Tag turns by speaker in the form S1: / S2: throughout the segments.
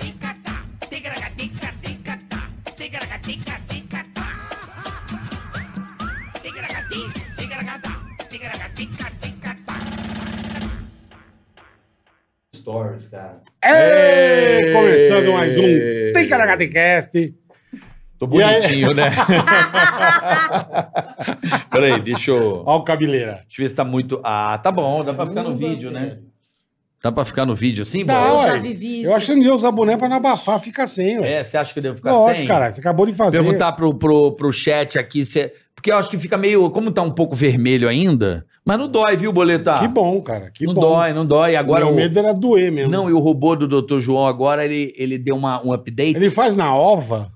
S1: ticatá. Ticaracatica, ticatá. Ticaracatica, ticatá. Ticaracati, ticaracatá. Ticaracatica, ticatá.
S2: stories, cara.
S3: Ei, Começando mais um Ticaracatecast.
S2: Tô
S3: E aí?
S2: bonitinho, né? Peraí, deixa eu.
S3: Ó o cabeleira.
S2: Deixa eu ver se tá muito. Ah, tá bom, dá pra ficar no vídeo, né? Dá pra ficar no vídeo assim,
S3: Tá,
S2: bola?
S4: Eu já
S3: ué.
S4: vivi isso.
S3: Eu achando que ia usar boné pra não abafar, fica sem, ué.
S2: É, você acha que eu devo ficar
S3: Lógico,
S2: sem?
S3: cara. Você acabou de fazer.
S5: Perguntar pro, pro, pro chat aqui se porque eu acho que fica meio, como tá um pouco vermelho ainda, mas não dói, viu, boletar?
S3: Que bom, cara. Que
S5: não
S3: bom.
S5: dói, não dói. Agora
S3: Meu
S5: o
S3: medo era doer mesmo.
S5: Não, e o robô do Dr. João agora ele, ele deu uma, um update.
S3: Ele faz na ova.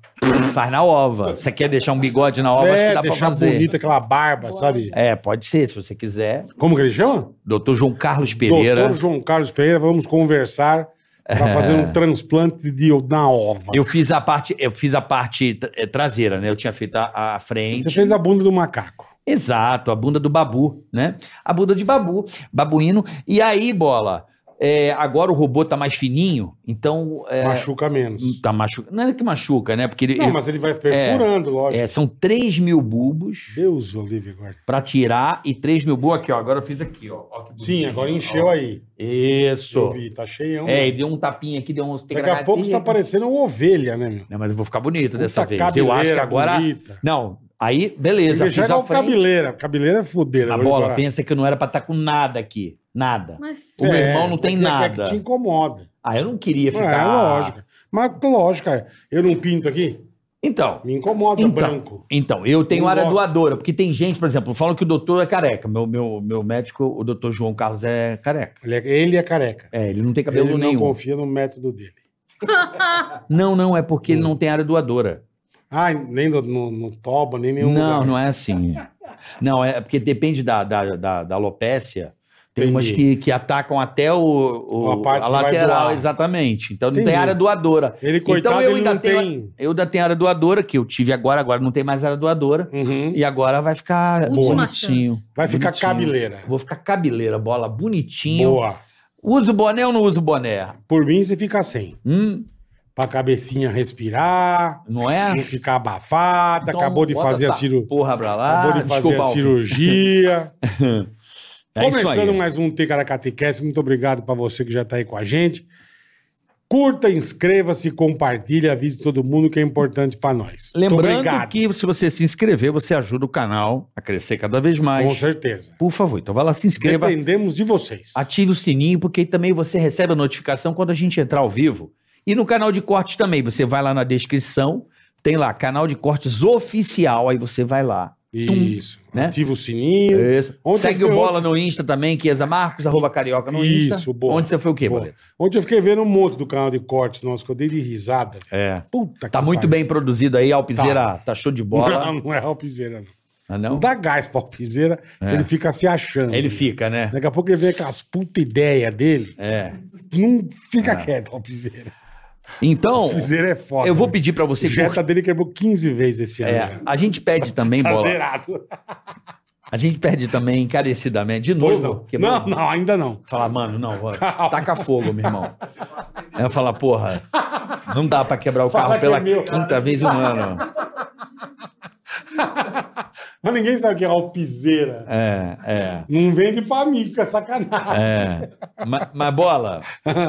S5: Faz na ova. Você quer deixar um bigode na ova? acho
S3: é,
S5: que dá pra
S3: deixar
S5: fazer.
S3: bonita aquela barba, sabe?
S5: É, pode ser, se você quiser.
S3: Como que ele chama?
S5: Dr. João Carlos Pereira. É.
S3: Doutor João Carlos Pereira, vamos conversar pra fazer um transplante de, na ova.
S5: Eu fiz a parte, eu fiz a parte tra- eh, traseira, né? Eu tinha feito a, a frente.
S3: Você fez a bunda do macaco.
S5: Exato, a bunda do babu, né? A bunda de babu, babuíno. E aí, bola, eh, agora o robô tá mais fininho, então eh,
S3: Machuca menos.
S5: tá machuca. Não é que machuca, né? Porque ele,
S3: Não,
S5: ele-
S3: mas ele vai perfurando, lógico.
S5: eh, são 3 mil bulbos
S3: Deus, Olivia, agora.
S5: pra tirar e 3 mil bulbos aqui, ó. Agora eu fiz aqui, ó. Ó que bonito,
S3: Sim, agora
S5: ó.
S3: encheu aí. Eu
S5: Isso.
S3: vi, tá cheião.
S5: É, e deu um tapinha aqui, deu uns
S3: Daqui a pouco você tá parecendo uma ovelha, né, meu?
S5: Não, mas eu vou ficar bonito dessa
S3: Puta
S5: vez. Eu acho que
S3: cabeleira
S5: agora.
S3: bonita.
S5: Não, aí,
S3: Tem que
S5: beleza.
S3: deixar
S5: Fiz a
S3: igual
S5: frente.
S3: um cabeleira. Cabeleira é fudeira.
S5: A
S3: vou
S5: bola
S3: embora.
S5: pensa que eu não era pra estar com nada aqui. Nada.
S4: Mas
S5: O meu irmão não tem
S3: é que- é que
S5: nada.
S3: te incomoda.
S5: Ah, eu não queria
S3: Não, É
S5: ficar.
S3: lógico. Mas lógico, cara. eu não pinto aqui,
S5: Então.
S3: me incomoda
S5: Então.
S3: branco.
S5: Então, eu tenho
S3: Não
S5: área
S3: gosto.
S5: doadora, porque tem gente, por exemplo, falam que o doutor é careca. Meu, meu, meu médico, o doutor João Carlos, é careca.
S3: Ele é, ele é careca.
S5: É, ele não tem cabelo
S3: ele
S5: nenhum.
S3: não confia no método dele.
S5: Não, não, é porque
S3: Hum.
S5: ele não tem área doadora.
S3: Ah, nem no, no- no toba, nem em nenhum
S5: não,
S3: lugar.
S5: não é assim. Não, é porque depende da, da, da, da alopécia. Tem
S3: Entendi.
S5: umas que, que atacam até o, o-
S3: A parte
S5: a
S3: que vai
S5: lateral,
S3: doar.
S5: exatamente. Então não tem
S3: Entendi.
S5: área doadora.
S3: Ele, coitado,
S5: então eu
S3: ele
S5: ainda
S3: não
S5: tenho-
S3: tem...
S5: Eu ainda tenho área doadora, que eu tive agora, agora não tem mais área doadora.
S3: Uhum.
S5: E agora vai ficar
S4: Última
S5: bonitinho.
S4: chance.
S3: Vai ficar
S5: Bonitinho.
S3: cabeleira.
S5: Vou ficar cabeleira, bola, bonitinho.
S3: Boa.
S5: Uso boné ou não uso boné?
S3: Por mim, você fica sem.
S5: Hum,
S3: Pra cabecinha respirar,
S5: não é?
S3: não ficar abafada,
S5: Então,
S3: acabou de
S5: bota
S3: fazer a
S5: essa
S3: cirurgia.
S5: Porra pra lá.
S3: Acabou de fazer
S5: Desculpa,
S3: a
S5: Alckmin.
S3: cirurgia.
S5: É isso
S3: Começando
S5: aí.
S3: mais um Ticaracatecast, muito obrigado para você que já tá aí com a gente. Curta, inscreva-se, compartilhe, avise todo mundo que é importante para nós. Muito
S5: Lembrando
S3: obrigado.
S5: que se você se inscrever, você ajuda o canal a crescer cada vez mais.
S3: Com certeza.
S5: Por favor, então vai lá, se inscreva,
S3: Dependemos de vocês.
S5: ative o sininho, porque aí também você recebe a notificação quando a gente entrar ao vivo. E no canal de cortes também, você vai lá na descrição, tem lá, canal de cortes oficial, aí você vai lá.
S3: Isso.
S5: né?
S3: Ativa o sininho.
S5: Isso.
S3: Ontem
S5: Segue
S3: eu
S5: o
S3: fui
S5: Bola no Insta também, Kiesa Marcos, arroba carioca no Insta.
S3: Isso, boa.
S5: Onde você foi o quê,
S3: Boa.
S5: Boleta?
S3: Ontem eu fiquei vendo um monte do canal de cortes, nossa, que eu dei de risada.
S5: É.
S3: Puta
S5: Tá
S3: que
S5: muito
S3: pariu.
S5: bem produzido aí, Alpizeira tá, show de bola.
S3: Não, não é alpizeira, não.
S5: Ah,
S3: Não
S5: não? É.
S3: dá gás pra alpizeira, que ele fica se achando.
S5: Ele fica, né?
S3: Daqui a pouco ele vem com as puta ideia dele.
S5: É.
S3: Não fica quieto, alpizeira.
S5: Então,
S3: Alpizeira é foda.
S5: É. eu vou
S3: né?
S5: pedir pra você
S3: O Jetta dele quebrou 15 vezes esse ano.
S5: É,
S3: tá já.
S5: a gente pede também,
S3: Tá
S5: bola.
S3: zerado.
S5: A gente pede também encarecidamente. De
S3: Pois
S5: novo.
S3: não.
S5: quebrou.
S3: Não, não, ainda não.
S5: Falar, mano, não, ó, taca fogo, meu irmão. Aí eu falar, porra, não dá pra quebrar o
S3: Fala
S5: carro
S3: que
S5: pela
S3: é meu.
S5: quinta vez no ano.
S3: Mas ninguém sabe o que é alpizeira.
S5: É, é.
S3: Não vende pra mim, que é sacanagem.
S5: É. Ma- Mas, bola,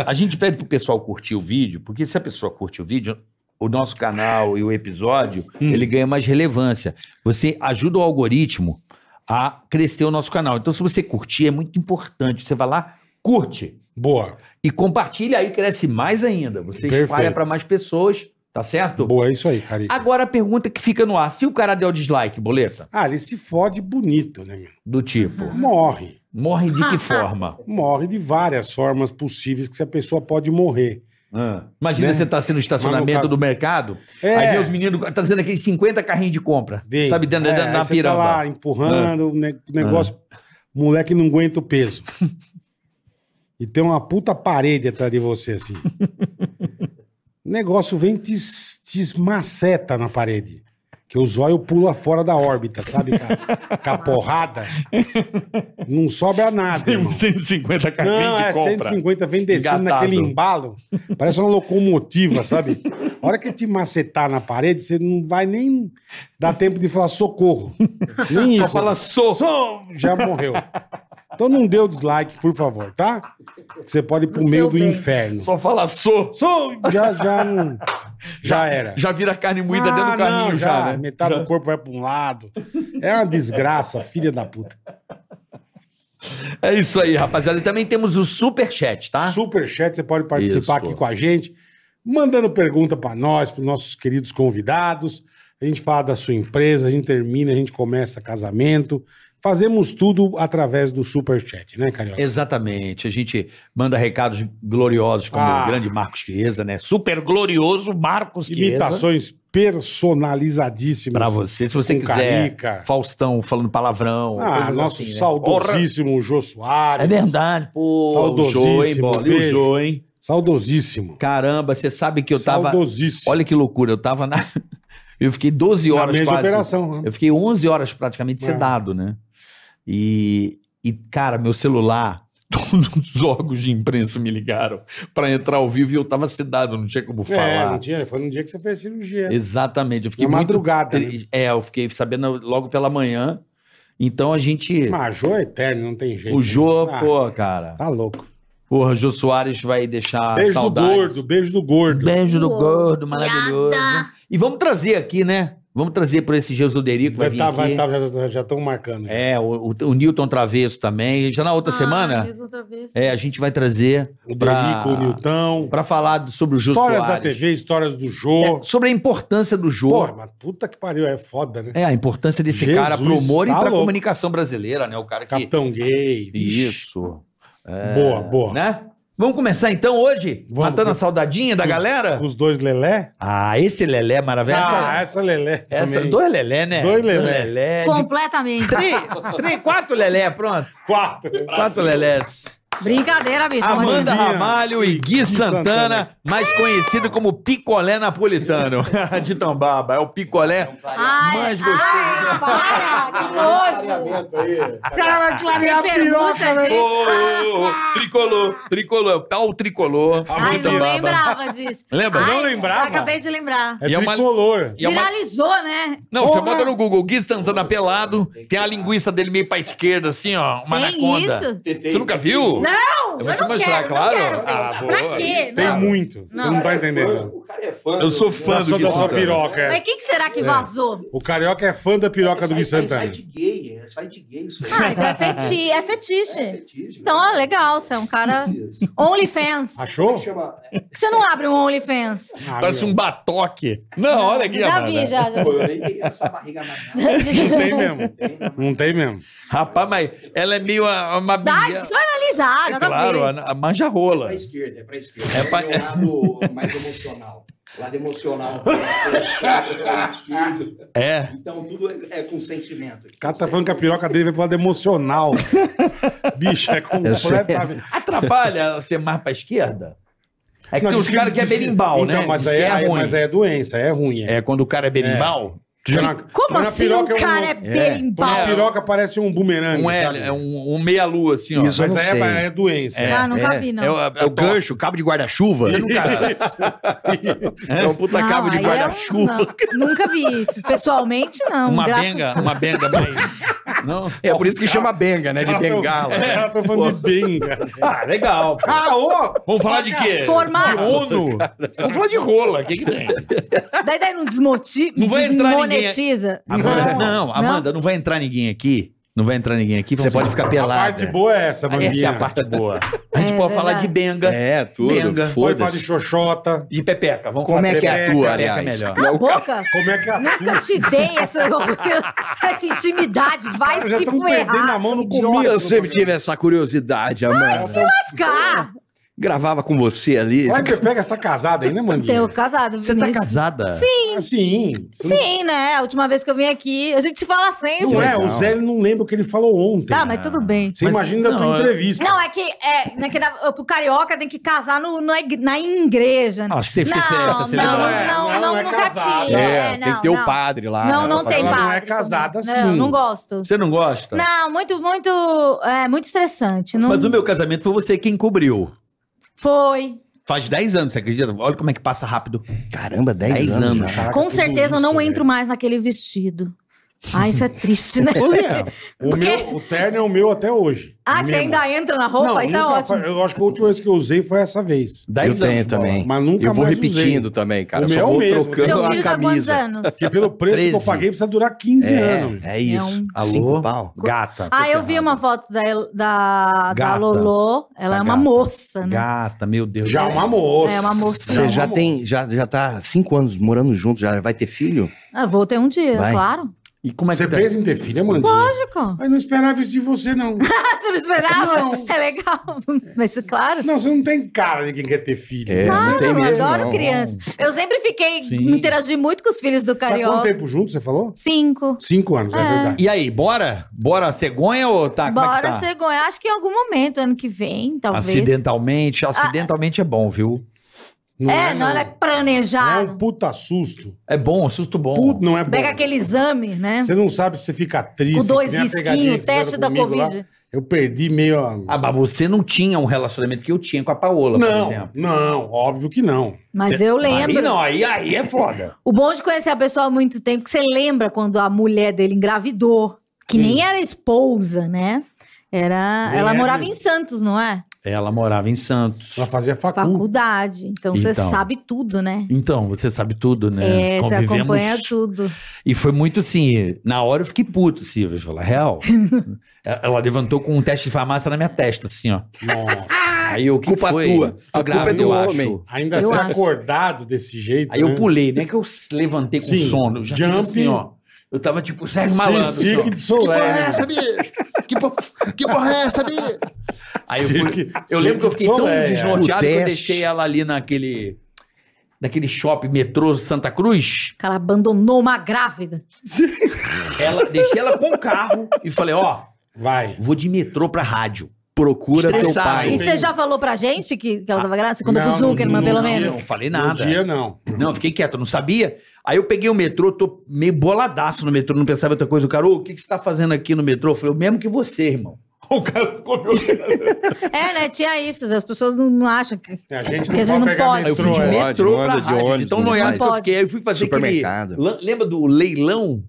S5: a gente pede pro pessoal curtir o vídeo, porque se a pessoa curte o vídeo, o nosso canal e o episódio,
S3: Hum.
S5: ele ganha mais relevância. Você ajuda o algoritmo a crescer o nosso canal. Então, se você curtir, é muito importante. Você vai lá, curte
S3: Boa.
S5: e compartilha aí, cresce mais ainda. Você espalha
S3: Perfeito.
S5: para mais pessoas, tá certo?
S3: Boa, é isso aí, Carica.
S5: Agora a pergunta que fica no ar: se o cara der o dislike, boleta,
S3: Ah, ele se fode bonito, né, meu?
S5: do tipo,
S3: Morre.
S5: morre de que forma?
S3: Morre de várias formas possíveis que essa pessoa pode morrer.
S5: Ah, Imagina
S3: Né?
S5: você tá assim no estacionamento
S3: Mas no caso-
S5: do mercado,
S3: É.
S5: aí vê os meninos tá trazendo aqueles 50 carrinhos de compra,
S3: Vem.
S5: sabe, dentro
S3: É,
S5: da-
S3: aí
S5: da Ah.
S3: você
S5: piramba.
S3: Tá lá empurrando, o ne- o negócio. O moleque não aguenta o peso. e tem uma puta parede atrás de você, assim. o negócio vem e te, es- te esmaceta na parede. Que o zóio pula fora da órbita, sabe? Com a, com a porrada. Não sobra nada.
S5: Tem
S3: irmão.
S5: uns 150 carrinhos
S3: Não,
S5: de
S3: é
S5: compra.
S3: 150, vem descendo
S5: Engatado.
S3: naquele embalo. Parece uma locomotiva, sabe? A hora que te macetar na parede, você não vai nem dar tempo de falar socorro. Nem
S5: Só
S3: isso.
S5: fala sou.
S3: Sou, já morreu. Então não dê o dislike, por favor, tá? Que Você pode ir pro
S4: No
S3: meio
S4: seu
S3: do
S4: bem.
S3: inferno.
S5: Só fala sou.
S3: Sou, já, já, não- já era.
S5: Já vira carne moída dentro
S3: É. Ah,
S5: do carrinho
S3: não,
S5: já, né?
S3: Metade do corpo vai pra um lado. É uma desgraça, filha da puta.
S5: É isso aí, rapaziada. E também temos o superchat, tá?
S3: Super chat, você pode participar
S5: Isso.
S3: aqui com a gente, mandando pergunta para nós, para nossos queridos convidados. A gente fala da sua empresa, a gente termina, a gente começa casamento. Fazemos tudo através do super chat, né, Carioca?
S5: Exatamente. A gente manda recados gloriosos, como
S3: Ah.
S5: o grande Marcos Chiesa, né? Super glorioso Marcos Chiesa.
S3: Imitações personalizadíssimas.
S5: Pra você, se você
S3: Com
S5: quiser.
S3: Carica.
S5: Faustão falando palavrão.
S3: Ah,
S5: coisas
S3: nosso
S5: assim, né? Porra.
S3: saudosíssimo Jô Soares.
S5: É verdade, pô.
S3: Saudosíssimo,
S5: O Jô, hein, bola? E o
S3: beijo.
S5: Jô, hein?
S3: Saudosíssimo.
S5: Caramba, você sabe que eu tava.
S3: Saudosíssimo.
S5: Olha que loucura, eu tava na. Eu fiquei 12
S3: Na
S5: horas
S3: mesma
S5: quase.
S3: operação. né?
S5: Eu fiquei 11 horas praticamente
S3: É.
S5: sedado, né? E, e, cara, meu celular, todos os órgãos de imprensa me ligaram pra entrar ao vivo e eu tava sedado, não tinha como
S3: É,
S5: falar.
S3: no dia, foi no dia que você fez cirurgia.
S5: Exatamente, eu fiquei
S3: Na
S5: muito
S3: madrugada, né?
S5: tri- É, eu fiquei sabendo logo pela manhã. Então a gente.
S3: Mas Jô é eterno, não tem jeito.
S5: O Jô,
S3: Ah,
S5: pô, cara.
S3: Tá louco.
S5: Porra, o Jô Soares vai deixar
S3: beijo
S5: saudade.
S3: do gordo, beijo do gordo.
S5: Beijo do gordo, maravilhoso.
S4: Piada.
S5: E vamos trazer aqui, né? Vamos trazer para esse Jesus Derico. Vai,
S3: Vai
S5: vir
S3: tá,
S5: aqui.
S3: vai tá, já- já- já estão marcando. já.
S5: É, o, o, o Newton Travesso também. Já na outra
S4: Ah,
S5: semana,
S4: Deus, outra vez.
S5: é, a gente vai trazer
S3: O
S5: É, pra-
S3: Derico, o Nilton.
S5: para falar do- sobre o Jô
S3: Histórias da
S5: Soares.
S3: TV, histórias do Jô.
S5: É, sobre a importância do Jô.
S3: Pô, mas puta que pariu, é foda, né?
S5: É, a importância desse
S3: Jesus,
S5: cara pro humor
S3: tá
S5: e pra
S3: louco.
S5: comunicação brasileira, né? O cara que...
S3: Capitão Gay. vixe.
S5: Isso.
S3: Boa, boa.
S5: Né? Vamos começar então hoje?
S3: Vamos.
S5: Matando a saudadinha da
S3: Com os-
S5: galera?
S3: Com os dois Lelé?
S5: Ah, esse Lelé maravilhoso.
S3: Ah, essa Lelé.
S5: Essa,
S3: também.
S5: dois lelé, né?
S3: Dois lelé.
S5: lelé. De...
S4: Completamente.
S5: Três, três, quatro lelé, pronto.
S3: Quatro.
S5: Quatro lelés.
S4: Brincadeira, bicho.
S5: Amanda
S3: Amandinha.
S5: Ramalho e Gui Santana, mais conhecido como Picolé Napolitano, de Tambaba. É o picolé
S4: Ai,
S5: mais gostoso.
S4: ai, para, que nojo.
S3: Caralho, clarear a
S4: Tem pergunta
S3: piroca, né?
S4: disso?
S5: Ô, ô, ô, tricolor, tricolor, tal tricolor.
S4: Ai,
S5: de
S4: não
S5: Tambaba.
S4: lembrava disso.
S5: Lembra?
S4: Ai,
S3: Não lembrava?
S4: Acabei de lembrar.
S3: É
S5: E é uma-
S3: tricolor.
S5: E é uma-
S4: Viralizou, né?
S5: Não, você
S3: Porra.
S5: bota no Google Gui Santana pelado, tem a linguiça dele meio pra esquerda, assim, ó, uma
S4: Tem
S5: anaconda.
S4: isso?
S5: Você nunca viu?
S4: Não, eu,
S5: Eu vou te
S4: não
S5: mostrar,
S4: quero,
S5: claro.
S4: não quero. ver.
S5: Ah, boa,
S4: pra quê?
S5: isso.
S3: Tem
S4: Não.
S3: muito. Você
S4: Não.
S3: não tá entendendo.
S2: O cara é fã.
S5: Eu sou fã
S3: Da
S5: do
S3: sua,
S5: Gui
S3: da sua
S5: Santana.
S3: piroca. é.
S4: Mas quem que será que vazou?
S3: O carioca é fã da piroca do Gui Santana.
S2: É site gay, é site gay isso aí. um
S4: Ah, então é fetiche. É fetiche. Então, ó, legal, você é um cara... OnlyFans.
S3: Achou?
S4: Por que você não abre um OnlyFans?
S3: Ah,
S5: Parece um batoque. Não, olha aqui,
S4: Já
S5: Amanda.
S4: vi, já, já.
S2: Pô, eu nem tenho essa barriga mais nada.
S3: Não tem mesmo.
S2: Tem, né?
S3: Não tem mesmo.
S5: Rapaz, mas ela é meio uma, uma
S4: Dá, isso vai analisar,
S5: É
S4: nada
S5: claro,
S4: a ver.
S5: a, a manja rola.
S2: Pra esquerda, é pra esquerda.
S5: É
S2: É,
S5: pra-
S2: pra... o lado mais emocional. O lado emocional. é o espírito.
S5: É.
S2: Então tudo é, é com sentimento.
S3: O cara tá falando que a piroca dele vai pro lado emocional. Bicho, é completamente.
S5: Atrapalha ser mais pra esquerda? É que
S3: Não,
S5: tem
S3: diz
S5: uns caras que é
S3: diz
S5: berimbau, né?
S3: Então, mas
S5: Diz
S3: aí,
S5: que
S3: aí-
S5: é ruim.
S3: mas aí é doença, aí é ruim. É.
S5: É, quando o cara é berimbau,
S3: Põe na- põe
S4: Como
S3: na
S4: assim
S3: piroca
S4: um
S3: é
S4: cara é
S3: Põe na
S4: berimbau?
S3: piroca parece um bumerangue,
S5: Um L,
S3: sabe?
S5: é um, um meia-lua, assim, ó.
S6: Isso.
S3: Mas
S6: Eu não
S3: aí é,
S6: sei.
S3: é doença.
S4: Ah, nunca
S6: é,
S4: vi,
S5: É
S4: não.
S5: o, é o
S6: É o
S5: gancho.
S6: gancho, cabo de guarda-chuva. É um puta
S4: Não,
S6: cabo de
S4: aí eu-
S6: guarda-chuva.
S4: Ah, não, Nunca vi isso. Pessoalmente, um, não.
S5: uma
S4: Graças-
S5: benga, uma benga mais. Não?
S6: É por isso que chama benga, né? De bengala.
S3: Os caras estão É, falando de benga.
S5: Ah, legal. pô.
S3: Ah, ô!
S5: Vamos falar de quê?
S4: Formato.
S5: Uno. Vamos falar de rola. O que, que tem?
S4: Daí, daí não desmoti...
S5: Não vai entrar ninguém. Ah,
S4: desmonetiza.
S5: Amanda, não,
S4: Não.
S5: Amanda, não vai entrar ninguém aqui. Não vai entrar ninguém aqui.
S6: Você pode ficar
S3: A parte
S6: pelado.
S3: boa é essa, Manguinha.
S5: Essa é a parte boa. A gente
S4: É,
S5: pode falar de
S4: verdade.
S5: benga,
S6: É,
S5: Benga.
S6: tudo.
S3: Pode falar de
S6: Foda-se.
S3: xoxota.
S5: de pepeca. Vamos
S6: Como
S5: falar
S6: é que é a
S5: pepeca,
S6: tua,
S5: pepeca
S6: aliás?
S5: melhor.
S4: Cala a boca.
S3: Como é que atua?
S4: Nunca te dei essa, essa intimidade. Vai
S3: caras já
S4: se Ah,
S3: tão perdendo a
S4: ferrar,
S3: mão
S4: seu
S3: no
S4: idiota.
S3: começo.
S6: Eu sempre tive essa curiosidade, Amanda.
S4: Lascar.
S6: Gravava com você ali.
S3: Vai, Pepe, você tá casada ainda, Manguinha?
S4: Teu é casado,
S5: Você tá
S4: Vinícius.
S5: casada? Sim.
S3: Ah, Sim.
S4: Sim, né? A última vez que eu vim aqui, a gente se fala sempre.
S3: Não é,
S6: legal.
S3: o Zé ele não lembra o que ele falou ontem.
S4: Tá, mas tudo bem.
S3: Você
S5: Mas-
S3: imagina da
S5: não,
S3: tua
S5: é-
S3: entrevista.
S4: Não, é que, é, né, que na, pro carioca tem que casar no, na, ig- na igreja.
S5: Acho que Ah, tem que ter
S4: não,
S5: festa, você
S4: não,
S5: lembra?
S4: não,
S3: É,
S4: não,
S3: não,
S4: não,
S3: é
S4: nunca
S3: casada.
S4: tive.
S6: É, tem que ter
S4: não.
S6: o padre lá.
S4: Não,
S6: né,
S4: não
S6: pra
S4: tem
S6: fazer-
S3: Ela
S4: padre.
S3: não é casada,
S4: não,
S3: sim.
S4: Não gosto.
S5: Você não gosta?
S4: Não, muito, muito, é, muito estressante. Não
S5: Tá. Mas o meu casamento foi você quem cobriu.
S4: Foi.
S5: Faz 10 anos, você acredita? Olha como é que passa rápido.
S6: Caramba, 10,
S5: 10
S6: anos.
S5: anos.
S6: já.
S3: Caraca,
S4: Com
S3: tudo
S4: certeza
S3: isso,
S4: eu não
S3: velho.
S4: entro mais naquele vestido. Ah, isso é triste, né?
S3: O,
S4: Porque-
S3: meu, o terno é o meu até hoje.
S4: Ah, você
S3: Mesmo.
S4: ainda entra na roupa? isso é
S3: nunca-
S4: ótimo.
S3: Eu acho que a última vez que eu usei foi essa vez.
S6: Eu
S5: 10 anos. Bola.
S6: tenho também.
S3: Mas nunca
S6: eu vou
S3: mais
S6: repetindo
S3: usei.
S6: também,
S3: O
S6: cara. Eu só
S3: meu
S6: vou
S3: mesmo.
S4: Seu
S6: trocando
S4: filho
S6: a
S4: tá quantos
S6: camisa.
S4: anos?
S3: Porque pelo preço que eu
S5: 13.
S3: paguei, precisa durar 15 anos.
S6: É, é isso.
S4: É um-
S5: Alô?
S6: Cinco pau.
S5: Gata.
S4: Ah, eu vi
S5: ferrado.
S4: uma foto da, El- da, da
S5: Gata.
S4: Lolo. Ela
S5: Da
S4: é uma
S5: gata.
S4: moça, né?
S5: Gata, meu Deus.
S3: Já uma moça.
S4: É, uma moça.
S6: Você já
S3: uma moça.
S6: tem, já, já tá cinco anos morando junto, já vai ter filho?
S4: Ah, vou ter um dia,
S6: Vai.
S4: claro.
S5: E como é que
S3: Você
S5: tá?
S3: pensa em ter filha, Mandinha?
S4: Lógico.
S3: Mas não esperava isso de você, Ah, não.
S4: Ah, você não esperava? É legal. Mas claro.
S3: Não, você não tem cara de quem quer ter filho.
S6: É,
S3: Você
S6: não
S4: Claro,
S6: tem
S4: eu
S6: mesmo.
S4: adoro
S6: não.
S4: criança. Eu sempre fiquei,
S5: Sim.
S4: me interagi muito com os filhos do
S3: tá quanto
S4: Carioca.
S3: tempo junto, você falou?
S4: Cinco.
S3: Cinco anos, é,
S4: É.
S3: verdade.
S5: E aí, bora? Bora a cegonha ou tá? como é que
S4: Bora
S5: tá?
S4: ser Goiás. Acho que em algum momento, ano que vem, talvez. Ah,
S5: Acidentalmente. Acidentalmente é bom, viu?
S3: né,
S4: É, não, ela é
S3: É
S4: planejada.
S3: um puta susto.
S5: É bom, susto bom.
S3: Puto, não é bom.
S4: Pega aquele exame, né?
S3: Você não sabe se você fica triste.
S4: Com dois
S3: que nem a pegadinha
S4: risquinhos,
S3: que
S4: teste da
S3: fizeram comigo lá.
S4: Covid.
S3: Eu perdi meio a...
S5: Ah, mas você não tinha um relacionamento que eu tinha com a Paola, por
S3: não,
S5: exemplo.
S3: não, óbvio que não.
S4: Mas eu lembro.
S5: Aí não, aí, aí é foda.
S4: O bom de conhecer a pessoa há muito tempo, que você lembra quando a mulher dele engravidou, que nem era esposa, né? Era,
S3: Nem
S4: ela
S3: era
S4: morava
S3: nem-
S4: em Santos, não é?
S5: Ela morava em Santos.
S3: Ela fazia facu.
S4: Faculdade. Então, você
S5: Tá Então.
S4: sabe tudo, né?
S5: Então, você sabe tudo, né?
S4: É, você acompanha tudo.
S5: E foi muito assim, na hora eu fiquei puto, Silvia, falar real. Ela levantou com um teste de farmácia na minha testa, assim, ó.
S3: Nossa.
S5: Aí eu, que
S6: Culpa
S5: foi?
S6: tua.
S5: Eu
S6: A culpa
S5: grávida,
S6: é do
S5: eu
S6: homem.
S5: acho.
S3: Ainda
S4: Eu
S3: ser
S4: acho.
S3: acordado desse jeito,
S5: Aí
S3: né?
S2: É.
S5: eu pulei, nem que eu s- levantei com
S3: Sim,
S5: sono. Eu já fiz
S3: jump.
S5: assim, ó. Eu tava tipo, Sérgio
S3: Sim,
S5: Malandro. assim, ó.
S3: Cirque de Soleil.
S2: é bicho? Que, por... que porra é essa, bicho?
S4: é
S5: Aí eu, fui-
S3: Cirque-
S5: eu lembro que eu
S3: Cirque de
S5: fiquei tão
S3: Soleil.
S5: desnorteado
S6: O
S5: que eu
S6: teste.
S5: deixei ela ali naquele... Naquele shopping metrô Santa Cruz.
S4: O cara abandonou uma grávida.
S5: Ela, deixei ela com o carro e falei, ó,
S3: Vai.
S5: vou de metrô pra rádio.
S6: Procura teu
S5: Estressado.
S6: pai.
S4: E você já falou pra gente que, que ela tava grávida? Você contou pro
S3: Não,
S4: Zuckerman,
S3: não,
S4: pelo
S3: não,
S4: menos.
S5: Ah, Não falei
S3: No
S5: nada.
S3: Um dia, não.
S5: Não, eu fiquei quieto, eu não sabia. Aí eu peguei o metrô, tô meio boladaço no metrô, não pensava em outra coisa. O cara, ô, o que, que você tá fazendo aqui no metrô? Eu falei, o mesmo que você, irmão. O cara ficou meu.
S4: É, né? Tinha isso. As pessoas não, não acham que.
S3: A gente
S4: É, Porque
S3: não
S4: a gente
S3: pode
S4: não
S3: pegar
S4: pode.
S5: Aí eu fui de
S6: Não
S3: metrô. é.
S6: pode,
S5: metrô
S6: não
S5: pra
S6: anda de
S5: rádio, de
S6: ônibus,
S5: tão
S6: não
S5: noiado
S6: faz.
S5: que eu fiquei. Aí eu fui fazer aquele...
S6: Supermercado.
S5: lan- Lembra do leilão?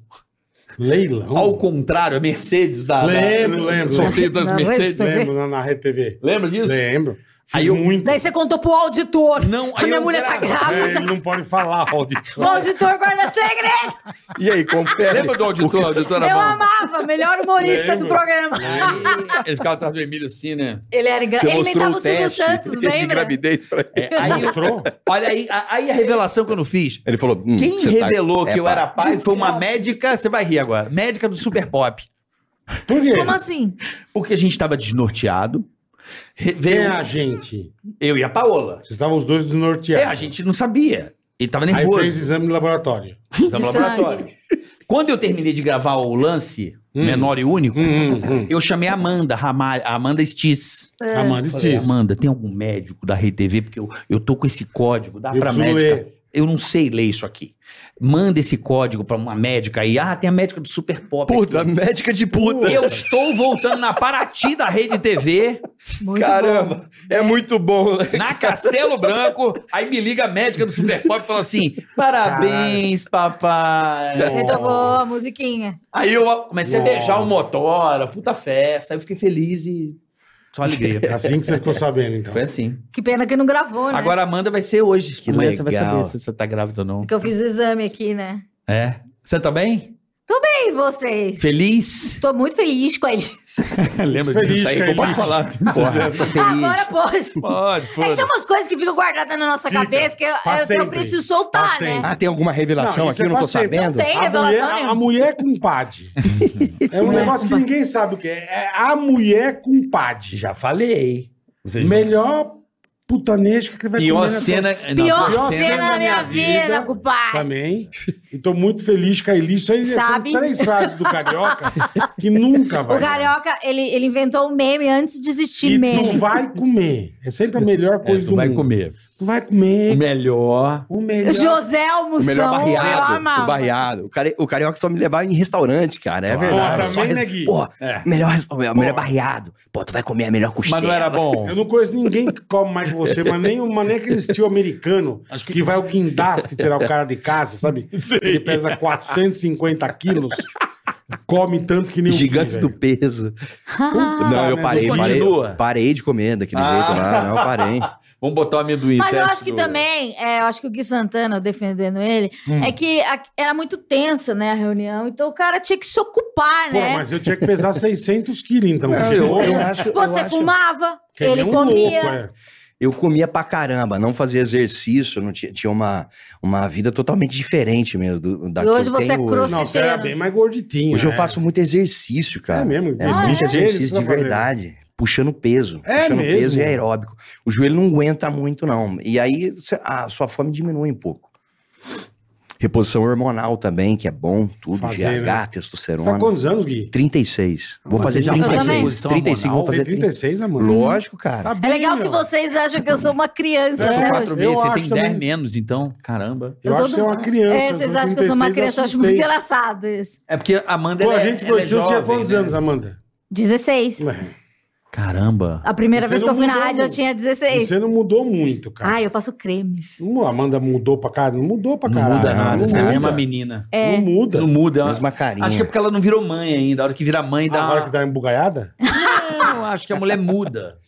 S3: Leilão.
S5: Ao contrário, a Mercedes da... da-
S3: Lembro, lembro.
S5: Sorteio das
S4: Da
S5: Mercedes.
S4: Rede TV.
S3: Lembro né, na, na RedeTV.
S5: Lembra disso?
S3: Lembro. Fiz
S5: Aí eu-
S3: muito.
S4: Daí você contou pro auditor.
S5: Não,
S4: a
S5: aí
S4: minha
S5: eu
S4: mulher tá
S5: gravo.
S3: É,
S4: grávida.
S3: ele não pode falar, Aldi.
S4: O auditor guarda segredo.
S6: E aí, confere.
S5: Lembra do auditor? Auditora
S4: Eu
S5: Bom?
S4: amava, melhor humorista
S3: Lembro.
S4: do programa.
S5: Aí Ele ficava atrás do Emílio assim, né?
S4: Ele era engra...
S6: Você
S4: Ele
S6: mostrou
S4: inventava
S6: um
S4: o Silvio
S6: teste
S4: Santos,
S6: de
S4: lembra?
S6: gravidez pra ele.
S5: É, aí eu-
S3: Mostrou?
S5: olha aí, a- aí a revelação que eu não fiz.
S6: Ele falou, hum,
S5: Quem
S6: você tá-
S5: revelou
S6: é
S5: que eu
S6: pai.
S5: era pai foi uma médica, você vai rir agora, médica do Super Pop.
S3: Por quê?
S4: Como assim?
S5: Porque a gente tava desnorteado. Re-
S3: Quem é
S5: Veio
S3: a gente?
S5: eu e a Paola.
S3: Vocês estavam os dois
S5: É,
S3: desnorteados.
S5: a gente não sabia. E tava
S3: Aí fez
S5: nervoso.
S3: exame no é um laboratório.
S5: Tava no
S4: De
S5: laboratório. Quando eu terminei de gravar o lance,
S3: Hum.
S5: menor e único,
S3: Hum, hum, hum.
S5: eu chamei a Amanda, Ramalho, a Amanda Stiz.
S4: É.
S3: Amanda
S5: Falei,
S3: Stiz.
S5: Amanda, tem algum médico da RedeTV? Porque eu, eu tô com esse código, dá
S3: Eu
S5: pra
S3: preciso
S5: médica.
S3: ler.
S2: eu não sei ler isso aqui. Manda esse código pra uma médica aí. Ah, tem a médica do Super Pop. aqui.
S6: Puta, médica de puta.
S2: Eu estou voltando na Paraty da Rede TV,
S4: Muito bom.
S6: Caramba, é muito bom. né?
S2: na Castelo Branco. Aí me liga a médica do Super Pop e fala assim: parabéns, papai.
S4: Ele tocou a musiquinha.
S2: Aí eu comecei a
S3: Nossa.
S2: beijar o motora, puta festa. Aí eu fiquei feliz e só alegria.
S3: Assim que você ficou sabendo, então.
S2: Foi assim.
S4: Que pena que não gravou, né?
S2: Agora a Amanda vai ser hoje.
S6: Que
S2: Amanhã você vai
S6: legal.
S2: saber se você tá grávida ou não.
S4: Que eu fiz o exame aqui, né?
S2: É. Você tá bem?
S4: E vocês?
S2: Feliz?
S4: Tô muito feliz com ele.
S2: Lembra
S3: Feliz,
S2: disso aí? Como
S3: feliz.
S2: pode falar?
S6: Porra, tô feliz.
S4: Agora pode.
S2: Pode,
S4: É que
S2: pode.
S4: tem umas coisas que ficam guardadas na nossa
S3: Fica.
S4: cabeça que eu,
S3: Pra
S4: eu, que eu
S3: sempre.
S4: preciso
S3: Pra
S4: soltar, né?
S3: sempre.
S6: Ah, tem alguma revelação
S3: Não, isso
S6: aqui? Eu não
S3: é
S6: tô
S3: pra sempre.
S4: Não
S6: sabendo.
S4: tem
S3: A
S4: revelação
S3: mulher, a
S4: nenhuma.
S3: mulher com padre. É um
S4: Mulher
S3: negócio
S4: com
S3: que
S4: padre.
S3: ninguém sabe o que é. É a mulher com padre.
S2: Já falei. Vocês-
S3: Melhor putanesca que vai
S2: Pior
S3: comer na
S2: cena. não,
S4: Pior,
S3: pior
S4: cena da minha vida,
S3: tua-
S4: cumpadre.
S3: Também. E tô muito feliz com a Elisa. Aí são
S4: Sabe?
S3: três frases do Carioca que nunca vai.
S4: O Carioca, ele, ele inventou o meme antes de existir
S3: E
S4: meme.
S3: tu vai comer. É sempre a melhor
S2: É,
S3: coisa
S2: tu
S3: do
S2: vai
S3: mundo.
S2: comer.
S3: Tu vai
S2: O
S3: comer.
S2: melhor.
S3: O melhor.
S4: José
S6: O melhor
S4: Almoção, eu
S6: barreado. O
S4: amava.
S6: barreado. O, cari... o carioca só me levar em restaurante, cara. É
S2: Porra,
S6: verdade.
S3: também,
S6: Só res-
S3: né, Gui?
S6: Pô,
S3: É.
S6: melhor, resta- o melhor barreado. Pô, tu vai comer a melhor costela.
S2: Mas não era bom.
S3: Eu não conheço ninguém que come mais que você, mas nem, uma, nem aquele estilo americano que... vai ao guindaste tirar o cara de casa, sabe? Ele pesa 450 quilos, come tanto que nem um Tá,
S6: Gigantes do peso. não, eu
S3: merda.
S6: parei,
S2: Você
S6: parei,
S2: continua?
S6: parei de comer daquele
S2: Ah.
S6: jeito lá. Não, eu parei.
S2: Vamos botar o amendoim.
S4: Mas eu
S2: teste
S4: acho que
S2: do-
S4: também, é, eu acho que o Gui Santana, eu defendendo ele,
S3: Hum.
S4: é que a- era muito tensa, né, a reunião. Então o cara tinha que se ocupar,
S3: Pô,
S4: né?
S3: mas eu tinha que pesar 600 quilos, então.
S6: Não,
S3: porque
S6: É, eu,
S3: eu-
S6: eu acho, eu
S4: Tipo, Você
S6: acho-
S4: fumava,
S3: que nem
S4: ele
S3: um
S4: comia.
S3: louco, é.
S6: Eu comia pra caramba, não fazia exercício, não tinha, tinha uma, uma vida totalmente diferente mesmo do, da
S4: E
S6: que
S4: hoje
S6: eu
S4: você
S6: tenho
S4: é
S6: hoje.
S4: cross-
S3: Não, você era
S4: Coceteiro.
S3: bem mais gorditinho.
S6: Hoje eu
S3: é.
S6: faço muito exercício, cara.
S3: É mesmo? Ah,
S6: É muito
S3: é? Eles
S6: exercício
S3: não
S6: de
S3: fazem.
S6: verdade. Puxando peso.
S3: É
S6: puxando
S3: mesmo?
S6: peso e aeróbico. O joelho não aguenta muito, não. E aí cê- a sua fome diminui um pouco. Reposição hormonal também, que é bom, tudo.
S3: Fazer, né?
S6: GH,
S3: Você
S6: testosterona.
S3: tá quantos anos, Gui? é
S6: 36. Vou
S2: Ah, Mas
S6: fazer
S2: você já faz
S6: 36.
S2: reposição
S6: 35, vou
S2: hormonal?
S3: Você
S6: fazer
S3: tem
S6: 36.
S3: 36, amor?
S6: Lógico, cara.
S4: É legal que vocês acham que eu sou uma criança,
S3: É,
S4: né? hoje?
S2: Quatro meses,
S3: eu
S2: você
S3: acho
S2: tem
S3: também.
S2: 10 menos, então, caramba.
S3: Eu,
S4: Eu tô
S3: acho que você é uma
S4: do-
S3: criança.
S4: É, vocês acham que eu sou uma
S3: 36,
S4: criança, eu acho muito
S3: assustei.
S4: engraçado isso.
S2: É porque a Amanda
S3: Pô, a
S2: ela é-
S3: gente
S2: ela é
S3: conheceu você há
S2: jovem,
S3: quantos
S2: né?
S3: anos, Amanda?
S4: 16.
S3: Ué,
S2: Caramba.
S4: A primeira
S3: Você
S4: vez que eu
S3: não
S4: fui na
S3: mudou
S4: rádio eu
S3: muito.
S4: tinha 16.
S3: Você não mudou muito, cara.
S4: Ai, eu passo cremes.
S3: Hum, A Amanda mudou pra caralho? Não mudou pra
S2: Não
S3: caralho.
S2: muda
S6: Caralho,
S2: nada,
S3: Não
S2: você é a
S3: muda.
S2: mesma menina.
S4: É.
S3: Não muda.
S2: Não muda. ela-
S6: Mesma carinha.
S2: Acho que é porque ela não virou mãe ainda. A hora que vira mãe, dá.
S3: Ah, A hora que dá embugaiada?
S2: Não, acho que a mulher muda.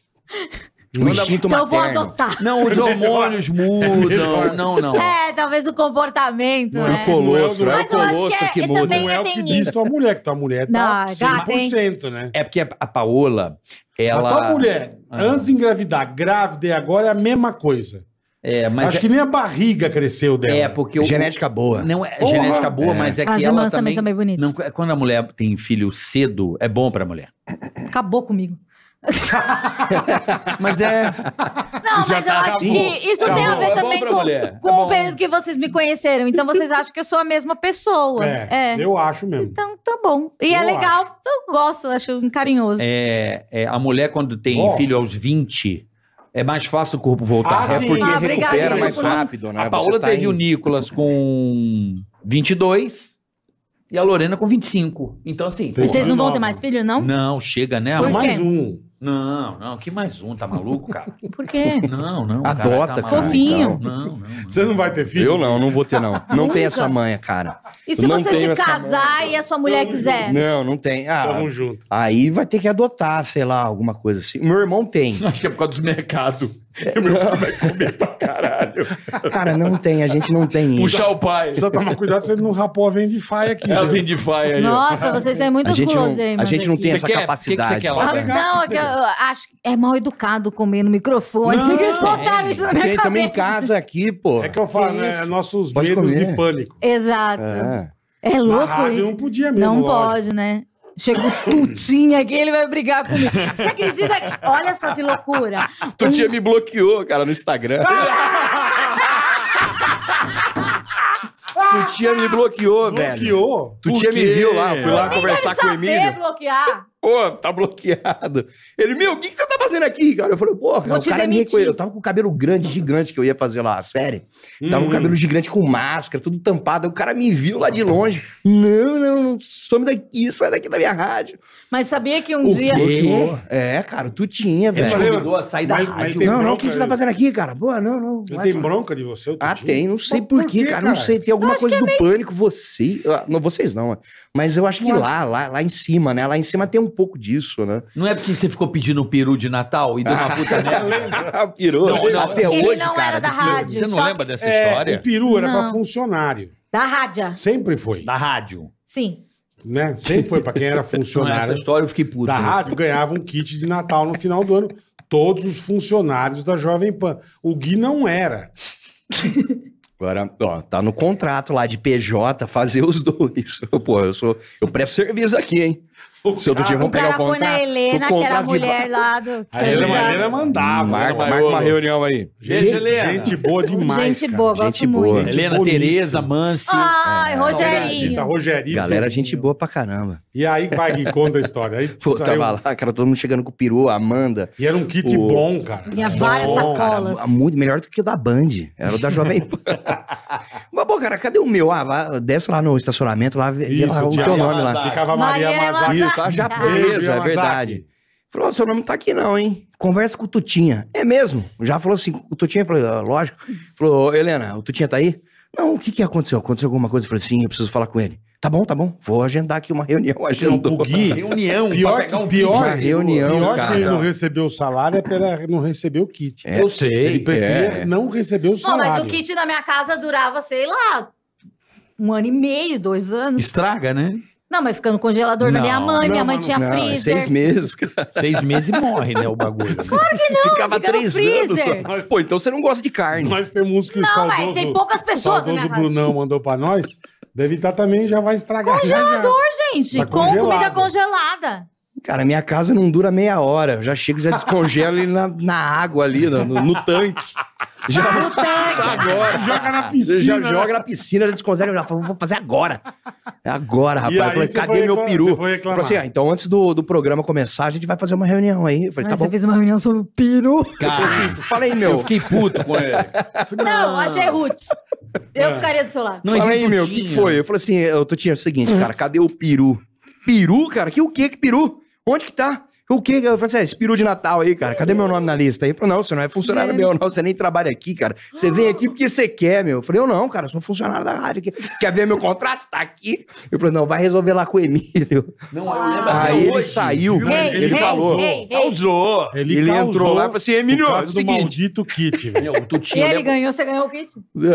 S6: O instinto
S4: Então eu vou
S6: materno.
S4: adotar.
S2: Não, os hormônios mudam. não, não.
S4: É, talvez o comportamento,
S3: Não é
S4: né?
S3: colo-
S6: colostro, é o
S4: Mas eu acho que
S6: colostro
S4: é-
S6: que
S4: é
S6: muda.
S4: também-
S3: Não é o que
S4: tem
S3: diz
S4: isso.
S3: tua mulher, que tua mulher tá
S4: Não, gata,
S3: 100%, né?
S2: É porque a a Paola,
S3: A
S2: ela.
S3: tua mulher,
S2: Ah.
S3: antes de engravidar, grávida e agora é a mesma coisa.
S2: É, mas.
S3: Acho
S2: é,
S3: que nem a barriga cresceu dela.
S2: é, porque o.
S6: Genética boa.
S2: Não é
S3: Porra.
S2: genética boa, mas é que
S4: As
S2: ela
S4: irmãs também
S2: também.
S4: são bem bonitas.
S2: não, é quando a mulher tem filho cedo, é bom pra mulher.
S4: Acabou comigo.
S2: Mas é.
S4: Não, mas eu acho que isso tem a
S2: Acabou.
S4: ver
S2: É bom
S4: também
S2: pra mulher.
S4: com, com
S2: É bom.
S4: o período que vocês me conheceram. Então vocês acham que eu sou a mesma pessoa.
S3: É,
S4: É.
S3: eu acho mesmo.
S4: Então tá bom. E é
S3: Eu
S4: legal, eu gosto, eu acho um carinhoso.
S2: É, é, a mulher, quando tem
S3: Ó.
S2: filho aos 20, é mais fácil o corpo voltar.
S3: Ah,
S2: é
S3: sim.
S2: porque
S4: Ah, obrigada,
S6: recupera mais
S4: Nicolas.
S6: rápido, né?
S2: a Paola
S6: Você tá
S2: teve
S6: em-
S2: o Nicolas com 22 e a Lorena com 25. Então, assim.
S3: Tem-
S2: pô,
S4: Vocês não vão ter
S3: nova.
S4: mais filho, não?
S2: um? Não, chega, né?
S4: Por
S2: amor?
S3: mais
S4: quê?
S3: um.
S2: Não, não, que mais um, tá maluco, cara?
S4: Por quê?
S2: Não, não. cara,
S6: Adota,
S2: tá
S6: cara.
S2: maluco.
S4: Fofinho.
S6: Então.
S2: Não, não, não.
S3: Você não vai ter filho?
S6: Eu não, não vou ter, não. Não tem essa manha, cara.
S4: E se
S6: Eu não
S4: você
S6: tenho
S4: se
S6: essa
S4: casar e a sua mulher
S3: Não,
S4: quiser?
S6: Não, não tem. Ah,
S3: Tamo junto.
S6: aí vai ter que adotar, sei lá, alguma coisa assim. Meu irmão tem.
S2: Acho que é por causa dos mercados.
S6: Cara, não tem, a gente não tem isso.
S2: o pai.
S3: Precisa tomar cuidado se ele não rapou a venda de faia aqui. né?
S2: de faia
S4: Nossa, vocês têm
S6: A
S4: muitas
S6: gente não,
S4: guloseimas.
S6: a gente não né?
S4: aqui.
S6: tem
S2: Você
S6: essa
S2: quer?
S6: capacidade.
S2: O que que você quer lá?
S3: Ah,
S6: cara.
S3: legal.
S4: Não, é que eu acho que é mal educado comer no microfone.
S3: Não.
S4: Botaram isso na minha
S6: Tem
S4: cabeça.
S6: também em casa aqui, pô.
S3: É que eu falo, né?
S6: isso?
S3: Nossos
S6: Pode
S3: medos
S6: comer.
S3: de pânico.
S4: Exato. É,
S6: É. um
S3: Na
S4: louco
S3: rádio
S4: isso.
S3: não podia mesmo.
S4: Não
S3: lógico.
S4: pode, né? Chega o Tutinha aqui, ele vai brigar comigo. Você acredita? que- Olha só que loucura. Um
S6: Tu tinha me bloqueou, cara, no Instagram. tu tinha me bloqueou, velho.
S3: Bloqueou?
S6: Tu tinha me viu lá, fui lá
S4: Nem
S6: conversar
S4: deve
S6: com o
S4: saber
S6: Emílio.
S4: bloquear.
S6: Pô, tá bloqueado. Ele, meu, o que, que você tá fazendo aqui, cara? Eu falei, porra,
S4: Vou
S6: o
S4: te
S6: cara me
S4: demitir.
S6: reconheceu. Eu tava com o cabelo grande, gigante, que eu ia fazer lá a série. Tava
S3: Hum.
S6: com o cabelo gigante com máscara, tudo tampado. Aí o cara me viu lá de longe. Não, não, não, some daqui, sai daqui da minha rádio.
S4: Mas sabia que um dia.
S6: Quê? É, cara, tu tinha,
S5: Ele te
S6: velho.
S3: falei,
S5: convidou a sair da
S3: mas- mas
S5: rádio.
S3: tem-
S6: Não, não, o
S3: bronca,
S6: que você tá
S3: ele-
S6: fazendo aqui, cara? Boa, não, não.
S3: Ele
S6: vai,
S3: tem
S6: vai.
S3: bronca de você? o
S6: Ah,
S3: Tutinho?
S6: tem, não sei
S3: Mas
S6: por quê, cara, Não sei, tem alguma
S4: Acho
S6: coisa
S4: que é
S6: do pânico, você. ah, Não, vocês não, mas eu acho que lá, lá, lá em cima, né? Lá em cima tem um pouco disso, né?
S5: Não é porque você ficou pedindo um peru de Natal e deu uma puta merda.
S6: Pirou.
S5: Não, não, até
S4: Ele
S5: hoje,
S4: não
S5: cara,
S4: era da
S5: você-
S4: rádio,
S5: Você não
S4: só
S5: lembra dessa
S3: É,
S5: história?
S3: o peru era pra
S4: Não.
S3: funcionário.
S4: Da rádio.
S3: Sempre foi.
S5: É, Da rádio.
S4: Sim.
S3: Né? Sempre foi pra quem
S6: é
S3: era
S5: Não, essa
S3: funcionário.
S5: história eu fiquei puto.
S3: da
S5: né?
S3: rádio ganhava um kit de Natal no final do ano. Todos os funcionários da Jovem Pan. O Gui não era.
S6: Agora, ó, tá no contrato lá de PJ fazer os dois. Pô, eu sou. Eu presto serviço aqui, hein? Se outro dia
S4: Ah, O
S6: vamos pegar
S4: Um cara
S6: o
S4: foi na
S6: contrato.
S4: Helena,
S6: o
S4: que era a
S6: contrato de
S4: mulher
S6: ba- é
S4: lá do.
S3: Ah,
S4: Ah,
S3: A Helena, a Helena mandava.
S6: marca,
S3: né,
S6: marca uma
S3: Maiolo?
S6: reunião aí.
S3: Gente, gente boa demais.
S4: Gente
S3: cara.
S4: boa, gosto
S6: Gente
S4: muito.
S6: boa. É,
S5: Helena,
S3: Bonito.
S5: Tereza, Mansi.
S4: Ai,
S3: Rogerita,
S6: tá um
S4: Rogerinho.
S3: Rogerinho.
S6: Galera, gente boa pra caramba.
S3: E aí, vai, Gui, conta a história. Aí
S6: Pô,
S3: saiu-
S6: tava lá, cara, todo mundo chegando com o peru, a Amanda.
S3: E era um kit
S6: O-
S3: bom, cara.
S4: Tinha várias
S3: Bom,
S4: sacolas.
S6: Cara,
S4: Bolas.
S6: mu- muito melhor do que o da Band. Era o da Jovem Pan. Mas, pô, cara, cadê o meu? Ah, lá, desce lá no estacionamento, lá, vê vê lá
S3: Isso,
S6: o
S3: tinha-
S6: teu nome lá.
S3: Ficava Maria
S4: Maria
S3: Mazar.
S4: Mazar.
S6: Isso, a
S3: Beijo,
S6: japonesa, é
S3: Yamazaki.
S6: verdade. Falou, "Ó, seu nome não tá aqui não, hein? Conversa com o Tutinha. É mesmo? Já falou assim, o Tutinha? Falei, "Ah, lógico.
S5: Hum.
S6: Falou, "Ô, Helena, o Tutinha tá aí? Não, o que que aconteceu? Aconteceu alguma coisa? Eu falei, sim, eu preciso falar com ele. Tá bom, tá bom. Vou agendar aqui uma reunião.
S3: O
S6: Agendou.
S3: Gui,
S5: Reunião,
S3: pior,
S5: pra
S3: que,
S5: pegar um
S3: pior,
S6: Uma reunião,
S3: pior que
S6: cara.
S3: ele não recebeu o salário é pela não receber o kit.
S6: É,
S5: Eu sei.
S3: Ele preferia
S6: é.
S3: não receber o
S4: Pô,
S3: salário.
S4: mas o kit na minha casa durava, sei lá, um ano e meio, dois anos.
S5: Estraga, né?
S4: Não, mas ficando no congelador da
S5: Não,
S4: minha mãe, minha
S3: não,
S4: mãe
S3: mas
S4: tinha
S6: Não, é
S4: freezer.
S6: seis meses, cara.
S5: Seis meses e morre, né, o bagulho.
S6: Ficava
S4: fica no
S6: três
S4: freezer.
S6: anos. Pô, então você não gosta de carne.
S3: Nós temos que o
S4: Não,
S3: saudoso,
S4: mas tem poucas pessoas na
S3: saudoso
S4: minha casa.
S3: Brunão mandou pra nós. Deve estar também, já vai estragar. Congelador!
S4: Gente,
S3: Tá
S4: com comida
S3: congelado.
S4: congelada.
S6: Cara, minha casa não dura meia hora. Eu já chego, já descongelo ele na, na água ali, no, no- no tanque. Já
S4: No tanque.
S6: agora.
S3: Joga na
S6: Você já
S3: piscina. né?
S6: joga na piscina, já descongela. Eu já falo, vou fazer agora. É agora, rapaz.
S3: E
S6: Eu
S3: aí
S6: falei,
S3: você
S6: cadê
S3: foi
S6: meu
S3: reclamar-
S6: peru?
S3: você foi
S6: Eu
S3: reclamar.
S6: falei assim, ah, então antes do, do programa começar, a gente vai fazer uma reunião aí. Eu falei,
S4: Mas
S6: tá
S4: você
S6: bom.
S4: fez uma reunião sobre o peru.
S6: Eu falei assim, fala aí, meu.
S5: Eu fiquei puto com ele.
S4: Não, achei roots. Eu ficaria do seu lado.
S5: Não,
S6: fala
S5: e de
S6: aí, meu, o que,
S5: putinha? Hum.
S6: que foi? Eu falei assim, eu tô tinha o seguinte, cara, cadê o peru? Peru, cara? Que o quê? Que peru? Onde que tá? O quê? Eu falei assim, ah, esse peru de Natal aí, cara, cadê meu nome na lista? Ele falou, não, você não é funcionário meu, não, você nem trabalha aqui, cara. Você vem aqui porque você quer, meu. Eu falei, eu não, cara, eu sou um funcionário da rádio aqui. Quer ver meu contrato? Tá aqui. Eu falei, não, vai resolver lá com o Emílio.
S5: Não, eu lembro até
S6: Aí ele
S5: hoje.
S6: saiu,
S4: Ei,
S6: ele
S4: ei,
S6: falou.
S4: ei, ei.
S6: Causou. Ele,
S3: causou
S6: entrou lá e falou assim, Emílio,
S3: por
S6: é o
S3: causa do
S6: seguinte.
S3: maldito kit, velho.
S5: Meu, o
S4: E
S5: Tutinho,
S4: ele
S5: lembra-
S4: ganhou, você ganhou o kit?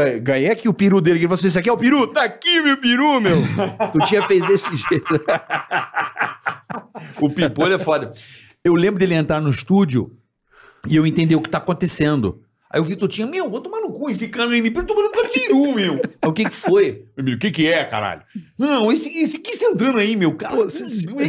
S6: É, Ganhei aqui o peru dele. que Ele falou assim: Isso aqui é o peru? Tá aqui, meu peru, meu. tu tinha fez desse jeito.
S5: O Pimpolho é foda. Eu lembro dele entrar no estúdio e eu entender o que tá acontecendo. Aí eu vi Tutinho, meu, vou tomar no cu esse cano em mim, eu tomando no peru, meu. Aí o que que foi? Emílio, o que que é, caralho? Não, esse, esse aqui sentando aí, meu, cara.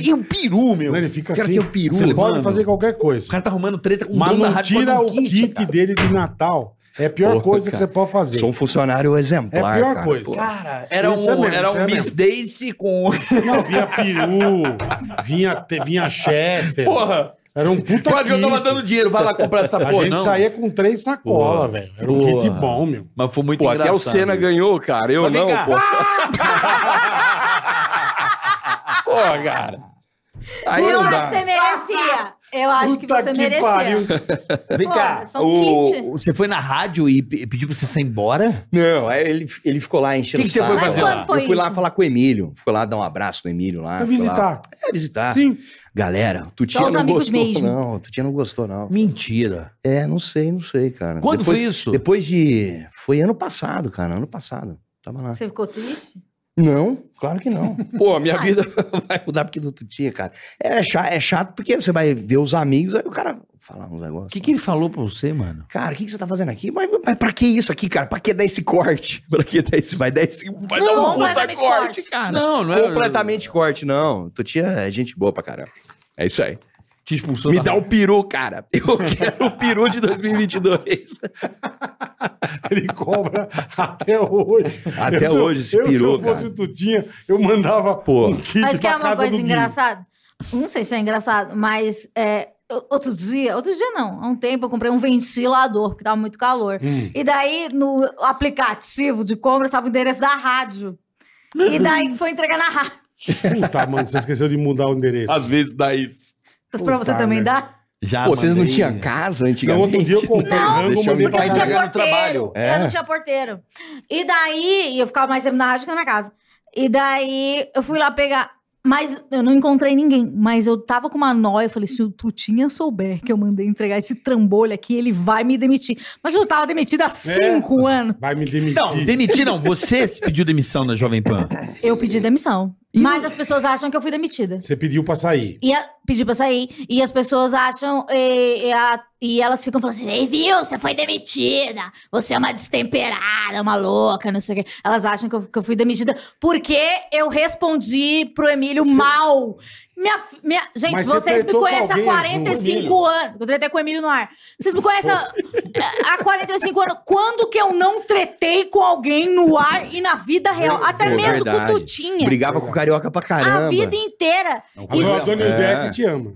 S5: E o peru, meu.
S3: Não, ele fica
S5: O cara
S3: assim.
S5: tem o peru,
S3: você pode
S5: mano.
S3: fazer qualquer
S5: O
S3: coisa.
S5: cara tá arrumando treta com o
S3: Mas
S5: dono da
S3: não
S5: rádio.
S3: tira
S5: pra dar
S3: o
S5: um
S3: kit
S5: cara.
S3: dele de Natal. É a pior
S6: Porra,
S3: coisa que
S6: cara.
S3: você pode fazer.
S6: Sou um funcionário
S3: É a
S6: exemplar.
S3: pior
S6: cara.
S3: coisa.
S6: Pô,
S5: Cara, era
S3: Isso é
S5: um,
S3: mesmo,
S5: era
S3: isso
S5: um
S3: é
S5: Miss
S3: mesmo.
S5: Daisy com...
S3: Não, vinha peru, vinha, te- vinha Chester.
S5: Porra,
S3: Era um
S2: Tá
S3: puta
S5: quase que eu tava
S3: kit.
S5: dando dinheiro, vai lá comprar essa
S3: A
S5: porra,
S3: gente
S5: não.
S3: saía com três sacolas,
S5: Porra.
S3: velho. Era um kit
S5: Porra.
S3: bom, meu.
S5: Mas foi muito
S6: Pô,
S5: engraçado.
S6: até o Senna ganhou, cara. Eu
S5: Mas vem
S6: não,
S5: cá.
S6: pô. pô, cara. Aí
S4: eu
S6: não
S4: acho
S6: dá.
S4: que você merecia. Eu acho que
S3: Puta
S4: você
S3: que
S4: merecia.
S3: pariu.
S5: Vem
S4: Pô,
S5: cá.
S4: é só um
S5: o-
S4: kit.
S5: Você foi na rádio e pe- pediu pra você sair embora?
S6: Não, aí ele, ele ficou lá enchendo
S5: Que que você
S6: o saco.
S5: foi fazer Mas lá?
S4: quando foi
S6: eu fui lá
S4: isso?
S6: falar com o Emílio. Fui lá dar um abraço no Emílio lá.
S3: Foi
S6: fui lá-
S3: visitar.
S6: É, visitar.
S3: Sim.
S6: Galera, tu tinha
S4: Só os
S6: não
S4: amigos
S6: gostou,
S4: mesmo.
S6: não. Tu tinha não gostou, não.
S5: Mentira.
S6: É, não sei, não sei, cara.
S5: Quando
S6: Depois-
S5: foi isso?
S6: Depois de. Foi ano passado, cara. Ano passado. Tava lá.
S4: Você ficou triste?
S6: Não, claro que não. Pô, a minha vida vai mudar porque do Tutinha, cara. É chato, é chato porque você vai ver os amigos, aí o cara fala uns
S5: O
S6: negócios.
S5: que, que ele falou pra você, mano?
S6: Cara, o que, que você tá fazendo aqui? Mas, mas pra que isso aqui, cara? Pra que dar esse corte? Pra que dar esse. Vai dar esse. Vai dar um puta
S4: completamente
S6: corte,
S4: corte.
S6: cara.
S5: Não, não é-
S6: Completamente corte, não. Tutinha é gente boa pra caramba. É isso aí.
S5: Te expulsou
S6: Me
S5: da
S6: dá o
S5: rádio.
S6: peru, cara. Eu quero o peru de 2022.
S3: Ele cobra até hoje.
S6: Até
S3: se eu-
S6: hoje esse
S3: eu, Se
S6: peru,
S3: eu fosse
S6: cara.
S3: o Tutinha, eu mandava
S6: Pô.
S3: um kit
S4: Mas
S3: pra
S4: quer uma
S3: casa
S4: coisa
S3: do Gui.
S4: engraçada? Não sei se é engraçado, mas é, o- outro dia, outro dia não, há um tempo eu comprei um ventilador, porque tava muito calor.
S3: Hum.
S4: E daí, no aplicativo de compra, estava o endereço da rádio. E daí que foi entregar na rádio.
S3: Puta, mano, você esqueceu de mudar o endereço.
S2: Às vezes dá isso.
S4: pra você
S3: Puta
S4: também
S3: merda.
S4: dá?
S2: Já
S6: Pô, vocês não
S2: mandei.
S6: tinham casa
S3: Não,
S6: antigamente?
S3: outro dia eu comprei
S4: Não,
S3: rango,
S6: deixa eu
S3: mandei
S6: ver.
S4: Porque
S3: pra
S4: eu não
S2: Vai
S4: tinha
S3: casa.
S2: entregar no
S4: porteiro.
S2: trabalho.
S4: Eu
S6: É.
S4: não tinha porteiro. E daí, eu ficava mais tempo na rádio que na minha casa. E daí, eu fui lá pegar. Mas eu não encontrei ninguém. Mas eu tava com uma nóia. Eu falei, se o Tutinha souber que eu mandei entregar esse trambolho aqui, ele vai me demitir. Mas eu já tava demitida há cinco anos.
S3: Vai me demitir.
S2: Não, demitir não. Você se pediu demissão na Jovem Pan.
S4: Eu pedi demissão. Mas as pessoas acham que eu fui demitida.
S3: Você pediu pra sair.
S4: E a, pedi pra sair. E as pessoas acham. E, e a- e elas ficam falando assim: Ei, viu? Você foi demitida. Você é uma destemperada, uma louca, não sei o quê. Elas acham que eu, que eu fui demitida porque eu respondi pro Emílio mal. Minha, fi- minha, gente,
S3: Mas você
S4: vocês me
S3: tretou com
S4: conhecem há
S3: alguém, Ju?
S4: 45 anos. Eu tretei com o Emílio no ar. Vocês me conhecem há há 45 anos. Quando que eu não tretei com alguém no ar e na vida real? Até
S6: Pô,
S4: mesmo
S6: verdade.
S4: com o Tutinha.
S6: Brigava com o carioca pra caramba.
S4: A vida inteira. Isso-
S3: Agora a dona
S6: É.
S3: Ivete te ama.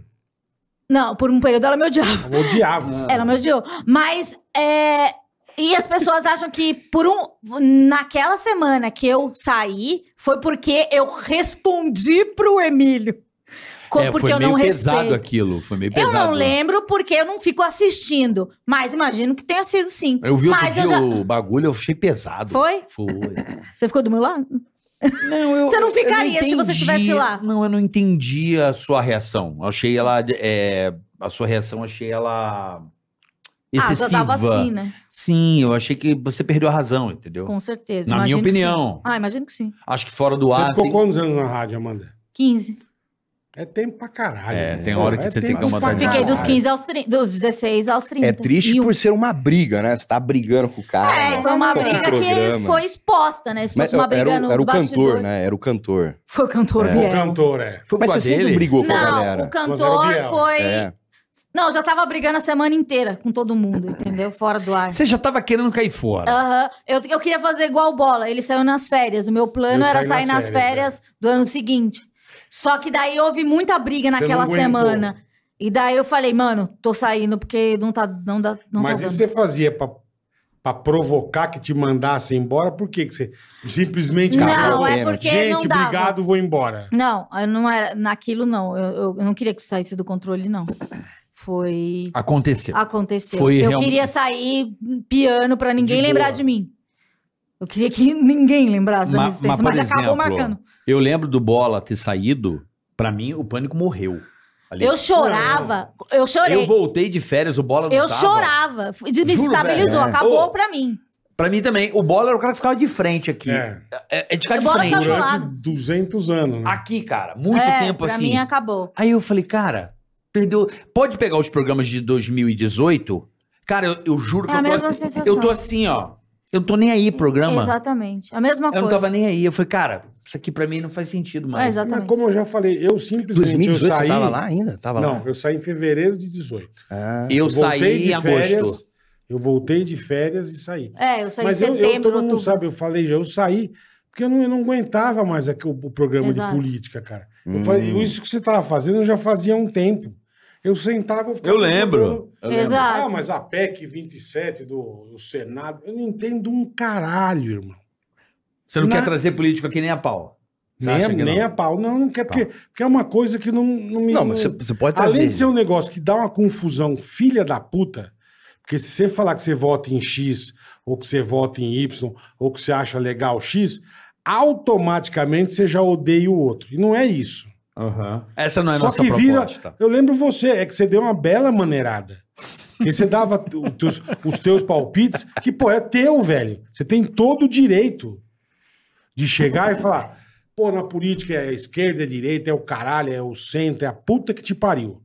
S4: Não, por um período ela me odiava.
S3: Eu vou odiar.
S6: Ah.
S2: Ah.
S4: Ela me odiou. Mas, é... E as pessoas acham que por um... Naquela semana que eu saí, foi porque eu respondi pro Emílio. Co-
S2: É,
S4: porque
S2: foi
S4: eu
S2: meio
S4: não
S2: pesado
S4: respeito.
S2: aquilo. Foi meio
S4: Eu
S2: pesado. né?
S4: não lembro porque eu não fico assistindo. Mas imagino que tenha sido sim.
S2: Eu vi outro
S4: Mas
S2: dia
S4: eu já-
S2: o bagulho, eu achei pesado.
S4: Foi?
S2: Foi.
S4: Você ficou do meu lado?
S2: Não, eu,
S4: Você não
S2: eu
S4: ficaria se você
S2: entendi-
S4: tivesse lá.
S2: Não, eu não entendi a sua reação. Eu Achei ela. é, a sua reação, achei ela. Excessiva.
S4: Ah, já tava assim, né?
S2: Sim, eu achei que você perdeu a razão, entendeu?
S4: Com certeza.
S2: Na minha
S4: Imagino que sim.
S2: opinião.
S4: Ah, imagino que sim.
S2: Acho que fora do
S3: Você
S2: ar.
S6: Ah,
S3: ficou
S2: tem-
S3: quantos anos na rádio, Amanda?
S4: 15.
S3: É tempo pra caralho.
S2: É,
S3: né?
S2: tem hora que você tem que
S3: tempo
S2: dar uma
S3: pra
S4: Fiquei dos
S3: caralho.
S4: 15 aos 30, dos 16 aos 30.
S6: É triste
S4: E um
S6: por ser uma briga, né? Você tá brigando com o cara.
S4: É, foi uma
S6: Não,
S4: briga que
S6: programa.
S4: foi exposta, né? Se
S6: Mas
S4: fosse uma briga
S6: era, o-
S4: nos
S6: era o cantor,
S4: bastidores.
S6: né? Era o cantor.
S4: Foi o cantor
S3: O
S4: Biel.
S3: cantor, é.
S2: Foi
S6: Mas
S2: com a
S6: você sempre
S2: dele?
S6: brigou com a
S4: Não, o
S6: galera.
S4: cantor
S3: Mas era o Biel.
S4: foi.
S6: É.
S4: Não, já tava brigando a semana inteira com todo mundo, entendeu? Fora do ar.
S2: Você já tava querendo cair fora.
S4: Aham. Eu, eu queria fazer igual o bola. Ele saiu nas férias. O meu plano
S3: Eu
S4: era
S3: saí
S4: sair
S3: nas é.
S4: nas férias, do ano seguinte. Só que daí houve muita briga
S3: Você
S4: naquela
S3: não aguentou.
S4: semana. E daí eu falei, mano, tô saindo porque não tá, não dá, não
S3: Mas
S4: tá
S3: isso
S4: dando.
S3: você fazia pra, pra provocar que te mandasse embora? Por que, que você simplesmente...
S4: Não,
S3: acabou?
S4: é
S6: pênalti.
S4: porque
S3: né? Gente,
S4: não dava.
S3: obrigado, vou embora.
S4: Não, eu não era. Naquilo não. Eu, eu- eu não queria que saísse do controle, não. Foi.
S2: Aconteceu.
S4: Aconteceu.
S2: Foi
S4: eu
S2: realmente-
S4: queria sair piano pra ninguém
S3: De
S4: lembrar
S3: boa.
S4: de mim. Eu queria que ninguém lembrasse da
S2: Ma-
S4: minha existência,
S2: mas,
S4: mas,
S2: por
S4: acabou
S2: exemplo,
S4: marcando.
S2: Eu lembro do Bola ter saído. Pra mim, o pânico morreu. Ali.
S4: Eu chorava, eu
S2: Eu
S4: chorei.
S2: voltei de férias, o Bola não
S4: Eu
S2: tava.
S4: chorava, Fui- me
S2: Juro,
S4: estabilizou,
S6: velho, é.
S4: acabou
S2: Ô,
S4: pra mim.
S2: Pra mim também. O Bola era o cara que ficava de frente aqui. É,
S3: É,
S2: é de ficar
S4: O
S2: de
S4: Bola
S2: frente.
S4: tava lá.
S3: durante
S4: lado.
S3: 200 anos, né?
S2: Aqui, cara, muito
S4: É,
S2: tempo
S4: pra
S2: assim.
S4: mim acabou.
S2: Aí eu falei, cara, perdeu. Pode pegar os programas de 2018? Cara, eu, eu juro que
S4: É a
S2: eu tô.
S4: mesma sensação.
S2: Eu tô assim, ó. Eu não tô nem aí, programa.
S4: Exatamente. A mesma
S2: Eu não
S4: coisa.
S2: tava nem aí. Eu falei, cara, isso aqui pra mim não faz sentido
S4: É,
S2: mais.
S4: exatamente.
S3: Mas como eu já falei, eu simplesmente
S6: 2018
S3: eu saí...
S6: você tava lá ainda? Tava
S3: Não,
S6: lá?
S3: eu saí em fevereiro de 18.
S6: Ah.
S2: eu saí em agosto.
S3: férias. Eu voltei de férias e saí.
S4: É, eu saí em
S3: Mas eu, eu
S4: setembro,
S3: todo mundo
S4: outubro.
S3: sabe, eu falei já, eu saí porque eu não, eu não aguentava mais aqui o, o programa
S4: Exato.
S3: de política, cara. Eu
S6: Hum.
S3: falei, isso que você tava fazendo eu já fazia há um tempo. Eu sentava, eu ficava.
S2: Eu lembro.
S3: procurando-
S2: Eu lembro.
S4: Exato.
S3: Ah, mas a PEC 27 do, do Senado, eu não entendo um caralho, irmão.
S2: Você não
S3: Na-
S2: quer trazer político aqui nem a pau. Você
S3: Nem, a-
S2: acha que
S3: nem
S2: não? Tá.
S3: a pau. Não, não quer, porque, porque é uma coisa que não, não me.
S6: Não, mas você, você pode trazer.
S3: Além de ser um negócio que dá uma confusão filha da puta, porque se você falar que você vota em X, ou que você vota em Y, ou que você acha legal X, automaticamente você já odeia o outro. E não é isso.
S2: Aham. Essa não é a
S3: Só
S2: nossa
S3: que vira-
S2: proposta.
S3: Eu lembro você, é que você deu uma bela maneirada. Porque você dava o teus- os teus palpites, que, pô, é teu, velho. Você tem todo o direito de chegar e falar, pô, na política é esquerda, é direita, é o caralho, é o centro, é a puta que te pariu.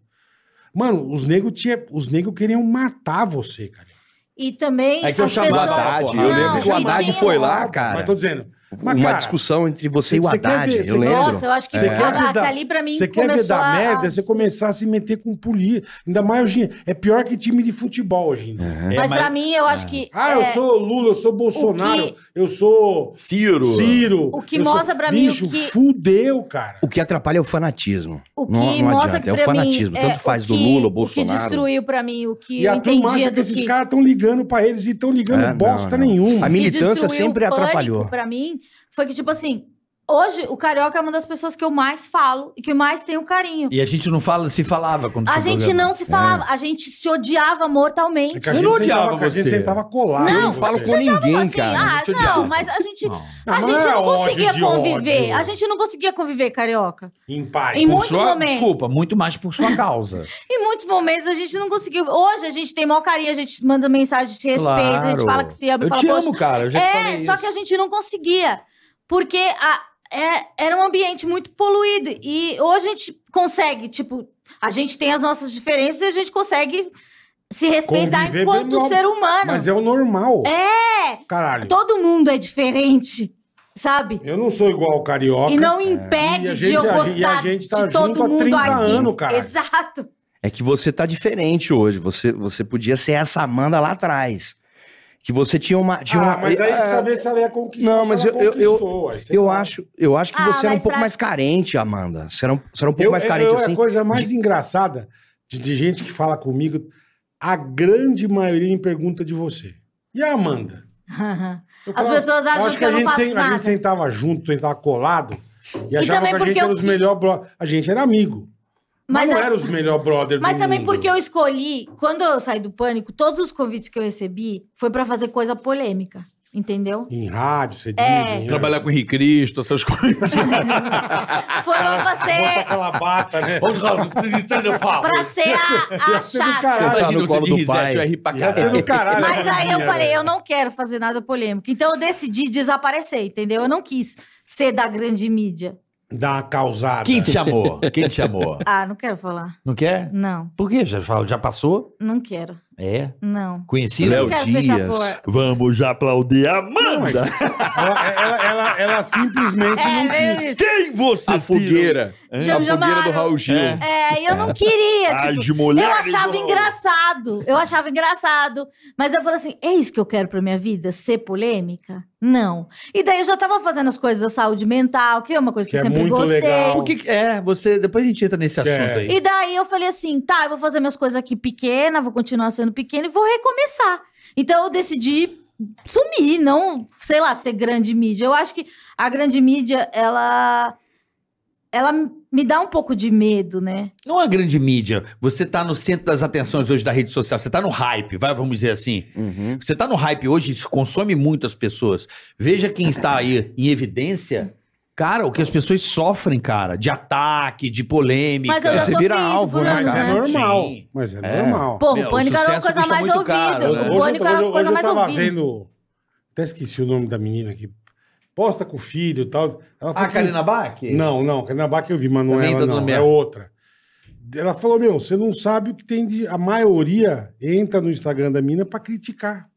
S3: Mano, os negros tinha, os negros queriam matar você, cara. Ah,
S4: E também
S2: É que eu
S4: as
S2: chamava
S4: pessoas...
S2: Haddad,
S6: Eu
S4: Não,
S6: lembro que o
S4: e
S6: Haddad
S4: tinha-
S6: foi lá, cara.
S3: Mas tô dizendo, Mas,
S6: uma
S3: cara,
S6: discussão entre você e o
S3: você quer
S6: Haddad,
S3: ver-
S6: eu
S3: você-
S6: lembro.
S4: Nossa, eu acho
S6: É.
S4: que
S3: Você
S4: a-
S3: quer ver
S4: a-
S3: dar-
S4: ali pra mim
S3: Você quer ver
S4: começou
S3: dar
S4: a-
S3: merda, você começar a se meter com polícia. Ainda mais hoje. em dia. É pior que time de futebol hoje. em dia.
S5: É,
S4: mas, pra mim, eu acho que.
S3: Ah, eu
S4: é,
S3: sou Lula, eu sou Bolsonaro,
S4: que-
S3: eu sou
S5: Ciro.
S3: Ciro.
S4: O que
S3: eu sou-
S4: mostra pra mim o
S3: Bicho,
S4: que-
S3: fudeu, cara.
S6: O que atrapalha é o fanatismo.
S4: O que
S6: não, não
S4: mostra que
S6: adianta, é o
S4: pra mim,
S6: fanatismo.
S4: é,
S6: tanto faz
S4: o
S6: do
S4: que-
S6: Lula,
S4: O que
S6: Bolsonaro.
S4: destruiu pra mim, o que
S3: E
S4: eu
S3: a turma
S4: entendia
S3: acha
S4: do
S3: que esses
S4: que...
S3: caras estão ligando pra eles e estão ligando
S6: É, não,
S3: bosta
S6: não.
S3: nenhuma.
S6: A
S4: que
S6: militância
S4: destruiu
S6: sempre
S4: o pânico
S6: atrapalhou.
S4: Pra mim, foi que, tipo assim, hoje o carioca é uma das pessoas que eu mais falo e que mais tenho carinho.
S5: E a gente não fala, se falava quando
S4: A
S5: tinha
S4: gente
S5: programa.
S4: não se
S6: É.
S4: falava, a gente se odiava mortalmente.
S3: É que a
S5: Eu
S3: gente
S5: não
S3: sentava-
S5: odiava
S3: A gente
S5: você.
S3: sentava colado.
S4: Não,
S3: em
S4: eu
S3: você.
S6: Falo com ninguém,
S4: Assim,
S6: cara.
S4: ah,
S5: gente odiava.
S4: não, mas a gente.
S5: Não.
S4: A
S3: Não,
S4: gente
S3: não é
S4: não conseguia
S3: ódio de
S4: conviver.
S3: ódio.
S4: A gente não conseguia conviver, carioca.
S3: Em paz.
S4: Em
S5: Por
S4: muitos
S5: sua-
S4: momentos.
S5: Desculpa, muito mais por sua causa.
S4: Em muitos momentos a gente não conseguiu. Hoje a gente tem maior carinho, a gente manda mensagem, se respeita, a gente
S5: Claro.
S4: fala que se ama,
S5: Eu
S4: fala,
S5: te
S4: "Poxa,
S5: amo, cara. Eu já te
S4: É,
S5: falei
S4: só
S5: isso.
S4: que a gente não conseguia. Porque a- é- era um ambiente muito poluído. E hoje a gente consegue, tipo, a gente tem as nossas diferenças e a gente consegue se respeitar
S3: Conviver bem
S4: enquanto
S3: no-
S4: ser humano.
S3: Mas é o normal.
S4: É!
S3: Caralho.
S4: Todo mundo é diferente, sabe?
S3: Eu não sou igual ao carioca.
S4: E não
S3: E
S4: impede
S3: a
S4: de eu
S3: gente- a gente- e a
S4: gostar
S3: gente tá
S4: de todo
S3: junto há
S4: mundo
S3: 30
S4: aqui.
S3: anos, cara.
S4: Exato.
S6: É que você tá diferente hoje. Você, você podia ser essa Amanda lá atrás. Que você tinha uma. Tinha
S3: Ah,
S6: uma
S3: mas aí
S6: é,
S3: precisa ver se ela ia conquistar.
S6: Não, mas
S3: ela
S6: eu- eu- eu-
S3: conquistou, aí você
S6: Eu
S3: fala.
S6: acho, eu acho que
S4: Ah,
S6: você era um
S4: mas
S6: pouco
S4: pra-
S6: mais carente, Amanda. Você era um, você era um pouco
S3: Eu-
S6: mais
S3: eu- é
S6: carente,
S3: eu-
S6: assim.
S3: A coisa mais engraçada de, de gente que fala comigo, a grande maioria me pergunta de você. E a Amanda? Eu
S4: As pessoas acham que eu
S3: a
S4: não
S3: gente
S4: faço
S3: sen- A
S4: nada.
S3: gente sentava junto, sentava colado. E, achava
S4: também
S3: que a
S4: porque
S3: gente era
S4: eu-
S3: os melhores bro... A gente era amigo. Mas,
S4: Mas
S3: não é
S4: a-
S3: era os melhores brother
S4: Mas
S3: do
S4: também
S3: mundo.
S4: porque eu escolhi, quando eu saí do pânico, todos os convites que eu recebi foi pra fazer coisa polêmica, entendeu?
S3: Em rádio, você
S4: É.
S3: diz. em-
S5: Trabalhar com o Henrique Cristo, essas coisas.
S4: Foram pra
S3: Bota
S4: ser,
S3: aquela bata, né?
S4: pra ser a, a
S3: ser do
S4: chata.
S5: Imagina
S3: caralho.
S6: Tá no
S5: você
S6: colo
S5: de
S6: do
S5: risete,
S6: pai.
S5: eu ri pra
S3: Ia ser
S5: caralho.
S3: do caralho.
S4: Mas aí eu
S3: né?
S4: falei, eu não quero fazer nada polêmico. Então eu decidi desaparecer, entendeu? Eu não quis ser da grande mídia.
S3: Dá uma causada.
S5: Quem te chamou? Quem te chamou?
S4: Ah, não quero falar.
S5: Não quer?
S4: Não,
S5: Por quê? Já, fala- já passou?
S4: não quero.
S5: É.
S4: Não.
S5: Conhecido?
S4: Eu
S6: Léo
S4: não quero fechar a
S6: Dias.
S4: porta.
S5: Vamos aplaudir a
S3: Não, mas
S5: Amanda.
S3: ela, ela- ela- ela simplesmente
S4: É,
S3: não
S4: meio
S3: quis.
S4: isso.
S5: Quem você
S6: A fogueira.
S4: Já
S6: a
S4: me
S6: fogueira do
S4: chamaram.
S6: Raul Gil.
S5: É.
S4: É, e eu não queria, tipo,
S5: As mulheres
S4: Eu achava
S5: do-
S4: engraçado. Eu achava engraçado. Mas eu falei assim: é isso que eu quero pra minha vida? Ser polêmica? Não. E daí eu já tava fazendo as coisas da saúde mental, que é uma coisa
S3: Que
S4: que,
S3: é
S4: eu sempre
S3: muito
S4: gostei.
S3: legal.
S5: Por que que- é, você. Depois a gente entra nesse assunto
S3: É.
S5: aí.
S4: E daí eu falei assim: tá, eu vou fazer minhas coisas aqui pequena, vou continuar sendo pequena e vou recomeçar. Então eu decidi sumir, não, sei lá, ser grande mídia. Eu acho que a grande mídia, ela. Ela me dá um pouco de medo, né?
S5: Não é grande mídia. Você tá no centro das atenções hoje da rede social. Você tá no hype, vai, vamos dizer assim.
S6: Uhum.
S5: Você tá no hype hoje, isso consome muito as pessoas. Veja quem está aí em evidência. Cara, o que as pessoas sofrem, cara, de ataque, de polêmica.
S4: Mas eu já
S6: Você
S4: sofri
S6: vira
S4: isso
S6: alvo,
S4: por
S6: né,
S4: anos,
S3: Mas é
S4: né?
S3: normal.
S5: Sim.
S3: Mas é,
S6: É.
S3: normal.
S4: Pô,
S5: Meu,
S4: o pânico
S5: o
S4: era a
S5: sucesso
S4: coisa
S5: custa
S4: mais
S5: muito
S4: ouvida.
S5: caro, né?
S4: O pânico era a coisa mais
S3: tava
S4: ouvida.
S3: vendo. Até esqueci o nome da menina que posta com o filho e tal. Ela falou
S5: Ah,
S3: que-
S5: Karina Bach?
S3: Não, não, Karina Bach eu vi, mas não é
S5: Também
S3: ela,
S5: tá
S3: não.
S5: dando
S3: É
S5: merda.
S3: outra. Ela falou: Meu, você não sabe o que tem de. A maioria entra no Instagram da menina pra criticar.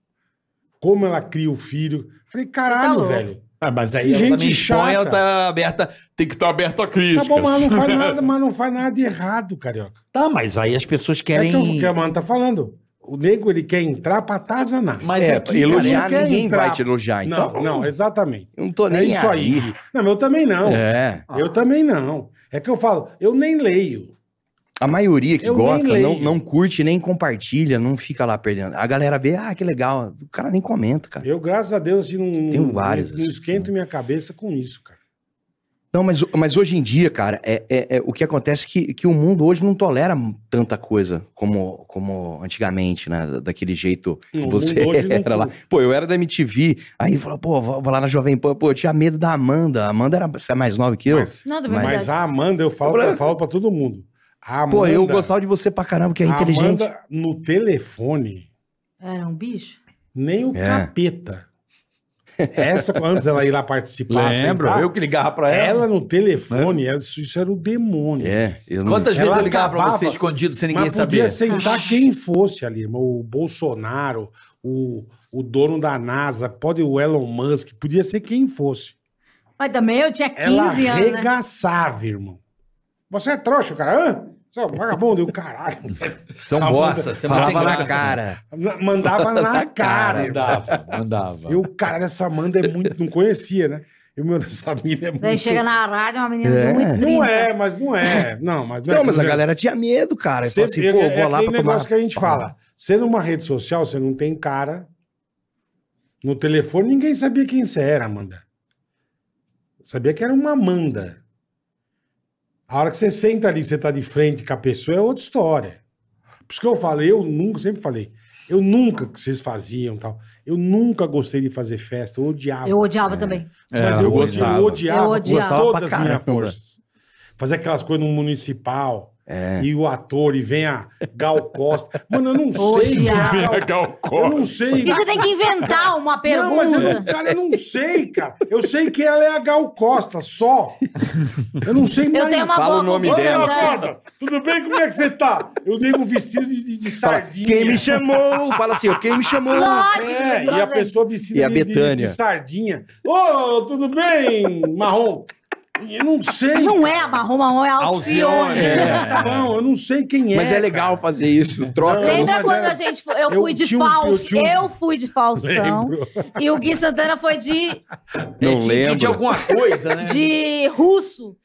S3: Como ela cria o filho. Falei: Caralho,
S4: tá louco.
S3: velho.
S5: Ah, mas
S3: Que
S5: aí ela
S3: gente
S5: também expõe,
S3: chata.
S5: ela tá aberta. Tem que estar aberta a
S3: Tá
S5: críticas.
S3: bom, mas ela não faz nada, mas não faz nada de errado, carioca.
S5: Tá, mas aí as pessoas
S3: É que, eu,
S5: querem.
S3: que a Amanda tá falando. O nego, ele quer entrar pra atazanar.
S5: Mas
S6: É,
S5: é, que,
S6: elogiar,
S5: cara, não quer
S6: ninguém
S3: entrar.
S6: vai te elogiar, então.
S3: Não, não, exatamente.
S6: Eu não tô nem
S3: É isso aí. Não, mas eu também não.
S6: É.
S3: Eu também não. É que eu falo, eu nem leio.
S6: A maioria que
S3: Eu nem
S6: gosta não,
S3: leio.
S6: não curte, nem compartilha, não fica lá perdendo. A galera vê, ah, que legal. O cara nem comenta, cara.
S3: Eu, graças a Deus, assim, não,
S6: Tenho vários,
S3: não, não
S6: assim,
S3: esquento minha cabeça com isso, cara.
S6: Não, mas, mas hoje em dia, cara, é, é- é- o que acontece é que, que o mundo hoje não tolera tanta coisa como, como antigamente, né? Daquele jeito que
S3: Não, o
S6: você
S3: mundo hoje não
S6: era lá.
S3: curte.
S6: Pô, eu era da MTV, aí falou, pô, vou, vou lá na Jovem Pan, pô, eu tinha medo da Amanda. A Amanda era você é mais nova que eu.
S3: Mas,
S4: Não, da
S6: Mas-
S4: verdade.
S3: mas a Amanda, eu falo, eu falo pra todo mundo. A Amanda,
S6: É pô, eu gostava de você pra caramba, que é
S3: a
S6: inteligente.
S3: Amanda, no telefone,
S4: Era um bicho?
S3: nem o
S6: É.
S3: capeta. Essa, antes ela ir lá participar,
S5: Lembro,
S3: sentar,
S5: eu que ligava pra
S2: É.
S5: ela.
S3: ela no telefone, ela- isso, isso era o demônio.
S6: É, eu não...
S5: Quantas vezes
S3: Ela
S5: eu ligava pra
S3: acabava,
S5: você escondido sem ninguém
S3: Mas podia
S5: saber?
S3: sentar quem fosse ali, irmão. O Bolsonaro, o, o dono da NASA, pode o Elon Musk, podia ser quem fosse.
S4: Mas também eu tinha 15
S3: Ela
S4: anos, né?
S3: arregaçava, irmão. Você é trouxa, cara. Hã? Você é um vagabundo. Eu, caralho.
S5: São
S3: Tá bom,
S5: bosta. Você
S6: Falava
S5: manda sem
S6: na
S5: graça.
S6: cara.
S3: Mandava na cara. irmão.
S5: Mandava, mandava.
S3: Eu, cara, dessa Amanda é muito. Não conhecia, né? E o meu dessa mina é muito.
S4: Daí chega na rádio uma menina
S6: É.
S4: de 1,30.
S3: Não é, mas não é. Não, mas não é.
S6: Não, mas a
S3: Quer dizer,
S6: galera tinha medo, cara. Eu
S3: Cê,
S6: falava assim, pô,
S3: é,
S6: vou lá
S3: aquele
S6: pra tomar...
S3: negócio que a gente fala. Você numa rede social, você não tem cara. No telefone, ninguém sabia quem você era, Amanda. Sabia que era uma Amanda. A hora que você senta ali, você tá de frente com a pessoa, é outra história. Por isso que eu falei, eu nunca, sempre falei, eu nunca, que vocês faziam e tal, eu nunca gostei de fazer festa, eu odiava.
S4: Eu odiava também.
S5: É,
S3: Mas eu, gostava. eu odiava,
S4: Eu
S3: com todas
S4: odiava.
S3: as
S6: Gostava pra
S3: minhas
S6: caramba.
S3: forças. Fazer aquelas coisas no municipal.
S6: É.
S3: E o ator, e vem a Gal Costa. Mano, eu não sei.
S4: Odiava. é
S3: Gal-
S5: Gal
S3: Eu não sei.
S4: E você tem que inventar uma é pergunta.
S3: é. Não, mas eu não, cara, eu não sei, cara. Eu sei que ela é a Gal Costa, só. Eu não sei mais.
S4: Eu tenho uma
S6: Fala
S4: boa
S6: o nome
S3: Ô, Gal
S4: representante.
S3: Costa, tudo bem? Como é que você tá? Eu nego vestido de, de- de
S6: Fala,
S3: é sardinha.
S6: quem me chamou? Fala assim, ó, quem me chamou?
S4: Lógico,
S3: É,
S4: que
S3: e a
S4: você-
S3: pessoa vestida
S6: E a
S3: de- de, de,
S6: Betânia?
S3: sardinha. Ô, tudo bem, Marrom? Eu não sei.
S4: Não é a marrom, marrom é a Alcione.
S5: Alcione.
S3: É, tá bom, eu não sei quem é.
S6: Mas é legal
S3: cara.
S6: fazer isso, troca.
S3: Não,
S4: Lembra
S3: mas
S4: quando
S3: era-
S4: a gente foi, eu,
S3: eu
S4: fui de
S3: tinha um- eu
S4: Faustão,
S3: tinha um-
S4: eu fui de Faustão
S3: Lembro.
S4: e o Gui Santana foi de,
S6: Não
S5: De, de
S6: lembro.
S5: alguma coisa, né?
S4: de russo.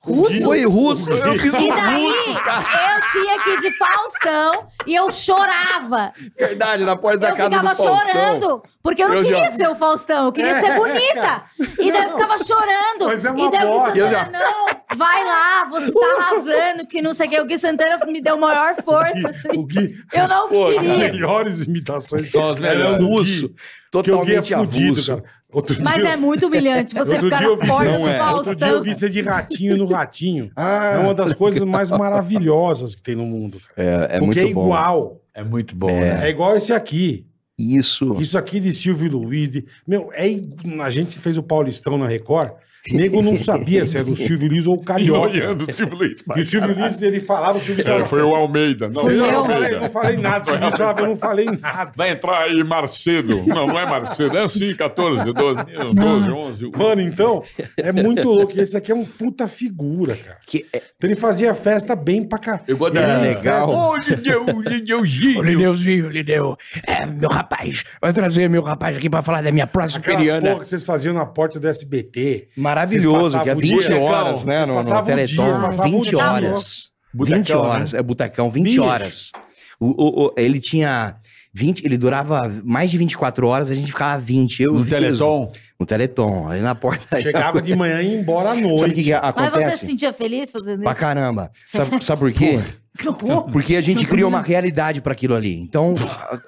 S4: Russo?
S6: Foi russo. Eu fiz
S3: é
S4: E
S6: um
S4: daí
S6: russo, cara.
S4: eu tinha que ir de Faustão e eu chorava.
S6: Verdade, na porta da
S4: Eu
S6: casa do
S4: ficava
S6: Faustão.
S4: chorando, porque eu não
S6: Eu já-
S4: queria ser o Faustão, eu queria
S3: É,
S4: ser bonita. E daí eu ficava chorando.
S3: Mas é uma
S4: e daí o Gui
S3: bosta.
S4: Santana,
S6: Eu já-
S4: não, vai lá, você tá arrasando, que não sei o que. O Gui Santana me deu maior força, assim.
S3: O Gui,
S4: Eu não
S6: Pô,
S3: as
S4: queria.
S3: melhores imitações
S5: São as melhores.
S3: eram do Gui,
S6: Russo.
S3: que o Gui é
S6: Totalmente
S3: fudido,
S6: avulso.
S3: cara. Outro
S4: Mas é muito humilhante você
S3: outro
S4: ficar
S3: dia
S4: na
S3: eu vi-
S4: porta
S3: não
S4: do
S3: é. Outro dia eu
S4: Faustão.
S3: vi você de ratinho no ratinho.
S6: Ah.
S3: É uma das coisas mais maravilhosas que tem no mundo. cara.
S6: É, é
S3: Porque
S6: muito
S3: é
S6: bom.
S3: igual.
S5: É muito bom,
S6: É.
S5: né?
S3: É igual esse aqui.
S6: Isso.
S3: Isso aqui de Silvio Luiz. de- Meu, é... igu- a gente fez o Paulistão na Record. Nego não sabia se era o Silvio Luiz ou o Carioca.
S5: o Silvio Luiz.
S3: E o Silvio Luiz, ele falava, o Silvio Luiz falava,
S5: o Almeida. Não,
S4: Fui
S3: eu
S4: eu.
S3: não falei, não falei nada, o Silvio Luiz falava, eu não falei nada.
S5: Vai entrar aí Marcedo. Não, não é Marcedo. É assim, 14, 12, 12 11.
S3: Mano, então, é muito louco. E Esse aqui é um puta figura, cara.
S6: Que é-
S3: Então ele fazia festa bem pra cá.
S5: Eu gosto da
S6: Era
S5: Lineu.
S6: legal.
S5: Ô, Lineu, Lineuzinho.
S7: Lineuzinho, Lineu. É, meu rapaz. Vai trazer meu rapaz aqui pra falar da minha próxima
S3: Aquelas
S6: né?
S7: periana.
S3: porra que vocês faziam na porta do SBT. Vocês
S6: Maravilhoso,
S3: passavam
S6: que é
S3: o dia,
S6: 20
S3: Negão.
S6: horas, né?
S3: Vocês
S6: No, no
S3: passavam o dia,
S6: Teleton.
S3: passavam o
S6: 20
S3: dia.
S6: horas. 20
S5: Botecão,
S6: horas. É botecão, 20
S3: Bicho.
S6: horas. O, o- o- ele tinha 20, ele durava mais de 24 horas, a gente ficava 20. Eu,
S5: No
S6: vi-
S5: Teleton.
S6: No Teleton, ali na porta.
S3: Chegava de manhã e ia embora à noite.
S6: Sabe o que, é? que
S4: Mas você se
S6: acontece?
S4: sentia feliz fazendo
S6: Pra
S4: isso?
S6: caramba. Sabe, sabe por quê?
S4: Que horror.
S6: Porque a gente cria uma realidade pra aquilo ali. Então,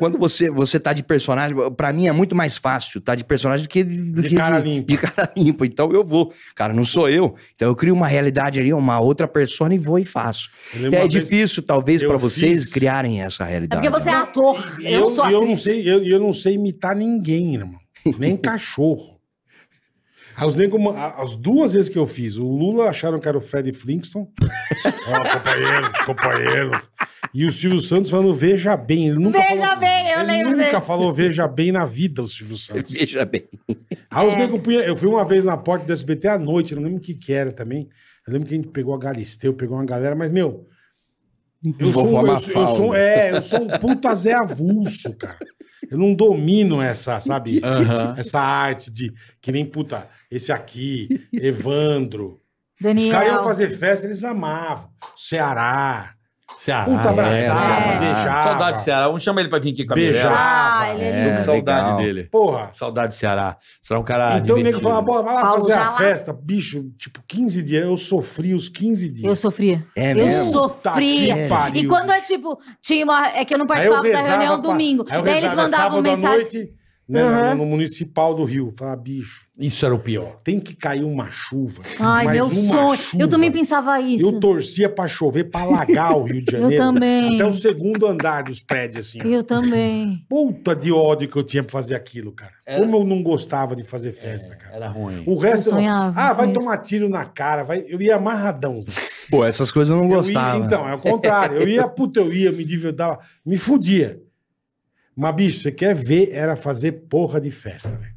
S6: quando você você tá de personagem, pra mim é muito mais fácil tá de personagem do que do
S3: De
S6: que
S3: cara limpa.
S6: de cara limpa. Então eu vou, cara, não sou eu. Então eu crio uma realidade ali, uma outra persona e vou e faço.
S3: Eu lembro
S6: É
S3: uma vez-
S6: difícil talvez
S3: eu
S6: pra vocês
S3: fiz-
S6: criarem essa
S4: É
S6: realidade.
S4: porque você é ator.
S3: E
S4: Eu, não sou
S3: e
S4: atriz.
S3: eu não sei, eu, e eu não sei imitar ninguém, irmão. Nem cachorro. Aí os nego ma- a- as duas vezes que eu fiz, o Lula acharam que era o Fred Flintstone. Ó, Ah, companheiros, companheiros. E o Silvio Santos falando veja bem. Ele nunca
S4: Veja
S3: falou-
S4: bem, eu
S3: ele
S4: lembro
S3: nunca
S4: desse.
S3: falou veja bem na vida, o Silvio Santos.
S6: Veja bem.
S3: Aí
S4: É.
S3: os nego punha, eu fui uma vez na porta do SBT à noite, eu não lembro o que que era também. Eu lembro que a gente pegou a Galisteu, pegou uma galera, mas, meu... Eu
S6: Vovó
S3: sou, um- eu, sou, eu
S6: Mafalda.
S3: sou- é, eu sou um puta Zé avulso, cara. Eu não domino essa, sabe?
S5: Aham.
S3: Essa arte de... Que nem, puta, esse aqui, Evandro. Os
S4: Daniel.
S3: caras iam fazer festa, eles amavam. Ceará.
S5: Ceará. é,
S3: Puta abraçava,
S5: Ceará.
S3: beijava.
S5: Saudade do Ceará. Vamos chamar ele pra vir aqui com a
S3: Beijar.
S5: Beijava.
S4: Ah, ele é lindo.
S6: É,
S5: saudade
S6: legal.
S5: dele.
S3: Porra.
S5: Saudade do Ceará. Será um cara
S3: então o nego
S5: divertido.
S3: falava, "Bora, vai lá
S4: Paulo
S3: fazer a
S4: Jalá.
S3: festa. Bicho, tipo, 15 dias. Eu sofri os 15 dias.
S4: Eu sofria.
S6: É
S4: eu
S6: mesmo?
S4: sofria.
S3: Puta que Tá, pariu.
S4: E quando é tipo, tinha uma. É que eu não
S3: Aí eu
S4: participava da
S3: rezava
S4: reunião
S3: pra-
S4: domingo.
S3: aí eu
S4: Daí eles
S3: rezava
S4: mandavam
S3: sábado à
S4: mensagem.
S3: noite, né, na-
S4: Uhum.
S3: no municipal do Rio. Falar, bicho,
S5: Isso era o pior.
S3: tem que cair uma chuva.
S4: Ai,
S3: mas
S4: meu
S3: uma
S4: sonho.
S3: chuva.
S4: Eu também pensava isso.
S3: Eu torcia pra chover, pra alagar o Rio de
S4: Eu
S3: Janeiro.
S4: também.
S3: Até o segundo andar dos prédios, assim. ó.
S4: Eu também.
S3: Puta de ódio que eu tinha pra fazer aquilo, cara. Como eu não gostava de fazer festa, cara.
S5: Era ruim.
S3: O resto.
S4: Eu sonhava
S3: ah, vai
S4: com
S3: tomar tiro na cara. Vai... Eu ia amarradão.
S6: Pô, essas coisas eu não
S3: Eu ia-
S6: gostava.
S3: então, é o contrário. Eu ia, puta, eu ia, me endividava, me fudia. Mas, bicho, você quer ver, era fazer porra de festa, velho. né?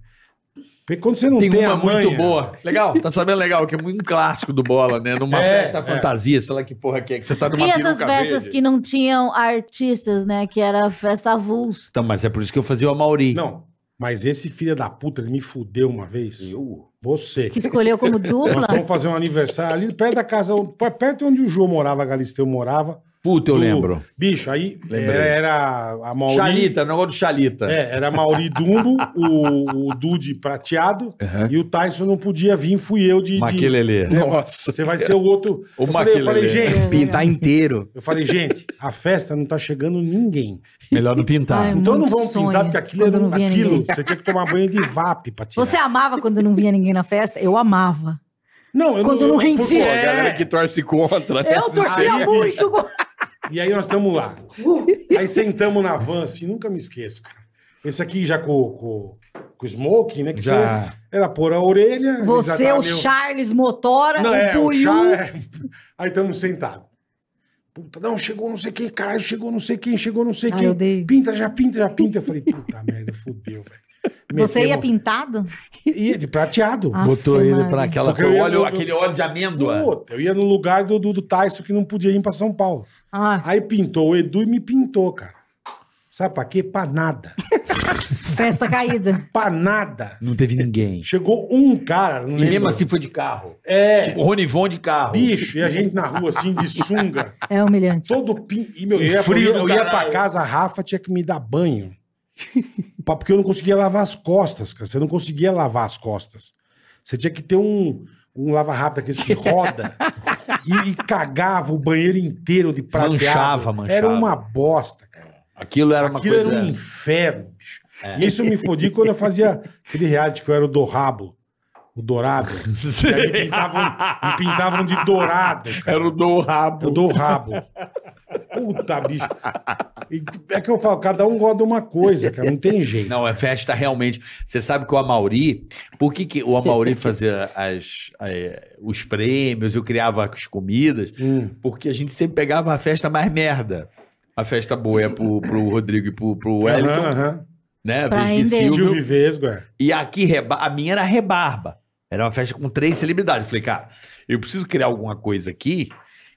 S3: Porque quando você não tem,
S5: Tem, uma
S3: a manha,
S5: muito boa. Legal, tá sabendo legal? Que é muito um clássico do bola, né? Numa
S3: É,
S5: festa
S3: é.
S5: fantasia, sei lá que porra que é, que você tá numa
S4: e essas
S5: peruca
S4: festas
S5: verde.
S4: que não tinham artistas, né? Que era festa avulso.
S5: Então, mas é por isso que eu fazia o Amauri.
S3: Não, mas esse filho da puta, ele me fudeu uma vez. Eu? Você.
S4: Que escolheu como
S3: Nós
S4: dupla.
S3: fomos fazer um aniversário ali perto da casa, perto onde o João morava, Galisteu morava.
S5: Puta, eu
S3: Do-
S5: lembro.
S3: Bicho, aí
S5: Lembrei.
S3: era, era a Mauri.
S5: Chalita, negócio do Chalita.
S3: É, era Mauri Dumbo, o, o Dude prateado e o Tyson não podia vir, fui eu de. de-
S5: Maquilele.
S6: Nossa.
S3: Você vai ser o outro.
S5: O
S3: eu, falei, eu falei,
S5: Maquilele.
S3: gente.
S6: Pintar inteiro.
S3: Eu falei, gente, a festa não tá chegando ninguém.
S5: Melhor não pintar.
S4: Ai,
S3: Então não
S4: Ah, é Muito
S3: vão pintar,
S4: sonho,
S3: porque aquilo,
S4: quando
S3: era,
S4: não via
S3: aquilo
S4: ninguém.
S3: você tinha que tomar banho de VAP pra tirar.
S4: Você amava quando não vinha ninguém na festa? Eu amava.
S3: Não, eu
S4: Quando não
S3: eu- por-
S4: rendia.
S3: é,
S6: A galera que torce contra.
S5: É.
S4: Eu torcia
S3: Aí,
S4: muito.
S3: E aí nós estamos lá.
S4: Uh.
S3: Aí sentamos na van, assim, nunca me esqueço, cara. Esse aqui já com, com, com o smoking, né? Que
S5: Já.
S3: você- era pôr a orelha. ele já
S4: Você, é
S3: tava
S4: o
S3: meio-
S4: Charles Motora,
S3: Não,
S4: o
S3: é, o
S4: Puiu.
S3: chá é... Aí estamos sentados. Puta, não, chegou não sei quem, caralho, chegou não sei quem, chegou não sei
S4: Ai,
S3: quem.
S4: eu odeio.
S3: Pinta, já pinta, já pinta. Eu falei, puta merda, fudeu, velho.
S4: Você ia
S3: Metemos-
S4: pintado?
S3: Ia de prateado.
S4: Ah,
S5: Botou
S4: Afe,
S5: ele
S4: Maria.
S5: pra aquela
S3: Porque eu ia
S5: óleo,
S3: no-
S5: aquele óleo de amêndoa.
S3: Puta, eu ia no lugar do, do, do Tyson que não podia ir pra São Paulo.
S4: Ah,
S3: Aí pintou o Edu e me pintou, cara. Sabe pra quê? Pra nada.
S4: festa caída.
S3: Pra nada.
S5: Não teve ninguém.
S3: Chegou um cara, não
S5: E
S3: lembro.
S5: mesmo assim foi de carro.
S3: É,
S5: O Ronivon de carro.
S3: bicho, e a gente na rua assim de sunga.
S4: É humilhante.
S3: Todo pin... E meu, eu ia,
S5: Frio
S3: eu
S5: do
S3: ia pra
S5: caralho.
S3: casa, a Rafa tinha que me dar banho. Pa- Porque eu não conseguia lavar as costas, cara. Você não conseguia lavar as costas. Você tinha que ter um, um lava-rápido daqueles que roda e, e cagava o banheiro inteiro de prateado.
S5: Manchava, manchava.
S3: Era uma bosta, cara.
S5: Aquilo era uma
S3: Aquilo
S5: coisa. É.
S3: era um inferno, bicho. E isso eu me fodi quando eu fazia aquele reality que eu era o Dorrabo. O Dourado. E aí me pintavam, me pintavam de dourado, cara.
S5: Era o do
S3: Eu
S5: rabo.
S3: dou o rabo. Puta, bicho. E é que eu falo, cada um gosta de uma coisa, cara. Não tem jeito.
S5: Não, é festa realmente. Você sabe que o Amauri, por que, que o Amauri fazia as, eh, os prêmios, eu criava as comidas,
S3: Hum.
S5: porque a gente sempre pegava a festa mais merda. A festa boa é pro, pro Rodrigo e pro, pro Wellington,
S3: Aham, aham.
S5: né?
S4: Pra
S5: Vesgo e
S4: render.
S5: Silvio.
S3: Silvio Vesgo, é.
S5: E aqui, reba- a minha era rebarba. Era uma festa com três celebridades. Eu Falei, cara, eu preciso criar alguma coisa aqui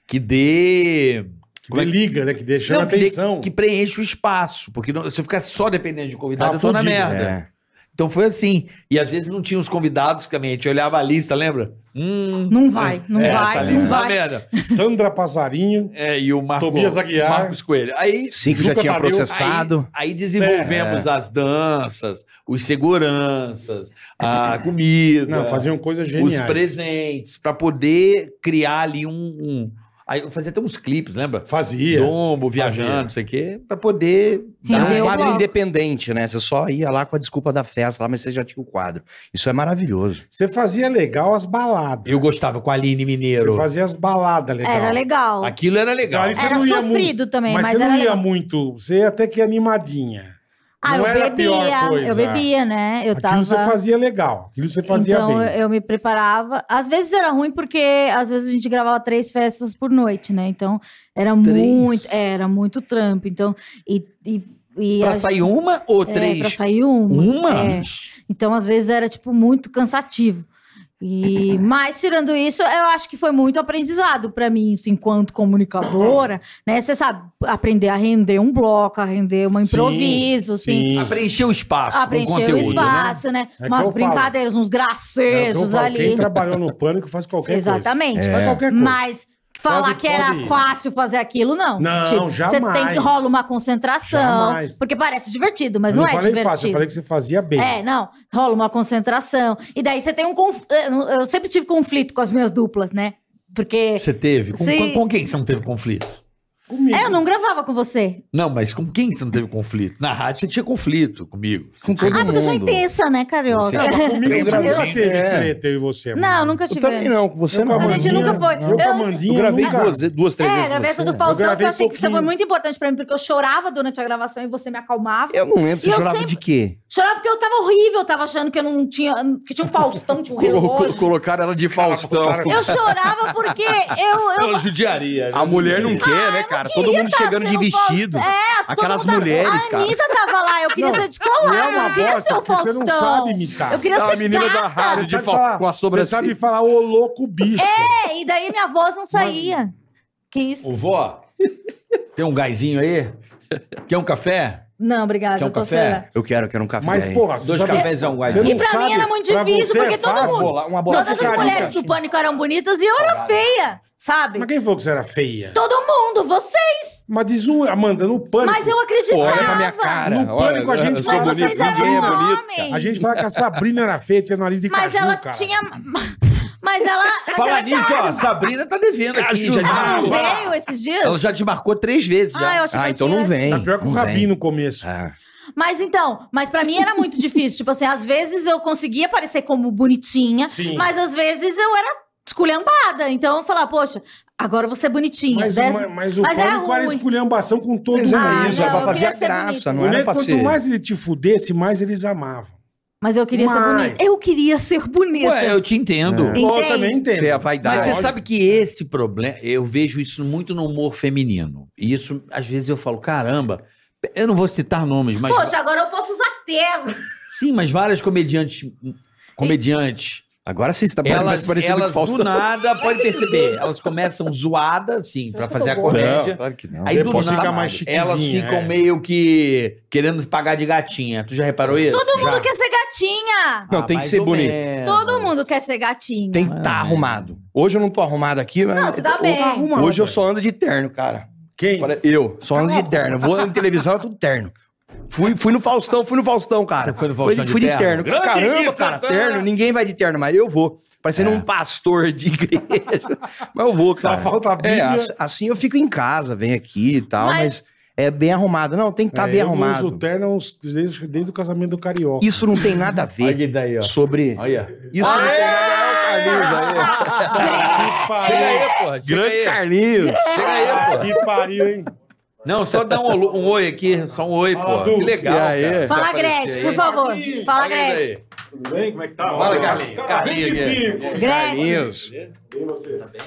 S5: que dê.
S3: Que
S5: Como é
S3: dê
S5: que-
S3: liga, né? Que dê chama
S5: Não, que, dê-
S3: atenção.
S5: que preenche o espaço. Porque não- se eu ficar só dependendo de convidado,
S3: Tava
S5: eu tô na
S3: fudido,
S6: é.
S5: merda. Então foi assim. E às vezes não tinha os convidados que também. A gente olhava a lista, lembra? Hum.
S4: Não vai, não
S5: é, essa
S4: vai,
S5: lista
S4: não
S5: é uma
S4: vai.
S5: merda.
S3: Sandra Passarinho.
S5: É, e o Marco,
S3: Tobias Aguiar.
S5: Marcos Coelho. Aí
S6: Cinco já
S3: Nunca
S6: tinha
S3: valeu.
S6: processado.
S5: Aí, aí desenvolvemos as danças, os seguranças, a comida.
S3: Não, faziam coisas
S5: os
S3: geniais.
S5: presentes, pra poder criar ali um. um- Aí eu fazia até uns clipes, lembra?
S6: é.
S3: Fazia.
S5: Dombo, viajando, não sei o quê, pra poder.
S6: Era
S4: Rendeu
S6: um
S4: o
S6: quadro
S4: bloco.
S6: independente, né? Você só ia lá com a desculpa da festa lá, mas você já tinha o quadro. Isso é maravilhoso.
S3: Você fazia legal as baladas.
S5: Eu gostava com a Aline
S3: Você
S5: Mineiro.
S3: fazia as baladas legal.
S4: Era legal.
S5: Aquilo era legal.
S3: Cara, isso
S4: Era
S3: não ia
S4: sofrido também,
S3: Mas,
S4: mas,
S3: você
S4: era
S3: não ia
S4: legal.
S3: muito. Você ia até que animadinha.
S4: Ah, eu
S3: não era a pior
S4: bebia,
S3: coisa.
S4: eu bebia, né? Eu
S3: Aquilo
S4: tava...
S3: você fazia legal. Aquilo você fazia
S4: então
S3: bem.
S4: eu- eu me preparava. Às vezes era ruim porque às vezes a gente gravava três festas por noite, né? Então era muito, é, era muito trampo. Então e, e, e
S5: Pra
S4: a-
S5: sair uma ou
S4: é,
S5: três?
S4: pra sair uma.
S5: Uma?
S4: É. Então às vezes era tipo muito cansativo. E mas tirando isso, eu acho que foi muito aprendizado pra mim, assim, enquanto comunicadora, né? Você sabe aprender a render um bloco, a render um
S3: Sim,
S4: improviso, assim
S3: sim.
S5: A preencher o espaço.
S4: a
S5: com
S4: Ah, preencher o
S5: conteúdo,
S4: espaço, né?
S3: É que eu
S4: Umas
S3: falo.
S4: brincadeiras, uns
S3: É o que eu
S4: gracejos
S3: falo,
S4: ali.
S3: Quem trabalhou no pânico faz qualquer
S4: Exatamente. É.
S3: coisa. Faz qualquer coisa.
S4: Mas falar
S3: Pode-
S4: que era
S3: pode-
S4: fácil fazer aquilo, não. Tipo,
S3: Não,
S4: Você tem
S3: jamais.
S4: que rola uma concentração.
S3: Jamais.
S4: Porque parece divertido, mas
S3: Eu
S4: não, é
S3: falei
S4: divertido.
S3: fácil, eu falei que você fazia bem.
S4: É, não. Rola uma concentração. E daí você tem um conf... eu- Eu sempre tive conflito com as minhas duplas, né? Porque.
S5: Você teve? Com,
S4: Sim.
S5: com quem que você não teve conflito?
S3: Comigo.
S4: É, eu não gravava com você.
S5: Não, mas com quem que você não teve conflito? Na rádio você tinha conflito comigo.
S6: Com todo
S4: Ah, porque eu sou intensa, né, carioca?
S6: Você-
S3: Comigo eu
S6: Lembra
S3: nunca
S6: disso?
S3: teve
S6: É.
S3: treta eu e você. é
S4: Não, nunca
S6: Eu
S4: tive.
S6: também não, com você
S3: Eu com
S6: não.
S3: a
S4: A gente
S3: Mandinha,
S4: nunca foi.
S3: Eu com a
S4: Eu-
S3: Mandinha
S6: Eu gravei
S3: é nunca-
S6: duas, duas, três
S4: É,
S6: vezes.
S4: gravei essa
S6: com
S4: do
S6: você.
S4: Faustão, que
S3: gravei
S4: eu achei que você
S3: pouquinho.
S4: foi muito importante pra mim, porque eu chorava durante a gravação e você me acalmava.
S6: Eu não lembro, você
S4: E eu
S6: chorava
S4: sempre-
S6: de quê?
S4: Chorava porque eu tava horrível, eu tava achando que eu não tinha. que tinha um Faustão, tinha um relógio.
S6: Colocaram ela de
S5: Faustão.
S4: Eu chorava porque eu. eu
S5: judiaria.
S6: A mulher não quer, né, cara. Todo mundo
S4: tá
S6: chegando de
S4: sendo
S6: vestido.
S4: Faustão. É, todo
S6: Aquelas
S4: mundo tá-
S6: mulheres,
S4: a
S6: cara.
S4: Anitta tava lá, eu queria
S3: Não,
S4: ser descolada,
S3: não é uma
S4: eu queria
S3: bosta,
S4: ser o
S3: porque você
S4: Faustão.
S3: não sabe imitar.
S4: Eu queria
S6: Tá,
S4: ser
S6: a menina da
S4: gata.
S6: rádio de
S3: sabe
S6: fal-
S3: falar-
S6: com a
S3: Você
S6: sobrancelha.
S3: sabe falar ô louco bicho.
S4: É, e daí minha voz não saía. Que isso?
S5: Ô, vó, tem um gásinho aí? Quer um café?
S4: Não, obrigada,
S5: Quer um
S4: eu tô
S5: café?
S4: sera.
S6: Eu quero, eu quero um café.
S3: Mas,
S6: hein?
S3: porra, você
S5: Dois
S3: sabe...
S5: cafés é um
S3: Você
S5: guarda.
S4: E
S3: não
S4: pra
S3: sabe,
S4: mim era muito
S3: pra
S4: difícil,
S3: você é
S4: porque todo
S3: fácil.
S4: mundo.
S5: Bola- uma bola
S4: Todas as
S3: Carica.
S4: mulheres do pânico eram bonitas e eu era feia, sabe?
S3: Mas quem falou que você era feia?
S4: Todo mundo, vocês.
S3: Mas de zoa, Amanda, no pânico.
S4: Mas eu acreditava.
S6: Olha pra minha cara.
S3: No
S6: olha, né?
S3: pânico a gente
S6: eu sou
S4: Mas
S3: fala-
S6: bonito.
S4: vocês eram
S6: Ninguém é bonito.
S4: homens.
S3: A gente fala que a Sabrina era feia, tinha nariz de
S4: Mas
S3: caju,
S4: ela
S3: cara.
S4: tinha. Mas ela. mas
S5: assim. Fala
S4: ela
S5: nisso, ó. Sabrina tá devendo aqui. Já te
S4: Ah, não
S5: marcou.
S4: veio esses dias?
S5: Ela já te marcou três vezes. Já.
S4: Ah, eu achei que
S6: Ah,
S4: eu
S6: então
S4: tinha-
S6: não vem.
S3: Tá pior que o
S6: não vem.
S3: Rabin no começo.
S6: Ah,
S4: Mas então, mas pra mim era muito difícil. Tipo assim, às vezes eu conseguia parecer como bonitinha,
S3: Sim.
S4: mas às vezes eu era esculhambada. Então eu falava, poxa, agora você é bonitinha.
S3: Mas,
S4: Desce-
S3: mas- mas o
S4: mas era
S3: pânico era
S4: ruim.
S3: esculhambação com todo
S6: Mas
S3: mundo. é
S4: Ah,
S6: é isso, era pra
S4: não, eu
S6: fazer a
S4: queria ser
S6: graça,
S4: bonita.
S6: não é era pra
S3: quanto
S6: ser.
S3: mais ele te fudesse, mais eles amavam.
S4: Mas eu queria ser
S3: Mas-
S4: bonita. Eu queria ser bonita.
S5: Ué, eu te entendo.
S4: Entende?
S3: Eu também entendo.
S6: Você é a
S5: Mas
S6: vaidade.
S5: você sabe que esse problema, eu vejo isso muito no humor feminino. E isso, às vezes, eu falo, caramba, eu não vou citar nomes, mas.
S4: Poxa, agora eu posso usar terno.
S5: Sim, mas várias comediantes. Comediantes.
S6: Agora sim, você tá
S5: Elas,
S6: parecendo
S5: elas do nada, pode perceber, elas começam zoadas, assim,
S4: Você
S5: pra
S4: acha que
S5: fazer
S4: eu
S5: a
S4: tô
S5: comédia.
S6: Não, é, claro que não.
S5: Aí do
S3: Depois
S5: nada,
S3: fica mais chiquezinha,
S5: elas ficam
S3: é.
S5: meio que querendo se pagar de gatinha. Tu já reparou isso? Ah,
S4: Todo
S5: Já.
S4: mundo quer ser gatinha.
S6: Não, tem que ser bonito.
S3: É,
S4: Todo mundo quer ser gatinha.
S6: Tem que estar arrumado. Hoje eu não tô arrumado aqui, mas.
S4: Não, você tá
S6: Ho-
S4: bem.
S3: Tá arrumado,
S6: Hoje eu
S3: velho.
S6: só ando de terno, cara.
S3: Quem?
S6: Pare- Eu, só ando de terno. Vou na televisão, é tudo terno. Fui, fui no Faustão, fui no Faustão, cara.
S5: Você foi no Faustão de
S6: fui de
S5: terno?
S6: terno.
S5: Grande
S6: Caramba,
S5: Gui
S6: cara,
S5: Santana.
S6: terno. Ninguém vai de terno, mas eu vou. Parecendo um pastor de igreja. mas eu vou,
S3: Só
S6: cara.
S3: falta a
S6: É,
S3: Bíblia.
S6: ass- assim eu fico em casa, venho aqui e tal,
S4: Mas-
S6: mas, é bem arrumado. Não, tem que estar
S3: É,
S6: tá bem
S3: eu não
S6: arrumado.
S3: uso terno uns- desde, desde o casamento do Carioca.
S6: Isso não tem nada a ver
S5: Olha daí, ó.
S6: sobre.
S5: Olha.
S6: Isso não tem nada
S3: Que pariu,
S5: aí, porra.
S6: Grande Carlinhos.
S5: Chega aí, porra.
S3: que pariu, hein?
S5: Não, só dá um, olo- um oi aqui. Só um oi,
S3: Fala,
S5: pô. Que
S3: Duque.
S5: legal.
S6: E aí?
S5: cara.
S4: Fala,
S5: Aparecer
S4: Gretchen,
S5: aí.
S4: por favor. Fala,
S5: Olha
S4: Gretchen.
S5: aí.
S2: Tudo bem? Como é que tá?
S5: Fala, Carlinhos. Carlinhos aqui.
S4: Gretchen.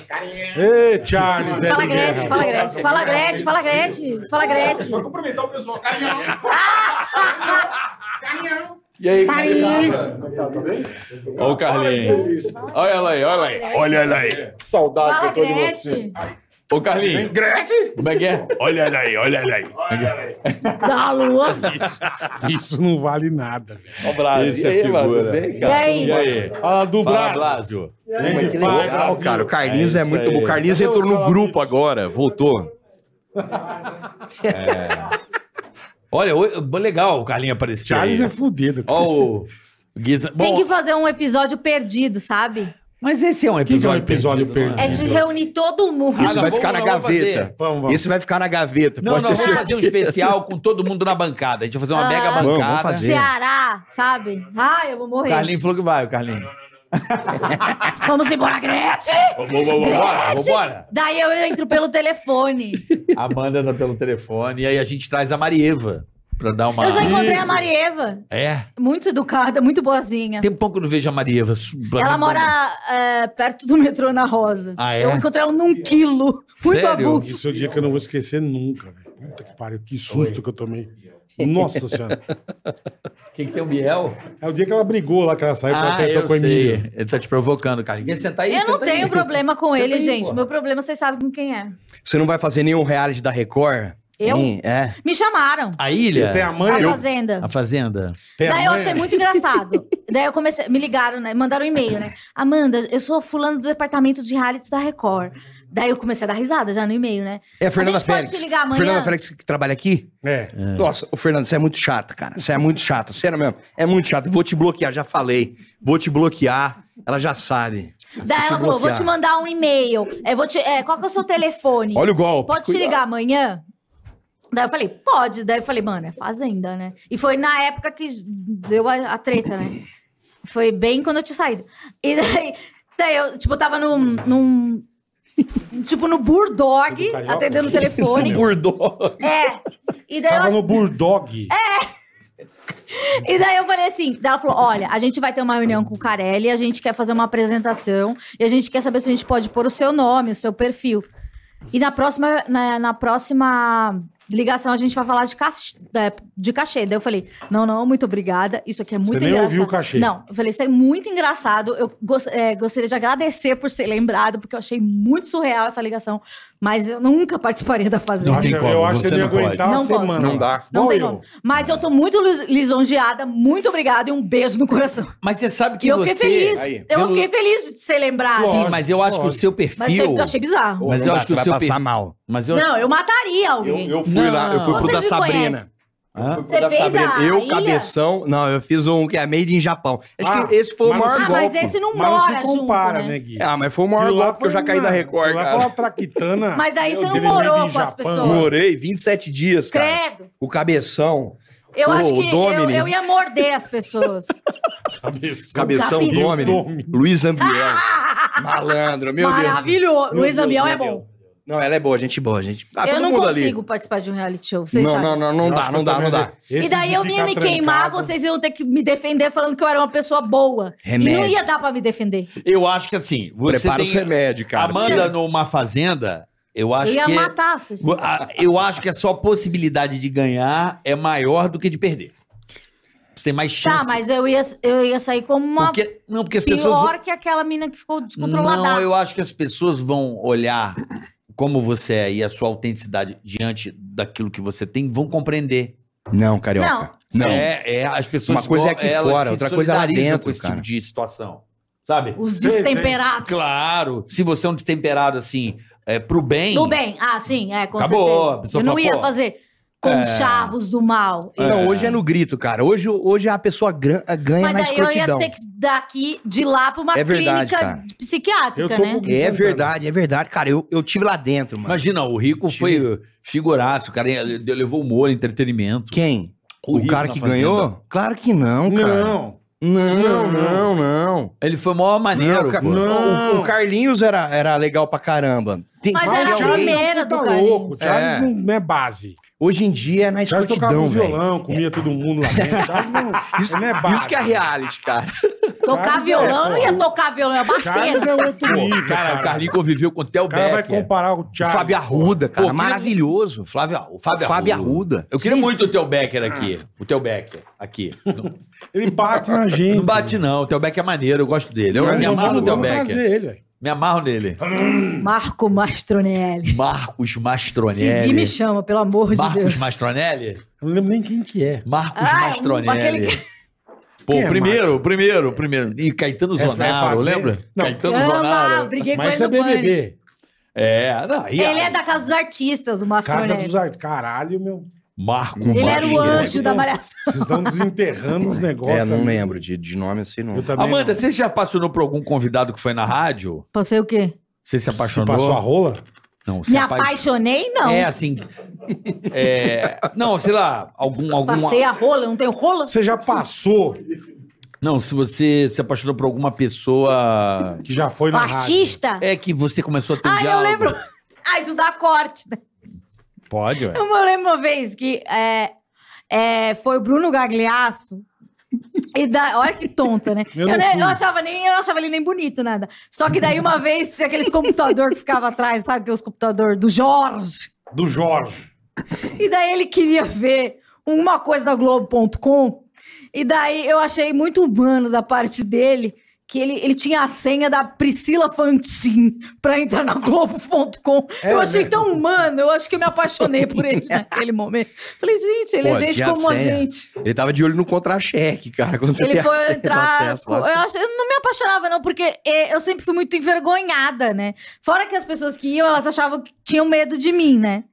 S6: Carlinhos.
S3: Ei, Charles.
S4: Fala,
S3: Hélio Guerra.
S4: Gretchen. Fala, Gretchen. Fala, Gretchen. Fala, Gretchen. Fala, Gretchen.
S2: Só cumprimentar o pessoal. Carinhão. Carinhão.
S5: E aí?
S2: Tá bem?
S5: Olha o Carlinhos. Olha ela aí, olha ela aí. Olha ela aí.
S2: Saudade
S4: Fala, Gretchen.
S5: Ô, Carlinhos. Gretchen. Como é que é?
S7: Olha ela aí, olha ela aí.
S4: Da lua.
S3: Isso não vale nada, velho.
S5: Ó, Brasil.
S6: Isso é figura.
S4: E aí?
S5: E aí?
S3: Fala do
S5: Fala,
S3: Brasil.
S5: Blásio.
S3: Ele
S6: Que
S3: fala,
S6: legal,
S3: Brasil.
S6: cara. O Carlinhos
S5: É
S6: é,
S5: isso
S6: muito
S5: aí.
S6: bom. O Carlinhos
S3: Cadê
S6: entrou
S3: os
S6: no grupo
S3: favoritos?
S6: agora, voltou.
S5: Olha, oi- legal o Carlinhos aparecer
S3: Charles
S5: aí.
S3: é fudido. cara.
S5: Ó o... Guisa-
S4: Tem
S5: Bom,
S4: que fazer um episódio perdido, sabe?
S5: Mas esse é um
S3: que é um
S5: episódio,
S3: episódio
S4: É
S5: não
S4: de reunir todo mundo.
S6: Isso
S5: não,
S6: vai
S5: vamos
S6: ficar
S5: lá,
S6: na
S5: vamos
S6: gaveta.
S5: fazer.
S3: Vamos, vamos.
S6: Isso vai ficar na gaveta,
S5: Não,
S6: pode
S5: não,
S6: ter
S5: vamos
S6: certeza.
S5: fazer um especial com todo mundo na bancada. A gente vai fazer uma
S4: Ah.
S5: mega
S4: Vamos,
S5: bancada.
S6: vamos fazer.
S4: Ceará, sabe? Ai, eu vou
S5: O
S4: morrer.
S5: Carlinhos falou que vai, o Carlinhos.
S4: Vamos embora, Gretchen!
S5: Vambora, vambora.
S4: Daí eu entro pelo telefone.
S5: Amanda anda pelo telefone. E aí a gente traz a Marieva pra dar uma.
S4: Eu já encontrei a
S3: Isso.
S4: Marieva.
S5: É.
S4: Muito educada, muito boazinha.
S5: Tem um pouco que eu não vejo a Marieva. Su-
S4: Ela mora é, perto do metrô na Rosa.
S5: Ah, é?
S4: Eu encontrei ela num quilo. Muito
S5: Sério?
S4: avulso.
S3: Isso é o dia que eu não vou esquecer nunca, velho. Puta que pariu, que susto que eu tomei. Nossa senhora.
S5: Quem que tem o Biel?
S3: É o dia que ela brigou lá, que ela saiu pra
S5: Ah,
S3: tentar
S5: eu
S3: com a
S5: sei.
S3: Emília.
S5: Ele tá te provocando, Carlinhos. Quer sentar aí?
S4: Eu não
S5: Senta aí.
S4: tenho problema com
S5: Senta
S4: ele,
S5: aí,
S4: gente.
S5: pô.
S4: Meu problema, vocês sabem com quem é.
S6: Você não vai fazer nenhum reality da Record?
S4: Eu?
S6: Hein? É.
S4: Me chamaram.
S5: A
S3: Tem
S5: ilha?
S3: a mãe,
S4: A
S3: eu-
S4: Fazenda.
S5: A Fazenda?
S3: tem a
S4: Daí eu
S3: mãe-
S4: achei muito engraçado. Daí eu comecei, me ligaram, né? Mandaram um e-mail, né? Amanda, eu sou fulano do departamento de reality da Record. Daí eu comecei a dar risada já no e-mail, né?
S6: É a Fernanda
S4: gente pode
S6: Félix.
S4: te ligar amanhã?
S6: Fernanda Félix que trabalha aqui?
S3: É.
S6: Nossa, o Fernando, você é muito chata, cara. Você é muito chata, sério mesmo. É muito chata. Vou te bloquear, já falei. Vou te bloquear. Ela já sabe.
S4: Daí ela falou: vou te mandar um e-mail. É, vou te, é, qual que é o seu telefone?
S6: Olha o golpe.
S4: Pode te
S6: Cuidado.
S4: ligar amanhã? Daí eu falei, pode. Daí eu falei, mano, é fazenda, né? E foi na época que deu a, a treta, né? Foi bem quando eu tinha saído. E daí, daí eu, tipo, eu tava num. num- tipo, no Burdog,
S3: Do Carioca?
S4: atendendo o telefone.
S6: Burdó.
S4: é. E daí,
S3: Tava
S4: eu,
S3: no Burdog.
S4: e daí eu falei assim: daí ela falou, olha, a gente vai ter uma reunião com o Carelli, a gente quer fazer uma apresentação e a gente quer saber se a gente pode pôr o seu nome, o seu perfil. E na próxima, na, na próxima ligação a gente vai falar de, cach- é, de cachê. Daí eu falei, não, não, muito obrigada. Isso aqui é muito
S3: nem
S4: engraçado.
S3: ouviu o cachê.
S4: Não, eu falei, isso é muito engraçado. Eu gos- é, gostaria de agradecer por ser lembrado, porque eu achei muito surreal essa ligação. Mas eu nunca participaria da
S3: Eu
S2: Não
S4: Fazenda.
S3: acho,
S2: tem como,
S3: eu acho que
S2: você
S3: você ia
S2: não pode.
S3: aguentar uma
S4: Não pode.
S3: semana.
S6: Não dá.
S4: Não
S3: Bom,
S4: tem
S3: eu-
S4: como. Mas eu tô muito lis- lisonjeada, muito obrigada e um beijo no coração.
S2: Mas você sabe
S4: E
S2: que
S4: eu
S2: você...
S4: fiquei feliz.
S8: Aí.
S4: eu
S2: Pelo-
S4: fiquei feliz de ser lembrada.
S2: Sim, mas eu acho que o
S3: lógico.
S2: seu
S4: Mas eu
S2: perfil...
S4: achei bizarro.
S2: Mas eu acho que o seu perfil...
S6: mal.
S2: Mas eu
S4: Não, eu mataria
S8: Eu,
S4: alguém.
S8: eu fui
S2: Não.
S8: lá, eu fui pro
S4: Vocês
S6: da
S4: me
S6: Sabrina.
S2: Hã?
S6: Foi pro
S4: Você
S6: da
S4: fez
S6: Sabrina.
S4: a
S6: Eu,
S4: ilha?
S6: cabeção. Não, eu fiz um que é made em Japão. Acho
S3: Ah,
S6: que esse foi o
S3: mas não
S6: maior
S3: se-
S4: Ah, mas
S6: golpe.
S4: esse não
S3: Mas não se
S4: mora
S3: compara,
S4: junto,
S3: né,
S4: né?
S3: Gui?
S6: Ah, mas foi o maior
S3: Aquilo lá
S6: golpe que eu já
S3: foi
S6: caí da
S3: uma-
S6: Record,
S3: aquilo lá foi
S6: cara.
S3: uma traquitana.
S4: Mas daí você não
S3: Dele mesmo
S4: morou
S3: em
S4: com as
S3: Japão.
S4: pessoas.
S6: Morei 27 dias, cara.
S4: Credo.
S6: O cabeção.
S4: Eu
S6: Ô,
S4: acho que eu,
S6: Domini.
S4: eu ia morder as pessoas.
S3: Cabeça.
S6: Cabeção
S4: Cabeção.
S6: Domini. Luiz Ambiel. Malandro, meu Deus.
S4: Maravilhoso. Luiz
S6: Deus,
S4: Ambiel é
S6: meu
S4: bom.
S6: Não, ela é boa, gente boa, gente. Tá
S4: eu
S6: todo
S4: não
S6: mundo
S4: consigo
S6: ali.
S4: participar de um reality show, vocês
S6: Não,
S4: sabem.
S6: não, não, não dá, não dá, não dá.
S4: E daí eu ia me queimar, vocês iam ter que me defender falando que eu era uma pessoa boa. E não
S6: Remédio.
S4: ia dar pra me defender.
S2: Eu acho que assim, você
S6: Prepara os
S2: tem...
S6: remédios, cara.
S2: Amanda numa fazenda, eu acho
S4: eu ia
S2: que... é-
S4: matar as pessoas.
S2: A- Eu acho que a sua possibilidade de ganhar é maior do que de perder. Você tem mais chance.
S4: Tá, mas eu ia, eu ia sair como uma
S2: Porque, não, porque as
S4: pior é
S2: pessoas... vão-
S4: que aquela mina que ficou descontrolada.
S2: Não, eu acho que as pessoas vão olhar como você é e a sua autenticidade diante daquilo que você tem, vão compreender.
S6: Não, carioca.
S4: Não, sim.
S2: É, é, as pessoas
S6: Uma coisa é aqui
S2: elas
S6: fora,
S2: se
S6: outra coisa é lá
S2: solidarizam
S6: dentro,
S2: com esse
S6: cara.
S2: tipo de situação. Sabe?
S4: Os
S3: Sei, sei.
S4: destemperados.
S2: Claro, se você é um destemperado assim, é, pro bem.
S4: Do bem. Ah, sim, é, com
S2: Acabou, a
S4: certeza.
S2: pessoa
S4: Eu não
S2: fala,
S4: ia
S2: pô, É.
S4: fazer conchavos do mal.
S6: Não, hoje é no grito, cara. Hoje, hoje a pessoa gran-
S2: é
S6: ganha
S4: Mas
S6: na
S4: daí eu ia
S6: escrotidão.
S4: ter que daqui, de lá pra uma
S6: É verdade,
S4: clínica
S6: cara.
S3: Eu
S4: psiquiátrica,
S3: tô
S4: né?
S3: com-
S6: É
S3: Santana.
S6: verdade, é verdade. Cara, eu, eu tive lá dentro, mano.
S2: Imagina, o Rico foi figuraço, o cara levou humor, entretenimento.
S6: Quem? O,
S2: Rico
S6: cara
S2: na
S6: que
S2: Fazenda.
S6: ganhou? Claro que não, cara.
S3: Não.
S6: Não,
S3: Não,
S6: não,
S3: não.
S6: não.
S2: Ele foi o maior maneiro,
S6: Não, cara.
S2: pô.
S3: Não.
S6: O, o Carlinhos era, era legal pra caramba. Tem-
S4: Mas
S6: tem
S4: era a
S6: alguém-
S4: primeira. primeiro do
S3: tá
S4: Carlinhos.
S3: louco. O Charles
S6: É.
S3: não é base.
S6: Hoje em dia é na
S3: O Charles tocava
S6: escrotidão,
S3: com
S6: velho.
S3: violão, comia todo mundo lá dentro. O Charles não,
S6: Isso,
S3: ele não é base.
S6: isso que é reality, cara.
S4: Tocar
S3: Charles é,
S4: violão, eu não ia
S3: pô.
S4: tocar violão, eu ia
S3: O Charles
S4: bater.
S3: é outro
S2: Pô,
S3: nível,
S2: cara, o Carlinho conviveu com o Theo
S3: O cara vai
S2: Becker.
S3: comparar o Charles.
S6: Fábio Arruda, cara.
S2: Pô, que-
S6: maravilhoso.
S2: Flávio, o Fábio,
S6: Fábio
S2: Arruda.
S6: Arruda.
S2: Eu queria muito o Theo Becker aqui. O Theo Becker, aqui. Não,
S3: Ele bate na gente.
S2: não bate, não. O Theo Becker é maneiro, eu gosto dele. Eu
S3: Então
S2: me amarro
S3: vamos,
S2: no Theo
S3: vamos
S2: Becker.
S3: trazer ele, velho.
S2: Me amarro nele.
S4: Marco Mastronelli.
S2: Marcos
S4: Se vir, me
S2: Mastronelli.
S4: chama, pelo amor de
S2: Marcos
S4: Deus.
S2: Mastronelli?
S3: Eu não lembro nem quem que é.
S2: Marcos
S4: Ah,
S2: Mastronelli.
S4: aquele
S2: Pô,
S3: Quem é
S2: primeiro, primeiro, primeiro. E Caetano
S3: É, é
S2: Zonaro,
S3: fazer-
S2: lembra?
S3: Não.
S2: Caetano
S4: Ama,
S2: Zonaro.
S4: briguei
S3: Mas
S4: com
S3: isso é
S4: ele no banho.
S3: BBB.
S2: É, não, e
S4: Ele
S2: aí?
S4: é da Casa dos Artistas,
S3: Casa
S4: o Mastronelli.
S3: dos Artes. Caralho, meu.
S2: Marco
S4: Ele era o
S2: Mastronelli.
S4: anjo da malhação.
S3: Vocês estão desenterrando os negócios.
S6: É, não
S3: cara.
S6: lembro de, de nome assim, não.
S3: Eu também
S2: Amanda,
S3: não.
S2: você já apaixonou por algum convidado que foi na rádio?
S4: Passei o quê?
S2: Você se
S3: Se
S2: apaixonou?
S3: passou a rola?
S2: Não, se
S4: Me
S2: apa-
S4: apaixonei, não.
S2: É, assim. é, Não, sei lá, algum. algum...
S4: Passei a rola, não tenho rola.
S3: Você já passou,
S2: Não, se você se apaixonou por alguma pessoa.
S3: que já foi
S4: O
S3: na
S4: artista?
S2: É que você começou a ter um
S4: Ah, eu
S2: diálogo.
S4: lembro. Ah, isso dá corte. né?
S2: Pode, ué.
S4: Eu lembro uma vez que é, é, foi o Bruno Gagliasso. E da, olha que tonta, né?
S3: Eu
S4: Eu,
S3: não
S4: nem-
S3: fui.
S4: eu achava nem, eu não achava ele nem bonito, nada. Só que daí uma vez, tem aqueles computador que ficava atrás, sabe? Aqueles computador do Jorge.
S3: rádio. Do Jorge.
S4: E daí ele queria ver uma coisa da Globo.com. E daí eu achei muito humano da parte dele que ele, ele tinha a senha da Priscila Fantin pra entrar na Globo.com.
S3: É,
S4: eu achei
S3: né?
S4: tão humano, eu acho que eu me apaixonei por ele naquele momento. Falei, gente, ele
S6: Pô,
S4: é gente
S6: tinha a
S4: como a
S6: senha.
S4: gente.
S6: Ele tava de olho no contra-cheque, cara. Quando você
S4: Ele
S6: tem
S4: foi
S6: acesso,
S4: entrar.
S6: acesso
S4: com-
S6: lá,
S4: Eu,
S6: você-
S4: acho- eu não me apaixonava, não, porque eh, eu sempre fui muito envergonhada, né? Fora que as pessoas que iam, elas achavam que tinham medo de mim, né?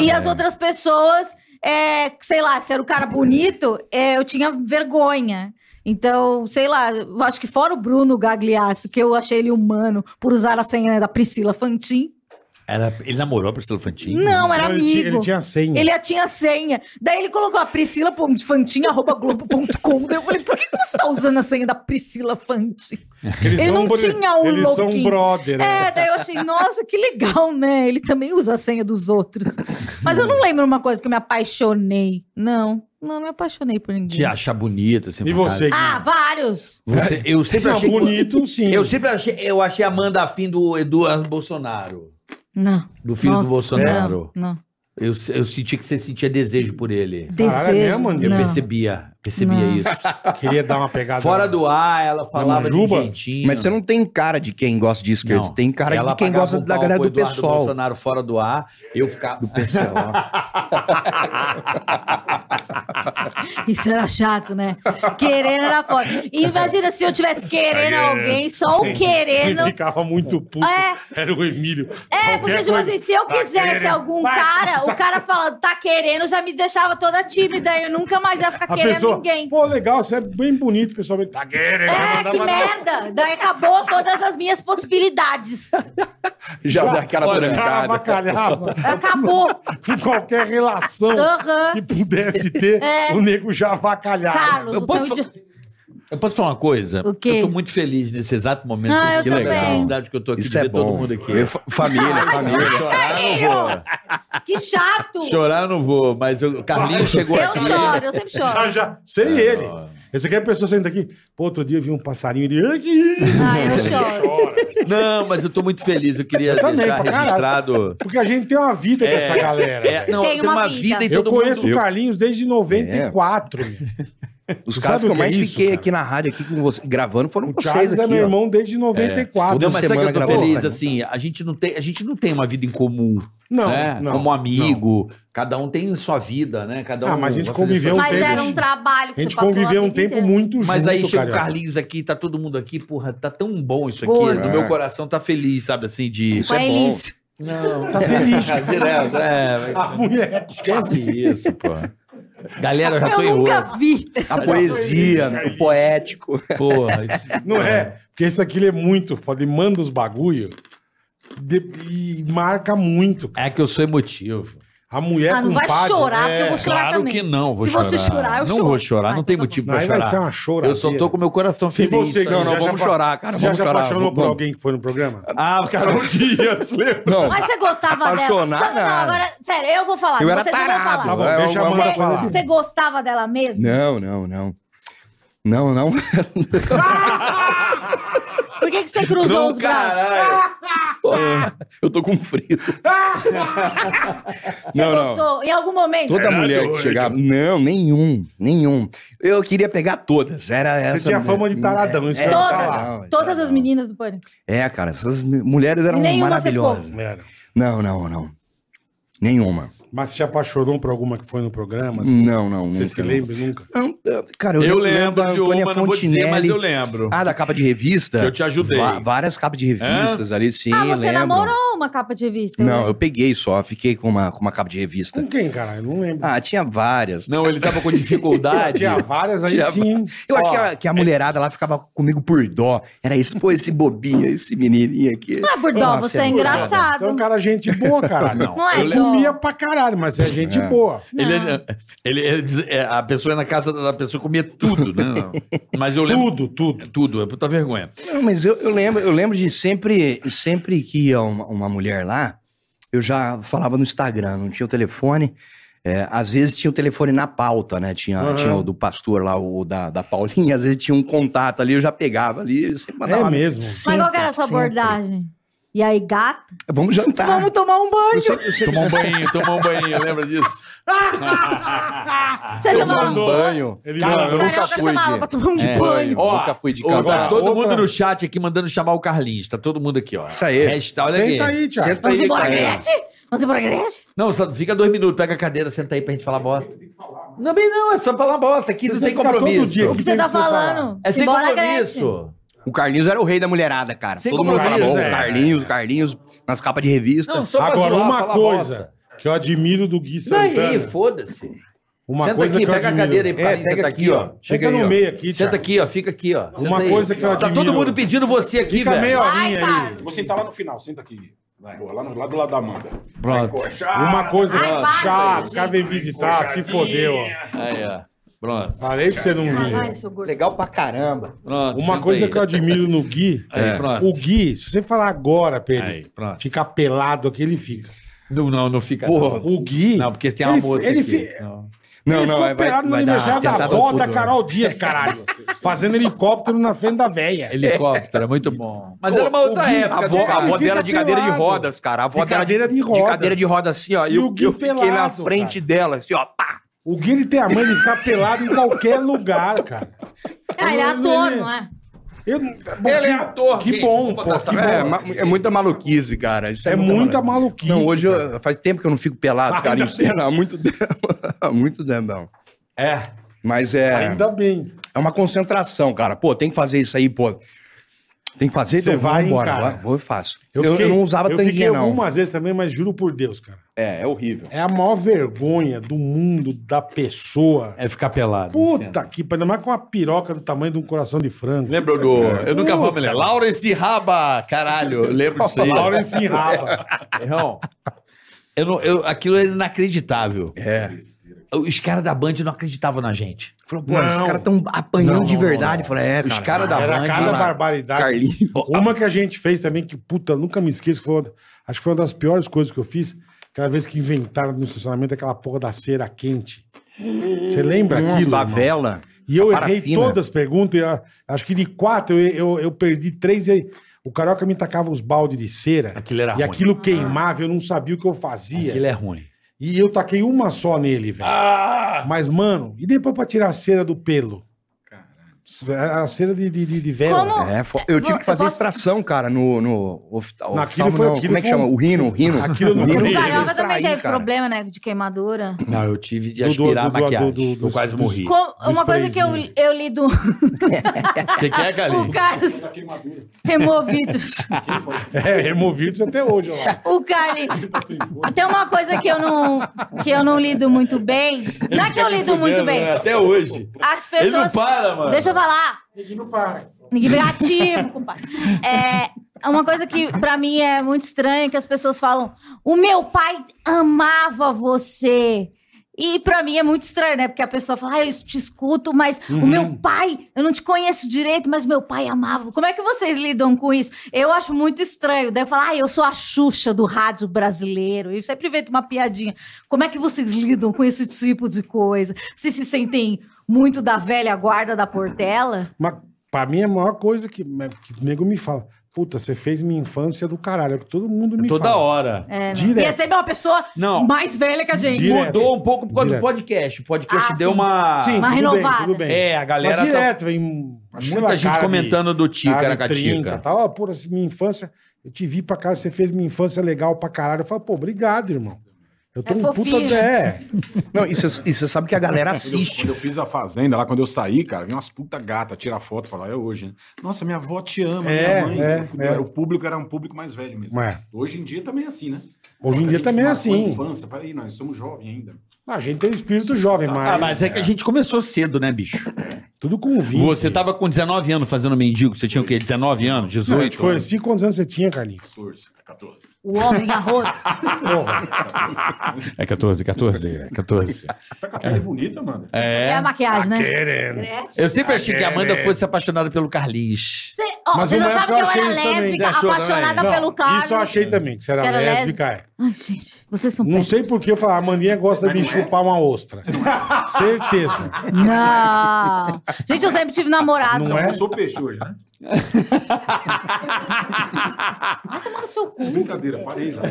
S4: E
S6: É.
S4: as outras pessoas, é, sei lá, se era o cara bonito, é, eu tinha vergonha. Então, sei lá, eu acho que fora o Bruno Gagliasso, que eu achei ele humano por usar a senha da Priscila Fantin.
S2: Era- Ele namorou a Priscila Fantin?
S4: Não, era
S3: Não,
S4: amigo.
S3: Ele tinha, ele tinha senha.
S4: Ele tinha senha. Daí ele colocou a Priscila Fantin, arroba globo.com. Daí eu falei, por que que você tá usando a senha da Priscila Fantin?
S3: Eles
S4: ele
S3: são
S4: não tinha o
S3: Eles são
S4: login.
S3: brother, né?
S4: É, daí eu achei, nossa, que legal, né? Ele também usa a senha dos outros. Mas eu
S2: Hum.
S4: não lembro uma coisa que eu me apaixonei. Não, não me apaixonei por ninguém.
S2: Te achar bonita, assim.
S3: E
S2: pra
S3: você,
S4: Ah, vários!
S2: caralho. Você- eu sempre
S3: Não,
S2: achei.
S3: bonito, sim.
S2: Eu sempre achei. Eu achei a Amanda afim do Eduardo Bolsonaro.
S4: Não.
S2: Do filho
S4: Nossa,
S2: do Bolsonaro.
S4: Não. não.
S2: Eu, eu sentia que você sentia desejo por ele.
S4: Desejo.
S3: mesmo, Andy?
S2: né, Eu
S4: não.
S2: percebia, percebia
S4: Não.
S2: isso.
S3: Queria dar uma pegada.
S2: Fora do ar, ela falava de
S3: Juba?
S2: jeitinho.
S6: Mas você não tem cara de quem gosta de esquerda. Você tem cara
S2: Ela
S6: de quem
S2: pagava
S6: gosta
S2: um
S6: da
S2: pau
S6: galera
S2: pro
S6: do
S2: Eduardo
S6: pessoal.
S2: Bolsonaro fora do ar, eu ficava...
S4: Isso era chato, né? Querendo era foda. Imagina se eu tivesse
S2: é
S4: querendo alguém, só o querendo.
S3: Ele ficava muito puto.
S4: É.
S3: Era o Emílio. Tá
S4: É, porque, tipo assim, se eu quisesse algum cara, o cara falando tá querendo já me deixava toda tímida. Eu nunca mais ia ficar
S3: A
S4: querendo
S3: pessoa,
S4: ninguém.
S3: pô, legal, você é bem bonito, pessoalmente. Tá querendo.
S4: É, que merda! Daí acabou todas as minhas possibilidades.
S6: Já dá aquela
S3: Olha, o cara
S6: brancada.
S3: avacalhava
S4: Acabou.
S3: com qualquer relação
S4: Aham.
S3: que pudesse ter,
S4: É.
S3: o nego já avacalhava.
S4: Carlos,
S2: Eu
S4: você
S2: posso
S4: é um
S2: fa-
S4: idi-
S2: Eu posso falar uma coisa?
S4: O quê?
S2: Eu tô muito feliz nesse exato momento.
S4: Ah, eu
S2: que legal.
S4: também.
S2: felicidade que eu tô aqui
S6: Isso
S2: de
S6: é
S2: ver todo
S6: bom.
S2: mundo aqui.
S6: Eu fa- família, família.
S2: Chorar eu não
S4: Tá Que chato!
S2: vou. Chorar eu não vou, mas o Carlinhos chegou
S4: Eu
S2: aqui.
S4: choro, eu sempre
S3: Já,
S4: choro.
S3: já. Sem ele. Esse aqui é a pessoa saindo daqui. Pô, outro dia eu vi um passarinho de. Ai, que-
S4: Ah, eu choro.
S2: Não, mas eu tô muito feliz. Eu queria
S3: também,
S2: deixar
S3: pra caralho.
S2: registrado.
S3: Porque a gente tem uma vida com essa galera.
S2: É,
S3: velho.
S2: não,
S4: Tem
S2: tem uma
S4: uma
S2: vida,
S4: vida.
S2: e
S3: eu
S2: todo mundo...
S3: conheço o Carlinhos desde 94. meu.
S2: É.
S6: Os
S3: Você
S6: caras
S3: sabe o
S6: que eu mais
S3: é isso,
S6: fiquei
S3: cara?
S6: aqui na rádio, aqui com você, gravando, foram
S3: O
S6: vocês
S3: Charles é
S6: aqui.
S3: meu
S6: ó.
S3: irmão desde 94.
S6: Toda
S2: Não, mas sabe que
S6: semana
S2: eu tô
S6: gravou,
S2: feliz,
S6: cara.
S2: assim, a gente não tem, a gente não tem uma vida em comum,
S3: Não,
S2: né?
S3: não.
S2: Como amigo, cada um tem sua vida, né? Cada um
S3: Ah, mas a gente
S2: vai fazer
S3: conviveu
S2: sua-
S3: um
S4: Mas
S3: tenho-
S4: era um trabalho
S3: A
S4: que você
S3: gente
S4: passou.
S3: conviveu
S4: a
S3: um
S4: vida
S3: tempo
S4: inteira.
S3: muito junto,
S2: Mas aí chega o
S3: Carioca.
S2: Carlinhos aqui, tá todo mundo aqui, porra, tá tão bom isso aqui.
S4: Gordo.
S6: É.
S2: No meu coração tá feliz, sabe, assim, de...
S3: é
S4: Com a Elis.
S2: Não,
S3: Tá feliz. cara.
S2: direto, é,
S3: A mulher.
S2: esquece isso, pô. Galera, eu já tô
S4: Eu
S2: em
S4: nunca assim.
S2: outro.
S4: vi essa
S6: A poesia, o poético.
S2: Porra, isso-
S3: Não é. Porque esse aqui ele é muito foda. Ele manda os bagulho de- e marca muito. cara.
S2: é que eu sou emotivo.
S3: A mulher
S4: Ah, não
S3: com
S4: vai
S3: padre, é.
S4: chorar, porque eu vou chorar
S2: Claro
S4: também.
S2: que não, vou
S4: Se
S2: chorar.
S4: você chorar, eu
S2: Não
S4: choro.
S2: vou chorar,
S4: Ah,
S2: não tem
S4: então tá
S2: motivo
S3: Não,
S2: pra
S3: aí vai ser
S2: chorar.
S3: uma chora.
S2: Eu só tô com meu coração
S3: E
S2: feliz.
S3: você,
S2: sabe?
S6: Não, não,
S3: já
S6: vamos
S3: se apa-
S6: chorar, cara,
S3: Você já
S6: vamos
S3: se
S6: chorar,
S3: apaixonou
S6: vamos-
S3: por
S6: vamos.
S3: alguém que foi no programa?
S2: Ah, Carol Dias, lembra?
S6: Não,
S4: Mas você gostava
S6: Apaixonar,
S4: dela? Não, não,
S6: nada.
S4: agora, sério, eu vou falar.
S6: eu era
S4: vocês não vão
S6: tarado.
S4: falar.
S3: bom,
S6: É,
S3: deixa a
S6: eu-
S3: Amanda
S4: Você-
S3: falar.
S4: Você gostava dela mesmo?
S6: Não, não, não. Não, não.
S4: Por que, que você cruzou
S2: Não,
S4: os braços?
S2: caralho.
S6: Ah, Eu tô com frio.
S4: Você Ah, gostou? Em algum momento?
S6: Toda mulher que chegava. Não, nenhum, nenhum. Eu queria pegar todas. Era essa.
S3: Você tinha
S6: mulher.
S3: fama de taradão, isso que eu ia falar.
S4: Todas, todas
S6: então
S4: as meninas do pânico.
S6: É, cara, essas mulheres eram
S4: Nenhuma você
S6: maravilhosas.
S3: Era.
S6: Não, não, não. Nenhuma.
S3: Mas você se apaixonou por alguma que foi no programa? assim?
S6: Não, não.
S3: Você
S6: nunca,
S3: se
S6: não.
S3: lembra nunca?
S6: Não, eu- Cara, eu,
S2: Eu
S6: lembro
S2: lembro
S6: da
S2: de
S6: Antônia
S2: uma, não vou
S6: Fontinelli.
S2: dizer, mas eu lembro.
S6: Ah, da capa de revista?
S2: Que eu te ajudei.
S6: várias capas de revistas ali, sim,
S4: ah, você
S6: lembro.
S4: namorou uma capa de revista? né?
S6: Não, eu peguei só, fiquei com uma, com uma capa de revista.
S3: Com quem, caralho? Não lembro.
S6: Ah, tinha várias.
S2: Não, ele tava com dificuldade.
S3: Tinha várias aí
S6: Tinha-
S3: sim.
S6: Eu acho que é a, que a mulherada lá ficava comigo por dó. Era esse, pô, esse bobinho, esse menininho aqui.
S4: Ah, Bordó,
S6: Nossa,
S4: você é
S6: é
S3: Você é um
S4: engraçado.
S3: cara gente boa, caralho.
S2: Não,
S4: Não é,
S2: eu
S3: Eu
S4: Dó?
S3: comia pra caralho, mas é gente
S6: É.
S3: boa.
S2: Ele,
S4: Não.
S2: ele, ele diz- é, a pessoa ia na casa da pessoa comia tudo, né? Mas eu lembro.
S3: Tudo, tudo.
S2: Tudo, é puta vergonha.
S6: Não, mas eu, eu lembro, eu lembro de sempre, sempre que ia uma, uma mulher lá, eu já falava no Instagram, não tinha o telefone. É, às vezes tinha o telefone na pauta, né? Tinha,
S3: Aham.
S6: tinha o do pastor lá, o da, da Paulinha, às vezes tinha um contato ali, eu já pegava ali, sempre mandava.
S3: É mesmo?
S4: Mas
S6: Sempre,
S4: qual que era a sua
S6: sempre. Ah.
S4: abordagem? E aí, gata?
S6: Vamos jantar.
S4: Vamos tomar um banho.
S6: Eu sempre- eu sempre-
S2: Tomar um banho, tomar um banho, lembra disso?
S4: Você tomava um banho.
S6: banho.
S3: Ele
S6: Cara,
S3: não,
S6: eu
S4: O
S6: nunca
S4: carioca
S6: fui
S4: chamava pra
S6: de,
S4: tomar um
S6: de banho.
S4: banho.
S2: Ó,
S6: nunca fui de
S2: Ô,
S6: cantar.
S2: tá todo
S3: outra-
S2: mundo no chat aqui mandando chamar o Carlinhos. Tá todo mundo aqui, ó.
S6: Isso aí.
S2: Resta, olha
S3: Senta
S2: aqui.
S3: aí, Thiago.
S6: Senta
S4: Vamos
S6: aí,
S4: embora,
S6: cara.
S4: Gretchen? Vamos embora, Gretchen?
S2: Não, só fica dois minutos, pega a cadeira, senta aí pra gente falar bosta. Não, bem não, é só falar bosta. Aqui não
S3: Você
S2: tem
S3: fica todo
S2: compromisso.
S3: dia
S4: O que
S3: aqui.
S4: você
S3: Tem
S4: tá
S3: que separar.
S4: falando?
S2: É sem
S4: Simbora,
S2: compromisso.
S6: O Carlinhos era o rei da mulherada, cara.
S2: Sem
S6: Todo mundo falava,
S2: compromisso,
S6: "Ô,
S3: é.
S6: Carlinhos, Carlinhos, nas capas de revista.
S2: Não, só pra
S3: Agora,
S2: zoar,
S3: uma
S2: falar
S3: coisa
S2: bosta.
S3: que eu admiro do Gui
S2: é Isso
S3: Santana.
S2: aí, foda-se.
S3: uma
S2: Senta
S3: coisa
S2: aqui,
S3: que eu
S2: pega a
S3: admiro.
S2: cadeira aí pra
S6: É,
S2: mim,
S6: pega
S5: tá
S2: senta
S6: aqui,
S2: aqui,
S6: ó.
S2: ó.
S3: Senta
S6: Chega aí,
S3: no
S6: ó.
S3: meio aqui,
S2: Senta
S3: Thiago.
S2: aqui, ó, fica aqui, ó. Senta
S3: Uma
S2: aí.
S3: coisa que eu
S2: Tá
S3: admiro.
S2: todo mundo pedindo você aqui,
S3: Fica
S2: velho.
S3: meia
S4: Vai,
S3: horinha
S4: cara.
S3: aí.
S9: Vou sentar lá no final, senta aqui. Na rua, lá, no, lá do lado da Amanda.
S2: Pronto.
S3: Uma coisa
S4: tá- Ai,
S3: que
S4: vai,
S3: chato, o
S4: gente.
S3: cara vem visitar, se fodeu. ó.
S2: Aí, ó. Pronto,
S3: Falei pra você não
S4: Ah,
S3: vir.
S4: vai, seu gordo.
S6: Legal pra caramba.
S2: pronto.
S3: Uma
S2: senta
S3: coisa
S2: aí.
S3: que eu admiro no Gui,
S2: Aí,
S3: é,
S2: pronto.
S3: o Gui, se você falar agora, Pedro,
S2: Aí, pronto.
S3: ficar pelado aqui, ele fica.
S2: Não, não, não fica.
S6: Porra.
S3: O Gui.
S2: Não, porque tem uma
S3: ele,
S2: moça
S3: ele
S2: aqui.
S3: fi-
S2: Não.
S3: ele
S6: Não, não, é,
S3: ficou
S6: vai- vai-
S3: operado no
S6: vai dar
S3: aniversário da
S6: atentado ao
S3: avó da
S2: né?
S6: pudor.
S3: Carol Dias, caralho. fazendo helicóptero na frente da véia.
S5: Helicóptero, é muito bom. Mas
S6: Pô,
S5: era uma outra
S6: o Gui-
S5: época.
S6: A avó,
S5: né,
S6: a
S5: cara?
S6: avó
S3: Ele
S6: dela
S3: fica
S6: de cadeira de
S3: pelado.
S6: rodas, cara. A avó
S3: De
S6: dela
S3: cadeira de
S6: De
S3: rodas.
S6: cadeira de rodas, assim, ó.
S3: E
S6: E eu,
S3: o Gui
S6: eu fiquei na
S3: pelado,
S6: frente dela, assim, ó. Pá.
S3: O Gui ele tem a mãe de ficar pelado em qualquer lugar, cara.
S4: Ah, ele é ator, não é?
S3: Eu-
S6: Ele é ator,
S3: Que
S6: gente.
S3: bom, pô. Que
S6: é,
S3: bom.
S6: ma- é muita maluquice, cara. Isso
S3: É muita maluquice.
S6: Não, hoje eu-
S3: cara.
S6: faz tempo que eu não fico pelado, cara,
S3: Ainda
S6: em cena. Há muito tempo. Há muito tempo, não.
S3: É,
S6: Mas é.
S3: ainda bem.
S6: É uma concentração, cara. Pô, tem que fazer isso aí, pô. Tem que fazer, então,
S3: Você vai, hein,
S6: vambora.
S3: cara?
S6: Vai, Vou e faço.
S3: Eu,
S6: Eu, eu
S3: fiquei-
S6: não usava
S3: eu
S6: tanguinha,
S3: fiquei
S6: não.
S3: algumas vezes também, mas juro por Deus, cara.
S6: É, é horrível.
S3: É a maior vergonha do mundo, da pessoa.
S5: É ficar
S6: tá
S5: pelado.
S3: Puta que pariu, mas com uma piroca do tamanho de um coração de frango.
S5: Lembra do. Eu nunca vou me lembrar. Lawrence Raba, caralho. Eu lembro disso aí.
S3: Lawrence enraba.
S5: Irmão, eu não, eu, aquilo é inacreditável.
S6: É.
S5: Os caras da Band não acreditavam na gente.
S6: Falou, pô, tá
S3: Não.
S6: esses caras tão apanhando
S5: Não,
S6: de
S5: não,
S6: verdade.
S5: não.
S6: Falei, é,
S5: Os
S6: cara.
S5: caras da
S3: Era
S5: Band.
S3: cada
S5: lá-
S3: barbaridade.
S6: Carlinho.
S3: Uma que a gente fez também, que puta, nunca me esqueço, foi uma- acho que foi uma das piores coisas que eu fiz. Aquela vez que inventaram no estacionamento aquela porra da cera quente. Você lembra aquilo?
S6: Nossa, a
S3: irmão?
S6: vela.
S3: E eu
S6: a
S3: errei
S6: parafina.
S3: todas as perguntas. e a- Acho que de quatro eu, eu, eu perdi três. E aí o Carioca me tacava os balde de cera.
S5: Aquilo era
S3: e
S5: ruim.
S3: aquilo queimava, eu não sabia o que eu fazia.
S5: Aquilo é ruim.
S3: E eu taquei uma só nele, velho. Mas, mano, e depois pra tirar a cera do pelo? A a cera de, de, de, de vela.
S4: Como?
S6: É, fo- eu tive
S4: Vou-
S6: que fazer
S4: eu posso-
S6: extração, cara, no. no oft-
S3: Naquilo
S6: oftalmo,
S3: foi-
S6: não,
S3: aquilo
S6: Como é que
S3: foi um-
S6: chama? O rino, o rino.
S3: Aquilo não-
S6: O rino
S3: O
S4: O
S6: teve
S5: é
S6: que
S4: Carioca também
S6: extrair,
S4: teve
S6: cara.
S4: problema, né? De queimadura.
S5: Não, eu tive de
S3: Do- do-
S5: aspirar
S3: do-
S5: a
S3: do-
S5: maquiagem.
S3: do- do-
S5: eu quase
S3: do-
S5: morri.
S4: Co- uma coisa que eu,
S3: sprayzinho.
S4: eu li do
S5: O que,
S3: Ah,
S5: que é, Galinho?
S4: o Carlos Removidos.
S3: É, removidos até hoje, ó. lá.
S4: O Carly.
S2: tá
S4: Tem uma coisa que eu não que eu não lido muito bem. Não é que eu lido muito bem.
S5: Até hoje.
S4: As pessoas.
S5: né? Ele não para, mano.
S4: Deixa eu falar.
S2: Ninguém não para.
S4: Ninguém vem ativo, compadre. É, uma coisa que pra mim é muito estranha é que as pessoas falam: "O meu pai amava você". E pra mim é muito estranho, né? Porque a pessoa fala: "Ah, eu te escuto, mas o meu pai, eu não te conheço direito, mas meu pai amava". Como é que vocês lidam com isso? Eu acho muito estranho. Daí eu falo: "Ah, eu sou a Xuxa do rádio brasileiro". E sempre invento uma piadinha. Como é que vocês lidam com esse tipo de coisa? Vocês se sentem muito da velha guarda da Portela?
S3: Mas pra mim é a maior coisa que, que o nego me fala. Puta, você fez minha infância do caralho. É o que todo mundo me
S5: Toda
S3: fala.
S5: hora.
S4: É, não.
S3: Direto.
S4: E é sempre uma pessoa
S5: Não.
S4: mais velha que a gente.
S3: Direto.
S5: Mudou um pouco por causa
S3: É. Direto.
S5: do podcast. O podcast
S4: Ah,
S5: deu
S4: sim.
S5: uma.
S3: Sim,
S4: Uma
S3: tudo
S4: renovada.
S3: Bem, tudo bem.
S5: É, a galera.
S3: Mas
S5: tá-
S3: direto, vem. achei lá
S5: Muita gente
S3: cara de-
S5: comentando né, do Tica,
S3: cara de
S5: era
S3: 30,
S5: Catica.
S3: tal. Ó, pô, assim, minha infância, eu te vi pra cá, você fez minha infância legal pra caralho. Eu falo, pô, obrigado, irmão. Eu tô
S4: É
S3: um
S4: fofinho.
S3: puta. É.
S6: Não, e você sabe que a galera
S10: Quando eu,
S6: assiste.
S10: quando eu fiz a fazenda lá, quando eu saí, cara, vinha umas puta gata tirar foto, falar, é hoje, né? Nossa, minha avó te ama,
S3: É,
S10: minha mãe.
S3: é,
S10: que fudeu.
S3: é.
S10: Era o público era um público mais velho mesmo.
S3: Mas
S10: Hoje em dia também é assim, né?
S3: hoje em dia
S10: A gente
S3: também é
S10: marcou a
S3: assim.
S10: infância, peraí, nós somos jovens ainda.
S3: A gente tem um espírito jovem, mas,
S5: Ah, mas é que a gente começou cedo, né, bicho?
S3: tudo com 20.
S5: Você tá tava com 19 anos fazendo mendigo. Você tinha o quê? 19 anos?
S3: Não, eu te
S5: 18?
S3: conheci quantos anos você tinha, Carlinhos?
S10: 14, 14.
S4: O homem arroto.
S3: Porra.
S5: É 14, 14, é 14.
S10: Tá com a pele bonita, mano.
S4: É,
S5: É.
S4: a maquiagem, né?
S3: Querendo.
S4: Gretchen.
S5: Eu
S3: Ah,
S5: sempre achei
S3: é,
S5: que a Amanda fosse apaixonada pelo Carlinhos.
S4: Cê- ó,
S3: Mas
S4: vocês
S3: uma
S4: achavam
S3: época
S4: que eu
S3: eu
S4: era
S3: achei também,
S4: lésbica,
S5: achou também?
S4: apaixonada
S3: Não,
S4: pelo Carlos.
S3: Isso eu achei também, que você era,
S4: Que era
S3: lésbica. é.
S4: Ai, gente, vocês são
S3: Não sei
S4: péssimos.
S3: por que eu falo, a Mandinha gosta
S10: Mas
S3: de
S10: não é?
S3: chupar uma ostra. Certeza.
S4: Não. Gente, eu sempre tive namorado.
S3: Não é?
S10: Eu sou peixe hoje, né?
S4: Vai tomar no seu
S3: É.
S4: cu.
S10: Brincadeira, parei já.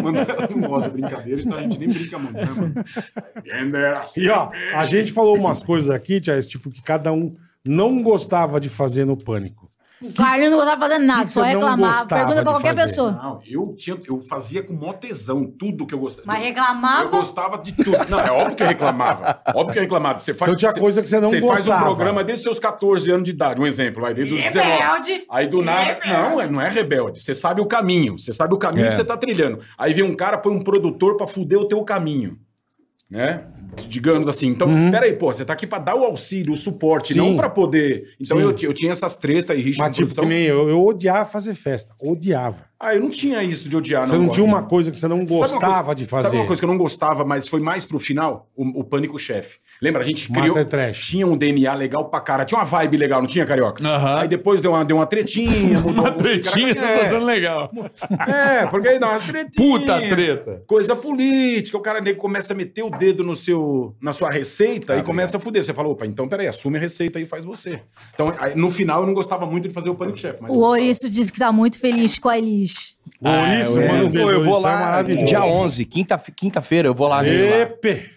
S10: Mano, ela não gosta de brincadeira, então a gente nem brinca muito, né, mano? assim,
S3: E ó, a gente falou umas coisas aqui, Tia, tipo, que cada um não gostava de fazer no pânico.
S4: O Carlos não gostava fazendo nada, só
S3: que eu não
S4: reclamava.
S3: gostava
S4: Pergunta pra
S3: de
S4: qualquer
S3: fazer?
S4: pessoa.
S10: Não, eu, tinha, eu fazia com mó tesão tudo que eu gostava.
S4: Mas é
S10: Eu
S4: reclamava.
S10: gostava de tudo. Não, é óbvio que eu reclamava. Óbvio que eu reclamava. Você faz,
S3: Então tinha
S10: você-
S3: coisa que você não
S10: você
S3: gostava.
S10: faz um programa desde os seus 14 anos de idade, um exemplo. Aí desde os 19.
S4: Rebelde.
S10: Aí do nada. Não, é- não é rebelde. Você sabe o caminho. Você sabe o caminho
S6: É.
S10: que você tá trilhando. Aí vem um cara, põe um produtor pra fuder o teu caminho. Né? Digamos assim. Então, peraí, pô, você tá aqui pra dar o auxílio, o suporte,
S3: Uhum. Sim.
S10: não pra poder. Então,
S3: Sim.
S10: eu, ti- eu tinha essas trestas e risco
S3: Mas tipo, que nem eu, eu odiava fazer festa. Odiava.
S10: Ah, eu não tinha isso de odiar,
S3: você não, tinha
S10: Gordon.
S3: uma coisa que você não
S10: Ah, Sabe uma
S3: gostava
S10: coisa-
S3: de fazer.
S10: Sabe uma coisa que eu não gostava, mas foi mais pro final? O, o Pânico Chefe. Lembra? A gente
S3: Master
S10: criou.
S3: Trash.
S10: Tinha um DNA legal pra cara. Tinha uma vibe legal, não tinha, Carioca?
S5: Aham.
S10: Aí depois deu uma, deu uma tretinha. mudou
S5: Uma
S10: alguns-
S5: tretinha tá
S10: É,
S5: dando legal.
S10: é, porque aí dá umas tretinhas.
S5: Puta treta.
S10: Coisa política, o cara nego, começa a meter o dedo no seu, na sua receita
S5: Tá
S10: e começa a fuder. Você fala, opa, então peraí, assume a receita e faz você. Então, aí, no final, eu não gostava muito de fazer o Pânico Chefe. mas
S4: O
S10: eu-
S4: Ouriço disse que tá muito feliz com a Elis.
S10: Ah,
S3: Ouriço,
S6: É,
S3: manda um beijo.
S6: pô, eu vou
S3: Ouriço, é
S6: lá
S3: maravilhoso.
S6: dia 11, quinta- quinta-feira, eu vou lá ver lá.
S3: Epe!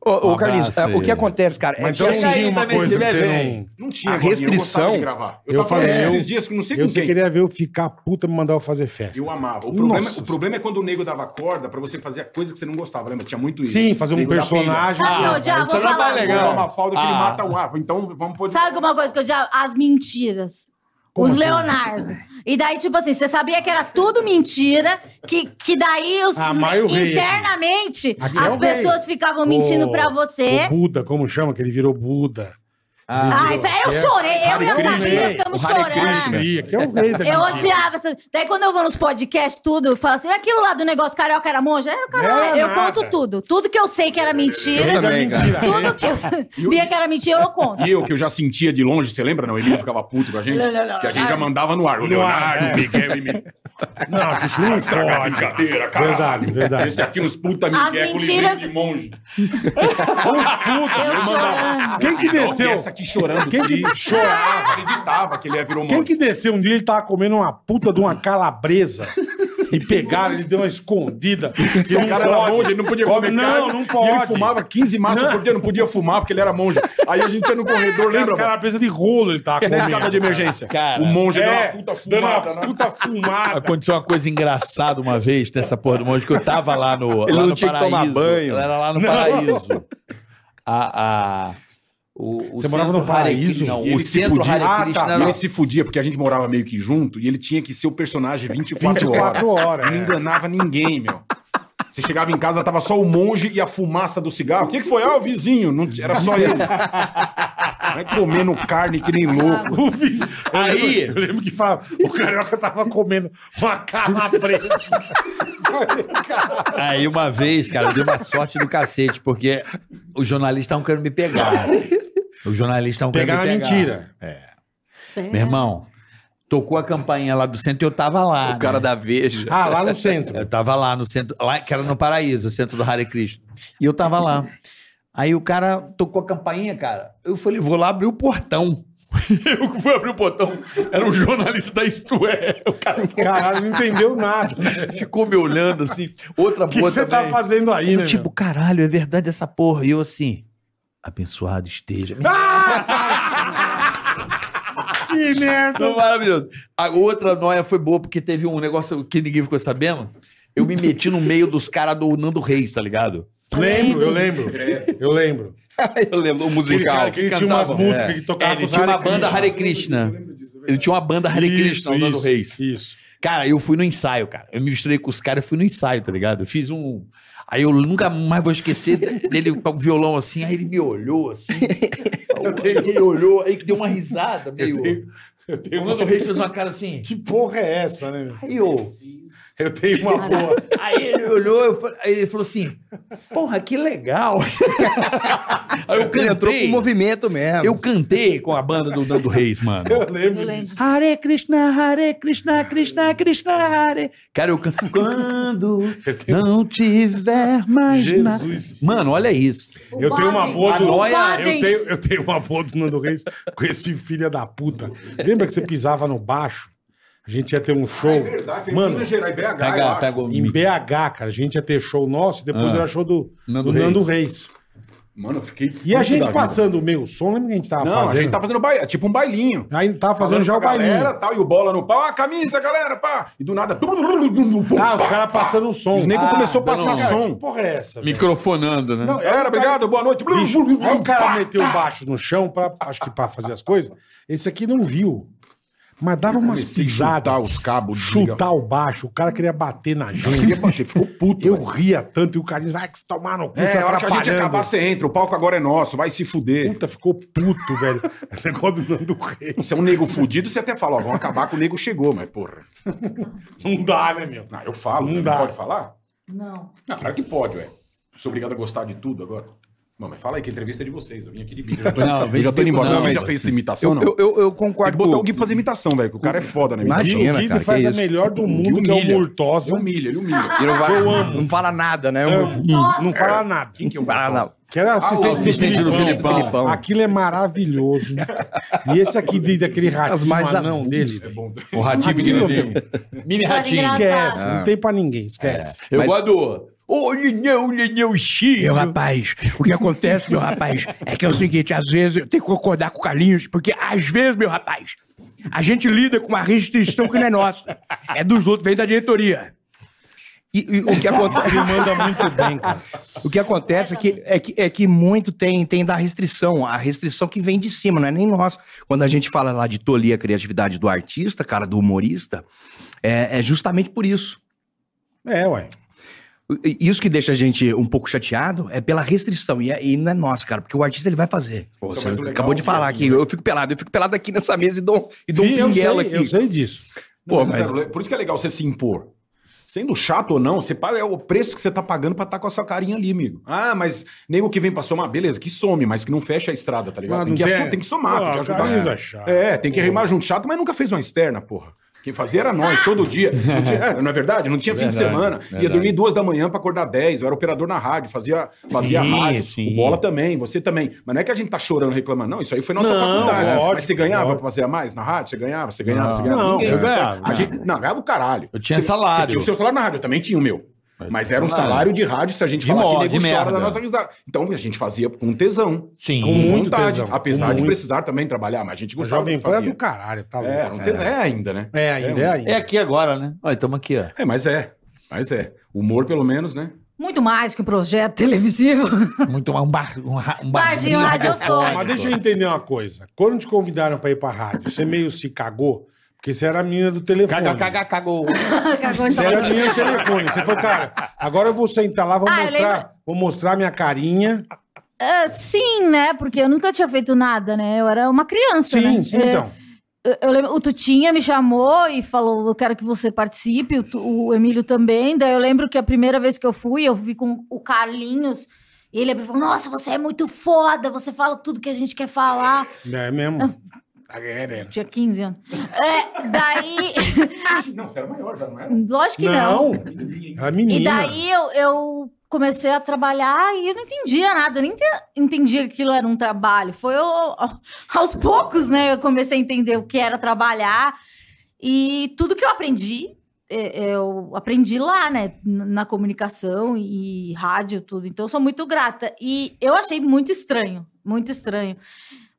S6: Ô, ô, Carlinhos,
S5: abraço aí.
S6: é, o que acontece, cara, é
S3: Mas
S6: que
S3: então
S6: assim,
S3: tinha uma
S5: também,
S3: coisa que
S5: ele é
S3: você
S5: velho.
S3: não...
S10: Não
S6: A
S10: tinha, Gordinho, eu não gostava
S6: restrição-
S10: de gravar. Eu,
S3: Eu
S10: tava falando
S3: falei,
S10: isso
S3: eu-
S10: esses dias que não sei
S3: Eu
S10: com
S3: só
S10: quem.
S3: queria ver eu ficar puta e me mandar eu fazer festa.
S10: Eu amava. O problema,
S3: Nossa.
S10: o problema é quando o nego dava corda pra você fazer a coisa que você não gostava, lembra? Tinha muito isso.
S3: Sim, fazer um
S10: Nego da
S3: personagem.
S4: Sabe, eu odiava
S3: é
S5: isso não
S4: falar.
S5: tá
S10: pinga. Igual
S5: legal.
S10: uma falda que ele
S5: Ah.
S10: mata o avo. Então vamos pôr.
S4: Sabe alguma coisa que eu odiava? As mentiras.
S3: Como
S4: Os
S3: assim?
S4: Leonardo. E daí, tipo assim, você sabia que era tudo mentira, que, que daí os,
S3: Ah, mas o rei aqui.
S4: internamente
S3: Aqui é
S4: as
S3: o rei.
S4: pessoas ficavam mentindo
S3: O-
S4: pra
S3: O
S4: você.
S3: Buda, como chama? Que ele virou Buda.
S4: Ah, isso aí eu
S3: É.
S4: chorei. Eu e a
S3: Krishna, né?
S4: Samira
S3: hein?
S4: ficamos
S6: O Hare
S4: chorando.
S3: Cria, que é o rei da mentira.
S4: Eu odiava essa. Daí quando eu vou nos podcasts, tudo, eu falo assim: aquilo lá do negócio carioca era monja? Era o carioca.
S3: Era
S4: Eu
S3: é nada.
S4: conto tudo. Tudo que eu sei que era mentira.
S6: também, cara.
S4: Tudo que eu sabia que era mentira, eu conto.
S10: E eu, que eu já sentia de longe, você lembra? Não, ele não ficava puto com a gente.
S4: Não, não, não. Ah.
S10: que a gente já mandava no ar. O
S3: No ar,
S10: Leonardo,
S3: é.
S10: o Miguel e mim.
S3: Não, Chuchu não
S10: Estragar a
S3: pode.
S10: brincadeira, cara.
S3: Verdade, verdade.
S10: Esse é aqui, uns puta
S4: As
S10: Miguel com
S4: mentiras-
S10: licença de monge.
S4: Eu chorando.
S3: Quem que desceu?
S10: Essa aqui chorando.
S3: Quem que-
S10: triste. chorava, acreditava que ele ia virar um
S3: Quem
S10: monge.
S3: que desceu um dia ele tava comendo uma puta de uma calabresa e pegaram, ele deu uma escondida. E um
S10: O cara era monge, ele não podia comer
S3: Não,
S10: carne,
S3: não pode.
S10: E ele fumava 15 massas
S3: Não.
S10: por dia, não podia fumar porque ele era monge. Aí a gente ia no corredor,
S3: Essa
S10: lembra? mano?
S3: calabresa de rolo ele tava
S10: Na
S3: comendo.
S10: escada de emergência.
S5: Cara.
S10: o monge deu
S3: É,
S10: uma puta
S3: dando
S10: fumada.
S3: uma
S10: né?
S3: puta fumada.
S5: Aconteceu uma coisa engraçada uma vez nessa porra do monte que eu tava lá no, lá
S6: não
S5: no
S6: tinha que tomar banho.
S5: Era lá no paraíso. A, a- o, o
S3: Você morava
S5: centro
S3: no paraíso?
S5: Hare Krishna,
S10: E
S5: Não,
S10: ele
S5: o
S10: se
S5: centro
S10: fudia.
S5: Hare
S3: Ah,
S5: Krishna
S3: tá.
S10: E
S5: era-
S10: ele se fudia, porque a gente morava meio que junto e ele tinha que ser o personagem 24,
S3: 24
S10: horas.
S3: horas,
S10: E não
S3: é.
S10: enganava ninguém, meu. Você chegava em casa, tava só o monge e a fumaça do cigarro. O que, que foi? Ah, o vizinho. Não, t- era só ele. Vai comendo carne que nem louco.
S3: O vi- Eu
S5: Aí-
S3: lembro- eu lembro que fala, o carioca tava comendo uma calabresa.
S5: Aí uma vez, cara, eu dei uma sorte do cacete, porque os jornalistas estavam querendo me pegar. Os jornalistas estavam querendo
S3: Pegar
S5: me
S3: na
S5: pegar.
S3: mentira.
S5: Meu irmão, tocou a campainha lá do centro e eu tava lá.
S6: o cara
S5: né?
S6: da Veja.
S3: Ah, lá no centro.
S5: Eu tava lá no centro, lá, que era no Paraíso, o centro do Hare Krishna. E eu tava lá. Aí o cara tocou a campainha, cara. Eu falei, vou lá abrir o portão. Eu fui abrir o portão. Era um jornalista da Isto É. O cara
S3: Caralho, não entendeu nada.
S5: ficou me olhando assim. Outra
S3: O que
S5: boa
S3: você
S5: também.
S3: tá fazendo aí, né?
S5: Eu, tipo,
S3: meu?
S5: caralho, é verdade essa porra. E eu assim, abençoado esteja. Ah,
S3: que merda.
S5: maravilhoso. A outra noia foi boa, porque teve um negócio que ninguém ficou sabendo. Eu me meti no meio dos caras do Nando Reis, tá ligado?
S3: Lembro, eu lembro. Eu lembro.
S6: Eu lembro, o
S3: Aquele
S6: musical.
S3: cara que tinha umas
S5: cantavam,
S3: músicas
S5: é.
S3: que
S5: É,
S3: tocavam
S5: ele tinha uma banda Hare Krishna.
S10: é
S5: Ele tinha uma banda Hare Krishna, o Nando
S3: isso,
S5: Reis.
S3: Isso.
S5: Cara, eu fui no ensaio, cara. Eu me misturei com os caras, eu fui no ensaio, tá ligado? Eu fiz um. Aí eu nunca mais vou esquecer dele com o violão assim, aí ele me olhou assim. Ele olhou, aí que deu uma risada meio.
S3: Eu tenho
S5: O
S3: uma...
S5: Nando Reis fez uma cara assim.
S3: Que porra é essa, né? meu?
S5: Aí eu.
S3: Eu tenho uma boa.
S5: Aí ele olhou, eu fa- aí ele falou assim: Porra, que legal! aí eu
S6: Ele entrou com
S5: cantei.
S6: movimento mesmo.
S5: Eu cantei com a banda do Nando Reis, mano.
S3: Eu lembro.
S4: Eu lembro.
S3: disso.
S5: Hare Krishna, Hare Krishna, Krishna, Krishna, Hare. Cara, eu canto quando não tiver mais nada.
S3: Jesus.
S5: Mano, olha isso.
S3: Eu tenho uma boa
S5: A
S3: do.
S5: noia-
S3: Eu tenho, eu tenho uma boa do Nando Reis com esse filho da puta. Lembra que você pisava no baixo? A gente ia ter um
S10: Ah, é
S3: show. Mano,
S10: Gerais, BH, eu
S5: Pega,
S10: acho.
S5: pega o
S3: em
S5: mic.
S3: BH, cara, a gente ia ter show nosso e depois
S5: Ah.
S3: era show do
S5: Nando
S3: do
S5: Reis.
S3: Nando Reis.
S10: Mano, eu
S3: E a
S10: fiquei... puto da
S3: gente
S10: vida.
S3: passando o meio som, lembra que a gente tava
S10: Não,
S3: fazendo?
S10: a gente tá fazendo baile, tipo um bailinho.
S3: Aí tava fazendo já o
S10: com a
S3: bailinho.
S10: galera, tal, e o bola no pau. Ah, camisa, galera, pá. E do nada...
S3: Ah, os caras passando o som.
S10: Os nego
S3: ah,
S10: começou a passar
S3: cara,
S10: som.
S3: Que porra é essa? velho?
S5: Microfonando, né?
S3: Não, aí o
S10: Galera,
S3: cara-
S10: obrigado, boa noite.
S3: Bicho, é um aí o cara meteu o baixo no chão, pra, acho que pra fazer as coisas. Esse aqui não viu. Mas dava umas
S10: Comecei a
S3: pisadas.
S10: chutar os cabos,
S3: Chutar o baixo. O cara queria bater na
S10: Eu
S3: gente.
S10: queria bater, ficou puto.
S3: Eu
S10: velho.
S3: ria tanto e o cara diz, ah, que se tomar no cu, você
S10: É, a hora que a gente
S3: atrapalhando."
S10: acabar, você entra. O palco agora é nosso, vai se fuder.
S3: Puta, ficou puto, velho. É negócio do Nando Reis.
S10: Você é um nego fudido, você até fala, ó, vamos acabar com o nego chegou, mas porra.
S3: Não dá, né, meu?
S10: Não, eu falo,
S3: Não
S10: né?
S3: dá.
S10: pode falar?
S4: Não.
S10: Não, claro que pode, ué. Sou obrigado a gostar de tudo agora. Não, mas fala aí que a entrevista é de vocês. Eu vim aqui de bico. Eu já tô,
S5: Não,
S10: eu
S5: vem
S10: já
S5: de
S10: tô
S5: bico
S10: indo embora.
S5: não,
S10: Não,
S5: mas
S10: já fez imitação,
S6: Eu,
S10: não.
S6: eu, eu, eu
S10: Tem que
S6: concordo
S10: botar
S6: com
S10: o Gui pra fazer imitação, velho. que O cara é foda, né?
S3: O
S6: Imagina,
S3: Guido- o Guido
S6: cara, que
S3: faz a
S6: isso.
S3: melhor do mundo, que é o
S6: humilha.
S3: Murtosa.
S10: Ele humilha, ele humilha.
S6: Ele não, vai- não fala nada, né? Um-
S5: Hum.
S3: Não fala nada. Quem
S6: Não fala nada.
S3: Que era assistente,
S5: Ah, o assistente
S3: do,
S5: do
S3: Filipão.
S5: Filipão.
S6: Filipão.
S3: Aquilo é maravilhoso. E esse aqui de- daquele
S6: As
S3: ratinho
S6: mais
S3: anão
S6: avulsas.
S3: dele.
S10: É bom.
S5: O ratinho
S3: Aquilo-
S5: pequenininho. Mini
S4: Só de
S5: ratinho.
S4: graça.
S3: Esquece,
S4: Ah.
S3: não tem pra ninguém, esquece.
S5: Eu
S6: Mas-
S5: gosto do... Ô, Linhão, Linhão Chico.
S7: Meu rapaz, o que acontece, meu rapaz, é que é o seguinte, às vezes eu tenho que concordar com o Carlinhos, porque às vezes, meu rapaz, a gente lida com uma restrição que não é nossa. É dos outros, vem da diretoria.
S6: E, e o que acontece?
S3: Manda muito bem, cara.
S6: O que acontece é que, é que, é que muito tem, tem da restrição, a restrição que vem de cima, não é nem nós. Quando a gente fala lá de tolir a criatividade do artista, cara, do humorista, é, é justamente por isso.
S3: É, ué.
S6: E- Isso que deixa a gente um pouco chateado é pela restrição, e, é- e não é nossa, cara, porque o artista ele vai fazer. Pô,
S10: Então,
S6: você
S10: mas o legal
S6: acabou
S3: um
S6: de
S10: é
S6: falar
S10: assim,
S6: aqui, eu fico pelado, eu fico pelado aqui nessa mesa e dou, e dou um
S3: né? eu,
S6: pinguelo
S3: sei,
S6: aqui.
S3: eu sei disso.
S6: Pô,
S10: Não, mas,
S6: mas-
S10: sério, por isso que é legal você se impor. Sendo chato ou não, você paga é o preço que você tá pagando pra estar com essa carinha ali, amigo. Ah, mas nego que vem pra somar, beleza, que some, mas que não fecha a estrada, tá ligado?
S3: Ah,
S10: tem,
S3: não
S10: que
S3: tem?
S10: assu- tem que somar,
S3: Ah,
S10: tem que
S3: cara, isso
S10: ajudar.
S3: é chato.
S10: É, tem que remar junto chato, mas nunca fez uma externa, porra. Quem fazia era nós, todo dia. Não, tinha- é, não é verdade? Não tinha fim de
S5: Verdade,
S10: semana. Ia
S5: verdade.
S10: dormir duas da manhã pra acordar dez. Eu era operador na rádio, fazia, fazia
S5: Sim,
S10: rádio.
S5: sim.
S10: O Bola também, você também. Mas não é que a gente tá chorando, reclamando, não. Isso aí foi nossa
S3: Não,
S10: faculdade. né?
S3: lógico,
S10: mas você ganhava
S3: lógico.
S10: pra fazer a mais na rádio? Você ganhava, você ganhava, você ganhava.
S3: Não,
S10: Ninguém
S3: eu
S5: ganhava.
S10: A gente, não, ganhava o caralho.
S5: Eu tinha salário.
S10: Você tinha o seu salário na rádio, eu também tinha o meu. Mas era um
S5: Salário.
S10: salário de rádio, se a gente
S5: De
S10: falar
S5: mó-
S10: que
S5: de
S10: nego chora
S5: merda.
S10: da nossa risada. Então a gente fazia com tesão.
S5: Sim.
S10: Com
S3: muito
S10: vontade.
S3: tesão, com
S10: Apesar de
S3: muito.
S10: precisar também trabalhar, mas a gente
S3: O
S10: gostava
S3: Jovem
S10: do que
S3: Pan é
S10: fazia.
S3: do caralho, tá
S10: É, não
S3: louco.
S10: tem- é ainda, né?
S3: É, ainda é ainda.
S5: É aqui agora, né? Olha, estamos aqui, ó.
S10: É, mas é. Mas é. Humor, pelo menos, né?
S4: Muito mais que um projeto televisivo.
S5: Muito um bar, um, ra- um barzinho
S4: Barzinho radiofônico.
S3: Mas deixa eu entender uma coisa. Quando te convidaram pra ir pra rádio, você meio se cagou, porque você era a menina do telefone.
S5: Caga, caga, cagou.
S4: Cagou em
S3: Você
S4: Salvador.
S3: era a menina do telefone. Você falou, cara, agora eu vou sentar lá, vou
S4: Ah, eu
S3: mostrar, vou mostrar minha carinha.
S4: Ah, sim, né? Porque eu nunca tinha feito nada, né? Eu era uma criança, né?
S3: Sim, sim,
S4: É,
S3: então.
S4: eu- eu lembro- o Tutinha me chamou e falou: Eu quero que você participe, o, Tu- o Emílio também. Daí eu lembro que a primeira vez que eu fui, eu vi com o Carlinhos. E ele abriu e falou: Nossa, você é muito foda, você fala tudo que a gente quer falar.
S3: É mesmo.
S4: Eu tinha 15 anos. É, daí.
S10: Não, você era maior, já não era?
S4: Lógico que
S3: Não, a menina.
S4: E daí eu, eu comecei a trabalhar e eu não entendia nada, eu nem ente- entendia que aquilo era um trabalho. Foi eu- aos poucos, né? Eu comecei a entender o que era trabalhar. E tudo que eu aprendi, é, eu aprendi lá, né? n- Na comunicação e rádio, tudo. Então eu sou muito grata. E eu achei muito estranho, muito estranho.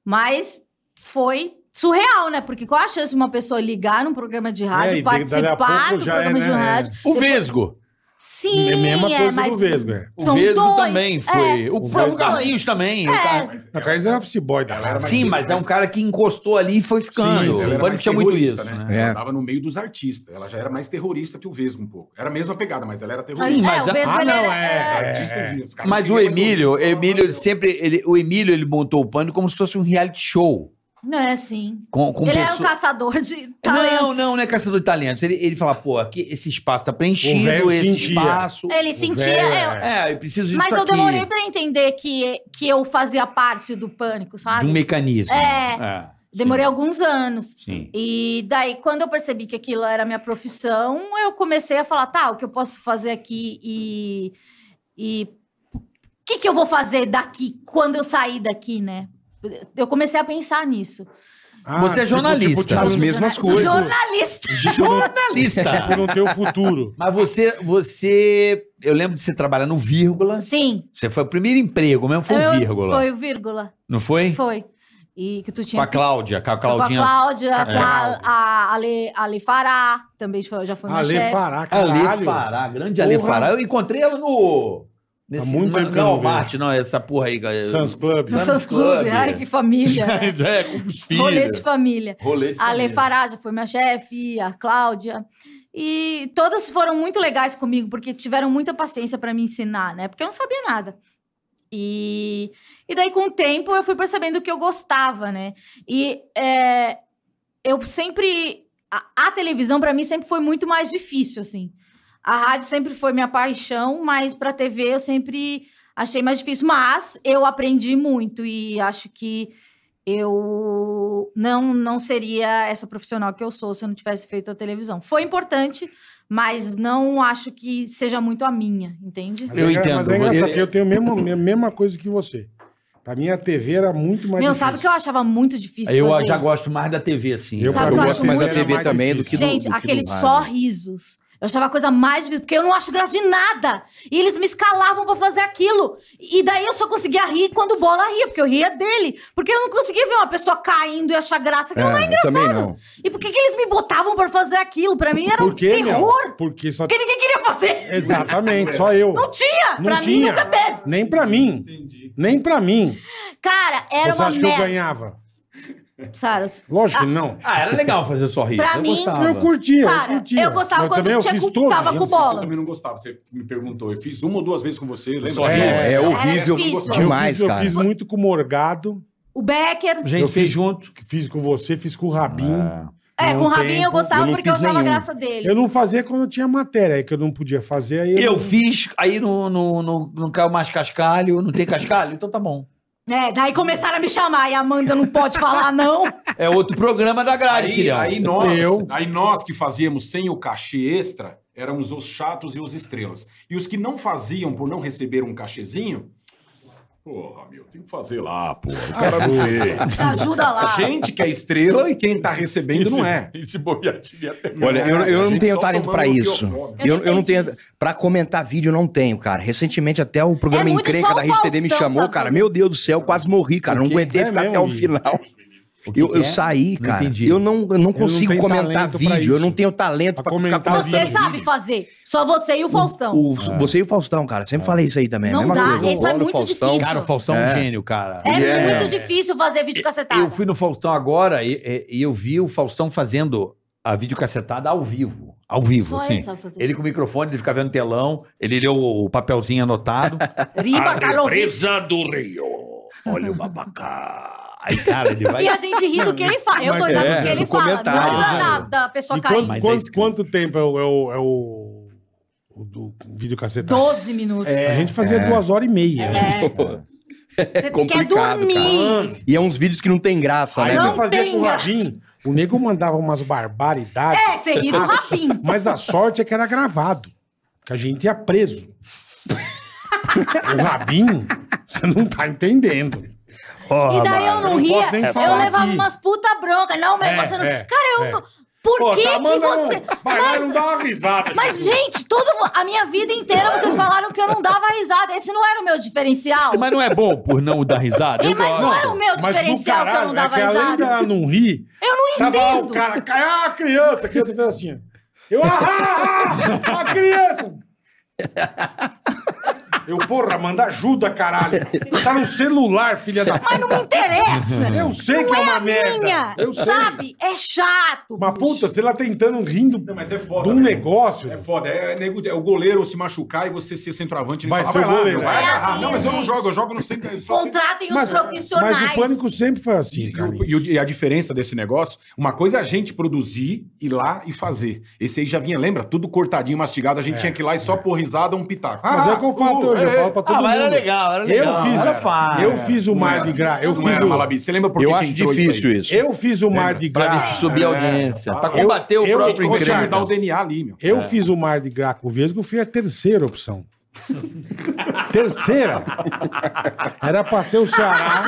S4: Mas foi. Surreal, né? Porque qual a chance de uma pessoa ligar num programa de rádio,
S3: É, e de- dali a
S4: participar
S3: pouco
S4: do
S3: já
S4: programa
S3: é,
S4: de
S3: né?
S4: rádio?
S5: O Vesgo.
S4: Sim,
S3: é a mesma
S4: é,
S3: coisa
S4: mas
S3: do Vesgo. É.
S5: O
S4: São
S5: Vesgo
S4: dois,
S5: também
S4: é,
S5: foi. Ah, o
S4: são
S5: o Carlinhos
S4: dois.
S5: também. o
S4: É,
S5: Car-
S3: A Carlinhos era office boy da galera.
S5: Sim, mas é um cara que encostou ali e foi ficando.
S3: Sim, sim.
S5: Sim, O
S10: Ela era
S5: Pânico
S10: mais
S5: tinha muito isso.
S10: terrorista,
S5: né?
S10: Ela
S6: É.
S10: andava no meio dos artistas. Ela já era mais terrorista que o Vesgo um pouco. Era a mesma pegada, mas ela era terrorista.
S5: Sim, mas
S4: é, o
S5: a-
S4: Vesgo
S3: Ah,
S4: ele
S3: não,
S4: era-
S3: é,
S4: é,
S10: Artista vinha, os caras
S5: Mas
S10: não
S5: o
S10: queriam mais
S5: Emílio,
S10: ouvir.
S5: Emílio ele sempre. Ele, o Emílio ele montou o pânico como se fosse um reality show.
S4: Não é assim.
S5: Com, com
S4: ele era um
S5: pessoa-
S4: caçador de
S5: Não,
S4: talentos.
S5: não, não é caçador de talentos. Ele, ele fala, pô, aqui esse espaço tá
S3: O velho
S5: preenchido, esse
S3: sentia.
S5: espaço.
S4: Ele sentia.
S3: velho,
S4: eu-
S5: É, eu preciso disso
S4: mas eu
S5: aqui,
S4: demorei pra entender que, que eu fazia parte do pânico,
S5: De
S4: sabe?
S5: um mecanismo.
S4: É. Demorei
S5: sim,
S4: alguns anos.
S5: Sim.
S4: E daí, quando eu percebi que aquilo era minha profissão, eu comecei a falar, tá, o que eu posso fazer aqui e. E o que, que eu vou fazer daqui quando eu sair daqui, né? Eu comecei a pensar nisso.
S3: Ah,
S5: Você é
S3: tipo,
S5: jornalista.
S3: tipo, tipo,
S6: As mesmas
S4: Sou
S6: coisas.
S4: Jornalista.
S5: Jornalista!
S3: Tipo, não ter o futuro.
S5: Mas você, você. Eu lembro de você trabalhar no vírgula.
S4: Sim.
S5: Você foi o primeiro emprego mesmo, foi o
S4: Eu-
S5: vírgula.
S4: Foi o vírgula.
S5: Não foi?
S4: Foi. E que tu
S5: Com
S4: tinha.
S5: a Cláudia, com a Claudinha.
S4: Com a Cláudia,
S5: É.
S4: com a, a Ale, Ale Fará, também foi- já foi minha
S3: Ale
S4: chefe.
S3: Fará,
S5: Ale
S3: caralho.
S5: Fará, grande Ale Fará. Eu encontrei ela no. Nesse,
S3: muito
S5: na-
S3: tempo que eu
S5: não,
S3: não
S5: não,
S3: vejo.
S5: Marte, não, é essa porra aí. galera.
S3: Sans Club.
S4: No
S5: Sam's
S4: Sans
S5: Club.
S4: Club, ai, que família. né?
S5: é, com os filhos.
S4: Rolê de família.
S5: Rolê de
S4: A Lei
S5: família.
S4: Fará já foi minha chefe, a Cláudia. E todas foram muito legais comigo, porque tiveram muita paciência pra me ensinar, né? Porque eu não sabia nada. E, e daí, com o tempo, eu fui percebendo que eu gostava, né? E é, eu sempre. A, a televisão, pra mim, sempre foi muito mais difícil, assim. A rádio sempre foi minha paixão, mas pra TV eu sempre achei mais difícil. Mas eu aprendi muito e acho que eu não não seria essa profissional que eu sou se eu não tivesse feito a televisão. Foi importante, mas não acho que seja muito a minha, entende?
S3: Mas
S5: Eu
S3: é engra-
S5: entendo,
S3: Mas é engraçado
S5: você-
S3: que eu tenho a mesma, a mesma coisa que você. Pra mim, a TV era muito mais
S4: Meu, sabe o que eu achava muito difícil
S5: Eu
S4: fazer?
S5: já gosto mais da TV, assim.
S3: Eu,
S4: Sabe
S3: pra
S4: o que eu
S3: mim,
S4: acho
S3: a
S4: muito
S3: era
S4: legal?
S6: TV também do que do-
S4: Gente,
S6: do que do
S4: aqueles
S6: rádio.
S4: só risos. Eu achava a coisa mais difícil, porque eu não acho graça de nada. E eles me escalavam pra fazer aquilo. E daí eu só conseguia rir quando o Bola ria, porque eu ria dele. Porque eu não conseguia ver uma pessoa caindo e achar graça, que não é
S6: eu também
S4: engraçado. E por que, que eles me botavam pra fazer aquilo? Pra mim era um
S3: Por quê, meu?
S4: terror.
S3: Porque só...
S4: Porque ninguém queria fazer.
S3: Exatamente, só eu.
S4: Não tinha!
S3: Não
S4: pra mim
S3: tinha.
S4: nunca teve.
S3: Nem pra mim. Nem pra mim.
S4: Cara, era
S3: você
S4: uma
S3: acha que eu
S4: merda.
S3: ganhava?
S4: Saros.
S3: Lógico que não.
S5: Ah, era legal fazer sorrir.
S4: Pra
S5: eu
S4: mim,
S5: gostava.
S3: Eu curtia,
S4: Ah. Cara,
S3: eu curtia.
S4: eu gostava
S3: Mas
S4: quando
S3: também
S4: tinha
S3: eu fiz
S4: cu-
S3: todos.
S4: tava com
S3: isso.
S4: bola.
S10: Eu também não gostava, você me perguntou. Eu fiz uma ou duas vezes com você, lembra?
S5: Só
S3: É,
S5: ri.
S6: É horrível
S4: Era difícil.
S6: demais,
S3: eu fiz,
S6: cara.
S3: Eu fiz muito com o Morgado,
S4: O Becker.
S5: Gente,
S3: Eu
S5: fez
S3: fiz-
S5: junto. Ah.
S3: que fiz com você, fiz com o Rabinho.
S4: É,
S3: Não
S4: com o Rabinho
S3: tem,
S4: eu gostava
S6: eu não
S4: porque eu
S6: fiz
S4: achava
S6: nenhum.
S4: graça dele.
S3: Eu não fazia quando tinha matéria, aí que eu não podia fazer. Aí
S5: Eu fiz, aí não, não, não, não caiu mais cascalho, não tem cascalho? Então tá bom.
S4: É, daí começaram a me chamar. E a Amanda não pode falar, não.
S5: É outro programa da grade,
S10: Aí,
S5: filhão.
S10: aí nós,
S3: Eu.
S10: aí nós que fazíamos sem o cachê extra, éramos os chatos e os estrelas. E os que não faziam por não receber um cachezinho, porra, meu, tem que fazer lá, porra. O cara não fez.
S4: Me ajuda lá.
S10: A gente que é estrela e quem tá recebendo não é. Esse boiadinho até
S6: Olha, eu, eu não tenho talento pra isso. Eu, eu não
S4: penso
S6: tenho.
S4: nisso.
S6: Pra comentar vídeo, eu não tenho, cara. Recentemente, até o programa
S4: É muito
S6: Encrenca
S4: só o
S6: da Rede TV me
S4: Faustão,
S6: chamou,
S4: sabe?
S6: cara. Meu Deus do céu, eu quase morri, cara. Não
S3: O que
S6: aguentei
S3: é
S6: ficar
S3: mesmo,
S6: até o
S3: Gui?
S6: final.
S5: O que
S6: Eu,
S5: que
S6: eu
S5: é?
S6: saí,
S5: Não
S6: cara.
S5: entendi.
S6: eu, não, eu não consigo
S3: tenho
S6: comentar
S3: talento pra
S6: vídeo. Eu não
S3: isso.
S6: tenho talento
S3: Pra
S6: pra ficar
S3: comentar
S6: comentando.
S4: Você
S3: Vídeo.
S4: sabe fazer. Só você e o Faustão.
S6: tá O, Você e o Faustão, cara.
S3: É.
S6: Sempre falei isso aí também.
S4: Não
S6: Mesma
S4: dá,
S6: coisa. Eu
S4: isso é
S6: olho o
S4: muito
S6: Faustão.
S4: difícil.
S5: Cara, o Faustão é um gênio, cara.
S4: É
S6: Yeah.
S4: muito difícil fazer vídeo cacetado.
S5: Eu fui no Faustão agora e, e- e eu vi o Faustão fazendo a videocacetada ao vivo. Ao vivo,
S4: Só
S5: assim.
S4: ele sabe fazer.
S5: Ele com o microfone, ele ficava vendo telão, ele leu o papelzinho anotado. Ah,
S4: Riba, Calovic.
S5: Presa do Rio. Olha o babacá. Aí, cara, ele vai.
S4: E a gente ri do que ele fala. Eu
S3: Mas
S4: tô risada
S6: é,
S4: do que ele
S6: no
S4: fala.
S6: comentário.
S4: Não da, da pessoa
S3: E
S4: cair.
S3: quanto,
S5: Mas é
S3: quanto,
S5: incrível.
S3: quanto tempo é o, é o, é o, o do vídeo cacetado?
S4: 12 minutos.
S3: A gente fazia duas horas e meia.
S4: É.
S3: É
S4: Você quer
S6: complicado,
S4: dormir.
S6: E é uns vídeos que não tem graça,
S3: Aí
S6: né?
S3: você
S4: Não
S6: meu?
S3: fazia
S4: tem
S3: com o
S4: graça.
S3: Rabinho, o nego mandava umas barbaridades,
S4: É, você ri do Rafim.
S3: mas a sorte é que era gravado. Que a gente ia preso. o Rabinho, você não tá entendendo.
S4: E daí
S3: eu
S4: eu não
S3: não
S4: ria,
S3: posso nem
S4: eu
S3: falar
S4: levava
S3: aqui.
S4: umas puta bronca. Não, mas
S3: É,
S4: você não.
S3: é,
S4: cara, eu
S3: é.
S4: não. Por que, que você.
S3: tá um- Vai lá e
S4: Mas,
S3: não dá uma risada.
S4: mas, gente, todo... a minha vida inteira vocês falaram que eu não dava risada. Esse não era o meu diferencial.
S5: Mas não é bom por não dar risada?
S4: E,
S5: Eu
S4: mas não
S5: gosto.
S4: era o meu
S3: Mas do
S4: diferencial que eu
S3: caralho,
S4: não
S3: é
S4: dava
S3: que Além
S4: risada.
S3: dela não rir,
S4: Eu não
S3: tava lá o
S4: entendo.
S3: cara, cai, ah, a criança, a criança fez assim. ó. Eu, ah, ah, ah, a criança. Eu, porra, manda ajuda, caralho. Tá no celular, filha da
S4: Mas não me interessa.
S3: Eu sei que é uma
S4: a
S3: merda.
S4: minha.
S3: Eu sei.
S4: Sabe? É chato.
S3: Uma puta, você lá tentando rindo
S10: Não, mas
S3: de
S10: é foda.
S3: um
S10: né?
S3: negócio.
S10: É foda, é, nego- é o goleiro se machucar e você ser centroavante. ele
S3: Vai
S10: fala,
S3: ser o
S10: lá,
S3: goleiro,
S10: meu, vai
S4: é.
S10: agarrar. Não, mas eu não
S4: Gente.
S10: jogo, eu jogo no centro. eu só-
S4: Contratem os
S3: Mas,
S4: profissionais.
S3: mas o pânico sempre foi assim,
S10: E, o-
S3: cara.
S10: e o- e a diferença desse negócio, uma coisa é a gente produzir, ir lá e fazer. Esse aí já vinha, lembra? Tudo cortadinho, mastigado, a gente tinha que ir lá e só por risada um pitaco.
S3: É. Mas é o que eu falo até hoje, eu falo pra todo
S5: Ah,
S3: mundo.
S5: mas era legal, era legal.
S3: eu fiz,
S5: era fácil.
S3: eu fiz o mar de graça. Eu fiz o,
S10: Malabi. é Você lembra por
S6: Eu
S10: que que
S6: acho
S10: entrou
S6: difícil
S10: aí?
S6: isso.
S3: eu fiz o mar de
S5: Pra ver
S3: graça.
S5: se subir a audiência. pra
S3: Eu-
S5: combater o
S3: eu-
S5: próprio
S3: eu-
S10: Tinha que mudar o
S5: encrenca.
S10: DNA ali, meu.
S3: Eu fiz o mar de graça com o Vesgo, fui a terceira opção. terceira. Era pra ser o Ceará.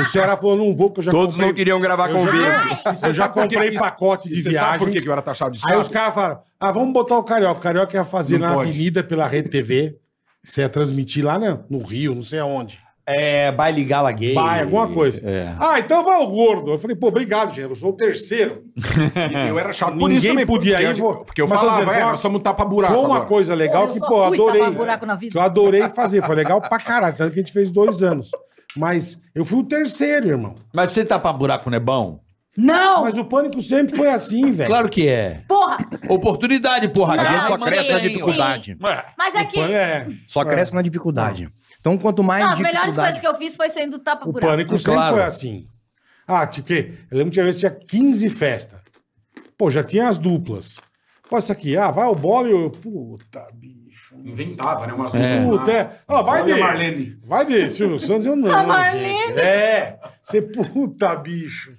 S3: O Ceará falou, não vou, porque eu já
S6: Todos não
S3: comprei...
S6: queriam gravar com o Vesgo.
S3: Eu já comprei pacote
S10: E
S3: de
S10: você sabe por
S3: viagem.
S10: que que eu era taxado de
S3: Aí os
S10: chato?
S3: caras falaram: ah, vamos botar o Carioca. O Carioca ia fazer
S10: Não
S3: na
S10: pode.
S3: Avenida pela Rede TV. Você ia transmitir lá no, no né? Rio, não sei aonde.
S5: É, baile gala gay.
S3: Pai, alguma coisa.
S5: É.
S3: Ah, então vai o gordo. Eu falei, pô, obrigado, gente. Eu sou o terceiro.
S10: Eu era chato por
S3: Ninguém
S10: isso também.
S3: podia
S10: porque
S3: ir,
S10: eu-
S3: vou-
S10: Porque eu
S3: Mas,
S10: falava,
S3: José,
S10: é,
S3: foi uma-
S10: nós somos um tapa-buraco.
S3: Foi uma
S10: agora.
S3: coisa legal
S4: Eu
S3: que,
S4: só
S3: pô,
S4: fui
S3: adorei. né?
S4: tapar buraco na vida.
S3: Que eu adorei fazer. Foi legal pra caralho. Tanto que a gente fez dois anos. Mas eu fui o terceiro, irmão.
S5: Mas você tapar buraco não é bom?
S4: Não!
S3: Mas o pânico sempre foi assim, velho.
S5: Claro que é.
S4: Porra!
S5: Oportunidade, porra.
S4: Não,
S5: A gente só
S4: sim,
S5: cresce na
S4: sim.
S5: dificuldade.
S4: Mas
S3: O
S4: aqui.
S3: pânico, é.
S6: Só cresce na dificuldade. Então, quanto mais
S4: Não, as melhores coisas
S6: dificuldade...
S4: que eu fiz foi saindo do tapa
S3: O
S4: buraco.
S3: pânico sempre
S5: Claro.
S3: foi assim. Ah, tipo, que eu lembro que tinha vez que tinha 15 festas. Pô, já tinha as duplas. Pô, essa aqui, ah, vai o Bob e o. Puta, bicho.
S10: Inventava, né? Umas
S5: É.
S3: Puta, é. Ó, vai
S10: Olha,
S3: de.
S10: Marlene.
S3: Vai de Silvio Santos, eu não.
S4: A Marlene.
S3: gente. É. Você, puta, bicho.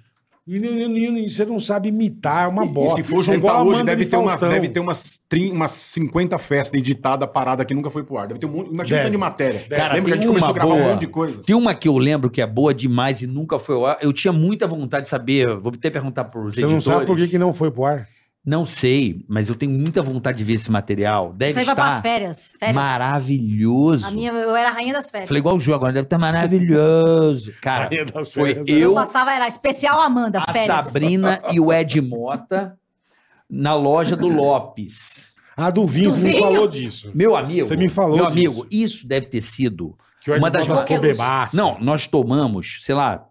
S3: E, nem- nem- nem- nem- você não sabe imitar, é uma
S10: E
S3: bosta.
S10: se for
S3: É igual
S10: juntar
S3: a
S10: hoje,
S3: Amanda
S10: deve
S3: de
S10: ter, umas,
S3: Faustão.
S10: deve ter um umas, trin- umas 50 festas editadas, parada que nunca foi pro ar. Deve ter um monte. Imagina
S3: Deve.
S10: o tanto de matéria.
S5: Cara,
S10: Lembra que a
S5: tem
S10: gente começou a
S5: uma
S10: gravar um
S5: boa.
S10: monte de coisa.
S5: Tem uma que eu lembro que é boa demais e nunca foi ao ar. Eu tinha muita vontade de saber. Vou até perguntar pros
S3: Você não sabe por que, que não foi pro ar?
S5: Não sei, mas eu tenho muita vontade de ver esse material. Deve
S4: Isso aí vai pras
S5: estar
S4: férias. Férias.
S5: maravilhoso.
S4: A minha, é eu era a rainha das férias.
S5: Falei igual o jogo, agora deve estar maravilhoso. Cara,
S3: Rainha das
S5: foi
S3: férias,
S4: eu
S5: eu,
S4: passava, era especial Amanda,
S5: a
S4: férias.
S5: Sabrina e o Ed Mota na loja do Lopes.
S3: Ah, do vinho,
S4: Do
S3: você me
S4: vinho?
S3: falou disso.
S5: Meu amigo.
S3: Você me falou
S5: Meu
S3: disso.
S5: amigo, isso deve ter sido
S3: Que o Ed
S5: Uma das
S3: Mota ficou
S4: maiores-
S3: bebaço.
S5: Não, nós tomamos, sei lá,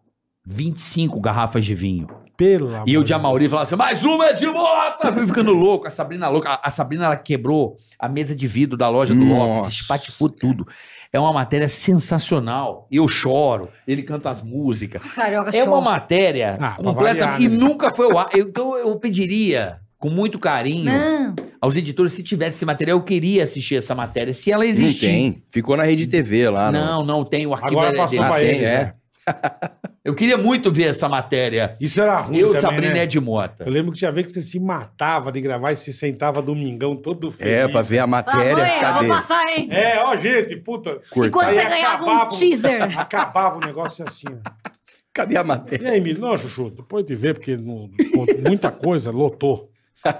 S5: 25 garrafas de vinho.
S3: Pela.
S5: E eu de Amauri falava assim, mais uma é de mota! Fui ficando louco, a Sabrina louca. A, a Sabrina, ela quebrou a mesa de vidro da loja do
S6: Nossa.
S5: Lopes, espatifou tudo. É uma matéria sensacional. Eu choro, ele canta as músicas.
S4: Carioca
S5: É
S4: show.
S5: uma matéria
S3: Ah, pra
S5: completa
S3: variar,
S5: e
S3: né?
S5: nunca foi ao ar. Eu- Então eu pediria, com muito carinho,
S4: Não.
S5: aos editores, se tivesse esse material, eu queria assistir essa matéria, se ela
S6: Não
S5: existir.
S6: tem. Ficou na rede TV lá. no-
S5: Não, não tem o arquivo
S3: Ah, Agora
S5: é
S3: passou
S5: dele.
S6: Ah,
S3: pra
S6: tem,
S3: eles,
S6: é.
S3: né?
S5: Eu queria muito ver essa matéria.
S3: Isso era ruim
S5: eu,
S3: também,
S5: Sabrina é-
S3: né?
S5: Ed Mota.
S3: Eu lembro que tinha vez que você se matava de gravar e se sentava domingão todo feliz.
S6: É, pra ver a
S4: Fala,
S6: matéria.
S4: mãe, eu
S6: cadê?
S4: vou passar, hein?
S3: É, ó, gente, puta.
S4: E quando
S3: Aí
S4: você ganhava
S3: acabava
S4: um
S3: o-
S4: teaser.
S3: Acabava o negócio assim, ó.
S6: Cadê a matéria?
S3: E aí, Emílio? Não, Chuchu, depois de ver, porque não- pô, muita coisa lotou.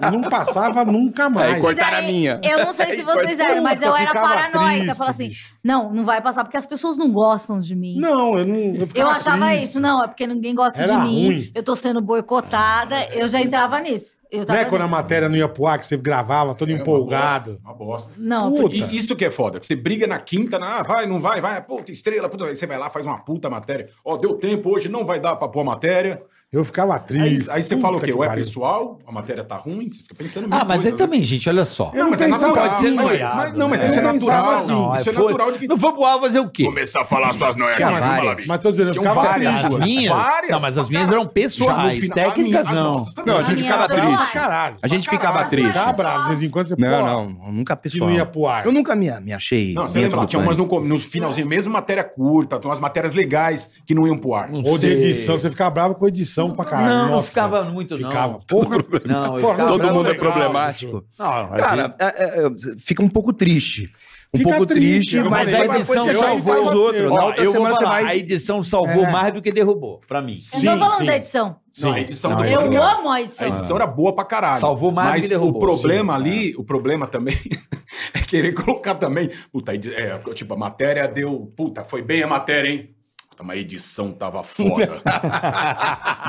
S3: E não passava nunca mais.
S6: Aí cortaram
S4: E daí,
S6: a minha.
S4: Eu não sei se vocês eram, mas eu
S3: Puta,
S4: era
S3: ficava
S4: paranoica.
S3: triste,
S4: Falava assim,
S3: bicho.
S4: não, não vai passar porque as pessoas não gostam de mim.
S3: Não, eu não. Eu,
S4: Eu
S3: ficava
S4: achava
S3: triste.
S4: isso, não, é porque ninguém gosta
S3: Era
S4: de mim,
S3: ruim.
S4: eu tô sendo boicotada, eu já entrava nisso. Eu tava
S3: Né, quando a
S4: nisso.
S3: matéria não ia pro ar, que você gravava todo
S10: É uma
S3: empolgado.
S10: bosta, Uma bosta.
S4: Não,
S3: Puta.
S4: porque-
S10: E isso que é foda, que você briga na quinta, na, ah, vai, não vai, vai, puta estrela, puta, aí você vai lá, faz uma puta matéria. Ó, deu tempo hoje, não vai dar pra pôr a matéria.
S3: Eu ficava
S10: Aí,
S3: triste.
S10: aí você fala o
S3: Puta
S10: quê?
S3: que
S10: Ué,
S3: pariu.
S10: pessoal, a matéria tá ruim, você fica pensando
S5: Ah, mas aí
S10: também.
S5: também, gente, olha só.
S3: Eu não,
S10: né? mas é
S3: pensava
S10: natural,
S3: assim,
S10: mas-
S3: mas,
S10: mas- não, mas
S3: eu
S10: isso é
S3: pensava
S10: natural,
S3: assim.
S10: não. isso é
S5: foi-
S10: natural de que-
S5: Não foi pro ar fazer o quê?
S10: Começar a falar suas noias.
S6: Tinha várias.
S3: Mas tô dizendo, eu
S10: Tinha
S3: ficava
S10: várias.
S3: triste.
S5: As minhas?
S10: Várias,
S5: não, mas
S10: pra
S5: as minhas
S10: caralho.
S5: eram pessoais,
S10: Já no final-
S5: técnicas
S10: a minha-
S5: não.
S10: as nossas também.
S6: Não, a gente
S4: minha
S6: ficava
S4: pessoa- é.
S6: triste.
S3: Caralho.
S6: A gente ficava
S4: Caralho.
S6: triste.
S3: Tá bravo, de vez em quando você
S6: Não,
S3: pô,
S6: não, nunca
S3: que não ia
S6: pessoal.
S3: pro ar.
S6: Eu nunca me, me achei.
S10: Não, você
S6: dentro
S10: lembra,
S6: do
S10: tinha umas
S6: pânico.
S10: no, com- no finalzinho, mesmo matéria curta, tinha umas matérias legais que não iam pro ar.
S5: Não
S3: Ou de
S5: sei.
S3: edição, você ficava bravo com edição pra caralho.
S5: Não, não
S3: Nossa,
S5: ficava muito, não.
S3: Ficava. Porra,
S5: Não, eu
S3: Porra,
S5: ficava
S3: todo
S5: bravo,
S3: mundo é
S5: legal.
S6: problemático.
S5: Não, mas-
S6: Cara, é, é, é, fica um pouco triste. Um
S3: Fica
S6: pouco
S3: triste,
S6: triste,
S3: eu
S6: mas
S3: falei,
S6: aí
S3: mas
S6: depois
S3: foi
S6: você
S3: eu
S6: vai e
S3: que
S6: faz
S3: tava
S6: outro.
S3: tendo.
S6: Na
S5: Ó,
S6: outra
S5: eu vou
S6: semana você
S5: falar,
S6: vai.
S5: a edição salvou
S6: É.
S5: mais do que derrubou, pra mim.
S4: eu não
S3: Sim,
S4: tô falando
S3: sim. Tá
S4: da edição. é
S10: Não, a edição
S5: Não,
S10: também
S5: eu
S10: era
S4: Eu
S10: legal.
S4: amo a
S10: A
S4: edição.
S10: edição era boa pra caralho.
S5: Salvou mais do
S10: Mas
S5: que derrubou,
S10: o problema
S5: sim.
S10: ali, o problema também é querer colocar também. Puta, edi- é, tipo, a matéria deu. Puta, foi bem a matéria, hein? Puta, mas a edição tava foda.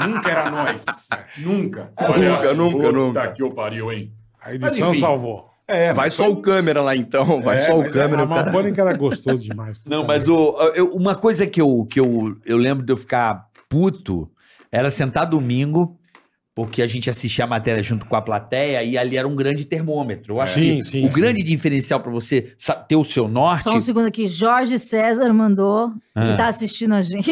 S10: nunca era nós. Nunca.
S6: Nunca, nunca,
S10: puta
S6: nunca.
S10: que eu pariu, hein?
S3: A edição
S10: Mas, enfim.
S3: salvou.
S10: É,
S6: Vai
S10: mas
S6: só o câmera lá então, vai
S10: É,
S6: só o
S10: mas é
S6: câmera.
S3: A
S6: o cara-
S3: Malpânica era gostoso demais.
S5: Não, mas o, eu- uma coisa que, eu, que eu, eu lembro de eu ficar puto era sentar domingo, porque a gente assistia a matéria junto com a plateia e ali era um grande termômetro. Eu acho
S3: Sim,
S5: que
S3: sim,
S5: o
S3: sim.
S5: grande diferencial para você sa- ter o seu norte.
S3: tipo-
S4: Só um segundo aqui, Jorge César mandou,
S3: Ah.
S4: que tá assistindo a gente.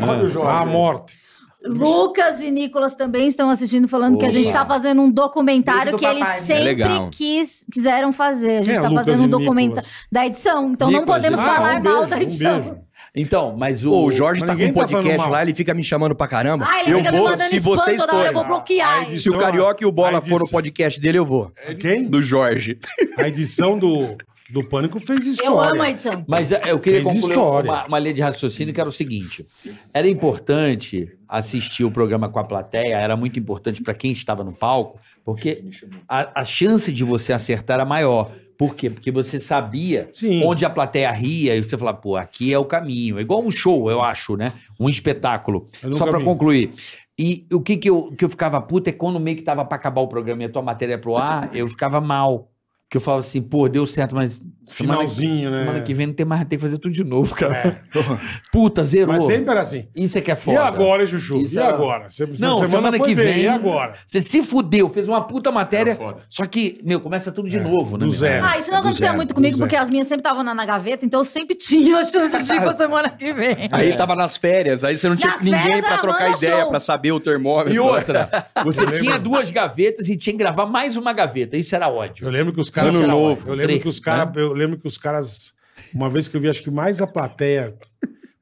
S10: Olha o Jorge.
S3: É. A morte.
S4: Lucas e Nicolas também estão assistindo, falando que a gente
S5: Opa.
S4: tá fazendo um documentário
S6: Beijo do
S4: que eles
S6: papai. É
S4: sempre
S6: legal.
S4: quis, quiseram fazer. A gente
S3: É,
S4: tá
S3: Lucas
S4: fazendo
S3: e
S4: um
S3: Nicolas.
S4: documentário da edição, então não
S5: Nicolas,
S4: podemos
S5: ah,
S4: falar
S3: um
S4: mal
S3: beijo,
S4: da
S3: um
S4: edição.
S3: beijo.
S5: Então, mas o.
S6: Pô, o Jorge
S3: Mas
S6: tá com
S3: ninguém
S6: um
S3: tá falando
S6: podcast
S3: mal.
S6: lá, ele fica me chamando pra caramba.
S4: Ah, ele
S6: eu
S4: fica me
S6: vou,
S4: mandando
S6: se
S4: spam
S6: vocês
S4: toda hora, eu vou
S6: forem.
S4: bloquear. ele.
S6: Se o Carioca e o Bola for no podcast dele, eu vou.
S3: Quem?
S6: Do Jorge.
S3: A edição do, do Pânico fez história.
S4: Eu amo a edição.
S5: Mas é, eu queria
S3: Fez
S5: concluir
S3: história.
S5: uma, uma linha de raciocínio que era o seguinte: era importante assistir o programa com a plateia, era muito importante para quem estava no palco, porque a, a chance de você acertar era maior. Por quê? Porque você sabia
S3: Sim.
S5: onde a plateia ria e você falava, pô, aqui é o caminho. É igual um show, eu acho, né? Um espetáculo.
S3: É no
S5: Só pra
S3: caminho.
S5: concluir. E o que que eu, que eu ficava puto é quando meio que tava pra acabar o programa e a tua matéria pro ar, eu ficava mal. Que eu falava assim, pô, deu certo, mas semana,
S3: Finalzinho, né? É.
S5: semana que vem não tem mais, tem que fazer tudo de novo, cara. Puta, zerou.
S3: Mas sempre era assim.
S5: Isso é que é foda.
S3: E agora, Juju?
S5: Isso
S3: e
S5: era-
S3: agora? Você-
S5: Não, semana,
S3: foi
S5: que
S3: bem,
S5: vem.
S3: E agora?
S5: Você se fudeu, fez uma puta matéria.
S10: Era foda.
S5: Só que, meu, começa tudo de novo, né?
S3: É,
S5: meu?
S3: do zero.
S4: Ah, isso não
S5: Do
S4: acontecia
S5: zero,
S4: muito comigo,
S3: do
S4: porque as minhas sempre estavam na, na gaveta, então eu sempre tinha a chance de ir pra semana que vem.
S6: Aí tava nas férias, aí você não tinha
S4: Nas
S6: ninguém
S4: férias
S6: pra
S4: era
S6: trocar
S4: Amanda
S6: ideia,
S4: Show.
S6: pra saber o termômetro.
S5: E outra, você
S3: Eu
S5: tinha
S3: lembro.
S5: duas gavetas e tinha que gravar mais uma gaveta. Isso era ódio.
S3: Eu lembro que os caras.
S5: Ano
S3: eu
S5: novo,
S3: lembro
S5: três, né?
S3: que os caras. Eu lembro que os caras. Uma vez que eu vi, acho que mais a plateia.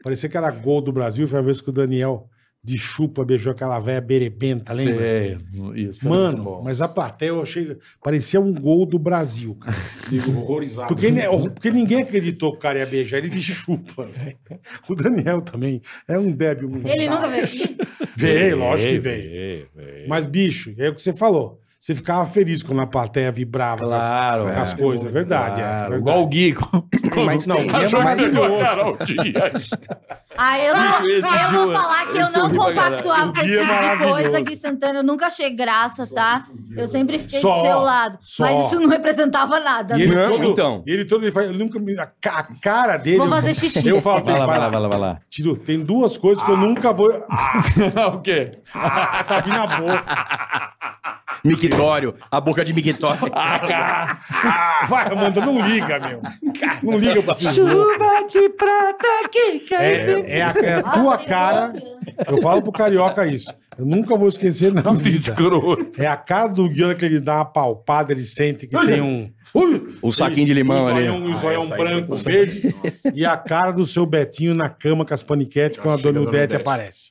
S3: Parecia que era gol do Brasil. Foi a vez que o Daniel de chupa beijou aquela velha berebenta, lembra?
S5: isso.
S3: Mano, mas a plateia eu achei. Parecia um gol do Brasil, cara.
S10: Fico horrorizado.
S3: Porque, né, porque ninguém acreditou que o cara ia beijar, ele de chupa, velho. O Daniel também é um débil. mental.
S4: Ele nunca veio aqui.
S3: Veio, lógico que veio. Mas, bicho, é o que você falou. Você ficava feliz quando a plateia vibrava. com as-
S5: Claro,
S3: com as
S5: é.
S3: coisas, é verdade. é
S5: Claro,
S3: verdade. é
S5: igual o Gui.
S6: Mas tem,
S5: cara
S6: mas-
S5: joga
S6: mas-
S5: melhor.
S4: Ah, eu não, eu vou falar que eu
S5: esse eu
S4: não
S5: ri pra caralho.
S4: compactuava com
S3: O
S4: esse
S3: Gui é
S4: tipo de
S3: maravilhoso.
S4: coisa, Gui Santana. Eu nunca achei graça, tá? Eu sempre fiquei
S3: Só,
S4: do seu lado.
S3: só.
S4: Mas isso não representava nada.
S3: E ele
S6: Não,
S3: todo,
S6: então.
S3: E ele todo, ele faz, eu nunca me, a, ca- a cara dele.
S4: Vou fazer xixi.
S3: Eu falo, pra
S5: Vai
S3: ele,
S5: lá, vai lá,
S3: vai
S5: vai lá,
S3: lá.
S5: vai lá.
S3: Tiro, tem duas coisas
S5: Ah.
S3: que eu nunca vou.
S5: o quê?
S3: Ah, tá vindo na boca.
S6: Mictório, a boca de mictório.
S3: Vai, Amanda, não liga, meu. Não liga pra esses loucos.
S5: de prata que cai.
S3: É, é a, é a
S4: Nossa, assim,
S3: tua
S4: tem
S3: cara.
S4: doce.
S3: Eu falo pro carioca isso. Eu nunca vou esquecer na vida.
S5: Escroto.
S3: É a cara do Guilherme que ele dá uma palpada, ele sente que
S5: é.
S3: tem um.
S6: O saquinho de limão
S3: um
S6: ali.
S3: zoião- Um zoião
S10: essa aí
S3: branco,
S10: foi-
S3: verde. e a cara do seu Betinho na cama com as paniquetes quando a
S10: Chega
S3: Dona
S10: a Dona
S3: Udete
S10: Odete.
S3: aparece.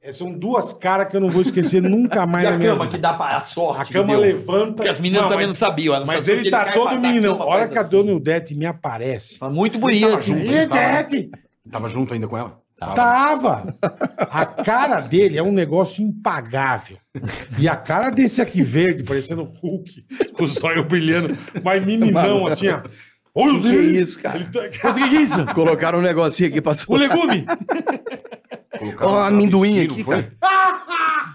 S3: É, são duas caras que eu não vou esquecer nunca mais
S5: E
S3: na
S5: a
S3: minha
S5: cama
S3: vida.
S5: que dá para a
S3: A
S5: sorte.
S3: cama
S5: que deu.
S3: levanta.
S5: Porque as meninas
S3: Não,
S5: também
S3: mas-
S5: não sabiam. elas
S3: Mas
S5: sabiam
S3: ele
S5: que
S3: tá
S5: cai pra
S3: todo
S5: dar
S3: meninão.
S5: cama,
S3: A hora
S5: faz
S3: que a
S5: assim.
S3: Dona Udete me aparece.
S5: Fala, Muito bonito.
S10: Tava junto,
S5: Ih,
S10: ele tava-
S3: Udete!
S10: Tava junto ainda com ela?
S3: Tá. Tava. A cara dele é um negócio impagável. E a cara desse aqui verde, parecendo o Hulk, com o zóio brilhando, mas meninão assim, ó. Olha
S6: Que é isso, cara?
S3: Ele tá- Mas o que que é isso?
S6: Colocaram um negocinho aqui pra
S3: O
S6: sua.
S3: legume?
S10: Colocaram
S6: Ó,
S10: um
S6: amendoim
S10: travesseiro,
S6: aqui,
S10: foi?
S6: cara.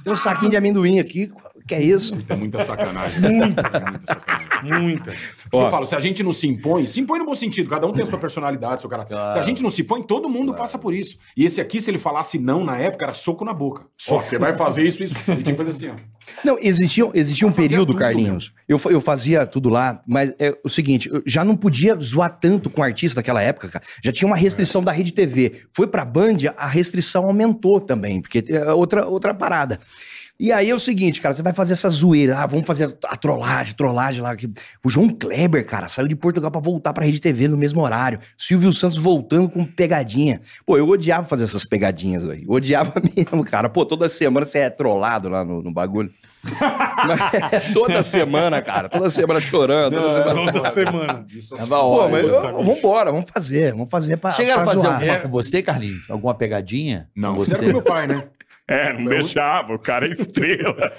S6: Tem um saquinho de amendoim aqui. Que é isso?
S10: É muita sacanagem. Muita. muita sacanagem.
S3: Muita.
S10: Porque Eu falo, se a gente não se impõe, se impõe no bom sentido, cada um tem a sua personalidade, seu caráter. Se a gente não se impõe, todo mundo passa por isso. E esse aqui, se ele falasse não na época, era soco na boca. Só você vai fazer isso, isso. Ele tinha que fazer assim, ó.
S6: Não, existia, existia um
S10: fazia
S6: período,
S10: tudo,
S6: Carlinhos. Eu, fa- eu fazia tudo lá, mas é o seguinte, eu já não podia zoar tanto com o artista naquela época, cara. Já tinha uma restrição da Rede TV. Foi pra Band, a restrição aumentou também, porque é outra, outra parada. E aí é o seguinte, cara, você vai fazer essa zoeira, ah, vamos fazer a trollagem, trollagem lá. que- O João Kleber, cara, saiu de Portugal pra voltar pra Rede TV no mesmo horário. Silvio Santos voltando com pegadinha. Pô, eu odiava fazer essas pegadinhas aí. Odiava mesmo, cara. Pô, toda semana você é trollado lá no- no bagulho. Mas toda semana, cara. Toda semana chorando. Toda semana...
S3: Toda semana.
S10: Isso
S5: Tava
S6: Pô,
S5: ótimo.
S6: mas
S3: puta,
S6: eu-
S3: bicho.
S6: vambora, vamos fazer. Vamos fazer pra.
S5: Chegaram a
S6: pra
S5: fazer
S6: zoar.
S3: É.
S5: alguma com você, Carlinhos? Alguma pegadinha?
S10: Não,
S5: você.
S10: fizeram com meu pai, né?
S11: É, não deixava, o cara é estrela.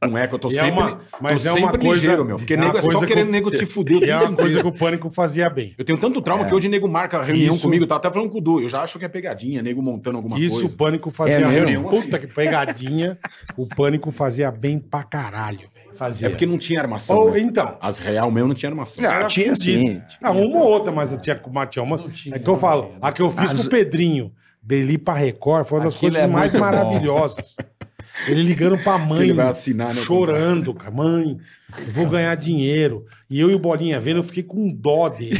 S10: Não é que eu tô
S3: E é
S10: sempre.
S3: uma- mas
S10: tô
S3: é uma
S10: sempre
S3: coisa-
S10: ligeiro, meu. Porque
S3: é uma
S10: nego é só
S3: coisa
S10: querendo
S3: que-
S10: nego te fuder. o
S3: E é
S10: tempo
S3: uma coisa
S10: inteiro.
S3: que o pânico fazia bem.
S10: Eu tenho tanto trauma que hoje nego marca reunião
S3: É. Isso-
S10: comigo, tá até falando com o Du. Eu já acho que é pegadinha, nego montando alguma
S3: Isso
S10: coisa.
S3: o pânico fazia
S6: É mesmo?
S3: bem. Puta que pegadinha. O pânico fazia bem pra caralho, velho.
S10: É
S5: Fazia.
S10: porque não tinha armação.
S3: Ou,
S10: né?
S3: então,
S10: As real mesmo não tinha armação.
S6: Não, tinha sim.
S3: Ah, uma ou outra, mas eu tinha, uma- tinha uma. é que eu falo, a que eu fiz com o Pedrinho, dele ir pra Record, foi uma das
S5: Aquilo
S3: coisas
S5: é
S3: mais
S5: muito bom.
S3: maravilhosas. Ele ligando pra mãe,
S10: ele vai assinar, né, o
S3: chorando, cara. Mãe, eu vou ganhar dinheiro. E eu e o Bolinha vendo, eu fiquei com dó dele.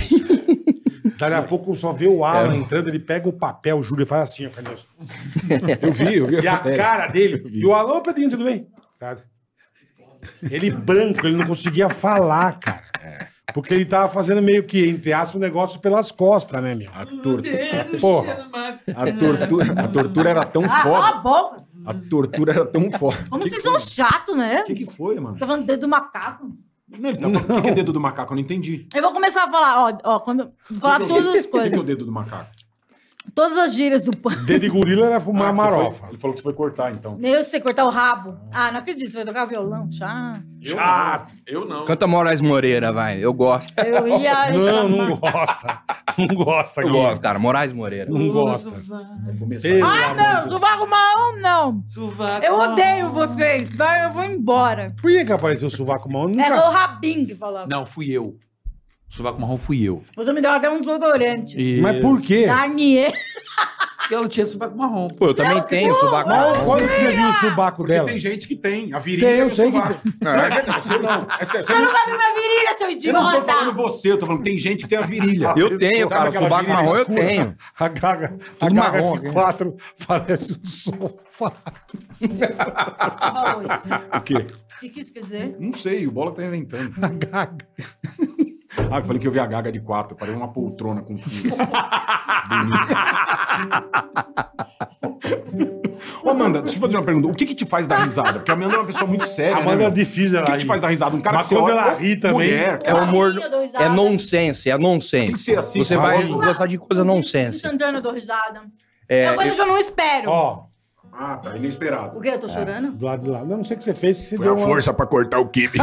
S3: Dali a pouco eu só vê o Alan entrando, ele pega o papel, o Júlio, e faz assim, ó, cadê os-
S10: Eu vi, eu vi.
S3: e a
S10: matéria.
S3: cara dele. E o alô, Pedrinho, tudo bem? Cara, Ele branco, ele não conseguia falar, cara. Porque ele tava fazendo meio que, entre aspas, um negócio pelas costas, né, meu?
S10: A, tor-
S3: Porra.
S10: a tortura, a tortura era tão
S4: Ah, cala a
S10: foda.
S4: boca.
S10: A tortura era tão foda.
S4: Como
S10: Que
S4: vocês
S10: que foi?
S4: são chatos, né?
S10: O que, que foi, mano?
S4: Tá falando dedo do macaco.
S10: Não, ele tá falando. O que, que é dedo do macaco? Eu não entendi.
S4: Eu vou começar a falar, ó, ó quando, vou falar
S10: O que que é o-
S4: todas as
S10: O que que é
S4: coisas.
S10: o dedo do macaco?
S4: Todas as gírias do pai.
S3: Dedo de gorila era fumar
S10: Ah, que você
S3: marofa.
S10: foi- ele falou que você foi cortar, então.
S4: Eu sei cortar o rabo. Ah, não acredito, você vai tocar violão? Já.
S10: Eu
S3: Ah,
S10: não. Eu não.
S6: Canta Moraes Moreira, vai. Eu gosto.
S4: Eu ia
S3: Não,
S4: chamar.
S3: não gosta. Não gosta,
S6: Eu
S3: Guilherme.
S6: gosto, cara. Moraes Moreira.
S3: Não gosta.
S10: Vou começar.
S3: Ei,
S4: Ah, não, não vai arrumar um, não. Eu odeio vocês. Vai, eu vou embora.
S3: Por que, que apareceu o sovaco mal? Nunca...
S4: Era o Rabin que falava.
S5: Não, fui eu. Sovaco marrom fui eu.
S4: Você me deu até um desodorante.
S3: Mas por quê?
S4: Garnier.
S5: Porque ela tinha sovaco marrom.
S6: Pô, eu também tenho sovaco.
S3: Qual- Quando que você viu o sovaco
S10: Porque
S3: dela?
S10: tem gente que tem. A virilha.
S3: Tem,
S10: e
S3: eu
S10: o
S3: sei que
S10: sovaco. Não, é, você não. É sério, você
S4: Eu
S10: não.
S4: nunca vi minha virilha, seu
S10: Eu não tô falando
S4: idiota.
S10: você, eu tô falando que tem gente que tem a virilha.
S6: Eu tenho,
S10: Sabe
S6: cara.
S10: aquela
S6: Sovaco
S10: virilha
S6: marrom eu
S10: escura?
S6: tenho.
S3: A gaga, a
S6: Tudo
S3: gaga
S6: marrom,
S3: de
S6: né?
S3: quatro parece um sofá.
S4: Você falou isso.
S10: O quê?
S4: O que, que isso quer dizer?
S10: Não sei, o Bola tá inventando.
S3: A gaga.
S10: Ah, eu falei que eu vi a gaga de quatro, parei uma poltrona com fundo. assim. Bonito. Ô, Amanda, deixa eu fazer uma pergunta. O que que te faz dar risada? Porque a Amanda é uma pessoa muito séria,
S3: A
S10: né,
S3: Amanda
S10: meu?
S3: é difícil
S10: O
S3: ela
S10: que, que te
S3: rir.
S10: faz dar risada? Um cara
S3: Mas
S10: que você
S3: quando
S10: olha-
S3: ela ri também-
S10: Mulher,
S6: É humor.
S4: Eu dou risada.
S6: É nonsense, é
S10: Tem que
S6: nonsense.
S10: ser assim.
S6: Você
S10: sabe?
S6: vai gostar de coisa nonsense.
S4: Instantâneo, eu dou risada. É,
S6: É,
S4: uma coisa
S6: eu-
S4: que eu não espero.
S3: Ó,
S10: Ah, tá, inesperado.
S4: O quê? Eu tô chorando?
S3: do lado de lá. Não, não sei o que você fez, que você
S11: Foi
S3: deu
S11: a
S3: uma...
S11: força pra cortar o kibe.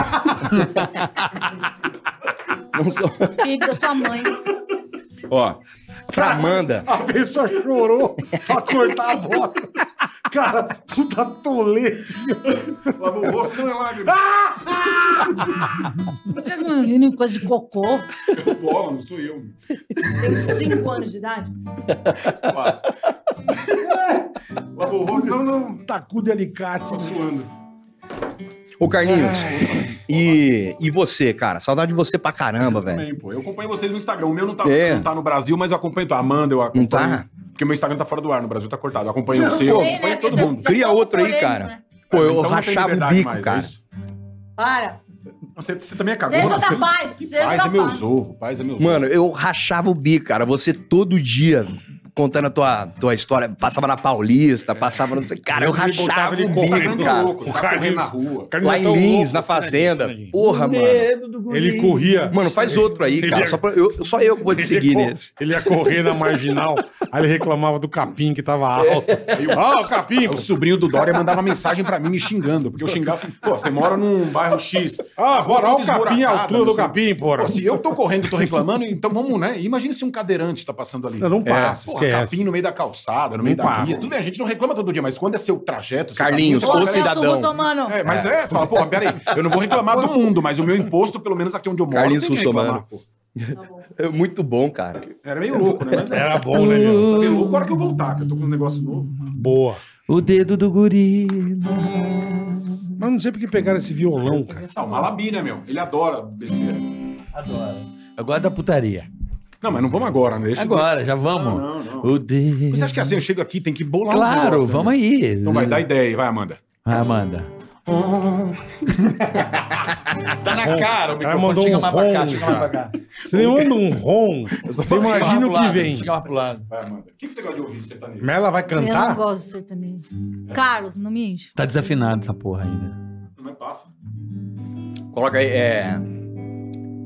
S6: não sou-
S4: Filho da sua mãe.
S6: Ó, pra Amanda,
S3: A pessoa chorou pra cortar a bosta. Cara, puta tolete.
S10: Lava o rosto, não é lágrima.
S4: Vocês não riram em coisa de cocô?
S10: É o Bola, não sou eu.
S4: Tenho 5 anos de idade.
S10: Quatro. Lava o rosto, não, não.
S3: Tacu de alicate. né?
S10: Tô suando.
S6: ô Carlinhos, e, e você, cara? Saudade de você pra caramba, velho.
S10: Também, pô. Eu acompanho vocês no Instagram. O meu não tá,
S6: É.
S10: não tá no Brasil, mas eu acompanho. A Amanda, eu acompanho.
S6: Não tá?
S10: Porque meu Instagram tá fora do ar, no Brasil tá cortado. Eu acompanho o
S6: Não,
S10: seu,
S6: pô,
S10: acompanho
S4: Porque
S10: todo
S4: né? você-
S10: mundo.
S4: você
S6: Cria
S4: é todo
S6: outro aí,
S4: polêmico,
S6: cara.
S4: né?
S6: Pô, eu
S10: Então não tem
S6: rachava o
S10: liberdade
S6: bico,
S10: mais, é
S6: cara.
S10: isso?
S4: Para.
S10: Você, você também é cagona.
S4: Seja
S10: Você...
S4: capaz. Seja
S10: Paz é
S4: capaz.
S10: meus ovos, paz é meus
S6: Mano, eu rachava o bico, cara. Você todo dia contando a tua, tua história. Passava na Paulista, passava no... Cara, eu
S3: Ele botava
S6: rachava
S3: ele
S6: o
S10: ovos. Tá
S3: correndo
S6: bico,
S10: ficando
S6: cara.
S10: louco, tá correndo tá na rua.
S6: Lá em Lins, na Fazenda. Porra, mano.
S3: Ele corria.
S6: Mano, faz outro aí,
S3: Ele
S6: cara.
S3: é-
S6: Só, pra- eu, só eu que vou te
S10: é
S6: seguir
S3: cor-
S6: nesse.
S3: ele ia correr na marginal, aí ele reclamava do capim que tava alto. Ó, o capim!
S10: O sobrinho do Dória mandava mensagem pra mim me xingando, porque eu xingava. Pô, você mora num bairro X.
S3: Ah, bora, ó, o capim, a
S10: Esburacado,
S3: altura
S10: não
S3: do
S10: sei-
S3: capim, porra.
S10: Pô, se eu tô correndo, tô reclamando, então vamos, né? Imagina se um cadeirante tá passando ali.
S3: Não, não passa,
S10: Porra,
S3: esquece.
S10: capim no meio da calçada, no meio
S3: Não
S10: da
S3: passa.
S10: guia. Tudo bem, a gente não reclama todo dia, mas quando é seu trajeto... seu
S6: Carlinhos,
S10: caminho,
S6: ou
S10: você fala,
S6: cidadão.
S4: Russomano.
S10: É, mas é, fala, pô, peraí, eu não vou reclamar do mundo, mas o meu imposto, pelo menos aqui onde eu moro,
S6: Carlinhos
S10: tem que
S6: Russomano.
S10: reclamar, pô.
S6: É muito bom, cara.
S10: Era meio louco, né? Mas
S3: Era bom, né, meu?
S10: meio louco a hora que eu voltar, que eu tô com um negócio novo.
S3: Boa.
S5: O dedo do guri.
S3: Mas não sei por que pegaram esse violão, cara.
S10: Ah, o Malabi, né, meu? Ele adora besteira.
S5: Agora da putaria.
S10: Não, mas não vamos agora, né? Deixa
S5: Agora, já vamos.
S10: Não, não, não.
S5: O dedo.
S10: Você acha que assim eu chego aqui tem que bolar uns
S5: Claro,
S10: negócios, né,
S5: vamos
S10: meu?
S5: aí.
S10: Então vai, dá ideia aí, vai, Amanda.
S5: Vai, Amanda. tá na cara, o
S3: O cara mandou um ron, cara. Você manda um ron, você imagina o que vem.
S5: Chega mais pro lado. assim,
S10: Vai, Amanda. O que, que você gosta de ouvir, sertanejo?
S3: Mas ela vai
S4: Eu não
S3: cantar?
S4: gosto de sertanejo. Carlos, não me enche.
S5: Tá desafinado essa porra aí, né?
S10: Não é passa.
S6: Coloca aí, é...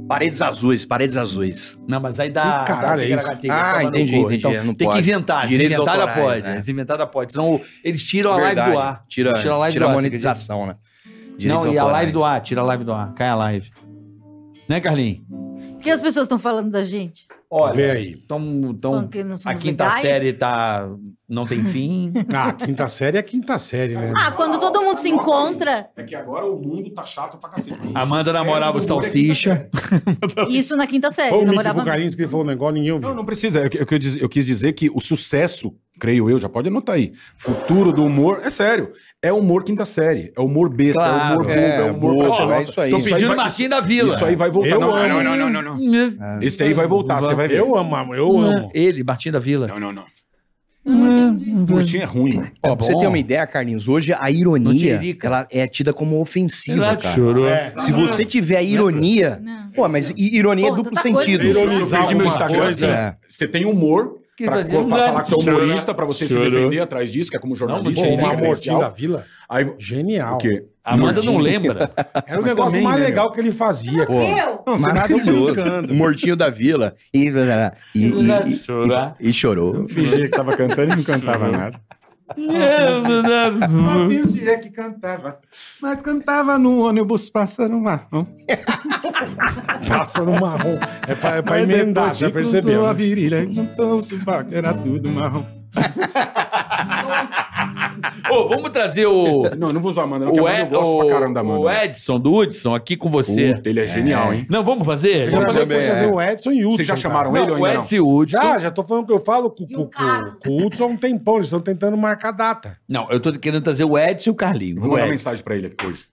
S6: Paredes azuis, paredes azuis.
S5: Não, mas aí dá.
S3: Que caralho é isso?
S6: Ah, entendi, entendi, não
S5: Então, tem que
S6: pode.
S5: inventar. Se
S6: Direitos
S5: inventar, ela
S6: autorais,
S5: pode.
S6: né?
S5: Se inventar, ela pode. Senão eles tiram a live do ar.
S6: Tira,
S5: Tira a live
S6: tira
S5: do
S6: a
S5: ar,
S6: monetização, né? Direitos
S5: Não, e a
S6: autorais.
S5: live do ar. Tira a live do ar. Cai a live. Né, Carlinhos?
S4: O que as pessoas estão falando da gente?
S3: Vê aí.
S5: Então,
S4: Falando
S5: então
S4: que não somos
S5: a quinta
S4: legais?
S5: série tá. Não tem fim.
S3: Ah, a quinta série é a quinta série, né?
S4: Ah, quando todo mundo se encontra,
S10: É que agora o mundo tá chato pra cacete.
S5: Amanda
S10: Sucesso
S5: namorava o
S10: do mundo é
S5: Salsicha.
S4: isso na quinta série.
S3: Foi o
S4: é, Eu
S3: Mickey
S4: namorava...
S3: Bucarins que ele falou um negócio, ninguém
S10: Não,
S3: ouviu.
S10: não precisa. É Eu, eu, eu quis dizer que o sucesso, creio eu, já pode anotar aí. Futuro do humor, é sério. É humor quinta série. É humor besta, é humor
S5: Claro.
S10: bobo,
S6: É,
S10: é, humor
S6: boa,
S10: praça
S6: é
S10: nossa.
S6: isso aí.
S10: Então,
S6: Isso
S5: Pedindo
S10: vai-
S5: Martim da Vila.
S10: Isso aí vai voltar.
S3: Eu
S10: não,
S3: amo.
S10: não, não, não, não, não. Esse aí vai voltar, você vai ver.
S3: Eu amo, eu amo.
S5: Ele, Martim da Vila.
S10: Não, não, não.
S4: Eu não entendi.
S10: Curtinho é ruim.
S6: Ó, pra você
S5: bom.
S6: ter uma ideia, Carlinhos, hoje a
S5: No
S6: ironia,
S5: Tiririca.
S6: ela é tida como ofensiva,
S5: é
S6: cara.
S5: chorou.
S3: É.
S6: Se você tiver a ironia...
S4: Não.
S6: Pô, mas i- ironia é
S4: Pô,
S6: duplo
S4: tanta coisa
S6: sentido.
S4: que-
S10: Eu
S3: Ironizar
S10: perdi meu
S3: alguma
S10: Instagram
S3: coisa.
S10: assim. Você tem humor,
S5: que
S10: pra,
S5: fazia
S10: pra falar que você é
S11: Chorou.
S10: humorista, pra você
S11: Chorou.
S10: se defender atrás disso, que é como jornalista.
S3: Pô,
S10: né,
S3: uma
S10: credencial.
S3: mordida vila.
S10: Aí,
S3: Genial.
S10: o quê?
S5: Amanda não lembra.
S3: Era o negócio mais
S6: né,
S3: legal que ele fazia.
S4: Pô. Eu?
S5: tá
S6: Maravilhoso. O Mortinho da Vila. E, e, e,
S5: é
S6: e-
S11: Chorar.
S6: e chorou.
S7: Fingia que tava cantando e não cantava nada.
S11: Não,
S7: Só fingia que cantava. Mas cantava no ônibus passando marrom.
S3: Passa no marrom. É pra, é pra emendar, já percebeu. né?
S7: virilha encantou o sovaco, era tudo marrom.
S5: Ô, vamos trazer o,
S10: Não, não vou usar a Amanda, não, porque
S5: o,
S10: a
S5: Ed-
S10: Amanda eu gosto pra caramba da
S5: o-
S10: Amanda.
S5: o Edson, do Hudson, aqui com você.
S10: Puta, ele é genial, hein?
S5: Não, vamos fazer? é.
S3: Eu já falei que eu ia fazer o Edson e o Hudson.
S10: Vocês já
S3: cara.
S10: chamaram ele ou
S5: Não, Ah! o
S10: ainda
S5: Edson e o Hudson.
S3: Já, já tô falando que eu falo com,
S4: E o
S3: com- com-
S4: Carlos?
S3: com o Hudson há um tempão. Eles estão tentando marcar data.
S5: Não, eu tô querendo trazer o Edson e o Carlinho.
S10: não? Vou
S5: O
S10: mandar
S5: Edson.
S10: mensagem pra ele aqui hoje.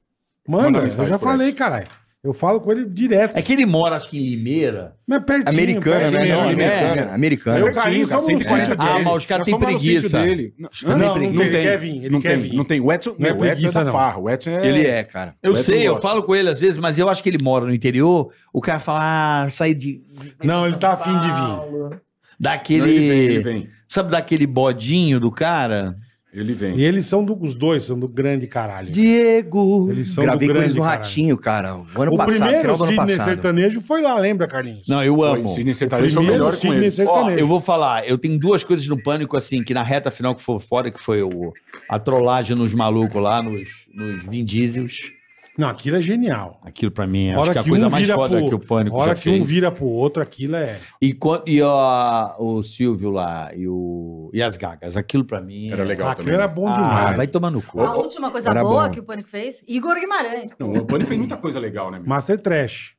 S10: Manda
S3: Manda, eu
S10: mensagem
S3: já
S10: pro
S3: falei,
S10: Edson.
S3: caralho. Eu falo com ele direto.
S5: É que ele mora, acho que em Limeira.
S3: Mas pertinho.
S5: é,
S6: Americana, né?
S3: pertinho,
S6: Não,
S3: né?
S6: americana. Americana.
S3: Eu, Carlinhos,
S10: cara,
S3: somos no
S10: 140
S3: sítio
S5: Ah,
S3: dele.
S5: mas os caras
S10: Nós
S5: têm
S10: somos lá no sítio
S5: preguiça.
S10: dele.
S3: Não, não tem,
S5: Não
S3: ele quer vir. Ele
S10: não
S3: quer
S10: tem,
S3: vir.
S10: não tem. O Edson,
S3: Não é
S10: meu, o Edson
S3: preguiça,
S10: é da
S3: não.
S10: farra. O Edson é...
S6: Ele é, cara.
S5: Eu
S10: Edson
S5: sei, eu
S10: gosta.
S5: falo com ele às vezes, mas eu acho que ele mora no interior. O cara fala, ah, sai de.
S3: Não, ele tá afim de vir.
S10: Não,
S5: Daquele.
S10: Ele vem, ele vem.
S5: Sabe daquele bodinho do cara?
S10: Ele vem.
S3: E eles são do, os dois, são do grande caralho.
S5: Diego.
S3: Eles são do
S6: Gravei com
S3: grande
S6: eles no
S3: caralho.
S6: Ratinho, cara. O ano
S3: O
S6: passado,
S3: primeiro
S6: final do ano
S3: Sidney
S6: passado.
S3: sertanejo foi lá, lembra, Carlinhos?
S5: Não, eu
S10: Foi,
S5: amo.
S10: Sidney Sertanejo é o
S3: Primeiro
S10: melhor com
S3: Sidney
S10: ele.
S3: Sertanejo.
S5: Ó, eu vou falar, eu tenho duas coisas no pânico, assim, que na reta final que foi fora, que foi o, a trollagem nos malucos lá, nos, nos vindízios.
S3: Não, aquilo é genial.
S5: Aquilo pra mim,
S3: hora um
S5: acho que é a coisa mais foda que o pânico
S3: hora
S5: já
S3: que
S5: fez.
S3: um vira pro outro, aquilo é.
S5: E, quan- e ó, o Silvio lá, e, o, e as gagas, aquilo pra mim...
S10: Era legal
S3: aquilo
S10: também.
S6: né?
S3: era bom
S5: Ah,
S3: demais.
S5: vai tomar no cu.
S4: A última coisa
S6: Era
S4: boa
S6: bom.
S4: que o Pânico fez? Igor Guimarães.
S10: Não, o Pânico fez muita coisa legal, né, meu?
S3: Master Trash.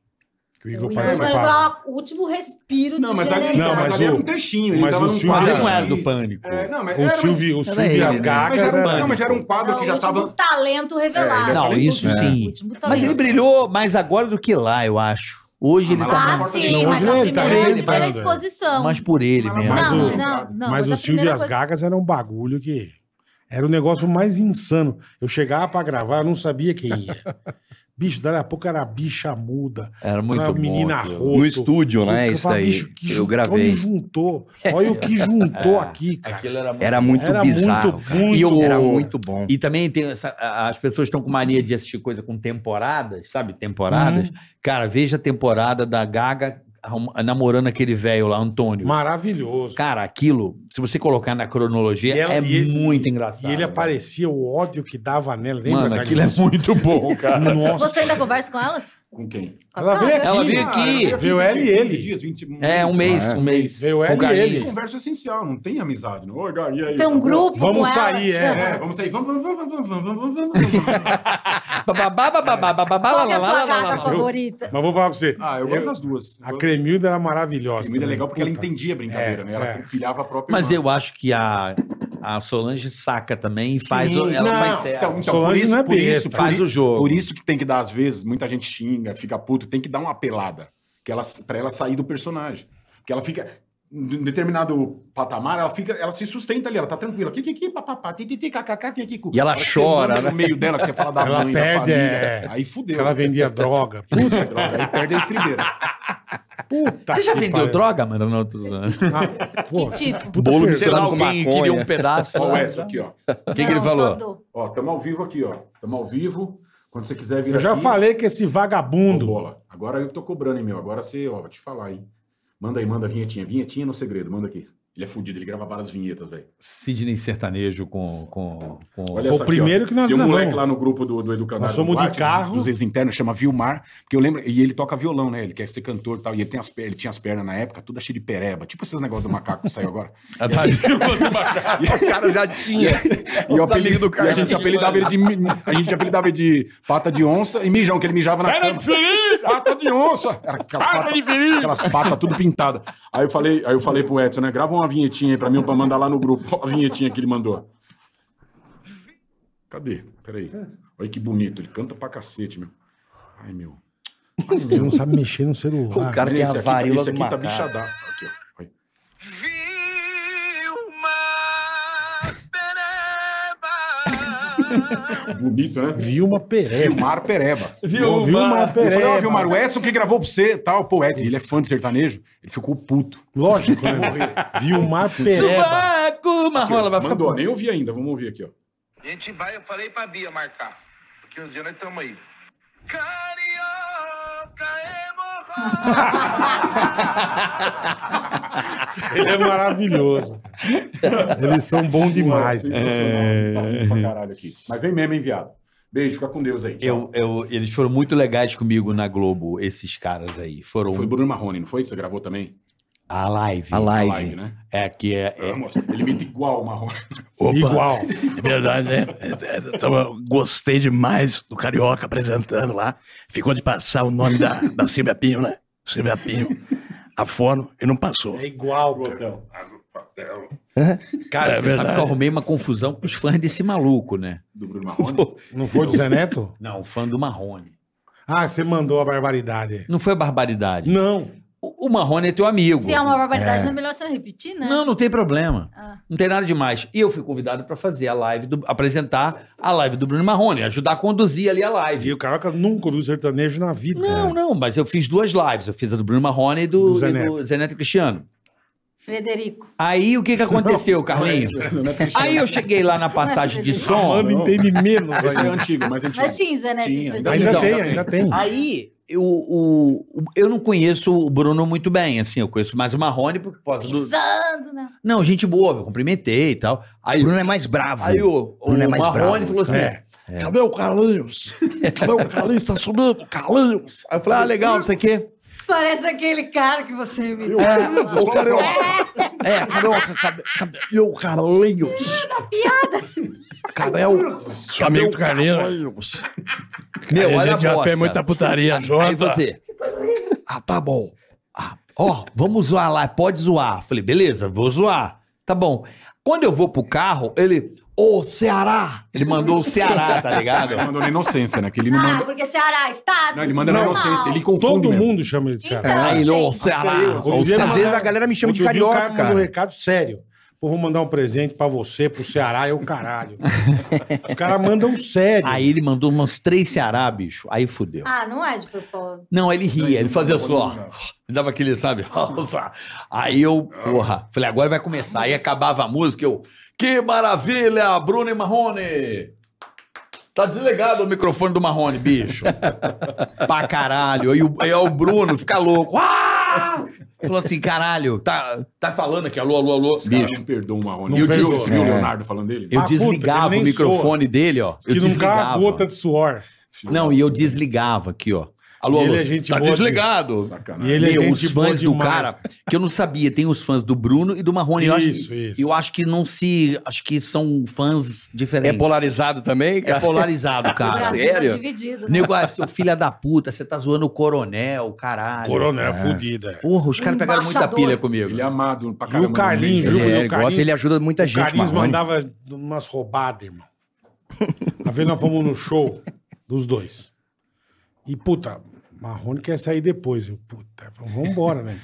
S3: Que o Igor
S4: O
S10: parece
S4: Igor
S10: Guimarães
S3: participava.
S4: é o último respiro de
S10: Não, mas ali,
S4: genialidade.
S3: Não,
S10: mas
S3: mas
S10: ali
S3: o-
S10: era um trechinho.
S3: mas
S10: tava
S3: o
S10: num
S3: Silvio-
S10: quadro.
S3: Mas ele não
S5: era do Pânico.
S10: É, não, mas
S3: O
S10: era,
S3: Silvio, o
S5: era
S3: Silvio e
S5: ele, né?
S3: as
S10: Mas, mas
S3: gagas.
S10: era,
S3: era-
S10: um- não, mas já era um quadro
S4: Não,
S10: que
S4: o
S10: já
S4: último
S10: tava...
S4: talento revelado.
S10: É,
S5: Não,
S10: falei
S5: isso
S10: tudo.
S4: O
S5: sim.
S4: último talento.
S3: é
S5: Mas ele brilhou mais agora do que lá, eu acho. Hoje ele
S10: Ah,
S5: tá
S10: mas-
S4: Ah,
S5: mais,
S4: sim,
S3: Não,
S4: mas
S3: hoje
S4: a
S3: ele tá
S4: primeira,
S3: bem,
S4: a primeira
S3: mas-
S4: exposição.
S5: mais por ele mesmo.
S3: Mas
S4: não,
S3: o-
S4: não, não.
S3: mas
S4: a
S3: o Silvio e
S4: primeira
S3: as
S4: coisa-
S3: Gagas era um bagulho que era o negócio mais insano. Eu chegava pra gravar, eu não sabia quem ia. Bicho, daí a pouco era a bicha muda,
S5: Era muito
S3: era a
S5: bom.
S3: menina
S5: aquilo.
S3: roto.
S6: No estúdio, né? Isso
S3: falava,
S6: daí.
S3: bicho, que
S6: Eu
S3: jun-
S6: gravei.
S3: Olha o que juntou. Olha o que juntou aqui, cara.
S5: Aquilo era muito
S6: Era muito
S3: Era
S6: bizarro.
S3: muito,
S6: cara.
S3: muito
S6: E o- Era
S5: bom.
S6: muito bom.
S5: E também tem essa- a- as pessoas estão com mania de assistir coisa com temporadas, sabe? Temporadas.
S3: Uhum.
S5: Cara, veja a temporada da Gaga arrum- namorando aquele velho lá, Antônio.
S3: Maravilhoso.
S5: Cara, aquilo, se você colocar na cronologia,
S3: E ela-
S5: é
S3: e ele-
S5: muito engraçado.
S6: né?
S3: E ele
S5: velho.
S3: aparecia, o ódio que dava nela. Lembra,
S5: Mano, aquilo é muito bom, cara.
S3: Nossa.
S4: Você ainda conversa com elas?
S10: Com quem?
S4: Com as
S3: Ela veio
S4: gagas?
S3: aqui.
S10: Ah,
S5: Ela veio aqui.
S3: Viu ela e ele.
S5: É, um mês,
S6: É.
S5: um mês.
S3: Veio
S5: Com
S3: ela e
S5: Carlinhos.
S3: ele.
S10: É Conversa essencial, não tem amizade. Não. Oi, cara, e aí?
S4: Tem um
S10: Tá bom?
S4: grupo
S3: Vamos
S4: com
S3: sair,
S4: elas?
S10: É, vamos sair. Vamos, vamos, vamos, vamos, vamos, vamos, vamos, vamos.
S5: Ah, Bababá, bababá, bababá,
S4: Qual que é a
S5: lá,
S4: sua
S5: lá, lá, lá,
S4: gaga
S5: lá.
S4: favorita?
S3: Mas vou falar pra você.
S10: Ah, eu gosto das duas.
S3: A Cremilda era maravilhosa.
S10: A comida é legal porque ela
S3: Puta.
S10: entendia a brincadeira,
S3: É,
S10: né? Ela
S3: é.
S10: compilhava a própria.
S5: Mas
S10: irmã.
S5: eu acho que a, a Solange saca também e faz, o-
S10: Sim,
S5: ela
S10: não,
S5: faz certo.
S10: Então, então por
S3: Solange
S10: isso,
S3: não é
S10: por isso,
S3: besta.
S10: por
S5: faz
S10: isso-
S5: o jogo.
S10: Por isso que tem que dar, às vezes, muita gente xinga, fica puto, tem que dar uma pelada. Que ela, pra ela sair do personagem. Porque ela fica. Em determinado patamar, ela fica, ela se sustenta ali, ela tá tranquila. Que, que, que, papapá, ti, ti, ti, cá, cá, cá, que, que, cu.
S6: E ela
S10: A hora que
S6: chora,
S10: você manda
S6: né?
S10: No meio dela, que você fala da
S3: Ela
S10: mãe,
S3: perde,
S10: da família.
S3: é.
S10: Aí fudeu.
S3: Ela vendia droga.
S10: Puta droga, aí perde a estribeira.
S3: Puta
S5: Você já
S3: que
S5: vendeu
S3: pariu.
S5: droga, mano? Não, tô zoando.
S3: Ah, pô,
S4: Que tipo?
S3: puta
S6: Bolo
S3: per-
S5: Sei lá,
S6: Misturado com
S5: alguém
S6: maconha.
S5: queria um pedaço.
S10: Ó, o
S5: lá.
S10: Edson aqui, ó.
S5: O que, que ele
S4: Não, só
S5: falou?
S4: dou.
S10: Ó, tamo ao vivo aqui, ó. Tamo ao vivo. Quando você quiser vir
S3: Eu já
S10: aqui-
S3: falei que esse
S10: Ô,
S3: vagabundo.
S10: bola. Agora eu que tô cobrando, hein, meu. Agora você, ó, vou te falar, hein. Manda aí, manda a vinhetinha. Vinhetinha no segredo, manda aqui. Ele é fudido, ele grava várias vinhetas, velho.
S5: Sidney Sertanejo com. com, com...
S3: Foi
S10: Olha essa
S3: o
S10: aqui,
S3: primeiro que nós
S10: Tem um moleque
S3: gravamos.
S10: lá no grupo do, do Educandário.
S3: Nós somos
S10: do
S3: de
S10: Lattes,
S3: carro.
S10: Dos ex-internos, chama Vilmar. Porque eu lembro... E ele toca violão, né? Ele quer ser cantor e tal. E ele, tem as, per- ele tinha as pernas na época, toda cheia de pereba. Tipo esses negócios do macaco que saiu agora.
S6: O cara já tinha.
S10: E, o
S6: Os amigos do
S10: apelido,
S6: cara
S10: e a gente
S6: já
S10: apelidava ele de... mi- A gente apelidava ele de pata de onça e mijão, que ele mijava na cama. Pata de onça! Era aquelas patas- Aquelas patas tudo pintadas. Aí eu falei, aí eu falei pro Edson, né? Grava uma vinhetinha aí pra mim, pra mandar lá no grupo. Ó A vinhetinha que ele mandou. Cadê? Peraí.
S3: É.
S10: Olha que bonito. Ele canta pra cacete, meu. Ai, meu.
S3: Ele não sabe mexer no celular.
S6: O cara tem a
S10: Esse aqui, tá-
S6: varíola
S10: esse
S6: do
S10: aqui tá
S6: macaco.
S10: bichadá. Aqui, ó. Olha.
S1: Vilma Pereba.
S10: Bonito, né?
S3: Vilma Pereba.
S10: Vilmar Pereba.
S3: Vilma, Vilma
S10: Eu falei, ó,
S3: Pereba.
S10: Vilmar, o Edson que gravou pra você tal. Pô, Edson, ele é fã de sertanejo. Ele ficou puto.
S3: Lógico, né? Vilmar Pereba.
S5: Subaco, Marrola, vai ficar...
S10: Mandou, nem ouvi ainda. Vamos ouvir aqui, ó.
S1: A gente vai, eu falei pra Bia marcar. Porque uns dias nós estamos aí. Carioca hemorroida.
S3: Ele é maravilhoso. Eles são bons É demais. É.
S10: Ué, sensacional. Tá rindo pra caralho aqui. Mas vem mesmo, enviado. Beijo, fica com Deus aí. Tchau.
S5: Eu, eu, eles foram muito legais comigo na Globo, esses caras aí. Foram
S10: Foi Bruno Marrone, não foi? Você gravou também?
S5: a live.
S6: A
S10: A
S6: live.
S10: live, né?
S5: É, que é, é-
S10: Vamos, Ele imita igual o Marrone.
S12: Opa,
S3: Igual.
S12: é verdade, né? Então, eu gostei demais do Carioca apresentando lá. Ficou de passar o nome da, da Silvia Pinho, né? Silvia Pinho. A fono, e não passou.
S3: É igual, Godão.
S5: Cara,
S12: É
S5: você sabe
S12: verdade.
S5: que eu arrumei uma confusão com os fãs desse maluco, né?
S10: Do Bruno Marrone.
S3: Não foi do Zé Neto?
S5: Não, fã do Marrone.
S3: Ah, você mandou a barbaridade.
S5: Não foi barbaridade.
S3: Não.
S5: O, o Marrone é teu amigo.
S4: Se é uma barbaridade, não é melhor você não repetir, né?
S5: Não, não tem problema.
S4: Ah.
S5: Não tem nada demais. E eu fui convidado pra fazer a live, do, apresentar a live do Bruno Marrone, ajudar a conduzir ali a live.
S3: E o Carioca nunca ouviu sertanejo na vida.
S5: Não, não, mas eu fiz duas lives. Eu fiz a do Bruno Marrone e do,
S3: Do Zé
S5: e do Zé Neto Cristiano.
S4: Frederico.
S5: Aí o que, que aconteceu, Carlinhos? Aí eu cheguei lá na passagem de som.
S3: Mano, entende menos
S10: Esse é
S3: ainda.
S10: antigo, mais antigo.
S4: Mas sim, Zé Neto.
S10: Tinha,
S4: Frederico.
S3: Ainda
S5: Então,
S3: tem, ainda tem.
S6: Ah,
S5: Aí eu, o, o- eu não conheço o Bruno muito bem, assim, eu conheço mais o Marrone por causa do.
S4: Pisando, né?
S5: Não, gente boa, eu cumprimentei e tal. Aí,
S6: O Bruno é mais bravo.
S5: aí o, o
S6: Bruno é mais
S5: Marrone
S6: bravo.
S5: falou assim:
S6: É.
S12: Cadê o Carlinhos? Cadê o Carlinhos? Tá subindo, Carlinhos.
S5: Aí eu falei, ah, legal, não sei o quê.
S4: Parece aquele cara que você imitou.
S12: O Carioca. É, Carioca. Cadê, cadê? E o Carlinhos?
S5: Cadê o.
S12: Seu amigo do Carlinhos.
S5: Carlinhos?
S12: Meu,
S5: Meu,
S12: a
S5: olha a
S12: gente já
S5: bosta.
S12: fez muita putaria junto.
S5: Aí você. Ah, tá bom. Ah, Ó, vamos zoar lá, pode zoar. Falei, beleza, vou zoar. Tá bom. Quando eu vou pro carro, ele. Ô, Ceará! Ele mandou o Ceará, tá ligado?
S10: Ele mandou na inocência, né? Que ele não
S4: Ah,
S10: manda.
S4: porque Ceará, Estado.
S10: Não, ele manda na
S4: Não.
S10: inocência. Ele confunde.
S3: Todo
S10: mesmo.
S3: mundo chama ele de Ceará.
S4: Então,
S5: Aí,
S4: gente.
S5: não, Ceará.
S6: Ah,
S5: Ou
S3: dia
S5: Ceará.
S3: mandar-
S6: Às
S3: um-
S6: vezes a galera me chama de
S3: outro dia
S6: carioca,
S3: O cara mandou um
S6: cara.
S3: recado sério. Pô, vou mandar um presente pra você, pro Ceará, eu caralho. Os caras mandam sério.
S5: Aí ele mandou umas três Ceará, bicho. Aí fudeu.
S4: Ah, não é de propósito.
S5: Não, ele ria, ele fazia assim, ó. Me dava aquele, sabe? Aí eu, porra, falei, agora vai começar. Aí acabava a música, eu. Que maravilha, Bruno e Marrone! Tá desligado o microfone do Marrone, bicho. pra caralho. Aí o, aí o Bruno fica louco. Ah! Falou assim, caralho, tá, tá falando aqui, alô, alô, alô.
S10: Cara,
S5: Bicho,
S10: não perdoa o Marrone.
S3: Ah. Não
S10: E o
S3: perdoa.
S10: Diogo, Você viu o
S3: É.
S10: Leonardo falando dele?
S5: eu
S3: Ah, puta,
S5: desligava
S3: que ele
S5: o
S3: nem soa.
S5: microfone dele, ó. Eu
S3: que não cai a
S5: desligava.
S3: gota de suor.
S5: Não, e eu desligava aqui, ó. Alô,
S3: E ele
S5: alô.
S3: é gente
S5: tá
S3: boa de-
S5: desligado.
S10: Sacanagem.
S3: E ele é
S5: Meu,
S3: gente
S5: os
S3: boa
S5: fãs do
S3: demais.
S5: cara, que eu não sabia, tem os fãs do Bruno e do Marrone. Eu acho-
S3: Isso, isso.
S5: Eu acho que não se. Acho que são fãs diferentes.
S6: É polarizado também,
S5: É
S6: cara?
S5: polarizado,
S4: O
S5: cara.
S4: Brasil
S6: sério?
S4: tá dividido. Né?
S5: Nego, ah, seu filho da puta, você tá zoando o coronel, caralho.
S3: Coronel é um fudida.
S5: Porra, os caras pegaram muita
S4: Embaixador.
S5: pilha comigo.
S10: Ele é amado pra
S3: E o
S10: caramba. no
S3: Carlinhos,
S10: meio.
S3: viu? Bruno,
S6: É, ele
S3: o Carlinhos-
S6: gosta, ele ajuda muita
S3: O
S6: gente,
S3: Carlinhos
S6: Marrone.
S3: mandava umas roubadas, irmão. Uma vez nós fomos no show dos dois. E, puta, Marrone quer sair depois. Eu, puta, vamos embora, né?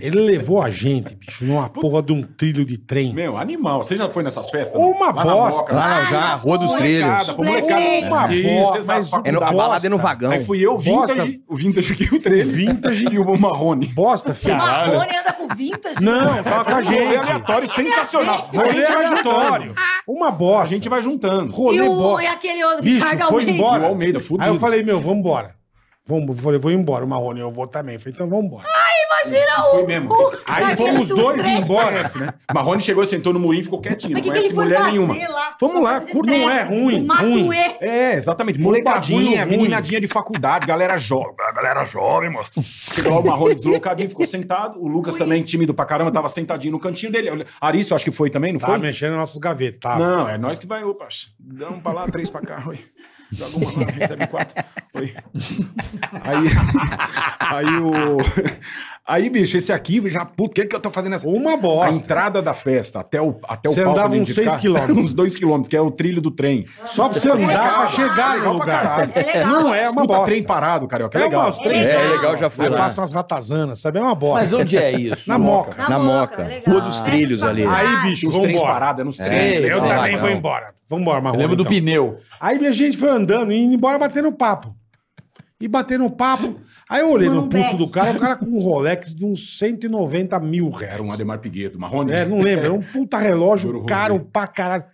S3: Ele levou a gente, bicho, numa porra de um trilho de trem.
S10: Meu, animal. Você já foi nessas festas?
S3: Uma
S10: Lá na
S3: bosta.
S10: Moca,
S6: Lá
S10: lá
S6: na Ah, já, Rua dos Trilhos.
S10: Molecada, pra molecada.
S4: Moleque.
S3: Uma
S10: Isso,
S3: bosta,
S10: exato,
S3: mas
S10: faculdade.
S6: É na
S3: bosta.
S6: balada no vagão.
S10: Aí fui eu,
S3: Bosta.
S10: vintage, o vintage que o trailer. Vintage e o Marrone.
S3: Bosta, filho.
S4: O Marrone anda com vintage.
S3: Não, tava com a
S10: Rolê
S3: gente.
S10: aleatório sensacional.
S3: Rolê
S10: A gente vai
S3: aleatório.
S10: juntando.
S3: Uma
S10: A
S3: bosta.
S10: gente vai juntando.
S4: E,
S3: Rolê
S4: o, e
S3: bosta.
S4: aquele outro
S3: Bicho,
S4: Ricardo
S3: foi
S4: Almeida.
S3: embora.
S10: O Almeida, é fudido.
S3: Aí eu falei, meu, vambora. Vamos, falei, vou embora. O Marrone, eu vou também. Eu falei, então vambora.
S4: Imagina o.
S10: Foi mesmo.
S4: o-
S3: Aí
S4: imagina
S3: fomos
S4: o
S3: dois
S4: trem.
S3: embora.
S10: né? Marrone chegou, sentou no murinho e ficou quietinho.
S4: Mas
S10: Não
S4: o que, que ele
S10: conhece
S4: foi
S10: mulher
S4: fazer
S10: nenhuma.
S4: lá?
S10: Vamos lá,
S4: Fazer
S10: curta.
S3: não
S4: trap.
S3: é ruim,
S4: O Matuê.
S10: É, exatamente.
S3: bagulho
S10: Molecadinha,
S3: ruim.
S10: meninadinha de faculdade, galera jovem. Galera jovem, moço. Chegou lá o Marrone deslocadinho, ficou sentado. O Lucas também, tímido pra caramba, tava sentadinho no cantinho dele. Olha, Arício, acho que foi também, não
S3: Tá
S10: foi?
S3: mexendo nas nossas gavetas. Tá.
S10: Não, é nós que vai, opa, dá um pra lá, três pra cá, oi. Joga uma lá, recebe quatro. Oi. Aí, aí o. Aí, bicho, esse aqui já, puto, o que, que eu tô fazendo essa.
S3: Uma
S10: A
S3: bosta.
S10: entrada da festa até o até
S3: Você
S10: o palco
S3: andava
S10: dentro
S3: uns
S10: de
S3: seis
S10: carro,
S3: quilômetros.
S10: uns 2 km, que é o trilho do trem.
S3: Só pra você andar pra chegar
S10: legal
S3: no
S10: pra
S3: lugar.
S10: caralho.
S4: É legal.
S3: Não é uma
S10: Puta,
S3: bosta.
S10: trem parado, carioca. É
S3: É
S10: legal.
S3: uma bosta. trem.
S4: É legal.
S6: já
S3: Aí passa umas ratazanas, sabe? É uma bosta.
S5: Mas onde é isso?
S3: Na moca.
S6: Na Moca. Rua dos Trilhos ali.
S5: Ah,
S3: Aí, bicho,
S10: Os trens
S3: vambora.
S10: parados, é nos
S5: Sei,
S10: trens.
S5: eu
S3: Eu
S5: Sei lá,
S3: também
S5: não.
S3: vou embora. Vambora,
S5: Eu
S3: Marrom.
S5: lembro do
S3: então.
S5: pneu.
S3: Aí minha gente foi andando, indo embora, batendo papo. E batendo papo. Aí eu olhei no
S4: Mano,
S3: pulso
S4: velho.
S3: do cara, o cara com um Rolex de uns 190 mil reais.
S10: Era um Ademar Piguedo, Marrone.
S3: É, não lembro. Era um puta relógio
S10: Juro,
S3: caro
S10: Rosé.
S3: pra caralho.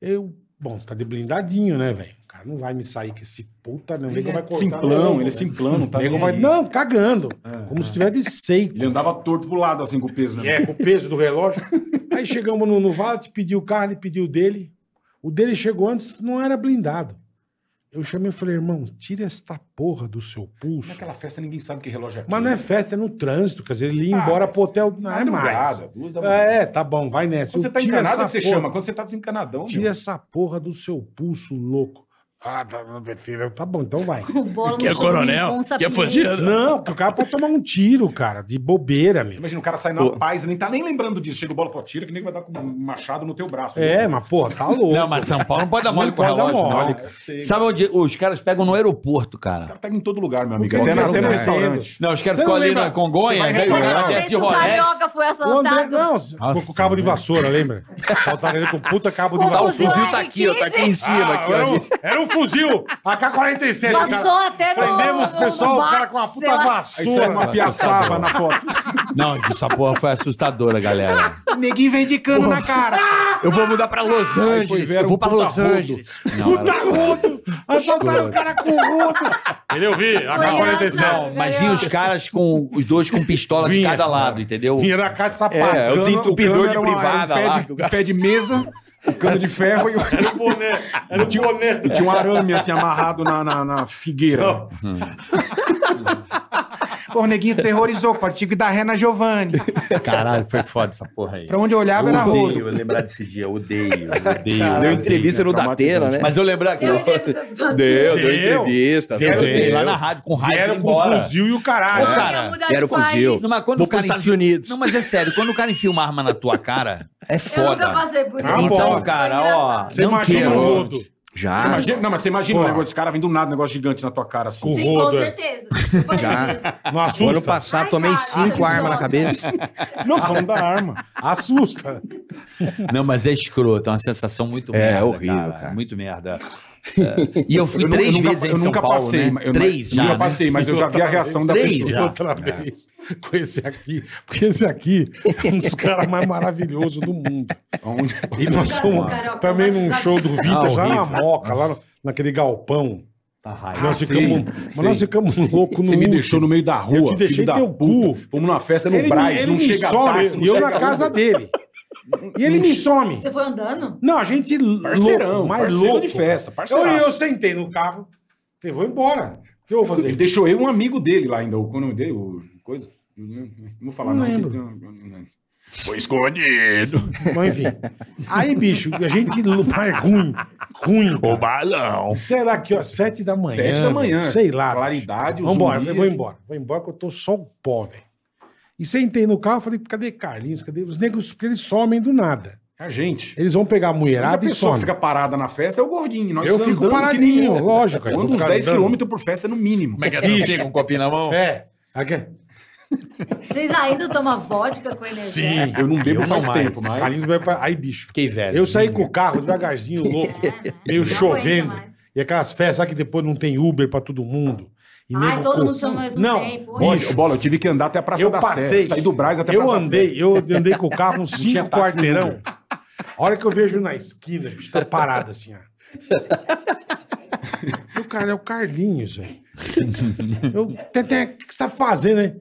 S3: Eu, bom, tá de blindadinho, né, velho? O cara não vai me sair com esse puta, não. Ele vai cortar.
S10: Simplão, ele é simplão, não tá
S3: Nego
S10: nem
S3: vai,
S10: aí.
S3: não, cagando. Como se tiver de seio.
S10: Ele andava torto pro lado, assim, com o peso,
S3: E
S10: né?
S3: é, com o peso do relógio. Aí chegamos no, no Vale, pediu o carro, ele pediu o dele. O dele chegou antes, não era blindado. Eu chamei e falei, irmão, tira esta porra do seu pulso.
S10: Naquela festa ninguém sabe que relógio é
S3: Mas não é festa, é no trânsito, quer dizer, ele ia embora
S10: mas tá
S3: pro hotel, não é mais.
S10: Madrugada, duas da manhã.
S3: É, tá bom, vai nessa.
S10: Quando você
S3: Eu,
S10: tá
S3: "Tira
S10: encanado,
S3: essa
S10: é que você
S3: porra,
S10: chama. Quando você tá desencanadão,
S3: Tira
S10: meu.
S3: essa porra do seu pulso, louco. Ah, tá, tá bom, então vai.
S4: O bolo
S12: Que é coronel, que é fudido.
S3: Não, que o cara pode tomar um tiro, cara, de bobeira, meu.
S10: Imagina, o cara sai na paz, nem tá nem lembrando disso. Chega o bola, pô, tira, que nem vai dar com um machado no teu braço.
S3: É,
S10: né?
S3: mas porra, tá louco.
S5: Não, mas São Paulo não pode dar mole
S3: Não
S5: com
S3: pode dar
S5: relógio,
S3: mole,
S5: não. Sabe onde os caras pegam no aeroporto,
S10: O
S5: cara?
S10: cara pega em todo lugar, meu amigo. É
S3: Porque
S10: Qualquer
S3: tem
S10: lugar.
S3: nascendo
S10: restaurante.
S5: Não, os caras
S3: Você
S5: ficam
S3: não
S5: ali
S3: lembra?
S5: na Congonha, né? é
S10: Você vai
S5: aí o cara
S4: Uma
S10: restaurar.
S5: desce
S4: vez
S5: de
S4: o
S5: Rolex.
S4: carioca foi
S3: O André, não,
S4: assaltado.
S3: com
S5: Nossa,
S3: o cabo de
S5: velho.
S3: vassoura, lembra? Assaltaram ele com o puta cabo de
S4: Com
S3: vassoura.
S4: fuzil.
S6: fuzil tá aqui, ó, tá aqui em cima. aqui, ó,
S3: era, um,
S6: gente.
S3: era um fuzil AK-47. cara.
S4: Passou até no.
S3: Prendemos o pessoal, o cara com uma puta
S10: Aí sai
S3: vassoura.
S10: uma piaçava na foto.
S5: Não, essa porra foi assustadora, galera.
S6: Neguinho vem de cano na cara. Eu vou mudar pra Los Angeles. Eu vou pra Los Angeles.
S5: Não,
S3: Puta
S5: era-
S3: rodo! Assaltaram o cara com rodo!
S11: Ele eu vi.
S4: Foi engraçado,
S5: Não, mas vinham os caras com os dois com pistola de
S3: Vinha.
S5: cada lado, entendeu?
S3: Vinha na casa de sapato.
S6: É, o desentupidor de
S10: era uma-
S6: privada
S10: era um
S6: lá.
S10: pé de- pé de mesa, o cano de ferro e o
S11: Era um boné. Era um boné.
S10: E tinha um arame assim amarrado na, na, na figueira.
S6: Pô, o neguinho terrorizou, partiu que da Rena Giovanni.
S5: Caralho, foi foda essa porra aí.
S6: onde olhava
S3: um
S5: odeio lembrar desse dia, odeio, odeio.
S6: Deu entrevista no Datena, né?
S5: Mas eu lembrar que eu
S6: Deu, deu
S3: Deu.
S6: entrevista.
S5: eu
S6: deu,
S5: dei
S6: deu.
S5: lá na rádio com raiva
S3: Vieram
S5: fui
S3: com
S5: embora.
S3: fuzil e o caralho.
S5: Ô, cara,
S6: Era o fuzil.
S5: não, mas quando
S6: Vou
S5: o cara
S6: pros Estados
S5: enfia-
S6: Unidos.
S5: Não, mas é sério, quando o cara enfia uma arma na tua cara, é
S4: Eu nunca
S5: foda.
S4: passei por
S3: Ah,
S4: isso.
S3: bom.
S5: Então,
S4: Tá Foi
S5: cara, ó,
S4: engraçado.
S3: Você
S5: não
S3: imagina
S5: quero.
S3: o rodo.
S10: Você
S6: Já.
S10: Imagina, não, mas você imagina o
S3: Porra.
S10: negócio, esse cara vindo do nada, um negócio gigante na tua cara assim.
S3: Com
S4: Sim, com
S3: rodo, é.
S4: certeza. Eu falei
S6: Já.
S4: mesmo.
S3: Não
S6: O ano
S3: assusta.
S6: passado
S4: Ai,
S6: tomei
S4: cara,
S6: cinco
S4: idiota.
S6: armas na cabeça.
S3: Não, tô falando da arma. Assusta.
S5: Não, mas é escroto, é uma sensação muito
S6: É,
S5: merda.
S6: horrível, cara.
S5: Muito merda. É. E eu fui três
S10: nunca-
S5: vezes em
S10: eu
S5: São
S10: nunca
S5: Paulo,
S10: passei,
S5: né?
S10: mas eu
S5: três
S10: não,
S5: já,
S10: nunca
S5: né?
S10: passei, mas eu já vi a reação da
S5: Três
S10: pessoa.
S5: já.
S3: Outra vez. Com esse aqui. Porque esse aqui é um dos caras mais maravilhosos do mundo.
S10: Aonde-
S3: E nós fomos
S4: Carioca,
S3: também num
S4: traumatizado.
S3: show do Vitor, já na
S5: horrível.
S3: moca, lá no- naquele galpão.
S5: Tá raiva.
S3: nós,
S10: sei,
S3: ficamos, mas
S10: sei.
S3: nós ficamos loucos no
S10: Você me
S3: último.
S10: deixou no meio da rua.
S3: Eu te deixei
S10: filho da
S3: teu
S10: puta.
S3: cu.
S10: Fomos numa festa no
S3: Ele,
S10: Braz,
S3: ele
S10: não
S3: me
S10: chega
S3: some,
S10: táxi, não
S3: e eu
S10: chega
S3: na casa
S10: Uber.
S3: dele. E ele me some.
S4: Você foi andando?
S3: Não, a gente
S10: Parceirão,
S3: louco, mais
S10: parceiro
S3: louco.
S10: de festa,
S3: eu,
S10: parceiraço.
S3: eu sentei no carro, falei, vou embora. O que eu vou
S10: Ele
S3: fazer?
S10: deixou eu e um amigo dele lá ainda. o- Qual é o nome dele? O coisa? Não vou falar,
S3: Não
S10: não.
S3: lembro.
S10: porque tem um-
S11: Foi escondido.
S3: Mas enfim. Aí, bicho, a gente mais ruim, ruim.
S11: O
S3: Cara.
S11: balão.
S3: Sei lá que, ó, sete da manhã.
S10: Sete da manhã.
S3: Sei lá.
S10: Claridade,
S3: Vamos embora,
S10: zumbi.
S3: vou embora. Vou embora que eu tô só o pó, velho. E sentei no carro, falei, cadê Carlinhos? Cadê os negros? Porque eles somem do nada.
S10: É a gente.
S3: Eles vão pegar a
S10: A
S3: mulherada e
S10: pessoa que
S3: somem.
S10: fica parada na festa é o gordinho. Nós
S3: Eu
S10: andamos
S3: fico
S10: que nem
S3: paradinho,
S10: louco.
S3: lógico. eu
S10: Anda
S3: fico
S10: uns 10
S3: andando.
S10: km por festa no mínimo.
S5: Como é que é? Não chega com um copinho na mão?
S3: É. Aqui.
S4: Vocês ainda tomam vodka com né? energia?
S3: É.
S10: Eu não
S5: Eu
S10: bebo
S5: não
S10: faz
S5: mais.
S10: tempo, mas.
S3: Carlinhos vai pra- Aí, bicho.
S5: Fiquei velho.
S3: Eu saí com o carro devagarzinho, louco, meio
S4: Não
S3: chovendo.
S4: aguento mais.
S3: E aquelas festas sabe que depois não tem Uber pra todo mundo. E
S4: Ai,
S3: nego
S4: todo
S3: com-
S4: mundo chama ao mesmo
S3: Não,
S4: tempo.
S10: Olha,
S3: bicho.
S10: bola, eu tive que andar até a Praça
S3: Eu
S10: da
S3: passei.
S10: Sé. Saí do Brás até a
S3: Eu
S10: Praça da
S3: andei, eu andei com o carro uns
S10: tinha
S3: cinco
S10: táxi no
S3: quarteirão. A hora que eu vejo na esquina, bicho, tá parado assim, ó. E o cara é o Carlinhos, velho. Eu, Teté, o que você tá fazendo, hein?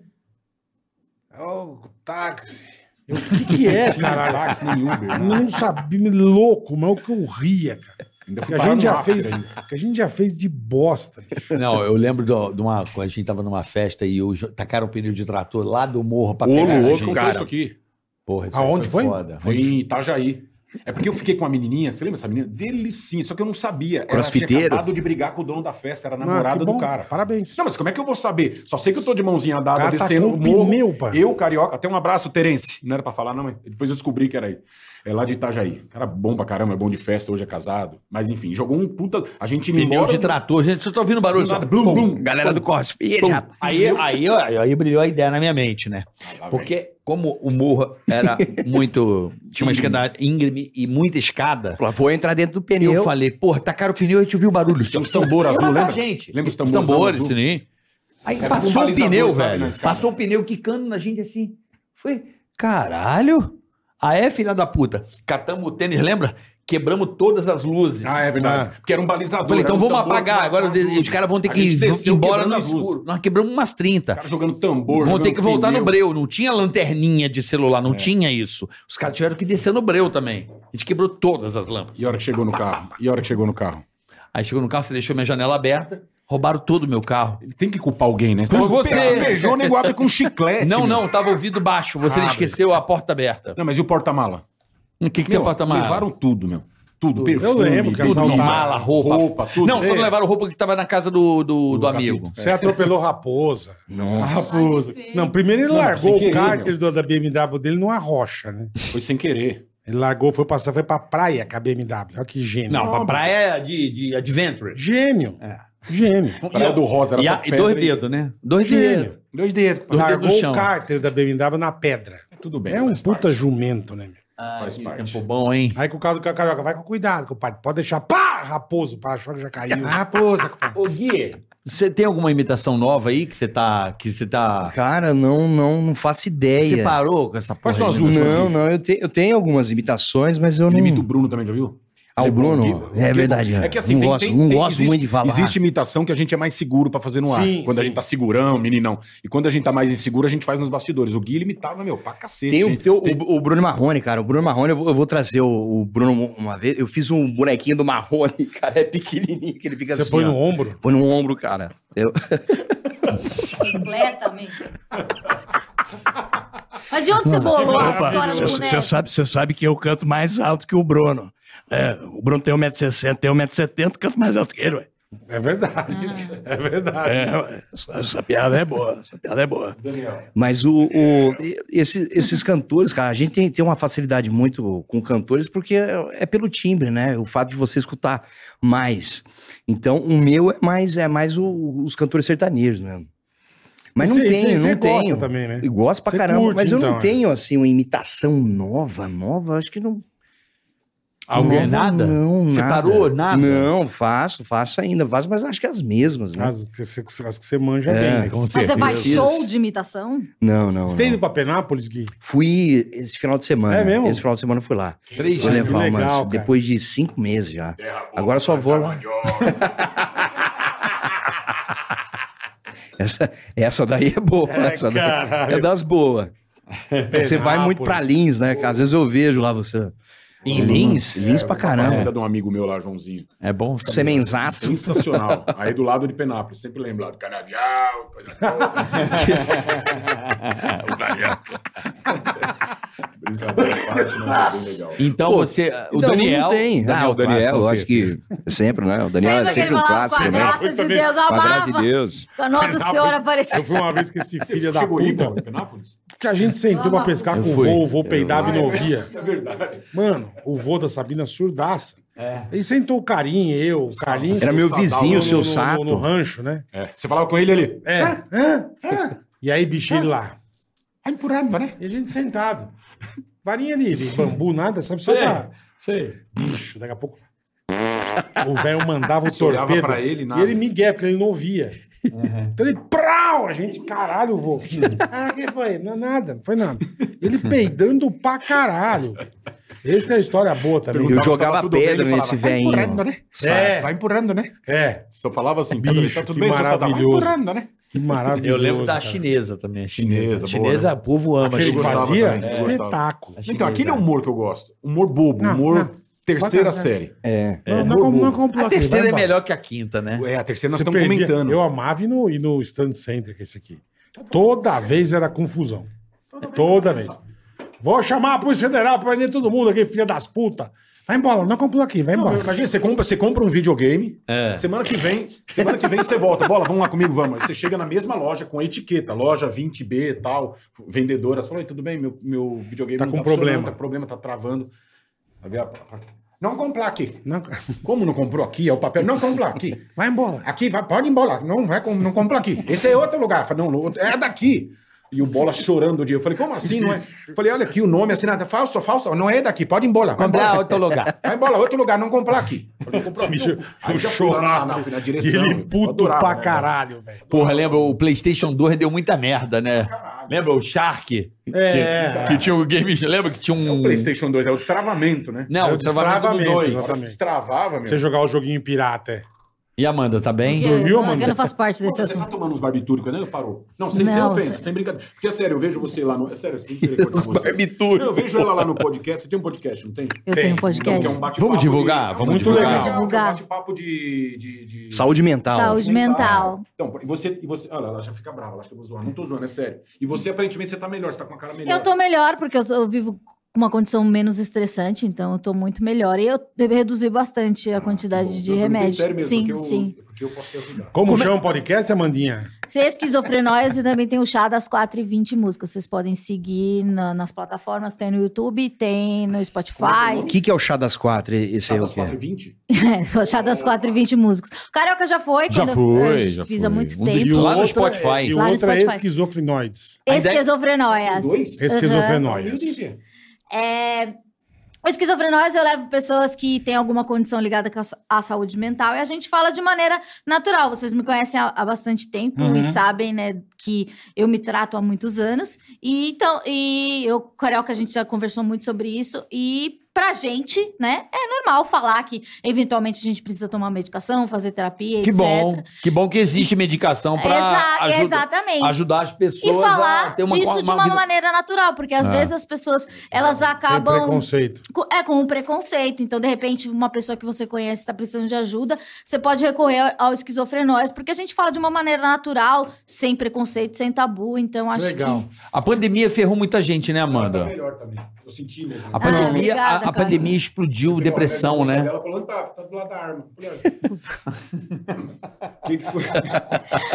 S3: Ô, táxi. Eu, O que que é,
S10: Sé.
S3: caralho?
S10: Táxi nem Uber.
S3: Eu
S10: né?
S3: Não sabia, me louco, mas é o que eu ria, cara.
S10: Ainda
S3: Que
S10: fui
S3: a
S10: parar
S3: gente
S10: no né?
S3: já
S10: after
S3: fez,
S10: ainda.
S3: que a gente já fez de bosta. bicho.
S5: Não, eu lembro do- de uma. A gente tava numa festa e os- tacaram o pneu de trator lá do morro pra
S6: Ô,
S5: pegar. a
S10: É,
S6: louco,
S5: gente.
S10: Aconteceu
S6: cara.
S10: isso aqui.
S5: Porra, isso
S3: Aonde
S5: aí
S3: foi?
S5: Foda.
S10: Foi em Itajaí. É porque eu fiquei com uma menininha, você lembra essa menina? Delicinha, só que eu não sabia. Ela
S6: Crossfiteiro?
S10: tinha acabado de brigar com o dono da festa, era a
S3: Ah,
S10: namorada
S3: que
S10: do
S3: bom.
S10: cara.
S3: Parabéns.
S10: Não, mas como é que eu vou saber? Só sei que eu tô de mãozinha dada
S3: Cara, tá
S10: descendo
S3: com
S10: o morro.
S3: pneu, pai.
S10: Eu, carioca, até um abraço, Terence. Não era pra falar, não, mas depois eu descobri que era aí. É lá de Itajaí. Cara bom pra caramba, é bom de festa, hoje é casado. Mas enfim, jogou um puta. A gente indo
S5: Pneu
S10: embora.
S5: de trator, gente, vocês estão ouvindo barulho? Só...
S10: Nada, blum, blum.
S12: Galera do CrossFit,
S10: Pum.
S12: rapaz.
S5: Aí, aí, aí, aí brilhou a ideia na minha mente, né?
S10: Lá vem.
S5: Porque como o morro era muito... Tinha uma escada íngreme e muita escada,
S6: Falou, Vou entrar dentro do
S5: eu,
S6: pneu.
S5: falei, porra, tacaram o pneu e a gente ouviu o barulho.
S10: Tinha uns tambor azul,
S5: Matar
S10: lembra?
S5: gente.
S10: Lembra os
S5: Os
S10: tambores
S5: tambores,
S10: azul?
S5: sim. Aí
S10: Era tipo um
S5: passou um
S10: balizador,
S5: pneu,
S10: sabe,
S5: velho.
S10: na escada.
S5: Passou um pneu quicando na gente assim. Foi, caralho. Ah, é, filha da puta. Catamos o tênis, lembra? Quebramos todas as luzes.
S10: Ah, é verdade. Porque era um balizador.
S5: Falei, então
S10: era uns
S5: vamos
S10: tambor
S5: apagar.
S10: com
S5: Agora os,
S10: as luzes.
S5: os caras vão ter
S10: A
S5: que
S10: gente
S5: ir
S10: desceu
S5: embora no
S10: quebrando as luzes.
S5: escuro. Nós quebramos umas 30.
S10: O cara jogando tambor.
S5: Vão
S10: jogando
S5: ter que voltar
S10: pneu.
S5: no breu. Não tinha lanterninha de celular, não tinha isso. Os caras tiveram que descer no breu também. A gente quebrou todas as lâmpadas.
S10: E a hora que chegou no carro? E a hora que chegou no carro?
S5: Aí chegou no carro, você deixou minha janela aberta, roubaram todo o meu carro.
S10: Ele tem que culpar alguém, né?
S5: Por você.
S10: Beijou, o nego abre com chiclete.
S5: não,
S10: meu.
S5: não, tava ouvido baixo. Você
S10: Ah,
S5: esqueceu a porta aberta.
S10: Não, mas e o porta-mala?
S5: O que, que tem
S10: Meu,
S5: porta-mala?
S10: Levaram tudo, meu. Tudo, perfume,
S3: Eu lembro que
S10: tudo,
S3: assaltaram.
S5: mala, roupa.
S10: tudo.
S5: Não, só não levaram roupa que tava na casa do, é. do, do
S10: Do
S5: amigo.
S10: Capito.
S3: Você atropelou raposa.
S10: Ah,
S4: tá
S10: raposa.
S3: Não, primeiro ele
S10: Não,
S3: largou
S10: sem
S3: o
S10: querer,
S3: cárter do- da BMW dele numa rocha, né?
S10: Foi sem querer.
S3: Ele largou, foi passar, foi pra praia com a BMW. Olha que gênio.
S5: Não, pra praia de, de adventure.
S3: Gênio. Gênio.
S10: Praia do Rosa era
S5: E,
S10: só
S5: a- e dois
S10: pedra e-
S5: dedos, né? Dois dedos.
S3: Gênio.
S5: Dois
S10: Dois dedos.
S5: dedos no
S3: Largou
S5: chão.
S3: o cárter da BMW na pedra.
S10: Tudo bem.
S3: É um
S10: faz
S3: puta
S10: parte.
S3: jumento, né? meu?
S5: Faz
S10: parte.
S5: Tempo Tá bom, hein?
S3: Aí com o carro do carioca, vai com cuidado, compadre. Pode deixar. Pá! Raposo, o para-choque já caiu.
S5: Ah,
S6: Raposa,
S5: Ô, Gui, você tem alguma imitação nova aí que você tá... Que você tá...
S6: Cara, não, não, não faço
S5: Você
S6: ideia.
S5: parou com essa porra
S10: Quais são
S5: aí,
S10: as
S5: né?
S10: últimas?
S6: Não, não, eu, te- eu tenho algumas imitações, mas eu não.
S10: Ele imita o Bruno também, já viu?
S6: Ah, o Bruno?
S10: Gui-
S6: é
S10: Gui-
S6: verdade.
S10: É que assim,
S6: não
S10: tem-
S6: gosto,
S10: tem-
S6: não
S10: tem-
S6: gosto
S10: existe-
S6: muito de falar.
S10: Existe imitação que a gente é mais seguro pra fazer no ar.
S3: Sim,
S10: quando a
S3: sim.
S10: gente tá segurão, meninão. E quando a gente tá mais inseguro, a gente faz nos bastidores. O Gui ele imitava, meu, pra cacete.
S6: Tem, um o,
S10: gente.
S6: tem o- o- o Bruno Marrone, cara. O Bruno Marrone, eu vou, eu vou trazer o, o Bruno uma vez. Eu fiz um bonequinho do Marrone, cara. É pequenininho, que ele fica
S3: Você
S6: assim.
S3: põe
S6: ó.
S3: no ombro.
S6: Põe no ombro, cara. Eu-
S4: Bicicleta, amigo. Mas de onde você bolou a
S12: Opa,
S4: história do
S12: você
S4: boneco?
S12: sabe, cê sabe que eu canto mais alto que o Bruno. É, o Bruno tem 1,60m, tem 1,70m, canto mais alto que ele, ué.
S3: É verdade. É verdade.
S12: É, ué, essa, essa piada é boa, essa piada é boa.
S6: Mas o, o- e- esse- esses cantores, cara, a gente tem, tem uma facilidade muito com cantores porque é, é pelo timbre, né? O fato de você escutar mais. Então, o meu é mais, é mais o- os cantores sertanejos mesmo. Mas
S3: E
S6: não
S3: cê-
S6: tenho,
S3: cê- cê
S6: não
S3: gosta
S6: tenho.
S3: também, né?
S6: Eu gosto pra
S3: Cê
S6: caramba,
S3: curte,
S6: mas eu não
S3: então, né?
S6: tenho, assim, uma imitação nova, nova, acho que não...
S5: Alguém?
S6: nova,
S5: é Nada?
S6: Não,
S5: Você
S6: nada.
S5: parou? Nada?
S6: Não, faço, faço ainda, faço, mas acho que as mesmas, né?
S3: As, que cê- as que você manja bem. né?
S5: Com
S4: Mas você
S5: certeza.
S4: faz show de imitação?
S6: Não, não,
S3: Você tem
S6: não.
S3: ido pra Penápolis, Gui?
S6: Fui esse final de semana.
S3: É mesmo?
S6: Esse final de semana eu fui lá.
S5: Três
S6: Vou
S3: Olha,
S6: levar
S3: legal,
S6: umas.
S3: cara.
S6: Depois de cinco meses já. Agora só vou lá. Essa, essa daí é boa. essa daí é das boas.
S3: É
S6: Você vai muito pra Lins, né? cara? Às vezes eu vejo lá você.
S5: Em Lins?
S6: Lins É, pra
S10: Faz ainda
S6: caramba. Ah,
S10: de um amigo meu lá, Joãozinho.
S5: É bom? saber.
S6: Semenzato.
S10: Sensacional. Aí do lado de Penápolis, sempre lembro lá do canavial, coisa Brincadeira à parte, não é bem legal.
S5: Então
S6: Pô,
S5: você... O
S6: Não,
S5: Daniel...
S6: Não tem.
S5: Daniel,
S6: ah, o Daniel,
S5: com
S6: eu acho que sempre, né? O Daniel é
S4: Lembra que ele
S6: sempre um
S4: falava com
S6: clássico,
S4: a
S6: né?
S4: graça de Deus, eu
S6: Com a graça
S4: amava.
S6: de Deus.
S4: Com a Nossa Senhora apareceu.
S3: Eu fui uma vez com esse filho da
S10: Chegou aí,
S3: puta.
S10: pô, em Penápolis?
S3: Que a gente sentou pra pescar
S5: Eu
S3: com o
S5: fui.
S3: vô, o vô peidava e não ouvia.
S10: Isso é verdade.
S3: Mano, o vô da Sabina surdaça. Ele sentou o Carinho, eu, o Carlinhos.
S6: Era meu
S3: Sadal,
S6: vizinho,
S3: no-
S6: seu
S3: no- no-
S6: sato.
S3: No rancho, né?
S10: É, você falava com ele ali.
S3: É. Hã? Hã? E aí, bicho, ele lá. Aí empurrando, né? E a gente sentado. Varinha de, de bambu, nada, sabe? Só pra...
S5: Sei.
S3: Bicho, daqui a pouco... O velho mandava o
S10: Você olhava
S3: torpedo.
S10: pra ele, nada.
S3: E ele migué, porque ele não ouvia. Então ele, prau, a gente, caralho, vô. ah, que foi? Não, nada, não foi nada. Ele peidando pra caralho. Essa é a história boa também.
S6: Eu
S10: Perguntava se tava
S6: jogava
S10: tudo bem,
S6: pedra
S10: ele
S6: nesse
S10: falava, "Vai
S6: velhinho.
S10: empurrando, né?
S3: É.
S10: Vai empurrando, né?
S3: É,
S10: Só falava assim,
S3: Bicho,
S10: "Tá, tá tudo
S3: que
S10: bem, seu Sadal?" Vai
S3: maravilhoso.
S10: empurrando, né?
S3: que maravilhoso.
S5: Eu lembro da
S3: cara.
S5: chinesa também. a
S10: Chinesa,
S5: Chinesa.
S10: boa,
S5: Chinesa, o povo ama.
S3: Que ele
S10: Gostava
S3: fazia
S10: também, gostava.
S3: espetáculo.
S10: Então, aquele é o humor que eu gosto. Humor bobo,
S3: Não,
S10: humor
S3: não.
S10: terceira
S3: Bota- né?
S10: série.
S6: É.
S3: Não,
S10: Bobo.
S3: não, não compro
S5: A
S3: aqui,
S5: terceira
S3: vai
S5: é
S3: embora.
S5: melhor que a quinta, né?
S10: É, a terceira nós
S3: Você
S10: estamos
S3: perdia.
S10: comentando.
S3: Eu amava ir no, ir é no stand center que esse aqui. Toda vez era confusão. Toda vez. Vou chamar a Polícia Federal pra prender todo mundo aqui, filha das putas. Vai embora, não compula aqui, vai embora.
S10: Imagina, você compra, você compra um videogame,
S5: É.
S10: semana que vem, semana que vem você volta, bola, vamos lá comigo, vamos. Aí Você chega na mesma loja com a etiqueta, loja 20B e tal, vendedora, você fala, "Oi, tudo bem, meu, meu videogame
S3: Tá
S10: não
S3: com
S10: funcionando,
S3: problema."
S10: tá com problema, tá travando. Aí vem a- a- Não comprar aqui.
S3: Não-
S10: Como não comprou aqui? É o papel. Não comprar aqui.
S3: Vai embora.
S10: Aqui, vai, pode ir embora. Não, vai, com- não compra aqui. Esse é outro lugar. Eu Falei, não, não, é daqui. E o Bola chorando o dia. Eu falei, como assim, não é? Eu falei, olha aqui o nome, assinado. Falso, falso. Não é daqui, pode ir embora. Vai
S5: Comprar
S10: embora.
S5: outro lugar.
S10: Vai embora, outro lugar, não comprar aqui. Eu falei, comprou aqui. Aí já fui lá na, na, na direção.
S3: Ele puto
S10: Adorava,
S3: pra
S10: né?
S3: caralho, velho.
S5: Porra, lembra, o PlayStation 2 deu muita merda, né? Lembra o Shark?
S3: É.
S5: Que, que tinha o game. Lembra que tinha um.
S10: O PlayStation 2 é o destravamento, né?
S5: Não,
S3: É
S5: o
S3: o
S5: travamento
S3: destravamento,
S5: do 2.
S3: exatamente.
S10: Destravava, meu.
S3: É. Você jogar o joguinho pirata, é.
S5: E Amanda, tá bem?
S4: Eu-
S3: Dormiu,
S4: eu,
S3: Amanda?
S4: eu não faço parte desse
S10: Pô, Você tá
S4: assunto.
S10: tomando uns barbitúricos, né? Parou. Não, sem, sem
S4: Não,
S10: ofensa,
S4: você-
S10: sem brincadeira. Porque é sério, eu vejo você lá no. É sério, sem querer cortar vocês. Não, Eu vejo ela lá no podcast. Você tem um podcast, não tem?
S4: Eu tenho um
S10: Então,
S4: podcast.
S10: que é um bate-papo
S5: Vamos divulgar?
S10: de-
S5: Vamos
S10: Muito
S5: divulgar.
S10: legal.
S4: Divulgar.
S10: É um bate-papo de, de, de-
S6: Saúde
S3: então,
S6: mental.
S4: Saúde mental.
S10: Então, e você, e você. Olha, ela já fica brava, ela acha que eu vou zoar. Não tô zoando, é sério. E você, aparentemente, você tá melhor, você tá com a cara melhor.
S4: Eu tô melhor, porque eu, eu vivo com uma condição menos estressante, então eu tô muito melhor. E eu reduzi bastante
S10: Ah,
S4: a quantidade de
S10: Eu perguntei
S4: remédio.
S10: é Sério mesmo,
S4: sim,
S10: porque eu,
S4: sim.
S10: Porque eu posso te ajudar. Tá
S3: Como, chama o podcast, Amandinha?
S4: Se é esquizofrenóise, também tem o chá das 4h20 músicas. Vocês podem seguir na- nas plataformas, tem no YouTube, tem no Spotify.
S6: O que, que é o chá das quatro? Esse
S10: Tá
S6: aí é o
S10: das
S6: que
S10: 4h20?
S4: É, o chá das 4h20 músicas. O Carioca já foi,
S5: Já
S4: quando eu,
S5: foi,
S4: eu
S5: já
S4: fiz
S5: foi.
S4: há muito
S5: Um dos
S4: tempo.
S5: mil- Lá no
S3: outro é-
S5: Spotify.
S3: E o
S4: Lá no
S3: outro é
S4: Spotify.
S3: esquizofrenoides.
S5: A
S10: é
S5: ideia-
S4: Esquizofrenóias.
S10: Dois?
S3: Esquizofrenóides.
S4: É, O esquizofrenóis eu levo pessoas que têm alguma condição ligada com a sa- à saúde mental e a gente fala de maneira natural. Vocês me conhecem há, há bastante tempo
S5: Uhum.
S4: e sabem, né, que eu me trato há muitos anos. E então, e eu, Carioca, a gente já conversou muito sobre isso e pra gente, né, é normal falar que eventualmente a gente precisa tomar medicação, fazer terapia,
S5: Que
S4: etc.
S5: bom. Que bom que existe medicação pra
S4: Exa-
S5: ajuda-
S4: exatamente
S5: ajudar as
S4: e
S5: pessoas a
S4: falar
S5: ter uma,
S4: disso
S5: uma
S4: de uma
S5: vida- é.
S4: maneira natural, porque às
S5: Ah.
S4: vezes as pessoas elas
S3: Tem
S4: acabam
S3: preconceito.
S4: co- é com um preconceito. Então, de repente, uma pessoa que você conhece está precisando de ajuda, você pode recorrer ao- ao esquizofrenóis, porque a gente fala de uma maneira natural, sem preconceito, sem tabu. Então, acho
S3: Legal.
S4: que
S5: A pandemia ferrou muita gente, né,
S10: Tá
S5: Amanda?
S10: melhor também. Eu senti mesmo.
S5: A pandemia,
S4: Ah, obrigada,
S5: a- a,
S4: cara.
S5: pandemia explodiu depressão, né?
S10: Ela falou, tá, tá do lado da arma. Olha,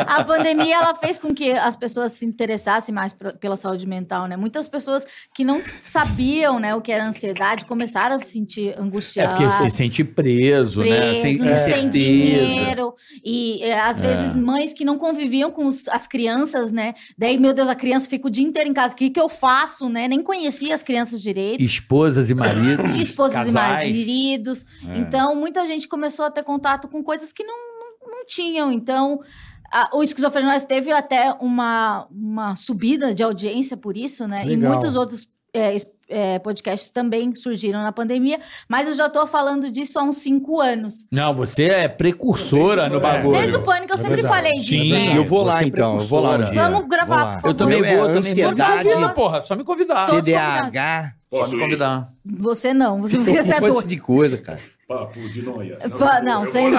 S4: a pandemia ela fez com que as pessoas se interessassem mais pro- pela saúde mental, né? Muitas pessoas que não sabiam, né, o que era ansiedade começaram a se sentir
S5: É
S4: angustiadas.
S5: porque se sente preso, né? Sem,
S4: preso, sem
S5: certeza.
S4: dinheiro. E é, às vezes mães que não conviviam com os- as crianças, né? Daí, meu Deus, a criança fica o dia inteiro em casa. O que, que eu faço, né? Nem conhecia as crianças direito.
S5: Esposas e maridos.
S4: Esposas e
S5: casais. É.
S4: maridos. Então, muita gente começou a ter contato com coisas que não, não, não tinham. Então, a- o esquizofrenóis teve até uma, uma subida de audiência por isso, né? E
S3: Legal.
S4: muitos outros é, es- é, podcasts também surgiram na pandemia. Mas eu já tô falando disso há uns cinco anos.
S5: Não, você é precursora
S3: É.
S5: no
S2: Tá
S5: bagulho.
S4: Desde o pânico eu sempre
S3: verdade.
S4: falei disso,
S5: Sim,
S4: né?
S6: eu vou lá
S5: Você é
S6: então, eu vou lá um
S5: precursora.
S6: dia.
S4: Vamos gravar,
S6: Vou lá.
S4: por favor.
S5: Eu também
S6: Meu, é
S5: vou, também
S6: ansiedade,
S5: vou. Me convida, porra, só me convidar.
S4: Todos
S6: TDAH,
S5: Só me convidar.
S4: Você não, você, você é
S6: um monte
S4: doido.
S6: de coisa, cara.
S10: Papo de noia.
S4: Pô, Não, sei não.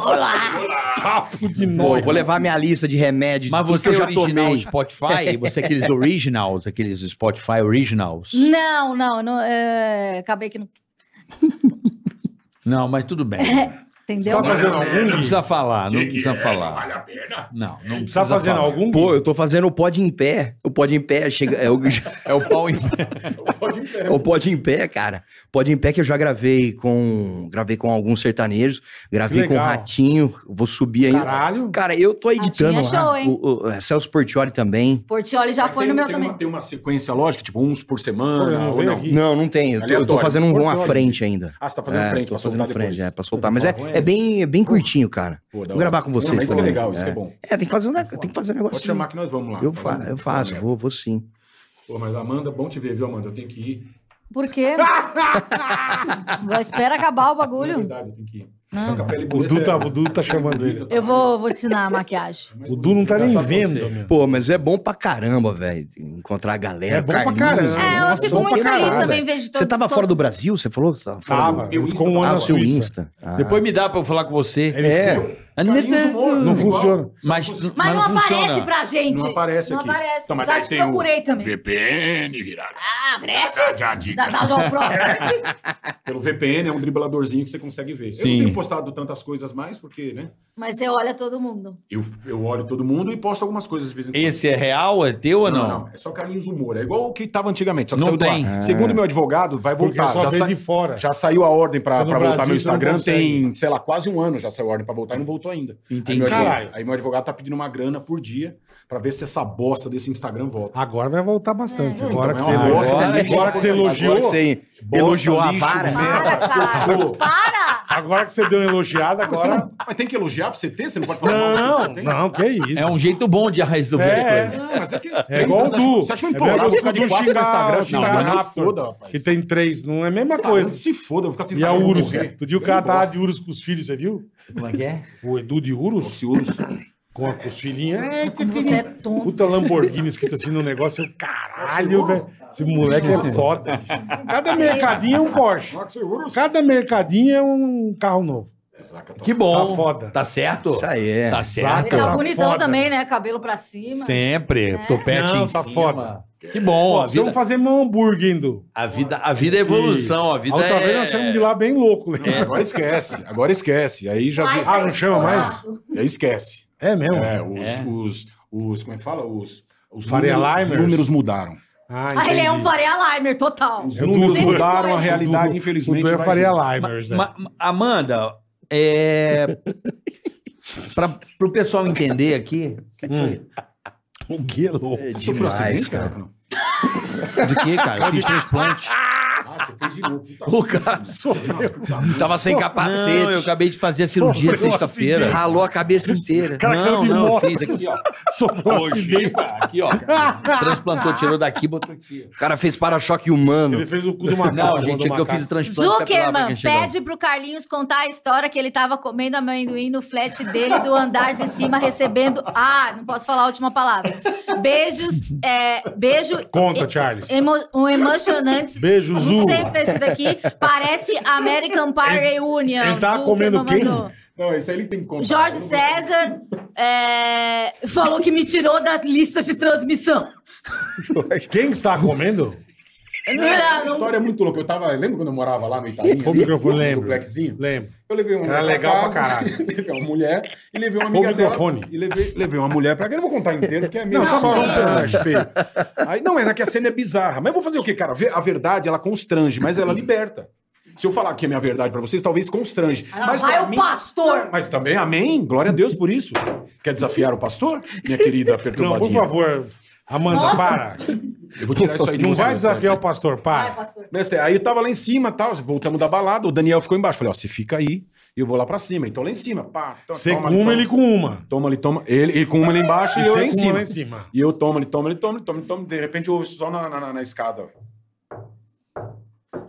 S4: Olá!
S6: Pô, eu vou levar minha lista de remédio.
S5: Mas
S6: de tudo
S5: você é
S6: que eu já
S5: original tipo,
S6: tomei.
S5: Spotify? Você é aqueles originals, aqueles Spotify originals?
S4: Não, não, não é, acabei que não.
S5: Não, mas tudo bem.
S3: Você
S4: Entendeu?
S3: tá fazendo algum?
S5: Não
S3: Gui?
S5: precisa falar, não
S11: Que que
S5: precisa
S11: é? Não
S5: falar.
S11: vale a pena.
S5: Não, não
S3: Você tá
S5: precisa
S3: fazendo
S5: falar.
S3: algum?
S6: Pô, eu tô fazendo o pod em pé. O pod em pé chega. É o,
S5: É o pau em
S10: Pode ir,
S6: é o pod em pé, cara. Pod em pé que eu já gravei com. Gravei com alguns sertanejos. Gravei
S3: Que
S6: com o
S3: legal.
S6: Ratinho. Vou subir ainda.
S3: Caralho.
S6: Cara, eu tô editando
S4: Ratinho é show,
S6: lá.
S4: hein?
S6: O, o- Celso Portioli também.
S4: Portioli já
S10: Mas
S4: foi no
S10: tem um-
S4: meu
S10: tem
S4: também.
S10: Uma, tem uma sequência lógica, tipo uns por
S3: Pô,
S10: semana.
S3: não,
S10: ou
S3: veio
S10: não.
S3: aqui.
S6: Não, não tem. Eu tô, eu tô
S10: Aleatório.
S6: fazendo um à
S10: Portioli.
S6: frente ainda.
S10: Ah, você tá fazendo
S6: é,
S10: frente,
S6: tô
S10: pra
S6: fazendo
S10: soltar depois.
S6: frente, é, pra soltar.
S10: Pô,
S6: Mas é,
S10: porra,
S6: é bem, é bem curtinho, cara.
S10: Pô, da
S6: Vou
S10: hora.
S6: gravar com vocês
S10: Não, mas isso que é
S6: também,
S10: legal, isso que é bom.
S6: É, tem que fazer um, tem que fazer um
S10: Pode
S6: negocinho.
S10: chamar que nós vamos lá.
S6: Eu,
S10: Tá
S6: fa
S10: bom?
S6: eu faço, vou, vou sim.
S10: Pô, mas Amanda, bom te ver, viu, Amanda? Eu tenho que ir.
S4: Por quê? Vai, Espera acabar o
S10: Na
S4: bagulho.
S10: É verdade, eu tenho que ir.
S4: Não.
S10: Fica a pele
S3: O
S10: bonita,
S3: Du tá,
S10: é-
S3: o Du tá chamando ele.
S4: Eu vou, vou te ensinar a maquiagem.
S10: mais
S3: O Du não tá
S10: bonita.
S3: nem
S10: Engraçado
S3: vendo,
S10: você.
S3: meu.
S6: Pô, mas é bom pra caramba, velho. Encontrar a galera.
S3: É bom pra
S6: Carlinhos,
S3: caramba.
S4: É, eu
S6: nossa,
S4: fico
S6: bom
S4: muito
S6: pra
S4: feliz
S6: caralho,
S4: também,
S6: velho.
S4: vejo todo-
S6: Você tava
S4: todo-
S6: fora do Brasil? Você falou que tava fora
S3: Tava.
S6: do...
S3: Ele ficou um ano
S6: Ah,
S3: na
S6: seu
S3: Suíça.
S6: Insta. Ah.
S5: Depois me dá pra eu falar com você.
S3: Ele
S6: É.
S3: ficou- Não funciona.
S5: Mas,
S4: Mas não, aparece
S5: funciona.
S4: pra gente.
S10: Não aparece
S4: Não
S10: aqui.
S4: aparece.
S10: Então, mas
S4: Já
S10: aí
S4: te
S10: tem o
S4: procurei também.
S10: VPN, virado.
S4: Ah,
S10: Já,
S4: Gretchen?
S10: já, dica.
S4: Da, da João Prost.
S10: Pelo VPN é um dribladorzinho que você consegue ver. Eu
S5: Sim.
S10: não tenho postado tantas coisas mais, porque, né?
S4: Mas você olha todo mundo.
S10: Eu, eu olho todo mundo e posto algumas coisas de vez em quando.
S5: Esse é real? É teu ou não?
S10: É só Carlinhos Humor. É igual o que tava antigamente. Só que
S5: Não
S10: saiu do ar.
S5: tem.
S6: É.
S10: Segundo meu advogado, vai
S3: Porque
S10: voltar.
S3: só
S10: tá, Já,
S3: vem
S10: sa-
S3: de fora.
S10: já saiu a ordem pra,
S3: Se é no
S10: pra voltar
S3: Brasil,
S10: meu
S3: você não
S10: Instagram.
S3: consegue.
S10: Tem, sei lá, quase um ano já saiu a ordem pra voltar e não voltou ainda. Aí
S5: Entendi.
S10: meu, advogado,
S3: Caralho.
S10: aí meu advogado tá pedindo uma grana por dia pra ver se essa bosta desse Instagram volta.
S3: Agora vai voltar bastante.
S4: É.
S3: Hum, Agora, que
S10: Então,
S3: você
S10: é uma
S3: elogiou,
S10: bosta,
S3: agora,
S10: né?
S3: que você elogiou,
S6: Agora que você elogiou a vara.
S4: Para, Carlos, para!
S3: agora que você deu uma elogiada,
S10: Mas, você
S3: agora...
S10: não- mas tem que elogiar pra você ter? Você não pode falar mal do
S3: Não,
S10: que você tem?
S3: não, que isso.
S5: É um jeito bom de resolver
S3: É.
S5: as coisas.
S10: Não, mas é que.
S3: É igual o
S10: Você acha-
S3: Du.
S10: Você acha
S3: É
S10: que implorado
S3: igual o
S10: ficar de
S3: Du
S10: quatro no
S3: xingar-
S10: Instagram? Xingar
S3: xingar
S10: se
S3: Raptor.
S10: foda, rapaz.
S3: Que tem três, não é a mesma
S10: Tá,
S3: coisa.
S10: Se foda, eu vou ficar sem
S3: E a
S10: Instagram, eu vou
S3: Urus.
S10: morrer.
S3: Outro dia o
S10: Eu
S3: cara
S10: não
S3: tava
S10: gosto.
S3: de Urus com os filhos, você viu?
S5: Como é que é?
S3: O Edu de Urus
S10: Esse Urus.
S3: com, com os filhinhos. É,
S4: Como você é tonto.
S3: puta Lamborghini escrito assim no negócio. Eu, caralho, velho. Esse moleque é foda. bicho. Cada mercadinho é um Porsche. Cada mercadinho é um carro novo.
S5: Que bom.
S3: Tá foda.
S5: Tá certo?
S6: Isso aí é.
S5: Tá certo.
S4: Ele tá
S3: tá
S4: bonitão
S3: foda.
S4: também, né? Cabelo pra cima.
S5: Sempre. Topete
S3: Não,
S5: em
S3: tá
S5: cima.
S3: foda.
S5: Que bom.
S3: Ó,
S5: a,
S3: precisamos
S5: vida,
S3: fazer um hambúrguer, Hindu.
S5: a, vida, a vida é evolução. A vida
S3: outra
S5: é...
S3: vez nós saímos de lá bem louco, né?
S10: É, Agora esquece, agora esquece. Aí já
S4: Ai,
S10: vi.
S4: tá
S3: Ah, não chama
S4: estourado.
S10: Aí esquece.
S3: É mesmo?
S10: É, os,
S5: É.
S10: os, os. Como é que fala? Os. Os
S3: Faria
S10: números, os
S3: Limers?
S10: números mudaram.
S4: Ah, ele é um
S3: entendi.
S4: Faria Limer, total.
S10: Os
S3: Eu
S10: números
S4: duvido.
S10: mudaram, a
S4: Duvido.
S10: realidade,
S3: O
S10: infelizmente.
S3: Dudu é
S10: vai
S3: Faria
S10: junto.
S3: Limers, né?
S5: Ma- ma- Amanda, é... para o pessoal entender aqui...
S3: O que é louco?
S6: É
S10: Ah, Você sofreu
S6: demais,
S10: acidente,
S6: cara.
S10: cara? Não.
S5: Do que, hum, cara? Eu fiz transplante.
S10: Ah, você fez de novo. puta
S5: O
S10: sorte.
S5: cara
S10: Nossa, puta merda.
S6: Tava sem capacete.
S5: Não, eu acabei de fazer a cirurgia
S3: Sofreu
S5: sexta-feira.
S6: Ralou a cabeça inteira.
S3: Cara,
S5: não,
S3: caiu de
S5: não, eu
S3: moto.
S5: fiz aqui, ó.
S3: Sofreu um
S5: Hoje,
S3: acidente.
S5: aqui, ó. Transplantou, tirou daqui, botou aqui.
S6: O cara fez para-choque humano.
S3: Ele fez o cu do macaco.
S5: Não,
S3: mandou
S5: gente, é que eu
S3: macaco.
S5: fiz o transplante capilar pra
S4: Zuckerman
S5: quem chegou.
S4: pede pro Carlinhos contar a história que ele tava comendo amendoim no flat dele do andar de cima, recebendo. Ah, não posso falar a última palavra. Beijos, é, beijo.
S3: Conta,
S4: e-
S3: Charles.
S4: emo- um emocionante.
S3: Beijo, Zu.
S4: Não sei o que tá esse daqui. Parece American Pie Reunion.
S3: ele tava
S4: Zuckerman
S3: comendo quem?
S4: mandou.
S10: Não, esse aí ele tem que contar.
S4: Jorge
S10: Eu não vou-
S4: César é, falou que me tirou da lista de transmissão.
S3: Quem está comendo?
S4: Não,
S10: A
S4: não-
S10: história é muito louca. Eu tava. Lembra quando eu morava lá no Itaim?
S3: Ô,
S10: ali,
S3: microfone,
S10: no
S3: lembro.
S10: complexinho?
S3: Lembro.
S10: Eu levei uma
S3: Cara
S10: mulher
S3: legal pra
S10: casa,
S3: caralho.
S10: levei uma mulher e levei uma
S3: Põe
S10: amiga
S3: o microfone.
S10: dela. E levei, levei uma mulher pra cá. Eu não vou contar inteiro, porque é meio...
S3: Não, tá bom.
S10: só um pedaço, Fê. Aí, não, mas é que a cena é bizarra. Mas eu vou fazer o quê, cara? A verdade, ela constrange, mas ela liberta. Se eu falar aqui a minha verdade pra vocês, talvez constrange.
S4: Ah,
S10: mas
S4: vai
S10: pra
S4: o
S10: mim-
S4: pastor.
S10: Mas também, amém. Glória a Deus por isso. Quer desafiar o pastor? Minha querida
S3: Não,
S10: perturbadinha.
S3: por favor, Amanda,
S4: Nossa.
S3: para.
S10: Eu vou tirar isso aí de
S3: Não
S10: você,
S3: vai desafiar
S10: sabe?
S3: o pastor,
S4: Vai,
S3: para.
S4: pastor.
S10: Né, cê- Aí eu tava lá em cima, tal, voltamos da balada, o Daniel ficou embaixo. Falei, ó, você fica aí, eu vou lá pra cima. Então lá em cima, pá, to-
S3: Você
S10: toma
S3: com
S10: ali,
S3: uma,
S10: toma.
S3: ele com uma.
S10: Toma ali, toma. Ele, ele com uma lá embaixo e, eu lá
S3: você
S10: em
S3: com uma lá
S10: cima.
S3: em cima.
S10: E eu tomo ali, toma ali, toma ali, toma ali, toma. De repente eu ouvi só na, na, na- na escada.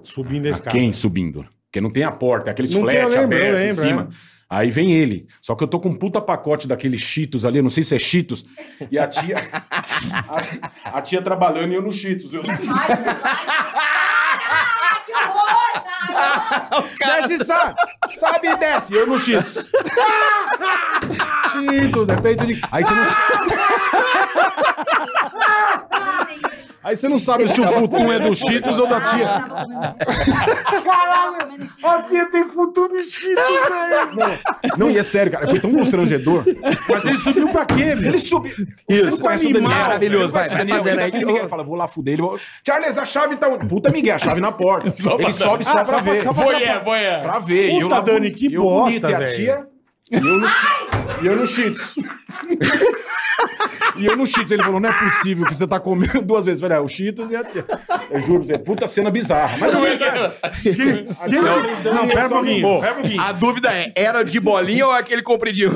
S3: Subindo a
S10: Ah,
S3: escada.
S10: Quem subindo? Porque não tem a porta, é aqueles
S3: Não tem, eu
S10: flat
S3: lembro, eu
S10: abertos em
S3: lembro, é.
S10: cima. Aí vem ele. Só que eu tô com um puta pacote daqueles Cheetos ali, eu não sei se é Cheetos. E a tia. a, a tia trabalhando e eu no Cheetos. Eu...
S4: Vai, vai, Para! Que horror, cara!
S10: Desce, sabe? Sabe e desce. Eu no Cheetos. Cheetos, é peito de... Aí você não sabe... Aí você não sabe se o futum é do Cheetos ou da tia.
S4: Caralho!
S3: A tia tem futuro de Cheetos, velho.
S10: Não, e é sério, cara. Foi tão constrangedor.
S3: Mas ele subiu pra quê, meu?
S10: Ele subiu. Você não tá conhece o Daniel.
S3: animal.
S10: Maravilhoso.
S6: Vai,
S10: Vai,
S6: vai
S10: vai
S6: fazendo aí.
S10: Miguel fala, vou lá fuder ele. vou- Charles, a chave tá onde? Puta, Miguel, a chave na porta. Ele sobe só
S3: Ah,
S10: pra ver. é,
S3: só pra-
S12: Voyeur, voyeur.
S10: Pra ver. E eu
S3: Puta,
S10: lá
S3: Dani,
S10: bonito,
S3: que
S10: eu bonito,
S3: bosta,
S10: e a
S3: velho.
S10: tia- E eu no- e eu no Cheetos. E eu no Cheetos. Ele falou, não é possível que você tá comendo duas vezes. Eu falei, é, o Cheetos e a tia. Eu juro pra você, puta cena bizarra. Mas é verdade.
S3: Quem- quem- Não, pera um pouquinho. Pera um pouquinho.
S12: A dúvida é, era de bolinha ou aquele compridinho?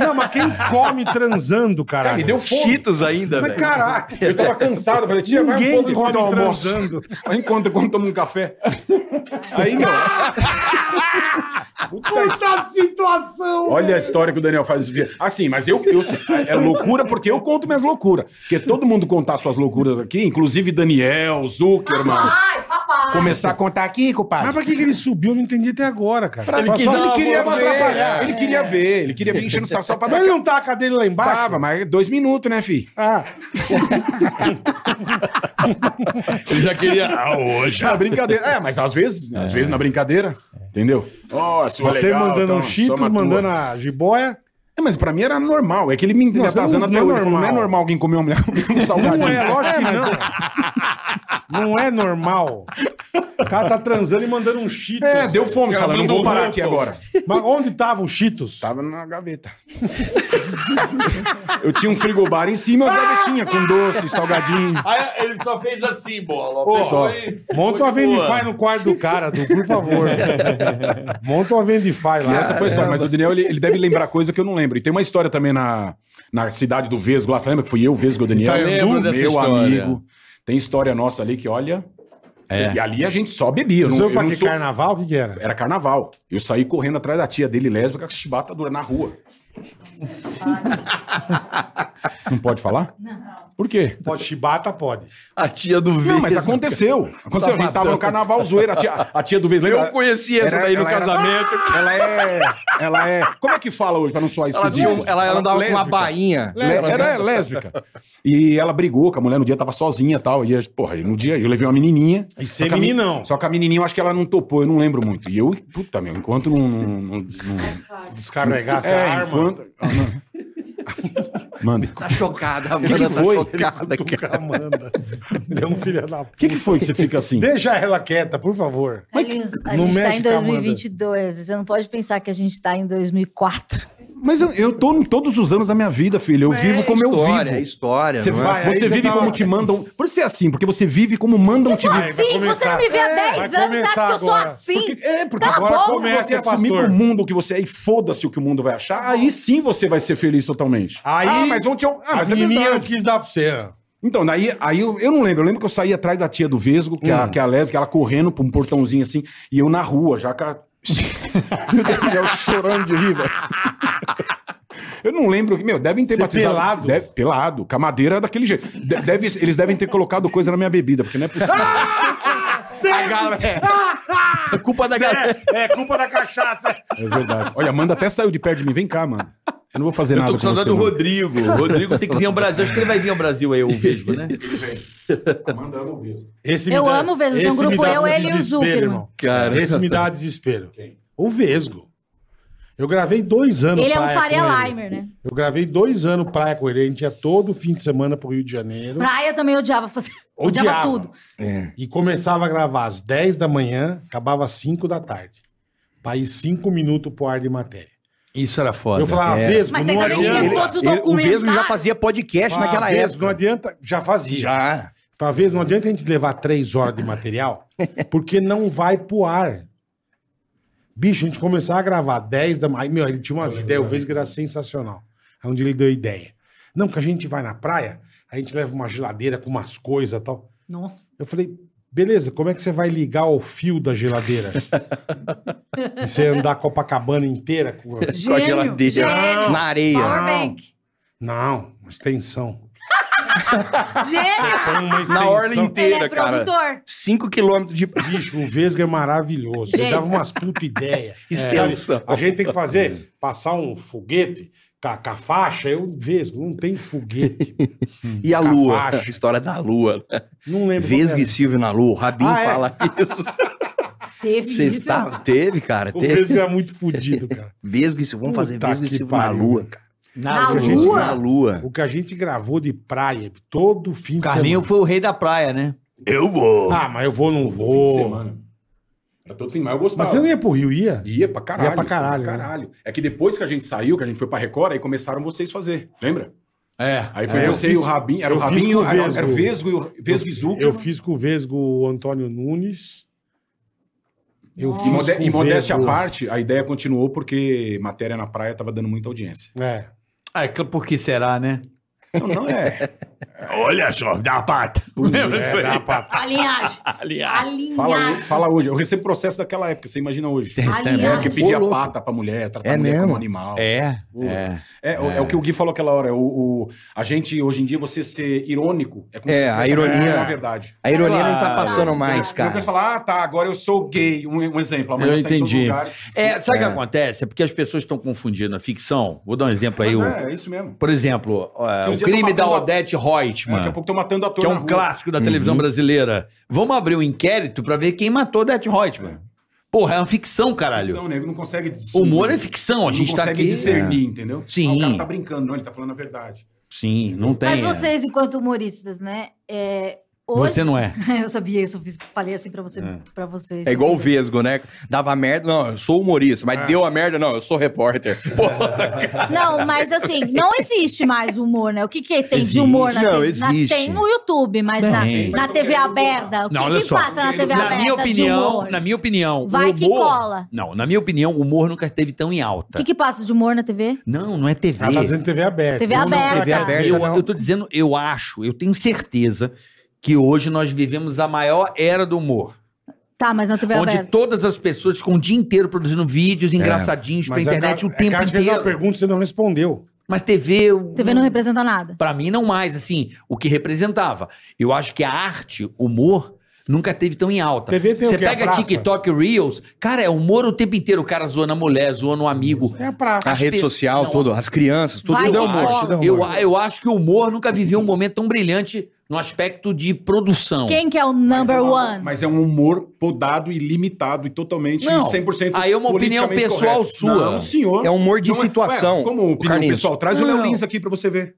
S3: Não, mas quem come transando,
S10: Cara,
S3: caralho?
S10: me deu fome.
S6: Cheetos ainda,
S3: Mas
S6: velho.
S3: caraca.
S10: Eu tava cansado. Eu falei, tia, vai um
S3: Ninguém
S10: pouco e
S3: come
S10: come o almoço.
S3: transando.
S10: Aí encontra quando toma um café. Aí, meu. Puta situação! Olha a história que o Daniel faz. Assim, mas eu, eu é loucura porque eu conto minhas loucuras. Porque todo mundo contar suas loucuras aqui, inclusive Daniel, Zuckerman.
S4: Papai, papai!
S6: Começar a contar aqui,
S10: um
S6: compadre.
S3: Mas pra que, que ele subiu? Eu não entendi até agora, cara.
S6: Pra ele
S3: Só-
S6: que-
S3: só
S6: não,
S3: ele queria me
S6: vou ver.
S3: atrapalhar.
S10: é.
S6: Ele queria ver, ele queria vir enchendo o saco só pra
S3: Mas
S6: dar
S3: ele não tá a cadeira lá embaixo?
S6: Tava, mas dois minutos, né, fi?
S3: Ah,
S10: Ele já queria.
S12: Ah, hoje.
S10: Já, brincadeira. É, mas às vezes, às vezes na brincadeira, entendeu? Ó, sua
S3: você
S10: legal,
S3: mandando
S10: então,
S3: um Cheetos,
S10: soma tua.
S3: mandando a jiboia.
S10: É, mas pra mim era normal. É que ele me
S3: Não,
S10: atazando
S3: não-
S10: até
S3: não é
S10: hoje. Ele falou, Não é
S3: normal.
S10: normal alguém comer uma mulher com um salgadinho.
S3: Não é, lógico que não. Não é normal. O cara tá transando e mandando um Cheetos.
S10: É, deu fome,
S5: Cara,
S10: fala, não
S5: mandou
S10: vou
S5: um
S10: parar
S5: roupa.
S10: aqui agora.
S3: Mas onde tava o Cheetos?
S10: Tava na gaveta. Eu tinha um frigobar em cima e as gavetinhas com doce, salgadinho.
S5: Aí ele só fez assim, bola.
S3: só. Monta uma Vendify
S5: faz
S3: no quarto do cara, Du, por favor. Monta uma Vendify lá.
S10: E essa foi a história, mas o Daniel ele, ele deve lembrar coisa que eu não lembro. E tem uma história também na, na cidade do Vesgo lá. Você lembra que fui eu, o Vesgo, o Daniel?
S5: Então, eu lembro
S10: meu
S5: dessa história.
S10: amigo. Tem história nossa ali que, olha.
S5: É.
S10: E ali a gente só bebia. Eu
S3: Você
S10: não,
S3: soube
S10: eu
S3: pra
S10: não
S3: que
S10: sou-
S3: carnaval? O que, que era?
S10: Era carnaval. Eu saí correndo atrás da tia dele, lésbica, com a chibata dura na rua. não pode falar? Não. Por quê?
S3: Pode chibata, pode.
S5: A tia do
S10: Não,
S5: Vesgo.
S10: mas aconteceu. Aconteceu, a gente tava no carnaval zoeira. A tia, a tia do Vesgo.
S6: Eu conheci essa daí no casamento.
S10: Ela é. Ela é. Como é que fala hoje pra não soar
S6: Ela,
S10: esquisito?
S6: tinha um- ela andava com uma
S10: lésbica.
S6: bainha.
S10: Lé- Ela é lésbica. E ela brigou com a mulher no dia, tava sozinha e tal. E, a- porra, e no dia eu levei uma menininha.
S3: E
S10: Só
S3: ser
S10: que a
S3: meninão.
S10: men- Só que a menininha eu acho que ela não topou, eu não lembro muito. E eu, puta, meu, enquanto não. não- não- não-
S3: Descarregar essa
S10: É,
S3: arma.
S10: enquanto- Ah, não. Manda.
S6: Tá chocada, a
S10: que
S6: Amanda tá
S10: foi?
S6: chocada, cara.
S3: Amanda. Ele é um filho da
S10: O que, que foi que você fica assim?
S3: Deixa ela quieta, por favor.
S4: Carlinhos, a
S3: não
S4: gente tá
S3: mexe
S4: em
S3: com a Amanda.
S4: 2022. Você não pode pensar que a gente tá em 2004.
S10: Mas eu, eu tô em todos os anos da minha vida, filho. Eu vivo como eu
S6: história, É
S10: vivo.
S6: história,
S10: Você,
S6: não é?
S10: vai,
S3: Aí
S10: você
S3: você
S10: vive
S3: tá-
S10: como te mandam. Por isso é assim, porque você vive como mandam te viver.
S4: Sim, assim? você não me vê há 10
S3: vai
S4: anos, acha que eu
S3: começar
S4: sou
S3: agora.
S4: assim.
S10: Porque- é, porque
S4: Cala a
S10: agora
S4: boca.
S10: quando você
S3: Começa,
S10: assumir
S3: pastor.
S10: pro mundo o que você é e foda-se o que o mundo vai achar, aí sim você vai ser feliz totalmente.
S3: Aí-
S10: ah, mas ontem eu... Ah,
S3: a
S10: mas é
S3: menininha eu
S10: verdade.
S3: quis dar pra você. ó.
S10: Então, daí, aí eu, eu não lembro. Eu lembro que eu saí atrás da tia do Vesgo, que, é
S3: Hum.
S10: a, que é a leve, que ela correndo pra um portãozinho assim, e eu na rua, já com a... eu chorando de rir, velho. Eu não lembro. Meu, devem ter
S3: Você é
S10: batizado...
S3: pelado?
S10: Deve- pelado. Camadeira é daquele jeito. De- deve- eles devem ter colocado coisa na minha bebida, porque não é possível.
S6: A galera. É culpa da galera.
S3: É culpa da cachaça.
S10: É verdade. Olha, a Amanda até saiu de perto de mim. Vem cá, mano. Eu não vou fazer
S5: Eu
S10: nada
S5: tô
S10: com
S5: com
S10: você.
S5: saudade do
S10: não.
S5: Rodrigo. O Rodrigo tem que vir ao Brasil. Acho que ele vai vir ao Brasil aí, o Vesgo, né?
S10: é
S3: Esse
S4: Eu amo o Vesgo. Tem um
S3: esse me
S4: grupo
S3: dá
S4: eu, ele e o
S3: desespero,
S4: Zuckerman.
S3: irmão.
S6: Cara.
S3: Esse me dá desespero. O Vesgo. Eu gravei dois anos
S4: Ele é um
S3: praia com
S4: Faria
S3: ele.
S4: Limer, né?
S3: Eu gravei dois anos praia com ele. A gente ia todo fim de semana pro Rio de Janeiro.
S4: Praia eu também odiava fazer. Odiava,
S3: Odiava.
S4: tudo.
S3: E começava a gravar às 10 da manhã, acabava às 5 da tarde. Pra ir 5 minutos pro ar de matéria.
S5: Isso era foda.
S3: Eu falava, "Ah,
S6: É.
S3: Vesgo,
S4: Mas
S3: não
S4: ainda bem que
S3: adianta.
S4: ele fosse o
S6: Ele- o Vesgo já
S4: documentário.
S6: fazia podcast
S3: Falava, "Ah,
S6: naquela
S3: "Vesgo, Não
S6: época.
S3: adianta, já fazia.
S6: Já.
S3: Falava, Vesgo, não adianta a gente levar 3 horas de material, porque não vai pro ar. Bicho, a gente começava a gravar 10 da manhã. Aí, meu, ele tinha umas ideias, o Vesgo era sensacional. Aí onde ele deu ideia. Não, que a gente vai na praia, a gente leva uma geladeira com umas coisas e tal.
S4: Nossa.
S3: Eu falei, beleza, como é que você vai ligar o fio da geladeira? e você andar a Copacabana inteira com. a-
S6: Com a
S4: Gênio.
S6: geladeira.
S4: Gênio.
S6: Na areia.
S4: Powerbank.
S3: Não, uma extensão.
S4: Gênio.
S3: Põe uma
S6: Na orla
S3: extensão.
S4: Ele é
S6: inteira, cara.
S4: produtor.
S6: 5 quilômetros de
S3: Bicho, o Vesga é maravilhoso. Ele
S4: Gente.
S3: dava umas puta ideia.
S6: Extensão.
S3: É, a gente tem que fazer, passar um foguete com a, com a faixa. Eu, Vesgo, não tem foguete.
S6: E a
S3: Com a
S6: lua.
S3: faixa.
S6: História da lua. né?
S3: Não lembro. qual
S6: Vesgo
S3: era.
S6: e Silvio na lua. O Rabin
S3: é. Ah, é?
S6: fala isso.
S4: Teve
S6: Vocês
S4: isso. é
S6: sabem? Teve, cara.
S3: O
S6: Teve.
S3: Vesgo é muito fodido, cara.
S6: Vesgo e Silvio. Vamos fazer
S3: Puta
S6: Vesgo e
S3: que
S6: Silvio na
S3: pariu.
S6: lua. cara.
S4: Na
S3: Gente,
S6: Gente,
S4: lua?
S6: Na lua.
S3: O que a gente gravou de praia todo fim
S5: O
S3: de
S5: Carlinho
S3: semana.
S5: foi o rei da praia, né?
S12: Eu vou.
S3: Ah, mas eu vou, não
S10: Fim de
S3: vou.
S10: semana. Era todo fim, mas eu gostava.
S3: Mas você não ia pro Rio, ia?
S10: Ia pra caralho.
S3: Ia pra caralho, né?
S10: pra caralho. É que depois que a gente saiu, que a gente foi pra Record, aí começaram vocês fazer, lembra?
S5: É.
S10: Aí foi
S3: É, eu
S10: você
S3: fiz-
S10: e o Rabin, era o
S3: eu fiz
S10: Rabin,
S3: com o
S10: era,
S3: Vesgo.
S10: era o Vesgo e o Vesgo e Zucca.
S3: Eu fiz com o Vesgo o Antônio Nunes. Eu
S10: E, mode-
S3: com
S10: e
S3: o
S10: modéstia à
S3: Vesgo-
S10: parte, a ideia continuou porque matéria na praia tava dando muita audiência.
S3: É.
S5: Ah, é claro, por que será, né?
S10: Não, não é.
S11: Olha só, dá a pata. Lembra disso
S3: É,
S11: aí?
S3: dá pra...
S4: A linhagem. A
S11: Aliás.
S4: linhagem.
S10: Fala, hoje- fala hoje. Eu recebo processo daquela época, você imagina hoje.
S5: Você recebe?
S4: Aliás.
S10: É, que pedia pata pra mulher, tratar
S6: É
S10: a mulher
S6: mesmo?
S10: como animal. É.
S5: É,
S10: Pô.
S5: é.
S10: o- é o que o Gui falou aquela hora. O, o- a gente, hoje em dia, você ser irônico é como
S6: É,
S10: se
S6: a
S10: tivesse
S6: ironia.
S10: uma verdade.
S6: A ironia não tá
S5: Claro.
S6: passando mais,
S10: Não quer
S6: cara.
S10: falar, ah, tá, agora eu sou gay. Um, um exemplo. Amanhã
S5: Eu
S10: sai em todos os
S5: entendi.
S10: lugares.
S5: É, sabe o
S6: É.
S5: que acontece? É porque as pessoas estão confundindo a ficção. Vou dar um exemplo aí.
S10: Mas
S5: o-
S10: é, é isso mesmo.
S5: Por exemplo, é,
S10: Que
S5: o
S10: os dias
S5: crime
S10: tão
S5: da
S10: matando a-
S5: Odete
S10: É, daqui a
S5: Reutemann,
S10: pouco estão matando ator
S5: que é
S10: na
S5: um
S10: rua.
S5: clássico da televisão brasileira. Vamos abrir um inquérito pra ver quem matou Odete Reutemann. Porra, é uma ficção, caralho.
S10: Ficção, nego, não consegue... discernir.
S5: Humor é ficção, a gente
S10: não
S5: tá
S10: consegue
S5: aqui.
S10: discernir, entendeu?
S5: Sim.
S10: Ah, o cara tá brincando, não, ele tá falando a verdade.
S5: Sim, não tem. é.
S4: Mas vocês, enquanto humoristas, né? é, hoje...
S5: Você não é.
S4: Eu sabia isso, eu fiz- falei assim pra, você, pra vocês.
S6: É igual o Vesgo, né? Dava merda, não, eu sou humorista, mas deu a merda, não, eu sou repórter. Porra,
S4: Não, mas assim, não existe mais humor, né? O que, que tem de
S5: Existe.
S4: humor na
S6: Não,
S4: TV?
S6: existe.
S4: Na, tem no YouTube, mas na,
S5: Tem.
S4: na TV aberta. O que,
S5: Não, olha
S4: que
S5: só.
S4: passa na TV aberta?
S5: Na minha
S4: de
S5: opinião,
S4: humor?
S5: na minha opinião,
S4: Vai
S5: o
S4: que
S5: humor-
S4: cola.
S5: Não, na minha opinião, o humor nunca esteve tão em
S4: O
S5: alta.
S4: que, que passa de humor na TV?
S5: Não, não é TV.
S3: Ela tá fazendo TV é aberta.
S4: TV aberta.
S6: TV aberta.
S5: Eu,
S6: não.
S5: eu tô dizendo, eu acho, eu tenho certeza que hoje nós vivemos a maior era do humor.
S4: Tá, mas na TV
S5: onde
S4: aberta.
S5: todas as pessoas ficam o dia inteiro produzindo vídeos engraçadinhos pra
S3: Mas é
S5: internet
S3: que-
S5: o
S3: é que
S5: tempo
S3: às vezes
S5: inteiro.
S3: uma pergunta você não respondeu.
S5: Mas TV. eu-
S4: TV não representa nada.
S5: Pra mim, não mais, assim, o que representava. Eu acho que a arte, o humor, nunca teve tão em alta.
S3: TV tem o
S5: Você
S3: quê? A
S5: pega
S3: praça?
S5: TikTok Reels, cara, é humor o tempo inteiro. O cara zoando a mulher, zoando um amigo.
S3: É a praça.
S6: a rede
S5: pe-
S6: social,
S5: não,
S6: tudo, as crianças, tudo,
S4: Vai
S6: tudo é
S4: que
S6: humor.
S4: cola.
S6: tudo é humor.
S5: Eu, eu acho que o humor nunca viveu um momento tão brilhante no aspecto de produção.
S4: Quem que é o
S10: Mas
S4: number
S10: é uma-
S4: one?
S10: Mas é um humor podado e limitado e totalmente
S5: Não,
S10: 100%
S5: aí é uma opinião
S10: politicamente
S5: pessoal
S10: correto.
S5: sua. um
S10: Não, senhor.
S6: É humor de
S10: Não é-
S6: situação.
S10: Ué, como opinião
S6: Carlinhos.
S10: pessoal? Traz o Léo
S5: Não.
S10: Lins aqui pra você ver.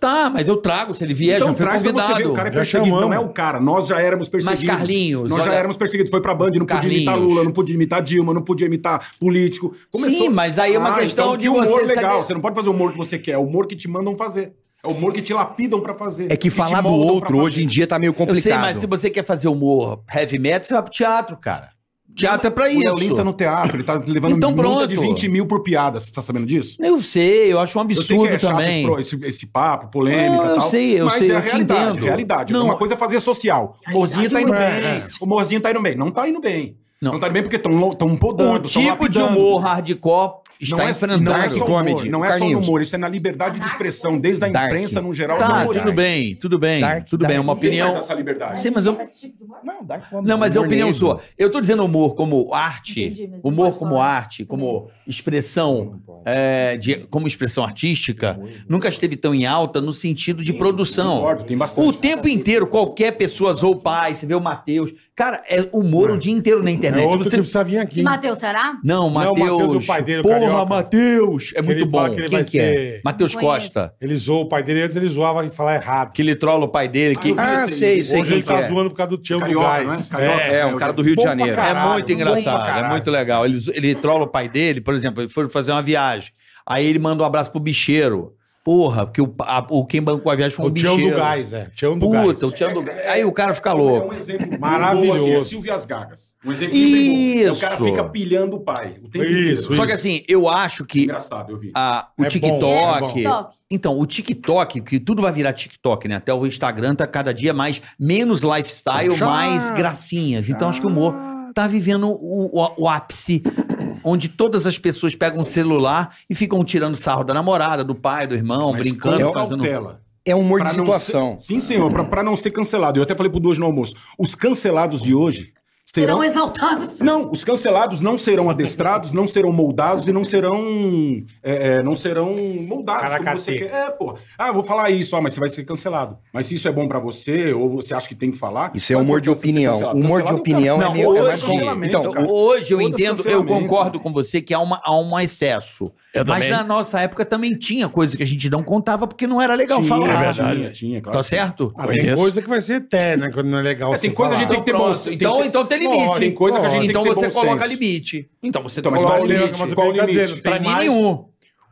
S5: Tá, mas eu trago, se ele vier,
S3: Então
S5: já foi
S10: Então traz pra você ver.
S5: é, convidado.
S10: O cara é
S3: Já
S10: perseguido.
S3: chamamos.
S10: Não é o cara. Nós já éramos perseguidos.
S5: Mas, Carlinhos,
S10: Nós já
S5: olha-
S10: éramos perseguidos. Foi pra Band, não podia imitar
S5: Carlinhos.
S10: Lula, não podia imitar Dilma, não podia imitar político.
S5: Sim, mas aí é uma questão de
S10: Ah, então que um humor
S5: você
S10: legal.
S5: saber-
S10: Você não pode fazer o humor que você quer. É o humor que te mandam fazer. É o humor que te lapidam pra fazer.
S6: É que
S10: te
S6: falar do
S10: moldam pra
S6: outro
S10: fazer.
S6: hoje em dia tá meio
S10: é
S5: Eu
S6: complicado.
S5: sei, mas se você quer fazer humor heavy metal, você vai pro teatro, cara. Teatro é pra
S10: O Léo Lins
S5: isso.
S10: tá no teatro, ele tá levando
S5: Então
S10: multa
S5: pronto.
S10: de 20 mil por piada. Você tá sabendo disso?
S5: Eu sei, eu acho um
S10: Eu sei
S5: absurdo
S10: que é chato
S5: também.
S10: esse, pro- esse, esse papo, polêmica
S5: Não, eu
S10: e tal.
S5: sei, eu
S10: mas
S5: sei,
S10: é a
S5: eu te
S10: realidade,
S5: entendo.
S10: realidade.
S5: Não.
S10: Uma coisa é fazer social. O Morzinho tá indo
S3: é.
S10: bem. O Morzinho tá indo bem. Não tá indo bem.
S5: Não.
S10: Não, tá indo bem porque estão tão podando,
S5: O
S10: tão
S5: tipo de
S10: lapidando.
S5: humor hardcore está
S10: não é,
S5: enfrentando.
S10: não é só
S6: comedy.
S10: humor, não é só
S6: Carlinhos.
S10: humor, é isso é na liberdade de expressão, desde a
S6: Dark.
S10: imprensa no geral.
S5: Tá,
S10: até hoje.
S5: tudo bem, tudo bem.
S6: Dark,
S5: tudo bem, é uma
S10: Quem faz
S5: opinião.
S10: essa liberdade?
S5: Sim, mas eu- Não, mas é
S6: Humor
S5: opinião
S6: negro.
S5: sua. Eu tô dizendo humor como
S4: Entendi,
S5: arte,
S4: mas não
S5: humor
S4: pode
S5: como
S4: falar.
S5: arte, como expressão, é, de- como expressão artística, nunca esteve tão em alta no sentido de produção.
S10: Concordo, tem bastante.
S5: O tempo inteiro, qualquer pessoa zoou o pai, você vê o Matheus. Cara, é humor o dia inteiro na
S3: É
S5: internet.
S3: outro
S5: tipo Você-
S3: que precisa vir
S4: E
S3: aqui.
S4: Matheus, será?
S5: Não,
S3: Não, é o Matheus,
S5: Matheus.
S3: o pai dele, o
S5: Porra,
S3: carioca.
S5: Matheus! É
S3: Que
S5: muito
S3: ele
S5: bom.
S3: fala que ele
S5: Quem
S3: vai
S5: que é?
S3: ser-
S5: Matheus
S4: Não conheço.
S5: Costa.
S3: Ele zoou o pai dele, antes ele zoava e falava errado.
S5: Que ele trola o pai dele. Que...
S6: Ah, sei, sei
S3: Hoje
S6: quem
S3: ele
S6: que
S3: tá
S6: é.
S3: zoando por causa do tio do
S10: Carioca,
S3: gás.
S10: né? Carioca.
S3: É.
S6: É, um cara do Rio de
S3: Bom pra
S6: Janeiro.
S5: É
S3: caralho.
S5: muito engraçado, é
S3: caralho.
S5: muito legal. Ele, zo- ele trola o pai dele, por exemplo, ele foi fazer uma viagem. Aí ele manda um abraço pro bicheiro. Porra, porque o, pa- a- o- quem bancou a viagem foi um
S3: O tio
S5: bicheiro.
S3: do gás, é. Tio do gás.
S5: Puta, o tio do gás. Aí o cara fica louco.
S10: É um exemplo
S3: Maravilhoso.
S10: maravilhoso. é Silvias Gagas. Um exemplo bem bom. É O cara
S5: Isso.
S10: fica pilhando o pai. O tempo
S3: Isso,
S10: inteiro.
S5: Só que assim, eu acho que
S10: Engraçado, eu vi.
S5: a- o
S3: É bom,
S5: TikTok.
S3: é bom.
S4: TikTok.
S5: Então, o TikTok, que tudo vai virar TikTok, né? Até o Instagram tá cada dia mais menos lifestyle,
S3: Já.
S5: mais gracinhas. Então, acho que o humor tá vivendo o, o- o ápice, onde todas as pessoas pegam um celular e ficam tirando sarro da namorada, do pai, do irmão,
S10: Mas é
S5: brincando,
S10: com
S5: fazendo.
S10: cautela.
S6: É humor
S10: Pra
S6: de
S10: não
S6: situação.
S10: ser- sim, senhor, pra, pra não ser cancelado. Eu até falei pro Dojo no almoço. Os cancelados de hoje serão.
S4: Serão exaltados.
S10: Não, os cancelados não serão adestrados, não serão moldados e não serão. é, é, não serão moldados como você
S3: Caracatê.
S10: quer. É, pô. Ah, eu vou falar isso, ah, mas você vai ser cancelado. Mas se isso é bom pra você, ou você acha que tem que falar.
S6: Isso é humor de opinião. Humor
S10: um
S6: de opinião é
S5: Não,
S6: meio. é mais
S5: hoje-
S6: complicado.
S10: Então,
S5: Então, hoje eu
S10: Foda-se
S5: entendo, eu
S10: cancelamento.
S5: concordo com você que há, uma, há um excesso.
S12: Eu
S5: Mas
S12: também.
S5: na nossa época também tinha coisa que a gente não contava porque não era legal
S12: é
S5: falar.
S12: verdade.
S10: Tinha, tinha, claro.
S5: Tá certo?
S3: Ah, tem
S12: Conheço.
S3: coisa que vai ser eterna, quando não é legal.
S10: É, tem
S3: você
S10: coisa que a gente
S3: falar.
S10: tem que ter bom
S5: Pronto,
S10: senso.
S5: então,
S10: tem que-
S5: então tem limite.
S3: Lógico,
S10: tem coisa que a gente tem
S5: então
S10: que ter
S5: você
S10: bom
S5: coloca
S10: senso.
S5: limite. Então você
S10: Então, mas
S5: coloca
S10: qual o
S5: limite.
S10: limite?
S3: Mas o
S10: Qual
S3: que ele tá
S10: o limite?
S3: dizendo?
S5: Pra
S3: Tem
S5: mim,
S3: mais-
S5: nenhum.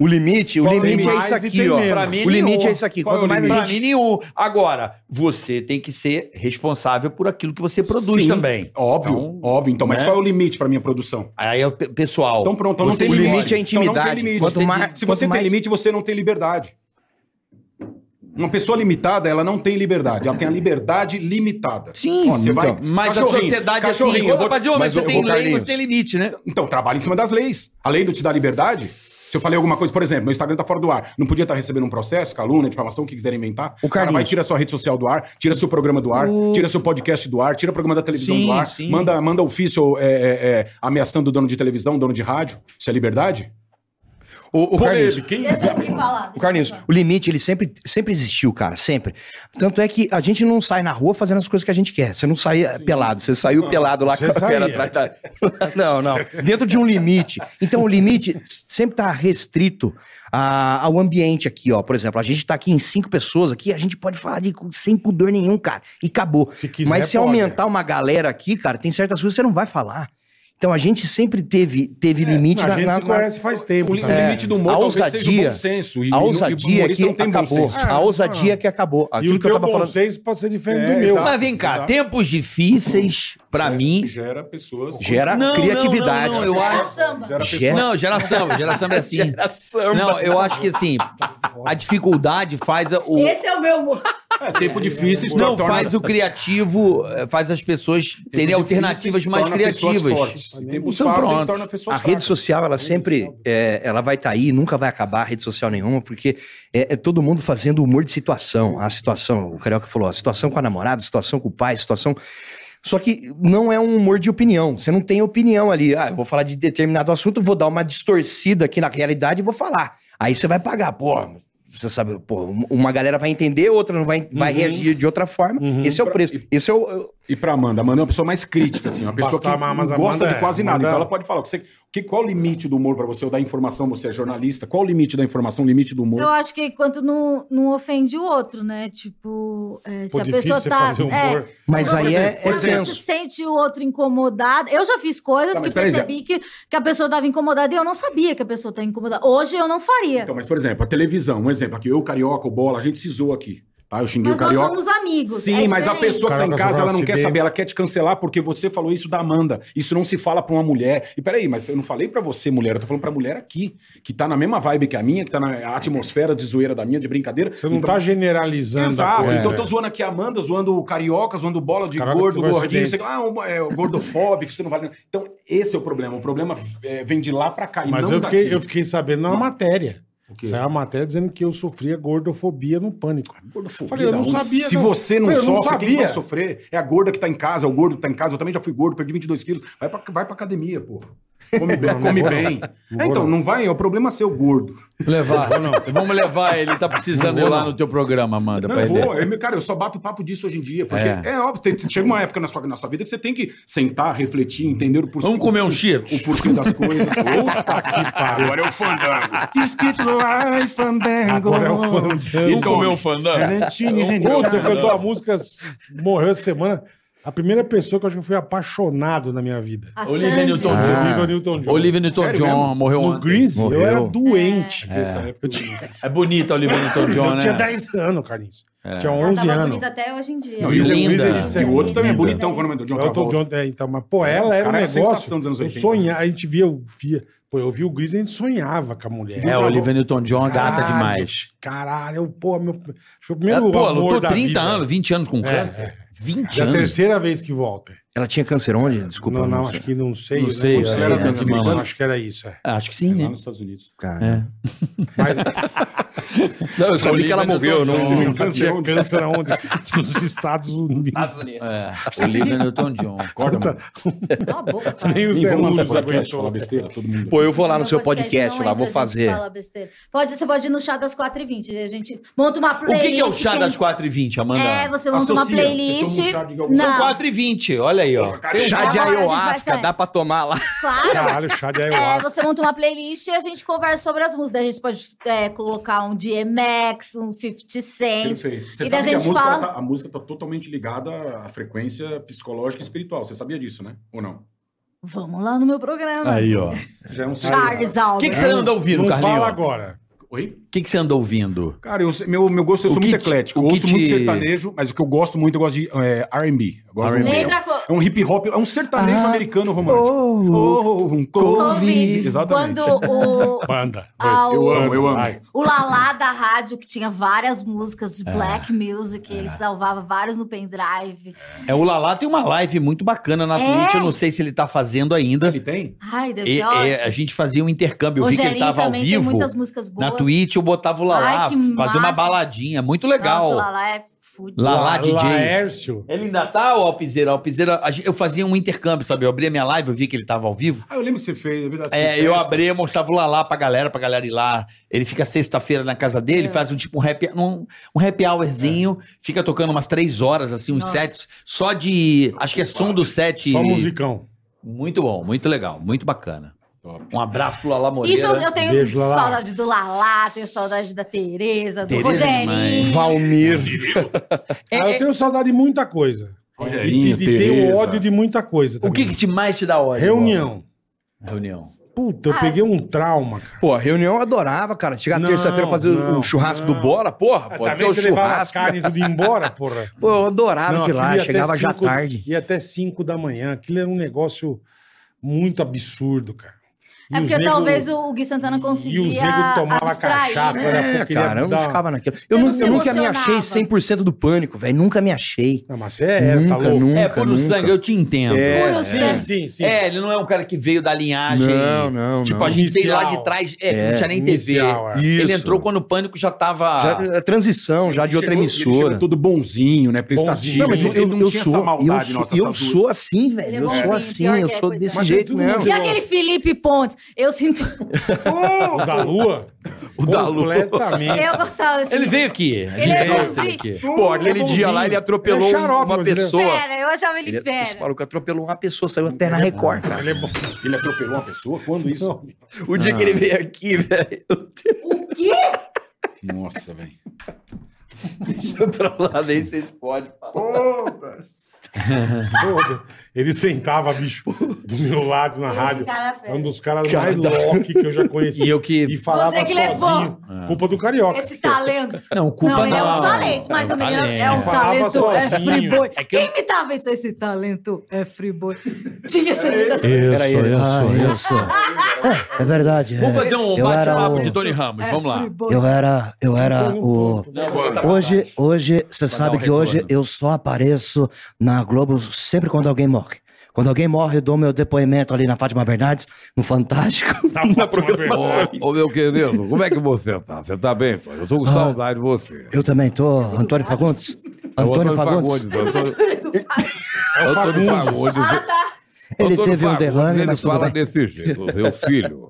S6: O limite, o
S3: Tem
S6: limite é
S3: mais
S6: isso
S3: e
S6: aqui,
S3: tem
S6: ó.
S3: menos.
S5: Pra mim,
S6: O limite
S5: nenhum.
S6: é isso aqui.
S10: Qual é
S6: Quanto
S10: o
S6: mais a
S5: Pra
S6: gente.
S5: mim, nenhum. Agora, você tem que ser responsável por aquilo que você produz
S10: Sim,
S5: também.
S10: Óbvio,
S5: Então,
S10: óbvio. Então, mas
S5: né?
S10: qual é o limite pra minha produção?
S5: Aí é o pe- pessoal.
S10: Então pronto, então não
S5: Você-
S10: tem
S6: o
S10: limite.
S6: limite é
S10: Então não tem
S6: intimidade.
S10: limite.
S6: Quanto
S10: Você
S6: mais-
S10: tem- se
S6: quanto
S10: você
S6: mais-
S10: tem limite, você não tem liberdade. Uma pessoa limitada, ela não tem liberdade. Ela tem a liberdade limitada.
S5: Sim,
S10: Ó, você vai-
S5: mas Então, a
S10: Cachorrinho,
S5: sociedade é assim,
S10: cachorrinho, eu
S5: igual
S10: vou-
S5: a de homem,
S10: mas
S5: você
S10: eu-
S5: tem
S10: ô,
S5: lei,
S10: Carlinhos,
S5: você tem limite, né?
S10: Então, trabalha em cima das leis. A lei não te dá liberdade? Se eu falei alguma coisa, por exemplo, meu Instagram tá fora do ar, não podia estar recebendo um processo, calúnia, difamação, o que quiserem inventar.
S6: O
S10: cara
S6: Carlinhos.
S10: vai, tira sua rede social do ar, tira seu programa do ar, tira seu podcast do ar, tira o programa da televisão
S5: Sim,
S10: do ar,
S5: sim.
S10: manda manda ofício é, é, é, ameaçando o dono de televisão, dono de rádio. Isso é liberdade? é
S6: O, o Carlinhos,
S10: Quem-
S4: Deixa eu aqui falar.
S6: o Carlinhos, o limite, ele sempre, sempre existiu, cara, sempre. Tanto é que a gente não sai na rua fazendo as coisas que a gente quer. Você não sai eh, pelado, você saiu pelado lá
S3: você
S6: com a perna
S3: saía.
S6: atrás da... Não, não. Dentro de um limite. Então, o limite sempre tá restrito a- ao ambiente aqui, ó. Por exemplo, a gente tá aqui em cinco pessoas aqui, a gente pode falar de, sem pudor nenhum, cara. E acabou.
S3: Se quiser,
S10: é
S6: Mas se
S3: pode. né?
S6: aumentar uma galera aqui, cara, tem certas coisas que você não vai falar. Então, a gente sempre teve,
S10: É,
S6: teve limite
S3: A
S6: na-
S3: gente
S6: na-
S3: se
S6: na,
S3: conhece faz tempo.
S10: O, li- o
S3: também.
S10: limite do humor
S6: a
S10: talvez seja o
S6: ousadia-
S10: bom
S6: A
S10: senso. e- e- e o
S6: ousadia
S10: humorista
S6: que
S10: não tem bom
S6: acabou.
S10: senso.
S3: Ah,
S6: A ousadia que acabou.
S3: E o
S6: Aquilo que eu
S3: teu
S6: tava falando.
S3: conceito pode ser diferente
S10: É,
S3: do meu.
S10: exato.
S5: Mas vem cá,
S10: Exato.
S5: tempos difíceis, pra mim...
S10: Gera pessoas...
S6: Gera
S5: Não, não,
S6: criatividade.
S5: não, não, eu
S4: Só
S5: acho...
S4: É samba.
S10: Gera pessoas...
S3: É
S6: Gera-
S3: assim.
S5: Não, geração, geração é assim. Não, eu acho que assim,
S3: Tá
S5: a dificuldade faz o...
S4: Esse é o meu humor.
S10: É, tempo difícil... isso
S5: Não,
S10: torna-
S5: faz o criativo, eh, faz as pessoas terem alternativas mais criativas.
S10: Tempos
S5: Então,
S10: fáceis
S5: pronto.
S10: torna pessoas
S6: A rede social, ela sempre
S3: né?
S6: é, ela vai estar aí, nunca vai acabar a rede social nenhuma, porque é, é todo mundo fazendo humor de situação. A situação, o Carioca falou, a situação com a namorada, a situação com o pai, a situação. Só que não é um humor de opinião. Você não tem opinião ali. Ah, eu vou falar de determinado assunto, vou dar uma distorcida aqui na realidade e vou falar. Aí você vai pagar, pô. Você sabe, pô, uma galera vai entender, outra não vai, vai
S3: Uhum.
S6: reagir de outra forma. Esse é o preço. Esse é o,
S10: E pra Amanda, a Amanda é uma pessoa mais crítica, assim, uma pessoa
S3: Basta-
S10: que
S3: mas
S10: não
S3: a
S10: gosta
S3: Amanda
S10: de
S3: é,
S10: quase nada.
S3: Amanda-
S10: Então ela pode falar, o que você, que, qual o limite do humor pra você? Ou da informação, você é jornalista, qual o limite da informação, o limite do humor?
S4: Eu acho que enquanto não, não ofende o outro, né? Tipo, é, se
S3: Pô,
S4: a
S3: difícil
S4: pessoa
S3: você
S4: tá.
S3: fazer
S4: é,
S3: humor.
S6: Mas
S4: se
S6: aí
S4: você-
S6: é,
S4: se
S6: é
S4: você
S6: senso.
S4: sente o outro incomodado. Eu já fiz coisas
S10: Tá, mas
S4: que
S10: peraí,
S4: percebi que, que a pessoa estava incomodada e eu não sabia que a pessoa estava incomodada. Hoje eu não faria.
S10: Então, mas por exemplo, a televisão, um exemplo aqui, eu, Carioca, o Bola, a gente se zoou aqui, tá? Eu xinguei
S4: mas
S10: o
S4: nós
S10: Carioca.
S4: somos amigos.
S10: Sim,
S4: é
S10: mas a
S4: diferente.
S10: pessoa que tá em
S3: Carioca
S10: casa,
S3: sofreu
S10: ela não
S3: um
S10: quer
S3: acidente.
S10: saber, ela quer te cancelar porque você falou isso da Amanda. Isso não se fala pra uma mulher. E peraí, mas eu não falei pra você, mulher, eu tô falando pra mulher aqui, que tá na mesma vibe que a minha, que tá na atmosfera de zoeira da minha, de brincadeira.
S3: Você não
S10: Então,
S3: tá generalizando a
S10: Exato.
S3: coisa. é.
S10: Então eu tô zoando aqui a Amanda, zoando o carioca, zoando o bola de
S3: Caraca,
S10: gordo,
S3: que você vai
S10: gordinho,
S3: se
S10: sei lá, ah, um, é, o gordofóbico, você não vale. nada. Então, esse é o problema. O problema é, vem de lá pra cá. e
S3: Mas
S10: não
S3: eu fiquei,
S10: daqui.
S3: eu fiquei sabendo na matéria.
S10: O quê?
S3: Saiu a matéria dizendo que eu sofria gordofobia no pânico.
S10: Gordofobia
S3: Falei, eu
S10: da
S3: não
S10: onde?
S3: sabia,
S10: Se
S3: não.
S10: você não
S3: Falei, eu não
S10: sofre, quem vai
S3: sabia.
S10: sofrer? É a gorda que tá em casa, é o gordo que tá em casa. Eu também já fui gordo, perdi 22 quilos. Vai pra, vai pra academia, pô. Come bem.
S3: não
S10: come
S3: vou,
S10: bem.
S3: Não
S10: É,
S3: vou,
S10: então,
S3: não.
S10: não vai, é o problema seu gordo.
S5: Levar. Vamos levar ele, tá precisando ir lá no teu programa, Amanda,
S10: Não,
S5: pra
S10: eu
S5: ele.
S10: vou. Eu, cara, eu só bato papo disso hoje em dia. Porque
S5: É.
S10: é, óbvio, tem- chega uma época na sua, na sua vida que você tem que sentar, refletir, entender o porquê.
S5: Vamos comer um
S10: o
S5: Cheetos?
S10: porquê das coisas. Puta que pariu. Agora é o fandango. Escrito lá, fandango.
S3: Agora é o fandango.
S10: E comer um
S5: fandango?
S3: Pô, você cantou a música, s- morreu essa semana. A primeira pessoa que eu acho que eu fui apaixonado na minha vida.
S4: A
S5: Olivia
S4: Sandy.
S5: Newton-
S3: Foi
S5: Ah.
S3: Olivia Newton-John.
S5: Olivia Newton-John morreu
S3: No
S5: ontem.
S3: Grease, eu
S6: Morreu.
S3: era doente. nessa época. Eu tinha,
S5: É bonita a Olivia Newton-John,
S10: Então,
S3: eu tinha
S5: né?
S3: 10 anos, Carlinhos.
S10: É.
S3: Tinha
S4: Ela
S3: 11
S4: tava
S3: anos.
S4: bonita até hoje em dia.
S10: Não, e o
S5: Linda.
S10: Luiz, ele segue. o outro também é
S5: Linda.
S10: bonitão quando mandou John
S3: Eu tô
S10: Travolta.
S3: John, é, então, mas, pô, ela era
S10: cara
S3: um
S10: era a
S3: negócio.
S10: sensação dos anos né?
S3: eu
S10: 80.
S3: sonhava, a gente via, eu via. Pô, eu vi o Grease e a gente sonhava com a mulher.
S5: É, a Olivia Newton-John é gata
S3: tá Caralho.
S5: demais.
S3: Caralho, eu, pô, meu. Acho o
S5: Ela,
S3: primeiro
S5: pô,
S3: amor
S5: lutou
S3: da
S5: 30
S3: vida.
S5: anos, 20 anos com câncer.
S3: É,
S5: 20
S3: é a
S5: anos.
S3: terceira vez que volta.
S6: Ela tinha câncer onde? Desculpa.
S3: não,
S6: eu
S3: não,
S6: sei.
S3: acho que não sei.
S5: Não
S3: né?
S5: sei,
S3: Acho
S5: é,
S3: que era
S5: é,
S3: tanto,
S5: é, de mama.
S3: acho que era isso. É.
S5: Acho que sim,
S10: tá Lá
S5: né?
S10: nos Estados Unidos.
S6: Cara.
S5: É.
S3: Mas
S6: Não, eu sabia que ela morreu. Não...
S3: não tinha é um câncer onde? Nos Estados Unidos.
S5: É. Olivia Newton-John.
S3: Puta,
S4: Cala a boca, cara.
S3: nem o
S10: Nem
S3: Zé
S10: vamos lá
S3: Lúcio
S10: pro podcast,
S3: aguentou.
S10: falar besteira, todo mundo.
S6: Pô, eu vou lá no
S4: Meu
S6: seu podcast,
S4: não
S6: lá,
S4: entra
S6: vou
S4: gente
S6: fazer.
S4: fala besteira. Pode, você pode ir no chá das 4h20. A gente monta uma
S5: O
S4: playlist.
S5: que, que é o chá
S4: quem-
S5: das 4h20, Amanda?
S4: É, você monta uma
S10: Associa, você
S4: playlist.
S10: toma um chá de algum-
S5: São
S4: Não,
S5: 4h20, olha aí, ó. um
S6: Chá de
S4: Agora a gente vai
S6: ayahuasca,
S4: sair.
S6: dá pra tomar lá.
S4: claro.
S3: Caralho, chá de
S4: É,
S3: ayahuasca.
S4: você monta uma playlist e a gente conversa sobre as músicas. Daí a gente pode é, colocar um DMX, um 50 Cent.
S10: Perfeito. Você
S4: E
S10: sabe
S4: da
S10: que a
S4: gente
S10: música,
S4: fala-
S10: ela tá, a música tá totalmente ligada à frequência psicológica e espiritual. Você sabia disso, né? Ou não?
S4: Vamos lá no meu programa.
S5: Aí, ó.
S10: Já é um
S4: Charles
S5: É, O
S4: Alves.
S5: que, que você anda ouvindo,
S3: Não fala
S5: Carlinhos?
S3: agora.
S10: Oi?
S5: O que, que você anda ouvindo?
S10: Cara, eu, meu, meu gosto, eu
S5: O
S10: sou
S5: que
S10: muito
S5: te-
S10: eclético.
S5: o
S10: Eu
S5: que
S10: ouço muito
S5: te-
S10: sertanejo, mas o que eu gosto muito, eu gosto de é, R&B. Eu gosto
S5: R&B.
S10: de-
S4: Lembra, co-
S10: É um hip hop, é um sertanejo americano romântico. Oh, um
S4: Ouvi.
S10: couve. Exatamente.
S4: Quando o,
S3: Banda.
S4: Ah,
S10: Eu
S4: o-
S10: amo, eu amo.
S3: Ai,
S4: o Lalá da rádio, que tinha várias músicas de black music, ele salvava vários no pendrive.
S5: É, o Lalá tem uma live muito bacana na
S4: É.
S5: Twitch, eu não sei se ele tá fazendo ainda.
S10: Ele tem?
S4: Ai, deve
S5: E-
S4: ser ótimo.
S5: e a gente fazia um intercâmbio, eu vi que ele
S4: Gerinho
S5: tava ao
S4: também tem
S5: vivo.
S4: muitas músicas boas.
S5: Na Twitch eu botava o Lalá,
S4: Ai, que
S5: fazia uma
S4: massa.
S5: baladinha, muito legal.
S4: Nossa, o Lalá é fudido.
S5: Lalá DJ.
S3: Laércio.
S5: Ele ainda tá, o Alpizeira? O Alpizeira, a gente- eu fazia um intercâmbio, sabe? Eu abria minha live, eu vi que ele tava ao vivo.
S10: Ah, eu lembro que você fez. eu vi lá, você
S5: É,
S10: fez
S5: eu
S10: festa.
S5: abri, eu mostrava o Lalá pra galera, pra galera ir lá. Ele fica sexta-feira na casa dele,
S4: É.
S5: faz um tipo um happy, um, um happy hourzinho, fica tocando umas três horas, assim, uns
S4: Nossa.
S5: sets, só de. Acho que é som do set.
S3: Só musicão.
S5: Muito bom, muito legal, muito bacana.
S10: Top.
S5: Um abraço pro Lalá
S4: Isso eu,
S5: Moreira.
S4: eu tenho
S3: Beijo, Lalá.
S4: saudade do Lalá, tenho saudade da Tereza, do
S5: Tereza é demais.
S4: Rogerinho.
S6: Valmir.
S5: É,
S3: Ah,
S5: é,
S3: eu tenho saudade de muita coisa. E,
S10: Rogerinho,
S3: e tenho
S10: Tereza.
S3: ódio de muita coisa
S5: o que,
S3: também.
S5: que te mais te dá ódio?
S3: Reunião.
S5: Bola? Reunião.
S3: Puta, eu
S4: Ah,
S3: peguei um trauma, cara.
S6: Pô, reunião eu adorava, cara. Chegar
S3: Não,
S6: terça-feira fazer o
S3: não,
S6: churrasco
S3: não. Ah,
S6: do Bola, porra. Pô, ter
S3: também
S6: o
S3: você levava as
S6: churrasco.
S3: carnes tudo embora, porra.
S6: Pô, eu adorava
S3: Não,
S6: que lá,
S3: aquilo ia até
S6: chegava já
S3: cinco-
S6: tarde.
S3: Ia até 5 da manhã. Aquilo era um negócio muito absurdo, cara. E
S4: É
S3: os
S4: porque
S3: nego-
S4: talvez o Gui Santana
S3: E os
S4: conseguia
S3: negros tomavam
S4: abstrair.
S3: cachaça,
S4: né?
S3: era
S6: É,
S3: pouco, queria
S6: cara, eu não
S3: dar-
S6: ficava naquilo. Eu,
S4: não
S6: nu-
S4: se
S6: eu nunca me
S4: emocionava.
S6: achei 100% do pânico, velho. Nunca me achei.
S3: Não, mas você era,
S6: nunca,
S3: tá louco.
S6: nunca,
S5: é, puro
S6: nunca.
S5: sangue, eu te entendo.
S6: É,
S4: Puro
S3: Sim,
S4: sangue.
S3: sim, sim.
S5: É, ele não é um cara que veio da linhagem.
S6: Não, não,
S5: Tipo,
S6: não.
S5: a gente veio lá
S3: Inicial.
S5: de trás. É,
S6: É,
S5: não tinha nem TV.
S3: inicial, é.
S5: Ele
S6: Isso.
S5: entrou quando o pânico já tava.
S6: Já, a transição, já de outra
S10: Chegou- Ele
S6: emissora.
S10: chegou todo bonzinho, né? Prestativo.
S3: Bonzinho.
S6: Não, mas eu,
S10: Ele
S6: eu, eu sou, eu sou,
S10: nossa,
S6: eu
S10: essa
S6: sou assim,
S4: Ele
S6: velho.
S4: é
S6: Eu
S4: bonzinho,
S6: sou assim,
S4: pior
S6: eu
S4: que é,
S6: sou
S4: coitado.
S6: desse
S3: Mas
S6: jeito
S3: todo mundo
S6: mesmo.
S4: E aquele Felipe Pontes? Eu sinto.
S3: O da lua?
S5: O da Lua.
S3: Completamente.
S4: Eu gostava desse.
S5: Ele veio aqui. A
S4: Ele
S5: gente
S4: é
S5: veio
S4: bonzinho.
S6: Pô, aquele
S3: Ele é
S6: dia lá
S3: bonzinho.
S6: ele
S3: Ele
S6: atropelou
S3: é xarope,
S6: uma
S3: mas ele é-
S6: pessoa.
S4: Fera, eu achava ele,
S6: Ele,
S5: é-
S4: fera.
S6: esse maluco atropelou uma pessoa, saiu até na Record, cara.
S3: Ele é bom.
S10: Ele atropelou uma pessoa? Quando isso?
S6: O
S5: Ah.
S6: dia que ele veio aqui, velho,
S4: O quê?
S10: Nossa, velho.
S6: eu pra lá, daí vocês podem falar.
S3: Todo. Ele sentava, bicho, do meu lado na rádio.
S4: Esse cara é
S3: É um
S4: fera.
S3: dos caras
S6: Cara,
S3: mais
S6: tá.
S3: loucos que eu já conheci.
S5: E eu que.
S3: E falava
S4: Você que levou.
S3: sozinho. Culpa do carioca.
S4: Esse talento.
S5: Não, culpa
S4: não, ele é um
S5: não.
S4: talento, mas
S5: É um
S4: o menino é
S5: talento.
S4: um
S3: Falava
S4: talento, é
S3: sozinho.
S4: free boy.
S5: É que eu-
S4: Quem que tava isso? Esse talento é free boy. Tinha essa muita...
S5: Eu
S6: Era ele. Ah, eu
S5: sou.
S6: É verdade.
S5: Vamos fazer um
S6: Eu era
S5: bate-papo
S6: o-
S5: de Tony Ramos.
S4: é
S5: Vamos lá.
S4: free boy.
S6: Eu era, eu era o. Hoje, hoje, você sabe que hoje eu só apareço na Globo sempre quando alguém morre. Quando alguém morre, eu dou meu depoimento ali na Fátima Bernardes, no Fantástico.
S3: Na Fátima Bernardes.
S11: Ô, meu querido, como é que você tá? Você tá bem, pai? Eu tô com
S6: Ah.
S11: saudade de você.
S6: Eu também tô, Antônio Fagundes.
S11: É o
S6: Antônio Fagundes.
S11: Fagundes. Antônio-
S3: É o
S11: Antônio
S3: Fagundes.
S11: Fagundes.
S6: Ele
S11: Antônio
S6: teve um
S11: Fagundes,
S6: derrame,
S11: ele
S6: mas tudo
S11: fala
S6: bem.
S11: desse jeito, meu filho.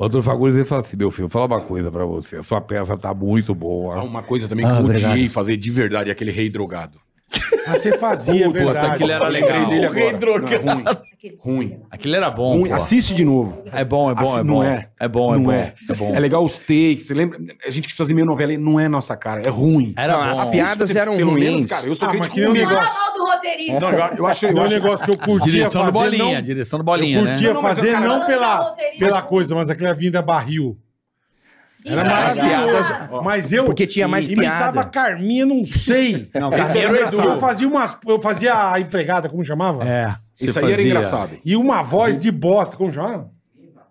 S11: Antônio Fagundes, ele fala assim, meu filho, fala uma coisa pra você. A sua peça tá muito
S10: Ah,
S11: boa.
S10: Uma coisa também que
S6: Ah,
S10: eu odiei
S6: obrigado.
S10: fazer de verdade é aquele rei drogado.
S3: Ah, você fazia, é verdade.
S5: aquilo era
S10: Lembrei
S5: legal.
S10: dele
S5: O rei
S10: agora. Não, é ruim. Ruim.
S5: Aquilo era bom.
S10: ruim.
S5: pô.
S10: Assiste de novo.
S5: É bom, é bom,
S10: Assim,
S5: é
S10: não
S5: bom.
S10: é.
S5: É bom, é
S10: não
S5: bom.
S10: é.
S5: É bom.
S10: É legal os takes. Você lembra? A gente que fazia meio novela não é nossa cara. É ruim.
S5: Era bom.
S6: as piadas eram
S10: Pelo
S6: ruins.
S10: menos, cara, eu sou
S3: Ah, mas
S10: crítico
S3: que nem o
S10: comigo.
S4: Fala
S3: negócio.
S4: mal do roteirista.
S10: Não, eu, eu achei.
S3: Não é
S10: Eu
S3: um
S10: achei
S3: negócio que eu curtia
S5: Direção do
S3: fazer,
S5: Bolinha,
S3: não...
S5: direção do
S3: Eu
S5: Bolinha, né?
S3: curtia
S10: Não, não, mas
S3: fazer
S10: eu-
S3: não
S4: cara,
S3: pela,
S4: eu- eu-
S3: pela coisa, mas aquela vinda barril.
S4: Isso
S3: Era
S4: mais
S6: piadas.
S4: engraçado. Ah,
S3: Mas eu
S6: Porque tinha mais
S3: imitava
S6: piada.
S3: a Carminha, não sei.
S5: Não,
S3: Esse
S5: Carminha
S3: era
S5: era
S3: o Edu.
S5: engraçado.
S3: eu fazia umas, eu fazia a empregada, como chamava?
S5: É.
S10: Isso
S5: você
S10: aí era
S5: fazia.
S10: engraçado.
S3: E uma voz de bosta, como chamava?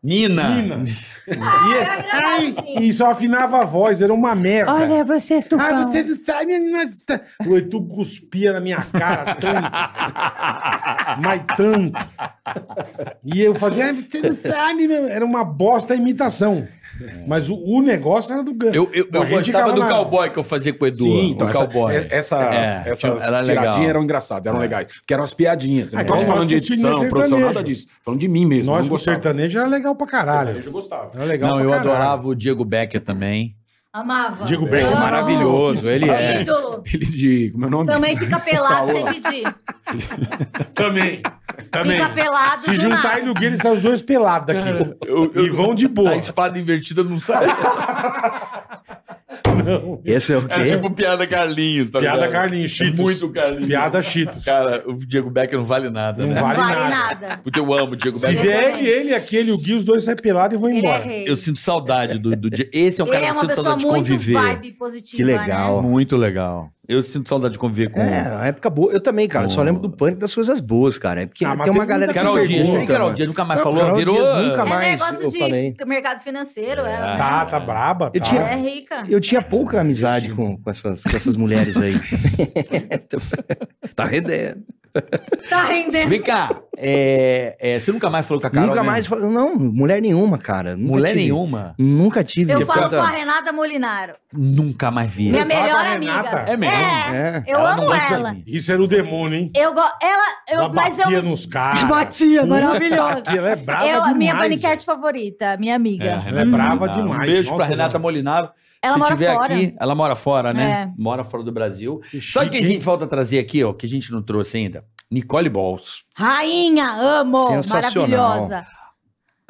S5: Nina.
S3: Nina.
S4: Era engraçado, sim.
S3: E só afinava a voz, era uma merda.
S6: você,
S3: ah, você não sabe, menina. O Edu cuspia na minha cara tanto. mas tanto. E eu fazia, ah, você não sabe, meu. Era uma bosta a imitação. Mas o, o negócio era do Gans.
S5: Eu, eu,
S3: Bom, a
S5: eu
S3: gente
S5: gostava
S3: ficava
S5: do
S3: na-
S5: cowboy que eu fazia com o Edu.
S10: Sim,
S5: o
S10: então, essa,
S5: cowboy.
S10: é- essas,
S5: É,
S10: essas
S5: era legal. É.
S10: tiradinhas eram engraçadas, eram legais. Porque eram as piadinhas. Né?
S3: É,
S10: Não
S3: igual
S10: tô falando de
S3: nós com o
S10: edição,
S3: Sidney
S10: produção,
S3: Sertanejo.
S10: nada disso. Tô Falando de mim mesmo.
S3: Nós
S10: não
S3: com o
S10: gostava.
S3: sertanejo era legal pra caralho.
S10: Sertanejo eu gostava.
S3: Era legal
S5: Não,
S3: pra
S5: eu
S3: caralho.
S5: adorava o Diego Becker também.
S4: Amava.
S3: Diego Becker é
S4: Amo.
S6: maravilhoso, ele é.
S4: Ídolo.
S10: Ele de. Como é o nome?
S4: Também fica pelado sem pedir.
S3: Também. Também.
S4: Fica pelado
S3: Se
S4: do
S3: juntar
S4: nada.
S3: ele e o Gui, eles são os dois pelados daqui. e vão de boa.
S5: A espada invertida não sai.
S6: Esse é o
S5: É
S6: quê?
S5: tipo piada Carlinhos. Tá
S3: Piada
S5: ligado?
S3: Carlinhos, Cheetos.
S5: Muito Carlinhos.
S3: Piada Cheetos.
S5: Cara, o Diego Becker não vale nada,
S3: Não
S5: né?
S4: Não
S3: vale
S4: vale
S3: nada.
S4: nada.
S5: Porque eu amo o Diego
S3: Se
S4: Ele
S5: Becker.
S4: é
S3: vier ele,
S4: também.
S3: ele, aquele, o Gui, os dois saem pelados e vão
S4: Ele é
S3: embora.
S4: rei.
S5: Eu sinto saudade do, do Diego. Esse é um
S4: Ele
S5: cara
S4: é
S5: que eu
S4: uma
S5: sinto
S4: pessoa
S5: saudade de
S4: muito
S5: conviver.
S4: vibe positiva,
S6: Que legal.
S4: né?
S5: Muito legal. Eu sinto saudade de conviver com.
S6: É, uma época boa. Eu também, cara. Só lembro do pânico das coisas boas, cara. É porque
S3: Ah, mas
S6: tem
S3: teve
S6: uma galera
S3: muita
S6: que
S5: Carol
S3: coisa
S5: Dias,
S3: pergunta,
S5: nem Carol
S6: pergunta.
S5: Dias nunca mais
S6: Não,
S5: falou,
S6: Carol
S5: virou.
S6: Dias nunca
S5: É,
S6: mais.
S4: É
S6: Mas
S4: negócio
S6: eu
S4: de
S6: falei.
S4: mercado financeiro, ela.
S3: Tá, tá braba, tá.
S6: Eu tinha-
S4: É rica.
S6: Eu tinha pouca amizade com, com, essas, com essas mulheres aí. tá rendendo.
S4: Tá rendendo.
S5: Vem cá, é, é, você nunca mais falou com a Carol?
S6: nunca
S5: mesmo?
S6: mais. fal- Não, mulher nenhuma, Tipo, cara. Nunca
S5: Mulher
S6: tive.
S5: nenhuma?
S6: Nunca tive.
S4: Eu
S6: Você
S4: falo
S6: foi-
S4: com a Renata Molinaro.
S5: Nunca mais vi.
S4: Minha
S3: fala
S4: melhor
S3: com a
S4: amiga.
S3: Renata?
S5: É mesmo?
S4: É, eu
S5: Ela não
S4: amo
S5: gosta de
S4: ela.
S5: mim.
S3: Isso era o demônio, hein?
S4: Eu gosto. Ela, eu,
S3: Ela
S4: mas
S3: batia
S4: eu.
S3: nos caras.
S4: Batia, É maravilhosa.
S3: Batia, ela é brava
S4: eu, a
S3: demais.
S4: minha paniquete favorita, minha amiga.
S3: Ela é brava demais.
S5: Um beijo pra
S3: Nossa,
S5: Renata
S3: mano.
S5: Molinaro.
S4: Ela
S5: Se
S4: mora
S5: tiver
S4: fora.
S5: aqui, ela mora fora, né?
S4: É.
S5: Mora fora do Brasil.
S3: chique,
S5: Sabe o que a
S3: hein?
S5: gente falta trazer aqui, ó? Que a gente não trouxe ainda? Nicole Balls.
S4: Rainha, amo,
S6: Sensacional.
S4: maravilhosa.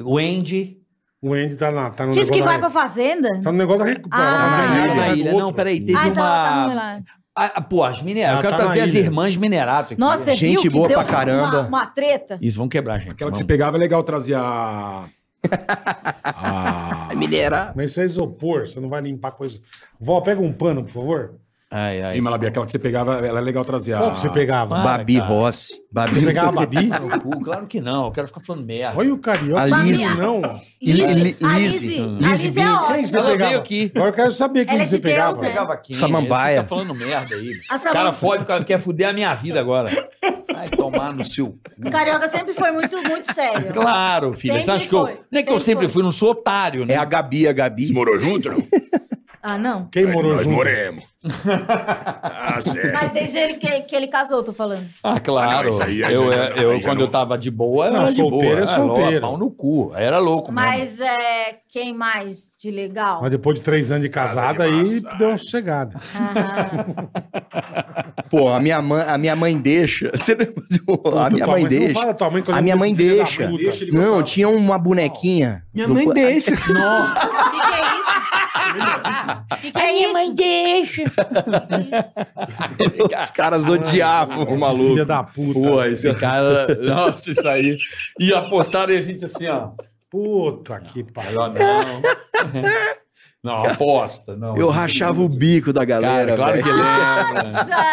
S5: Wendy.
S3: O Andy tá, na, tá no
S4: Diz que
S3: negócio
S4: vai
S3: da-
S4: pra fazenda?
S3: Tá no negócio da recuperação.
S4: Ah,
S5: Ah,
S4: ela
S5: ela na
S3: é
S4: tá
S5: ilha. Não, peraí, teve
S4: Ah, então ela tá no
S5: uma.
S4: Milagre.
S5: Ah, ah, pô, as minerato.
S3: Ela
S5: Eu quero
S3: tá na
S5: trazer as
S3: ilha.
S5: irmãs minerato aqui.
S4: Nossa, você
S6: Gente
S4: viu que
S6: boa
S4: deu
S6: pra caramba.
S4: Uma, uma treta?
S5: Isso, vão quebrar, gente.
S10: Aquela que se
S5: Vamos.
S10: pegava é legal trazer a. Ah, a...
S6: Mineira.
S3: Mas isso é isopor, você não vai limpar coisa. Vó, pega um pano, por favor.
S5: Ai, ai.
S10: Ei, Malabi, aquela que você pegava, ela é legal trazer a.
S3: Qual que você pegava?
S5: Ah, Para,
S6: Babi
S5: cara.
S6: Rossi.
S3: Você
S6: Babi
S3: pegava a Babi?
S5: Meu cu, Claro que não. Eu quero ficar falando merda.
S3: Olha o carioca.
S6: A
S4: Lise.
S3: Não.
S6: E-
S4: Lise-
S6: e- Li-
S4: a
S6: Lise.
S4: Lise-
S6: Hum.
S4: a
S6: Lise
S4: Lise é
S6: Bim.
S3: Quem
S4: ótima.
S3: você
S5: Ela
S3: pegava?
S5: veio aqui.
S3: Agora eu quero saber quem
S4: Ela é
S3: você
S4: de Deus,
S3: pegava.
S4: né?
S5: Pegava aqui.
S6: Samambaia.
S5: Ele Fica falando merda aí.
S4: A
S5: O cara
S4: Samanta-
S5: fode, o cara quer fuder a minha vida agora. Vai tomar no seu cu.
S4: Carioca sempre foi muito, muito sério.
S5: Claro, filha.
S4: Sempre
S5: você acha que eu. Não é
S4: foi.
S5: que eu
S4: Sempre
S5: sempre
S4: foi.
S5: fui, não sou otário, né?
S6: É a Gabi, a Gabi.
S12: Morou junto? Não?
S4: Ah, não.
S3: Quem morou
S12: Nós
S3: junto?
S12: moremos. Ah, sério.
S4: Mas desde ele que, que ele casou, tô falando.
S5: Ah, é
S12: Ah, não,
S5: claro.
S12: isso aí, aí
S5: eu,
S12: já-
S5: eu-
S12: aí
S5: eu,
S12: já
S5: quando
S12: não.
S5: eu tava de boa, era
S3: Não,
S5: Ah, de
S3: solteiro
S5: boa.
S3: é
S5: Era
S3: solteiro.
S5: Pau no cu. tá Aí Era louco mesmo.
S4: Mas é, quem mais de legal?
S3: Mas depois de três anos de casada, aí
S12: massa.
S3: deu uma sossegada.
S4: Aham.
S6: Pô, a minha mãe, a minha mãe deixa. Você lembra? um- A minha
S3: Tua
S6: mãe
S3: você não
S6: deixa.
S3: fala tua mãe quando
S6: A
S3: eu
S6: minha
S3: disse,
S6: mãe
S3: filha da
S6: deixa.
S3: puta.
S10: Deixa ele
S6: Não,
S10: gostar.
S6: tinha uma bonequinha. do pa-
S5: deixa. Nossa.
S4: O que, que é isso? O que, que é isso? mãe deixa.
S6: Os caras odiavam o
S3: Esse
S6: maluco.
S3: Filha da puta.
S5: Pô, é- esse cara. Nossa, isso aí. E apostaram e a gente assim, ó.
S3: Puta que pariu.
S5: Melhor não. Não, aposta, não.
S6: Eu rachava o bico da
S5: Cara,
S6: galera.
S5: claro
S6: velho.
S5: que lembra.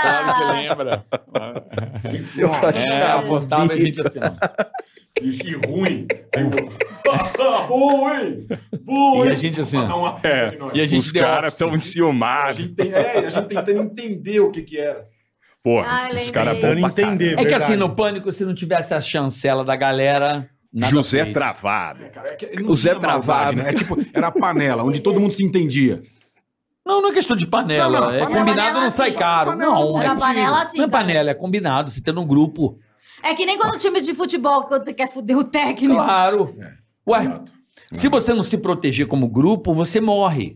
S5: Claro que
S4: Nossa!
S5: lembra.
S10: né?
S6: Eu
S5: É,
S6: rachava.
S5: apostava e a gente assim, ó.
S10: E ruim. Boa, hein? Boa,
S5: E a
S10: hein?
S5: gente assim, ó.
S10: Dá uma-
S12: É,
S5: E a gente
S12: Os
S5: deu
S12: caras
S5: off.
S12: estão
S10: A
S12: enciumados.
S10: gente, tem, é, a gente tentando entender o que que era.
S12: Pô,
S4: Ah,
S12: os
S4: lembrei.
S12: caras
S3: Tentando
S12: bom pra caralho.
S3: entender,
S5: É que
S3: verdade.
S5: assim, no pânico, se não tivesse a chancela da galera. nada
S12: José
S5: feito.
S12: Travado.
S10: Cara, é que não
S6: O Zé
S10: tinha maldade,
S6: Travado.
S10: né? É tipo, era a panela, onde todo mundo se entendia.
S5: Não, não é questão de panela.
S10: Não, não,
S5: é
S10: panela-
S5: combinado,
S4: panela assim,
S5: não sai
S4: sim.
S5: caro.
S10: Panela
S5: não,
S10: não
S5: é
S4: Na panela, assim.
S5: não é
S4: cara.
S5: panela, é combinado. Você tendo um grupo.
S4: É que nem quando o time de futebol, quando você quer foder o técnico.
S5: Claro. Ué,
S10: É. Exato.
S5: se você não se proteger como grupo, você morre.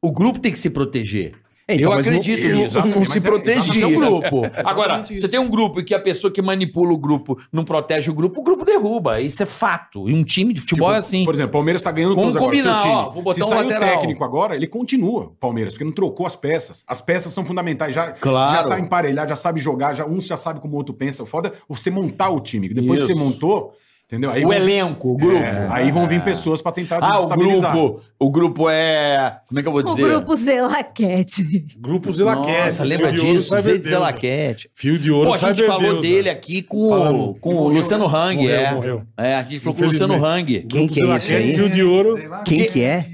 S5: O grupo tem que se proteger.
S6: Então,
S5: eu
S6: mas
S5: acredito
S6: não,
S5: nisso.
S6: Não
S10: Exatamente,
S6: se
S10: mas é-
S5: Isso é um
S6: protegia.
S5: grupo. Agora,
S10: Exatamente
S5: você tem um grupo e que a pessoa que manipula o grupo não protege o grupo, o grupo derruba. Isso é fato. E um time de futebol
S10: Tipo,
S5: é assim.
S10: Por exemplo, o Palmeiras tá ganhando
S5: Vamos
S10: todos agora,
S5: combinar,
S10: seu time.
S5: ó, vou botar
S10: Se
S5: um
S10: sair
S5: lateral.
S10: técnico agora, ele continua, o Palmeiras, porque não trocou as peças. As peças são fundamentais. Já,
S5: Claro.
S10: já tá emparelhado, já sabe jogar, já, um já sabe como o outro pensa. O foda é você montar o time. Depois
S5: Isso.
S10: que você montou, entendeu? Aí
S5: o
S10: vão-
S5: elenco, o grupo.
S10: É, aí vão vir pessoas pra tentar
S5: Ah, o
S10: desestabilizar.
S5: grupo. O grupo é. Como é que eu vou
S4: O
S5: dizer?
S4: grupo Zelaquete.
S3: Grupo Zilaquete.
S5: Nossa, lembra disso? Zé de Zelaquete.
S3: Fio de ouro,
S5: Pô, a gente
S3: Cyber
S5: falou
S3: Deus,
S5: dele
S3: né?
S5: aqui com, o-
S3: Falamos.
S5: com o Luciano Hang.
S3: morreu,
S5: é.
S3: morreu.
S5: é, a gente falou com o Luciano Hang.
S6: Quem que é esse aí?
S3: Fio de ouro,
S6: Quem que é?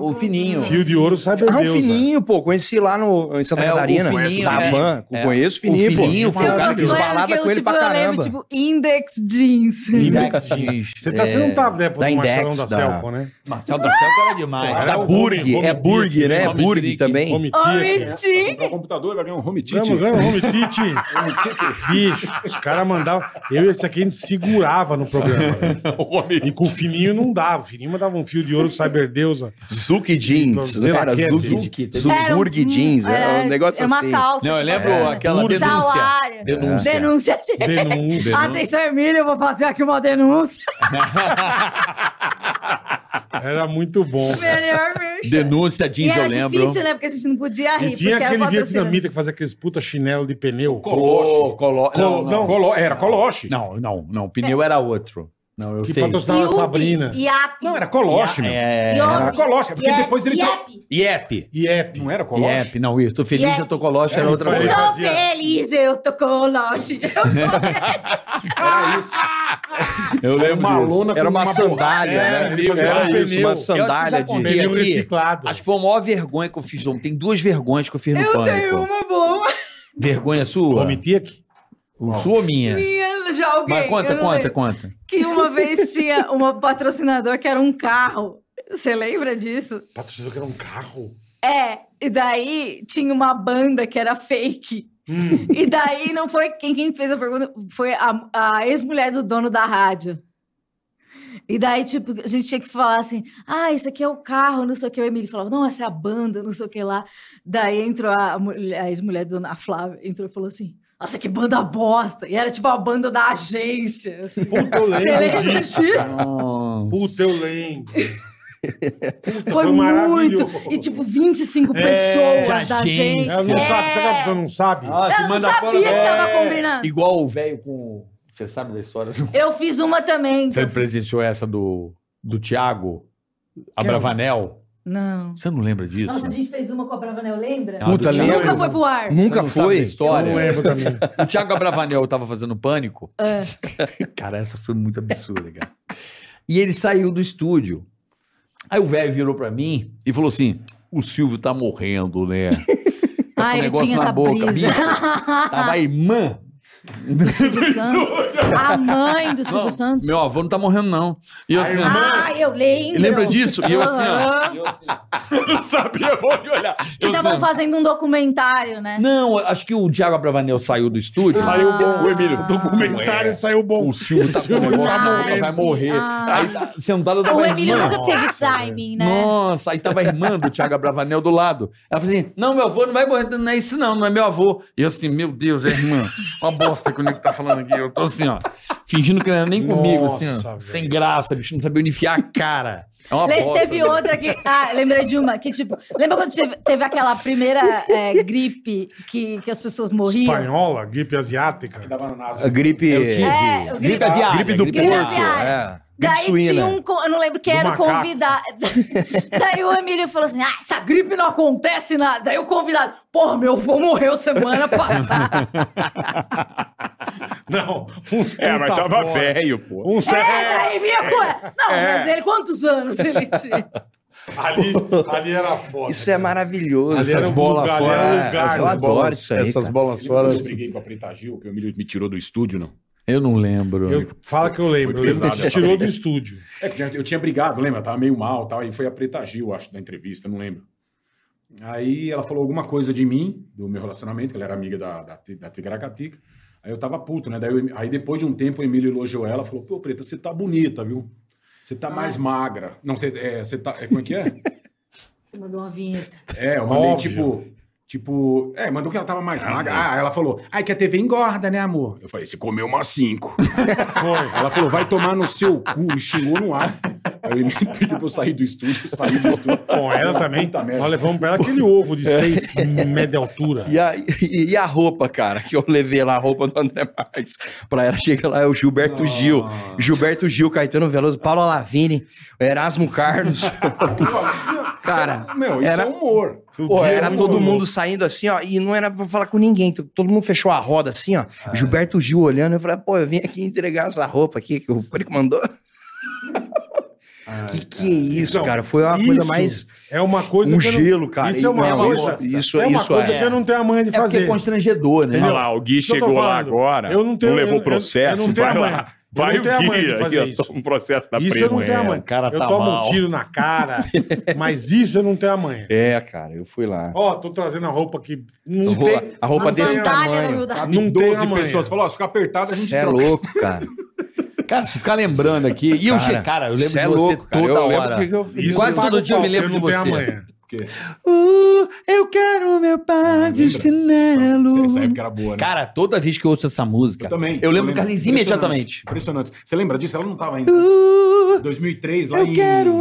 S5: O fininho.
S3: fio de ouro, Cyber
S6: Ah, o
S3: Deus. né?
S6: Fininho, pô. Conheci lá no, em Santa
S5: É, o
S6: Catarina.
S5: Fininho,
S6: da
S5: é.
S6: van.
S5: É.
S6: Conheço o
S5: O
S6: Fininho, pô.
S5: Fininho,
S4: Eu
S5: o cara
S4: gosto
S5: fez
S6: fiz
S4: dele,
S6: balada
S4: porque
S6: com
S4: eu,
S6: ele
S4: tipo,
S6: pra
S4: eu
S6: caramba.
S4: lembro, tipo, Index Jeans.
S5: Index jeans.
S3: Você, tá, você não tá, né, pro
S6: da Index,
S3: Marcelão da,
S6: da-
S3: Celco, né?
S5: Marcelo da Celta era um demais.
S3: Cara,
S6: Da
S3: o
S6: Burg.
S3: Home-
S6: É
S3: Home
S6: Burg,
S3: Theater,
S6: né?
S5: Home
S6: Burg
S5: Theater.
S6: também.
S3: Home
S4: Oh,
S3: Tick.
S4: mentira.
S10: O computador vai ganhar um home
S3: Tamo
S10: tite.
S3: ganhando home tite. Bicho, os caras mandavam. Eu e esse aqui a gente segurava no programa. velho. E com o fininho não dava. O fininho mandava um fio de ouro, Cyber Deusa.
S6: Zuc Jeans.
S3: Sei lá
S6: Era
S3: que é,
S6: Zuc
S3: Zuc,
S6: Jeans.
S5: teve-
S4: Era um-
S6: Burg Jeans. Era um negócio
S4: é uma
S6: assim.
S4: calça.
S5: Não, eu lembro aquela
S4: Burg.
S5: denúncia.
S4: Salário.
S5: Denúncia.
S4: Denúncia, gente.
S3: Denúncia.
S4: Atenção, Emílio, eu vou fazer aqui uma denúncia.
S3: Era muito bom.
S4: Melhor mesmo.
S5: Denúncia
S4: E
S5: jeans, eu
S4: era
S5: lembro.
S4: difícil, né? Porque a gente não podia rir.
S3: E tinha
S4: porque
S3: aquele
S4: era patrocinado.
S3: vietnamita que fazia aqueles puta chinelo de pneu.
S5: Colo- colo-
S3: Colo-
S5: não,
S3: não.
S5: não.
S10: Colo- Era Coloche.
S4: É.
S5: Não, não, não. O pneu era outro. Não, eu
S3: Que
S5: sei.
S3: patrocinava a
S4: Yupi,
S3: Sabrina.
S4: Yap.
S10: Não, era Coloche, meu.
S5: É...
S10: Era Coloche, porque
S4: Yep,
S10: depois ele...
S4: Yep.
S5: Iep.
S3: IEP.
S5: é.
S10: Não era Coloche?
S5: Iep, não, eu tô feliz,
S4: Iep.
S5: eu tô colóstico, era
S3: É,
S5: outra
S3: foi.
S5: coisa.
S4: Tô
S3: fazia-
S4: feliz, eu tô coloche. Eu tô feliz.
S10: Era isso.
S5: Eu lembro
S3: Uma lona
S6: Era uma sandália,
S3: É,
S6: né?
S3: ele
S6: Era
S3: usava
S6: isso,
S3: pneu.
S6: uma sandália
S5: Eu acho que já
S6: de...
S5: contei.
S3: é? Pneu
S5: aqui.
S3: reciclado.
S5: Acho que foi a maior vergonha que eu fiz. no- Tem duas vergonhas que eu fiz no
S4: Eu
S5: pânico.
S4: tenho uma boa.
S5: Vergonha sua?
S3: Comitia aqui.
S5: Sua ou minha?
S4: Minha, já alguém.
S5: É. Mas conta,
S4: eu não
S5: conta,
S4: lembro.
S5: conta.
S4: Que uma vez tinha uma patrocinador que era um carro. Você lembra disso?
S3: Patrocinador que era um carro.
S4: É, e daí tinha uma banda que era fake.
S3: Hum.
S4: E daí não foi quem, quem fez a pergunta, foi a, a ex-mulher do dono da rádio. E daí, tipo, a gente tinha que falar assim: ah, isso aqui é o carro, não sei o que. O Emílio falava: não, essa é a banda, não sei o que lá. Daí entrou a, mulher- a ex-mulher do dono, a Flávia, entrou e falou assim: nossa, que banda bosta. E era tipo a banda da agência. assim.
S3: Puta, eu
S4: Você
S3: lembro
S4: lembra
S3: disso.
S4: disso?
S3: Puta, eu lembro. Puta,
S4: Foi, muito.
S3: maravilhoso.
S4: E tipo, 25
S3: É,
S4: pessoas
S5: de
S4: da gente.
S5: agência.
S3: Ela não sabe, tá sabe que
S4: é-
S3: a pessoa não sabe?
S5: Ah,
S4: Ela não sabia que tava combinando.
S5: É, Igual o velho com. Você sabe da história?
S6: Então.
S4: Eu fiz uma também.
S5: Você presenciou essa do, do Thiago Abravanel?
S4: Não.
S5: Você não lembra disso?
S4: Nossa, a gente fez uma com a Bravanel, lembra?
S5: Ah, do
S6: Puta,
S5: Thiago.
S6: lembro.
S4: Nunca foi pro ar.
S5: Você
S6: Nunca
S5: não sabe da
S6: foi?
S5: história?
S3: Eu não lembro também.
S5: O Thiago Abravanel tava fazendo pânico.
S4: É.
S5: Cara, essa foi muito absurda, cara. E ele saiu do estúdio. Aí o velho virou pra mim e falou assim: o Silvio tá morrendo, né? Tá
S4: Ah,
S5: com um
S4: ele
S5: negócio
S4: tinha
S5: na
S4: essa
S5: boca,
S4: brisa.
S5: bicho. Tava a irmã.
S4: Silvio Santos. A mãe do Silvio
S5: Não,
S4: Santos.
S5: Meu avô não tá morrendo, não. E eu assim,
S4: Ah, eu lembro.
S5: Lembra disso? E eu assim, ó.
S4: Aham.
S5: não sabia onde olhar.
S4: Que
S5: Eu
S4: estavam
S5: assim,
S4: fazendo um documentário, né?
S5: Não, acho que o Diago Abravanel saiu do estúdio.
S4: Saiu bom, o Emílio.
S10: É.
S3: Documentário saiu bom.
S5: O Silvio tá com um
S3: Silvio
S5: negócio
S4: tá
S5: na boca,
S4: morrendo.
S5: vai morrer.
S4: Ai.
S5: Aí tá sentada da
S4: Ah. O
S5: irmã.
S4: Emílio nunca teve timing, né?
S5: Nossa, aí tava a irmã do Thiago Abravanel do lado. Ela falou assim: não, meu avô não vai morrer, não é isso não, não é meu avô. E eu assim, meu Deus, é irmã, uma bosta que o Nico tá falando aqui. Eu tô assim, ó, fingindo que não era nem comigo, assim, ó,
S3: Nossa,
S5: sem
S3: velho.
S5: graça, bicho, não sabia onde enfiar a cara. É uma
S4: Le-
S5: bosta.
S4: teve outra que. Ah, lembrei de uma que, tipo. Lembra quando teve, teve aquela primeira é, gripe que, que as pessoas morriam?
S3: Espanhola, gripe asiática.
S6: A gripe...
S5: Eu tive.
S4: É, o gripe-
S5: tipo gripe aviária.
S6: Gripe do
S4: Gripe
S6: porco,
S4: aviária.
S6: é.
S4: Daí
S6: Gripe suína.
S4: tinha um. co- Eu não lembro quem
S3: Do
S4: era o
S3: macaco.
S4: convidado. Daí o Emílio falou assim: ah, essa gripe não acontece nada. Daí o convidado, porra, meu avô morreu semana passada.
S3: Não, uns
S12: É, mas
S3: puta
S12: tava
S3: fora. Um
S12: velho, pô.
S3: Uns
S4: é, daí vinha coisa. Não,
S3: É.
S4: mas ele, quantos anos ele tinha?
S3: ali, ali era foda.
S6: Isso é maravilhoso.
S3: Ali era
S6: Essas
S3: um
S6: bolas
S3: lugar, ali
S6: fora.
S3: era um lugar,
S6: eu
S3: essas
S6: adoro
S3: bolas-
S6: isso aí, cara.
S5: bolas
S10: Eu não Tá briguei com a Preta Gil, que o Emílio me tirou do estúdio, não.
S5: Eu não lembro.
S3: Eu, fala que eu lembro. Eu
S10: Foi
S3: lembro
S10: pesado
S3: que te
S10: essa
S3: tirou
S10: briga.
S3: do estúdio.
S10: É, que eu tinha- eu tinha brigado, lembra? Tava meio mal tal. Aí foi a Preta Gil, acho, da entrevista, não lembro. Aí ela falou alguma coisa de mim, do meu relacionamento, que ela era amiga da, da, Ti- da Ticaracatica. Aí eu tava puto, né? Daí eu- aí depois de um tempo o Emílio elogiou ela, falou: pô, Preta, você tá bonita, viu? Você tá mais magra. Não, você, é, você tá. é, como é que é?
S4: Você mandou uma vinheta.
S10: É, uma lei,
S3: Óbvio.
S10: tipo. Tipo, é, mandou que ela tava mais magra. Ah, ela falou, ai, que a TV engorda, né, amor? Eu falei, você comeu umas cinco.
S3: Foi.
S10: Ela falou, vai tomar no seu cu e xingou no ar. Aí me pediu pra eu sair do estúdio, eu saí do estúdio.
S3: Bom, ela também.
S10: Puta merda.
S3: Nós levamos pra ela aquele ovo de 6 metros de altura.
S6: E a, e, e a roupa, cara, que eu levei lá, a roupa do André Marques. Pra ela chega lá, é o Gilberto Gil. Gilberto Gil, Caetano Veloso, Paulo Alavini, Erasmo Carlos.
S10: Eu falei,
S6: Cara,
S10: isso é- meu, isso
S6: era-
S10: é humor.
S6: Pô, era
S3: Muito
S6: todo
S3: louco.
S6: mundo saindo assim, ó, e não era pra falar com ninguém. t- Todo mundo fechou a roda assim, ó. Gilberto Gil olhando, eu falei, pô, eu vim aqui entregar essa roupa aqui que o Pânico mandou. que que é isso,
S3: Então,
S6: cara? Foi uma
S3: isso
S6: coisa mais.
S3: É uma coisa
S6: Um
S3: que eu não-
S6: gelo, cara.
S3: Isso é uma
S6: Não,
S3: coisa.
S6: isso- isso-
S3: é uma
S6: isso
S3: coisa
S6: é.
S3: que eu não tenho a manha de
S5: É porque
S3: fazer.
S5: é constrangedor, né?
S12: Olha lá, o Gui
S3: Isso eu tô
S12: chegou lá
S3: falando.
S12: agora.
S3: Eu não tenho- eu-
S12: levou
S3: eu-
S12: o processo.
S3: eu não tenho
S12: vai
S3: amanhã.
S12: lá.
S3: Eu
S12: Vai
S3: não
S12: o
S3: tenho amanhã de
S12: Gui. Aqui,
S3: fazer
S12: ó,
S3: isso.
S12: um processo da
S3: isso eu não
S12: primo,
S3: tenho a
S12: é.
S3: manha.
S5: o cara
S3: eu
S5: tá
S3: tomo
S5: mal.
S3: um tiro na cara, mas isso eu não tenho a manha.
S6: É, cara, eu fui lá.
S3: Ó, tô trazendo a roupa que não
S6: A roupa-
S3: tem.
S6: a roupa
S4: Uma
S6: desse
S4: sandália no
S6: tamanho.
S4: meio da-
S10: Cabe
S3: Não tem
S10: 12
S3: amanhã.
S10: pessoas. Falou, ó, se ficar apertado, a gente
S6: Você é louco, cara.
S5: Cara, se ficar lembrando aqui. E eu,
S6: Cara,
S5: che- cara, eu lembro
S6: cê
S5: de
S6: é
S5: você
S6: louco, cara.
S5: toda
S6: Eu lembro
S5: hora.
S6: o que que eu fiz.
S3: Isso
S5: Quase
S3: eu
S5: todo
S3: pago
S5: dia eu me
S3: pau,
S5: lembro
S3: porque
S5: de
S3: eu não
S5: você.
S3: tenho amanhã.
S10: Porque
S5: Uh, eu quero meu par de
S10: essa,
S5: chinelo.
S10: essa época era boa, né?
S5: Cara, toda vez que eu ouço essa música,
S10: Eu também.
S5: eu lembro do Carlinhos
S10: Impressionante,
S5: imediatamente.
S10: Impressionante. Você lembra disso? Ela não tava ainda.
S5: Uh,
S10: 2003, lá em...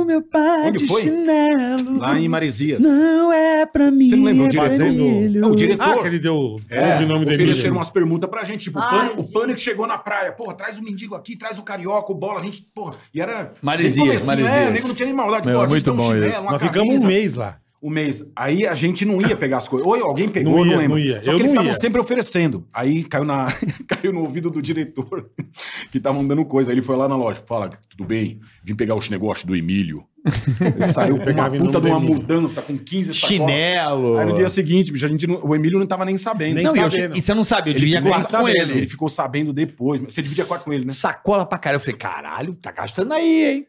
S6: meu pai
S10: Onde foi?
S5: um
S6: chinelo.
S10: Lá em Maresias.
S6: Não é pra mim.
S10: Você não lembra o
S6: é
S10: diretor?
S6: vermelho.
S10: É, o diretor.
S3: Ah, que ele deu
S10: É,
S3: o nome do
S10: ofereceram
S3: Emílio.
S10: umas perguntas pra gente. Tipo, o,
S4: Ai,
S10: pânico, o Pânico chegou na praia. Porra, traz o mendigo aqui, traz o carioca, o bola. A gente, porra. E era.
S5: Maresias,
S10: nem comecinho,
S5: Maresias.
S10: É, nego não tinha nem maldade.
S5: Meu,
S10: Pô, a gente
S5: muito
S10: tem um
S5: bom
S10: chinelo,
S5: isso.
S10: uma
S3: Nós ficamos um
S10: camisa.
S3: mês lá.
S10: Um mês. Aí a gente não ia pegar as coisas. Ou alguém pegou,
S3: Não
S10: não,
S3: ia, não
S10: lembro.
S3: ia.
S10: Só
S3: Eu
S10: que eles
S3: não
S10: estavam
S3: ia.
S10: sempre oferecendo. Aí caiu, na... caiu no ouvido do diretor que estavam dando coisa. Aí ele foi lá na loja. Fala, tudo bem, vim pegar os negócios do Emílio. Ele saiu com uma
S3: Pegava em
S10: puta
S3: nome
S10: de
S3: do
S10: uma
S3: Emílio.
S10: mudança com 15 sacolas.
S5: Chinelo.
S10: Aí no dia seguinte, bicho, a gente não- o Emílio não tava nem sabendo.
S3: Nem
S5: Não, e eu-
S3: sabendo.
S5: e você não sabe, eu dividia
S10: ficou
S5: quarto com
S10: sabendo,
S5: ele.
S10: ele ficou sabendo depois. Você dividia quarto com ele, né?
S5: Sacola pra caralho. Eu falei, caralho, tá gastando aí, hein?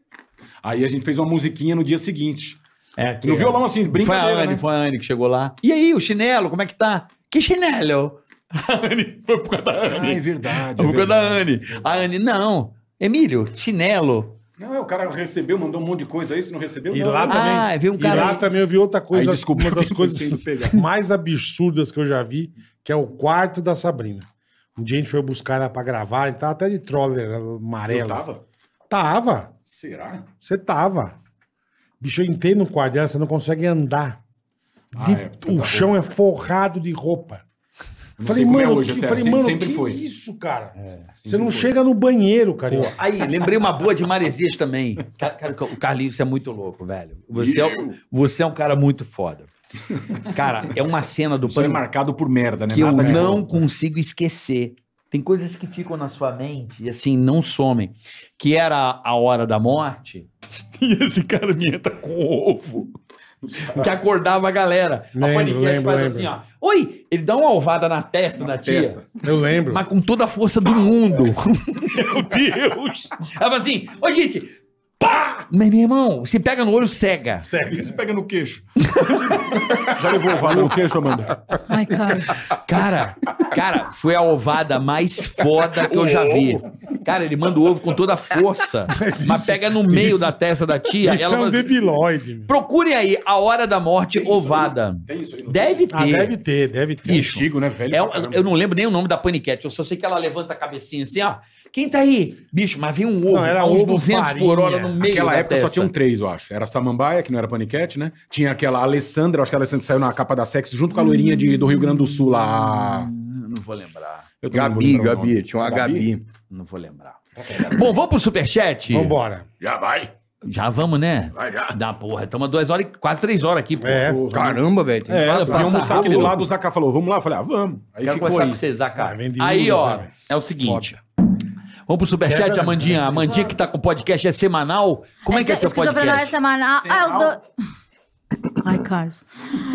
S10: Aí a gente fez uma musiquinha no dia seguinte.
S5: É,
S10: No violão, assim,
S5: Foi a
S10: brincadeira,
S5: Anne,
S10: né?
S5: foi a Anne que chegou lá. E aí, o chinelo, como é que tá? Que chinelo? A Anne foi por causa da
S10: Ah, é
S5: Anne.
S10: verdade.
S5: Foi
S10: é
S5: por causa da
S10: verdade.
S5: Anne. A Anne, não. Emílio, chinelo.
S10: Não, o cara recebeu, mandou um monte de coisa aí, se não recebeu,
S3: E
S10: não. né?
S3: lá também.
S5: Ah, veio um
S3: e lá
S5: cara.
S3: também eu vi outra coisa,
S10: Aí, desculpa,
S3: uma
S10: eu
S3: das
S10: tenho que
S3: coisas
S10: pegar.
S3: mais absurdas que eu já vi, que é o quarto da Sabrina. Um dia a gente foi buscar ela pra gravar, ele tava até de troller
S5: tá
S10: Eu
S3: amarelo.
S10: tava?
S3: Tava.
S10: Será?
S3: Você tava. Bicho, eu entrei no quarto dela, você não consegue andar.
S10: Ah,
S3: De-
S10: é, puta
S3: o
S10: roupa.
S3: chão é forrado de roupa.
S10: Eu Não
S3: falei,
S10: sei como
S3: mano,
S10: é hoje, é
S3: que,
S10: sério.
S3: falei,
S10: sempre,
S3: mano,
S10: sempre
S3: que
S10: foi. É,
S3: isso, cara? você
S10: sempre
S3: não
S10: foi.
S3: chega no banheiro, cara.
S5: Pô, Aí, lembrei uma boa de Maresias também. Cara, cara, o Carlinhos, você é muito louco, velho. Você é,
S10: Eu?
S5: você é um cara muito foda. Cara, é uma cena do
S10: Isso é
S5: Pânico
S10: marcado por merda, né?
S5: que eu
S10: Nada de
S5: não
S10: bom.
S5: consigo esquecer. Tem coisas que ficam na sua mente e assim não somem. Que era a hora da morte. E esse cara me entra com ovo. Que acordava a galera.
S3: Lembro,
S5: a paniquete
S3: lembro,
S5: faz
S3: lembro.
S5: assim, ó. Oi! Ele dá uma alvada na testa da tia.
S10: testa.
S3: Eu lembro.
S5: Mas com toda a força do mundo. Meu Deus! Ela fala assim, ô gente! Pá! Mas, meu irmão, se pega no olho, cega.
S10: Isso pega no queixo. Já levou o valor no queixo, Amanda?
S4: Ai, cara.
S5: Cara, cara, foi a ovada mais foda que eu já vi. Cara, ele manda o ovo com toda a força, mas, pega no meio da testa da tia.
S3: Isso
S5: ela
S3: é um
S5: fala assim,
S3: debilóide. meu.
S5: Procure aí a hora da morte ovada.
S10: Tem isso aí. não tem?
S5: Deve ter.
S3: Ah, deve ter, deve ter.
S5: Bicho,
S10: Antigo, né, velho?
S5: É,
S10: pra
S5: eu,
S10: caramba.
S5: eu não lembro nem o nome da paniquete, eu só sei que ela levanta a cabecinha assim, ó. Quem tá aí? Bicho, mas vem um ovo,
S3: Não, era
S5: a uns
S3: ovo
S5: 200 por
S3: farinha.
S5: hora no meio
S10: Naquela
S5: da
S10: época só
S3: um
S5: testa.
S10: tinham três, eu acho. Era a Samambaia, que não era paniquete, né? Tinha aquela Alessandra, eu acho que a Alessandra saiu na capa da Sex junto com a loirinha de, do Rio Grande do Sul lá.
S5: Hum, Não vou lembrar,
S10: Eu também não vou
S6: Gabi,
S10: lembrar o
S6: Gabi,
S10: nome.
S6: tinha uma Gabi.
S5: não vou lembrar. Bom, vamos pro superchat?
S3: Vambora.
S10: Já vai.
S5: Já vamos, né?
S10: Vai, já.
S5: Da porra, estamos duas horas, e quase três horas aqui, pô.
S3: É.
S6: Caramba, velho. tem-
S5: É,
S10: Fui almoçar aqui do
S5: rápido.
S10: lado, o Zaca falou, vamos lá? Eu falei, ah, vamos. Aí
S5: Quero
S10: ficou
S5: conversar
S10: aí.
S5: com vocês,
S3: Ah,
S5: Zaca.
S3: vende
S5: aí,
S3: livros,
S5: ó,
S3: né, velho?
S5: é o seguinte. Vamos pro superchat,
S3: Quebra-
S5: Amandinha. A Amandinha que tá com o podcast é semanal. Como é que é teu
S4: Esquizofrenia é
S5: podcast?
S4: semanal. Ah, os
S10: Semanal?
S4: dois. Ai, Carlos.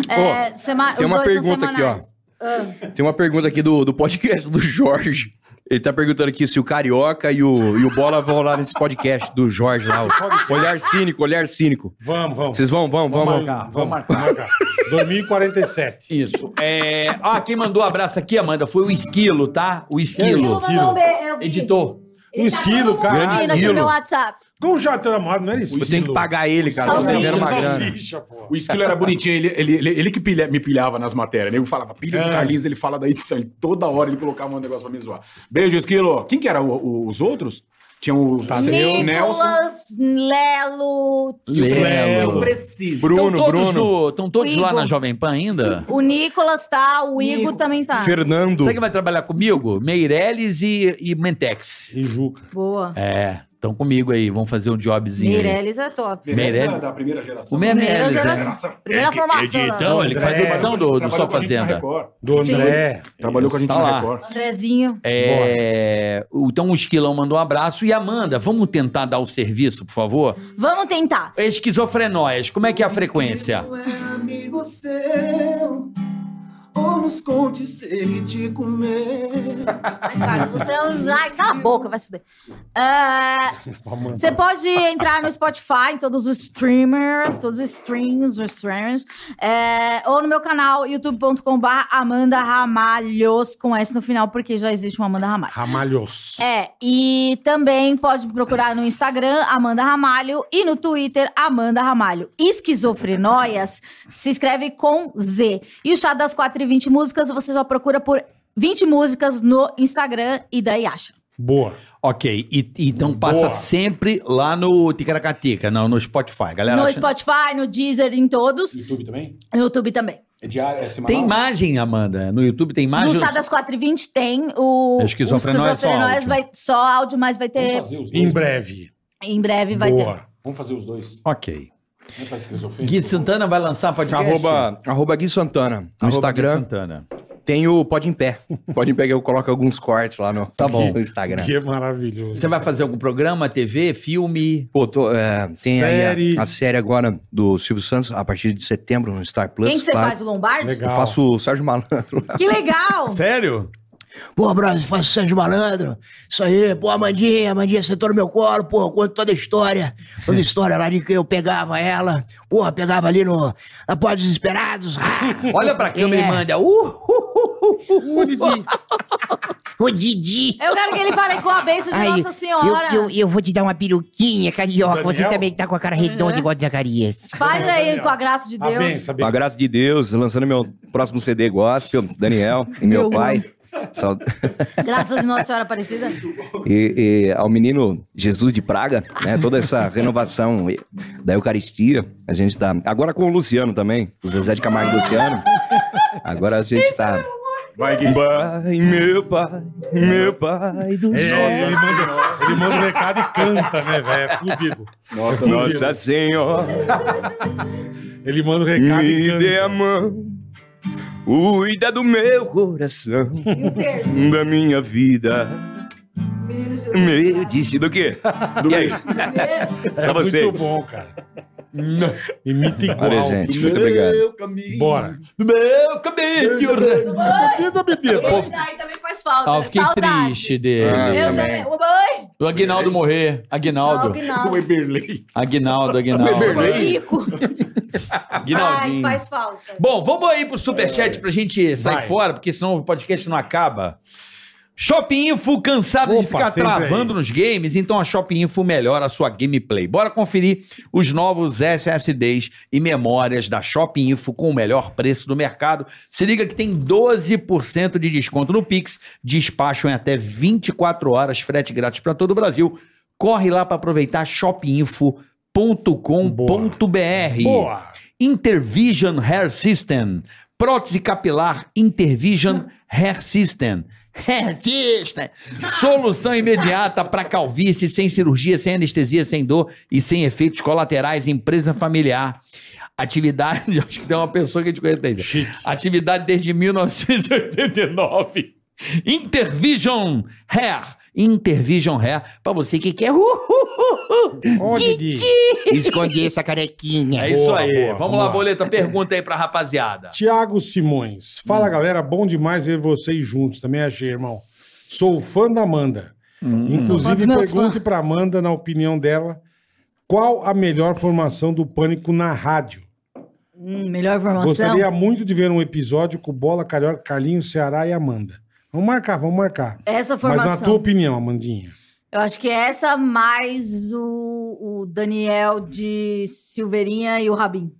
S4: É, sema...
S6: tem
S4: os
S6: uma
S4: dois são
S6: pergunta aqui, ó.
S4: semanais. Ah,
S6: Tem uma pergunta aqui do, do podcast do Jorge. Ele tá perguntando aqui se o Carioca e o, e o Bola vão lá nesse podcast do Jorge lá. o- Olhar cínico, olhar cínico.
S3: Vamos, vamos.
S6: Vocês vão, vão, vão. vão.
S5: marcar,
S3: Vamos marcar. 2047.
S5: Isso. É... Ah, quem mandou um abraço aqui, Amanda, foi o Esquilo, tá? O Esquilo.
S3: Esquilo.
S4: mandou um be- eu vi.
S5: Editor.
S4: Ele
S3: Um
S4: tá
S3: esquilo,
S4: todo mundo
S3: caralho.
S4: ouvindo aqui
S6: Esquilo.
S4: no meu WhatsApp.
S3: Como já era amado, não era isso?
S6: Eu tenho que pagar ele, cara.
S4: Salsicha,
S6: Tá devendo uma
S4: salsicha.
S6: grana.
S3: pô.
S10: O Esquilo era bonitinho, ele, ele, ele, ele que pilha- me pilhava nas matérias. né? Eu falava, pilha do
S3: É.
S10: Carlinhos, ele fala da edição. ele- toda hora ele colocava um negócio pra me zoar. Beijo, Esquilo. Quem que era o- o- os outros? Tinha o Tadeu, Tá, Nelson.
S4: Tá, né? Nicolas, Lelo,
S3: Lelo.
S5: preciso.
S6: Bruno,
S5: Estão todos,
S6: Bruno.
S5: no- estão todos lá
S4: Igor.
S5: na Jovem Pan ainda?
S4: o Nicolas tá, o Igor também tá.
S6: Fernando.
S5: Sabe quem vai trabalhar comigo? Meirelles e, e Mentex.
S3: E Juca.
S4: Boa.
S5: É, estão comigo aí, vão fazer um jobzinho aí.
S4: Meirelles é top.
S10: Meirelles
S5: Meirelles.
S10: era da primeira geração. É,
S5: O Meirelles,
S4: Primeira
S5: né?
S4: geração. Primeira formação.
S5: Então,
S4: né?
S5: ele que faz a
S3: André.
S5: edição do, do
S10: Trabalhou
S5: Só
S10: com a gente na
S5: Fazenda.
S10: Record.
S3: Do André.
S10: Trabalhou com a gente
S5: Tá
S10: na
S5: lá.
S10: Record.
S4: Andrezinho.
S5: É, então o Esquilão mandou um abraço. E Amanda, vamos tentar dar o serviço, por favor?
S4: Vamos tentar.
S5: Esquizofrenóias, como é que é a frequência?
S2: é amigo seu. Ou nos conte se ele te comer.
S10: Tá
S4: Ai, cara, você é um... Ai, cala a boca, vai se fuder. É,
S3: Amanda.
S4: Você pode entrar no Spotify, em todos os streamers, todos os streams, os streamers, é, ou no meu canal, youtube.com.br Amanda Ramalhos, com S no final, porque já existe uma Amanda Ramalho.
S3: Ramalhos.
S4: É, e também pode procurar no Instagram, Amanda Ramalho, e no Twitter, Amanda Ramalho. Esquizofrenóias se escreve com Z. E o chá das 4 e 20 músicas, você só procura por 20 músicas no Instagram e daí acha.
S3: Boa.
S5: Ok, e, e então passa
S3: Boa.
S5: sempre lá no Ticaracatica, não, no Spotify, galera.
S4: no
S5: acha-
S4: Spotify, no Deezer, em todos.
S10: YouTube também?
S4: No YouTube também.
S10: É diário, é semanal?
S5: Tem imagem, Amanda? No YouTube tem imagem?
S4: no Chá das 4h20 tem o.
S5: É esquizofrenóis,
S4: o esquizofrenóis
S5: só áudio.
S4: vai só áudio, mas vai
S10: Vamos
S4: ter.
S10: fazer os dois.
S3: Em
S10: né?
S3: breve.
S4: Em breve vai ter.
S3: Boa.
S10: Vamos fazer os dois.
S5: Ok.
S10: Não é pra esquizofrênico?
S5: Gui Santana vai lançar podcast?
S6: Arroba, arroba Gui Santana. No
S5: Arroba Gui
S6: Instagram
S5: Santana.
S6: tem o Pode em Pé. Pode em Pé que eu coloco alguns cortes lá no,
S5: Tá bom.
S6: no Instagram.
S3: Que maravilhoso.
S5: Você vai fazer algum programa, TV, filme?
S6: Pô, tô, é, tem aí
S3: Série.
S6: a, a série agora do Silvio Santos, a partir de setembro no Star Plus.
S4: Quem que você
S6: claro.
S4: faz? O Lombardi?
S3: Legal.
S6: Eu faço o Sérgio Malandro lá.
S4: Que legal!
S5: Sério?
S12: Pô, brother, faz Sérgio Malandro. Isso aí, pô, Amandinha, Amandinha sentou no meu colo, pô, conto toda a história. Toda a história lá de que eu pegava ela, porra, pegava ali no. Na Porta dos Desesperados. Ah,
S5: Olha pra câmera
S12: É.
S5: e manda. Uh, uh, uh, uh, uh.
S12: o Didi.
S4: Eu quero que ele fale com a bênção de
S12: Ai,
S4: Nossa Senhora.
S12: Eu, eu, eu vou te dar uma peruquinha, carioca.
S3: Daniel?
S12: Você também tá com a cara redonda
S4: Uhum.
S12: igual o Zacarias.
S4: Faz aí com a graça de
S3: A
S4: Deus.
S3: benção, a
S6: Com a
S3: benção.
S6: graça de Deus, lançando meu próximo CD gospel, Daniel e meu
S4: Meu
S6: pai. Sau-
S4: Graças de Nossa Senhora Aparecida.
S6: e, e ao menino Jesus de Praga, né? Toda essa renovação e- da Eucaristia. A gente tá. Agora com o Luciano também, o Zezé de Camargo e Luciano. Agora a gente
S4: é
S6: tá.
S10: Vai, Gui.
S6: Pai, meu pai, meu pai do
S3: É,
S6: céu.
S3: ele, manda, ele manda um recado e canta, né, velho? É fudido.
S6: Nossa,
S3: É
S6: Nossa Senhora,
S3: Ele manda um recado e
S6: me
S3: canta.
S6: dê a mão, cuida do meu coração,
S4: E o terço.
S6: da minha vida.
S4: Menino Jesus.
S6: Me disse do quê? Do e aí?
S3: É
S6: Só
S3: muito
S6: vocês.
S3: bom, cara. Imita igual.
S6: Olha, gente, muito obrigado.
S3: Bora. é um
S5: Meu caminho.
S3: Quem tá bebendo?
S4: Esse daí também faz falta.
S5: Ah, eu
S4: né?
S5: fiquei
S4: Saudade.
S5: triste dele.
S6: Ah.
S4: Eu
S6: também.
S4: também. Oi!
S5: Do Aguinaldo morrer. Aguinaldo.
S10: O Eberlei.
S5: Aguinaldo,
S3: é
S5: Aguinaldo.
S4: Rico. Ai,
S5: Aguinaldinho.
S4: faz falta.
S5: Bom, vamos aí pro superchat pra gente sair
S3: Vai.
S5: fora, porque senão o podcast não acaba. Shopping Info, cansado de
S3: Opa,
S5: ficar
S3: sempre
S5: travando
S3: aí.
S5: nos games? Então a Shopping Info melhora a sua gameplay. Bora conferir os novos SSDs e memórias da Shopping Info com o melhor preço do mercado. Se liga que tem 12% de desconto no Pix, despacho em até 24 horas, frete grátis para todo o Brasil. Corre lá para aproveitar shopinfo.com.br.
S3: Boa.
S5: Intervision Hair System. Prótese capilar Intervision Hair System. Hair System. Solução imediata para calvície, sem cirurgia, sem anestesia, sem dor e sem efeitos colaterais. Empresa familiar. Atividade, acho que tem uma pessoa que a gente conhece ainda. Atividade desde 1989. Intervision Hair. Intervision Hair. Para você que quer. Uh, uh, uh, uh.
S3: Ó, Didi.
S12: Escondi essa carequinha.
S5: É isso
S3: Boa,
S5: aí.
S3: boa,
S5: vamos,
S3: vamos
S5: lá,
S3: lá.
S5: boleta. Pergunta aí pra rapaziada.
S3: Tiago Simões.
S6: Hum.
S3: Fala, galera. Bom demais ver vocês juntos. Também achei, irmão. Sou fã da Amanda.
S6: Hum.
S4: Sou fã dos
S3: Inclusive,
S4: meus
S3: pergunte pra Amanda, na opinião dela, qual a melhor formação do Pânico na rádio?
S4: Hum, melhor informação.
S3: Gostaria muito de ver um episódio com Bola, Carioca, Carlinhos, Ceará e Amanda. Vamos marcar, vamos marcar.
S4: Essa
S3: Mas na tua
S4: formação.
S3: opinião, Amandinha.
S4: Eu acho que essa é mais o, o Daniel de Silveirinha e o Rabin.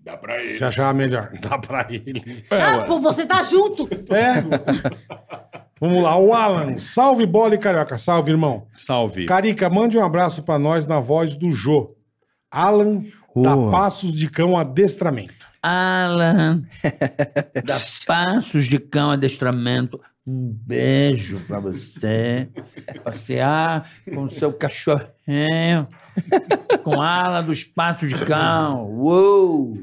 S10: Dá pra ele.
S3: Você achava melhor? Dá pra ele.
S4: ah, pô, você tá junto.
S3: É? Vamos lá, o Alan. Salve, bola e carioca. Salve, irmão.
S5: Salve.
S3: Carica, mande um abraço pra nós na voz do Jô. Alan
S6: Boa.
S3: dá passos de cão adestramento.
S5: Alan, dá passos de cão adestramento. Um beijo pra você. Passear com seu cachorrinho. Com a ala dos passos de cão. Uou!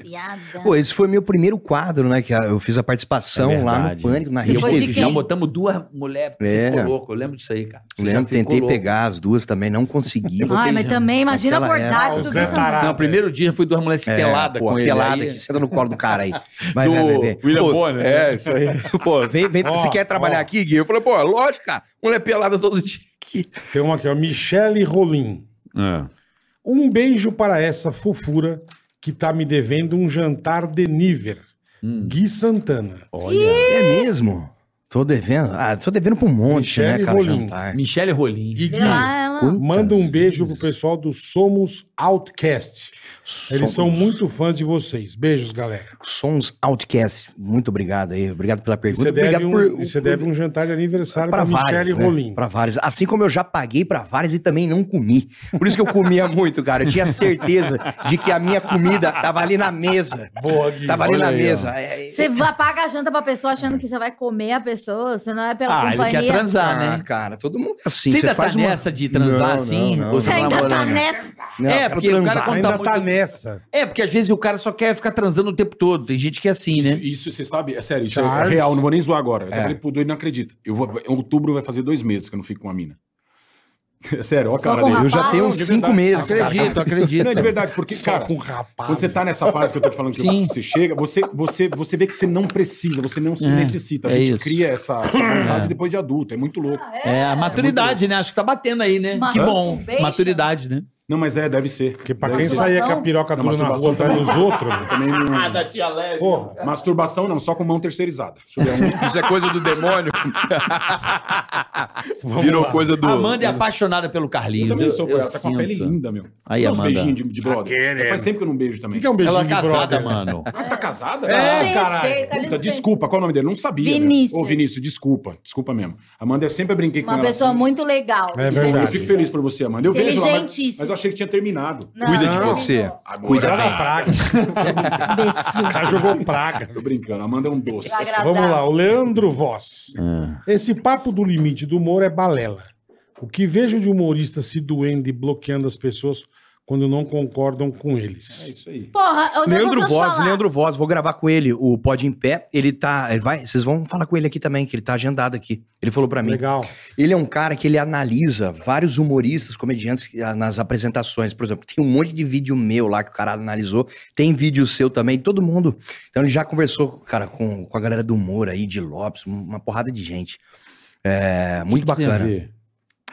S4: Piada.
S6: Pô, esse foi meu primeiro quadro, né? Que eu fiz a participação
S5: É
S6: lá no
S5: verdade.
S6: Pânico, na
S4: Você
S6: Rede
S4: foi de
S6: TV.
S4: quem?
S5: Já botamos duas mulheres. Você
S6: É.
S5: ficou louco. Eu lembro disso aí, cara. Você
S6: Lembro,
S5: já ficou
S6: tentei
S5: louco.
S6: pegar as duas também, não consegui.
S4: Ai, mas também imagina a
S6: Naquela época,
S4: abordagem
S3: o
S4: do
S3: Zé
S4: Wilson.
S3: Tarado.
S4: Nunes.
S5: Não, o primeiro dia foi duas mulheres
S6: É,
S5: peladas
S6: pô,
S5: tá com ele.
S6: pelada
S5: aí-
S6: aqui, senta no colo do cara aí. Vai,
S5: Do
S6: vai, vai, vai.
S5: William
S6: Pô,
S5: Bonner,
S6: É, isso aí. Pô, vem, vem,
S3: Ó,
S6: você quer trabalhar
S3: ó.
S6: aqui, Gui? Eu falei, pô, lógico, cara. Mulher pelada todo dia aqui.
S3: Tem uma aqui, ó. Michele Rolim.
S6: Ah.
S3: Um beijo para essa fofura que tá me devendo um jantar de níver.
S6: Hum.
S3: Gui Santana.
S5: Olha.
S6: É mesmo? Tô devendo. Ah, tô devendo pra um monte,
S3: Michele
S6: né, cara,
S3: Rolim.
S6: jantar.
S5: Michele Rolim.
S3: E Gui,
S4: Vê lá ela.
S6: Puta.
S3: manda um beijo pro pessoal do Somos Outcast. Eles são
S6: Somos-
S3: muito fãs de vocês. Beijos, galera.
S6: Sons Outcast. Muito obrigado aí. Obrigado pela
S3: E
S6: pergunta.
S3: Você deve,
S6: obrigado
S3: um, e você deve um jantar de aniversário para
S6: para várias,
S3: Michele Rolim.
S6: né? Para várias. Assim como eu já paguei para várias e também não comi. Por isso que eu comia muito, cara. Eu tinha certeza de que a minha comida tava ali na mesa.
S3: Boa, Gui.
S6: Tava ali
S11: Olha
S6: na
S11: aí, ó.
S6: mesa. É, é,
S4: Você vai- paga a janta pra pessoa achando que você vai comer a pessoa, você não é pela
S5: Ah, ele
S4: companhia.
S5: quer transar,
S6: ah,
S5: né?
S6: cara, todo mundo é assim.
S5: Você ainda tá
S6: uma-
S5: nessa de transar
S6: Não,
S5: assim?
S6: não, não.
S5: Ou
S4: Você
S5: tá
S4: ainda tá
S5: namorando?
S4: nessa.
S6: Não,
S5: É,
S6: eu quero
S5: porque o cara
S6: transar.
S5: conta-
S3: Ainda
S5: tá
S3: tá
S5: muito-
S3: nessa.
S5: É, porque às vezes o cara só quer ficar transando o tempo todo. Tem gente que é assim,
S10: Isso,
S5: né?
S10: isso, você sabe, é sério, isso
S3: Charles.
S10: é real, não vou nem zoar agora. Eu já
S6: É.
S10: falei pro doido, ele não acredita. Eu vou, em outubro vai fazer dois meses que eu não fico com uma mina. É sério, olha a
S4: Só
S10: cara
S4: com
S10: dele.
S5: um
S4: rapaz?
S6: Eu já tenho uns
S10: de
S6: cinco
S10: verdade.
S6: meses, cara.
S5: Acredito, acredito.
S10: Não, é de verdade, porque,
S3: Só
S10: cara,
S3: com um rapaz.
S10: quando você tá nessa fase que eu tô te falando que
S5: Sim.
S10: você chega, você, você, você vê que você não precisa, você não se
S5: É,
S10: necessita. A
S5: é
S10: gente
S5: isso.
S10: cria essa, essa vontade
S5: É.
S10: depois de adulto, é muito louco.
S5: É, a maturidade, né? Acho que tá batendo aí, né? que bom.
S4: Masturbation.
S5: Maturidade, né?
S10: Não, mas é, deve ser.
S3: Porque pra
S10: Deve
S3: quem
S10: ser.
S3: saía com a piroca
S10: Não,
S3: dura na
S10: masturbação
S3: rua atrás
S10: também.
S3: dos outros, meu.
S10: Também não...
S5: tia Leve.
S3: porra.
S10: Masturbação não, só com mão terceirizada. Deixa eu ver um-
S6: Isso é coisa do demônio.
S3: Vamos
S6: Virou
S3: lá.
S6: coisa do.
S5: Amanda é apaixonada pelo
S10: Eu
S5: Carlinhos.
S10: também sou,
S5: eu
S10: cara. Tá com a pele
S5: sinto.
S10: linda, meu.
S5: Aí,
S10: Dá uns
S5: Amanda.
S10: beijinhos de, de brother. Faz tempo que eu não beijo
S3: O
S10: também.
S3: que, que é um beijinho
S5: Ela é
S3: de
S5: casada,
S3: brother?
S5: mano.
S10: Ah, você tá casada?
S4: Não tem
S3: caralho.
S4: respeito, ali não
S10: Puta,
S4: tem-
S10: desculpa, qual é o nome dele? Não sabia. meu.
S4: Vinícius.
S10: Ô, Vinícius, desculpa. Desculpa mesmo. Amanda, eu sempre brinquei com
S4: Uma
S10: ela.
S4: pessoa
S10: assim.
S4: muito legal.
S3: É
S4: de
S3: verdade.
S10: Eu fico feliz por você, Amanda. Eu vejo ela, mas,
S4: Inteligentíssimo.
S10: mas eu achei que tinha terminado.
S4: Não,
S6: Cuida de
S4: não,
S5: É,
S6: você.
S10: Agora,
S3: Cuidado da praga.
S4: Imbecil.
S3: O cara jogou praga.
S10: Tô brincando. Amanda é um doce.
S4: Agradável.
S3: Vamos lá, o Leandro Voz. Esse papo do limite do humor é balela. O que vejo de humorista se doendo e bloqueando as pessoas quando não concordam com
S10: É
S3: eles.
S10: isso aí.
S4: Porra, eu não
S6: Leandro
S4: vou te
S6: Voz,
S4: falar.
S6: Leandro Voz, vou gravar com ele o Pod em Pé. Ele tá. Ele vai, vocês vão falar com ele aqui também, que ele tá agendado aqui. Ele falou pra mim.
S3: Legal.
S6: Ele é um cara que ele analisa vários humoristas, comediantes que, ah, nas apresentações. Por exemplo, tem um monte de vídeo meu lá que o cara analisou. Tem vídeo seu também, todo mundo. Então ele já conversou, cara, com, com a galera do humor aí, de Lopes, um- uma porrada de gente. É, muito bacana.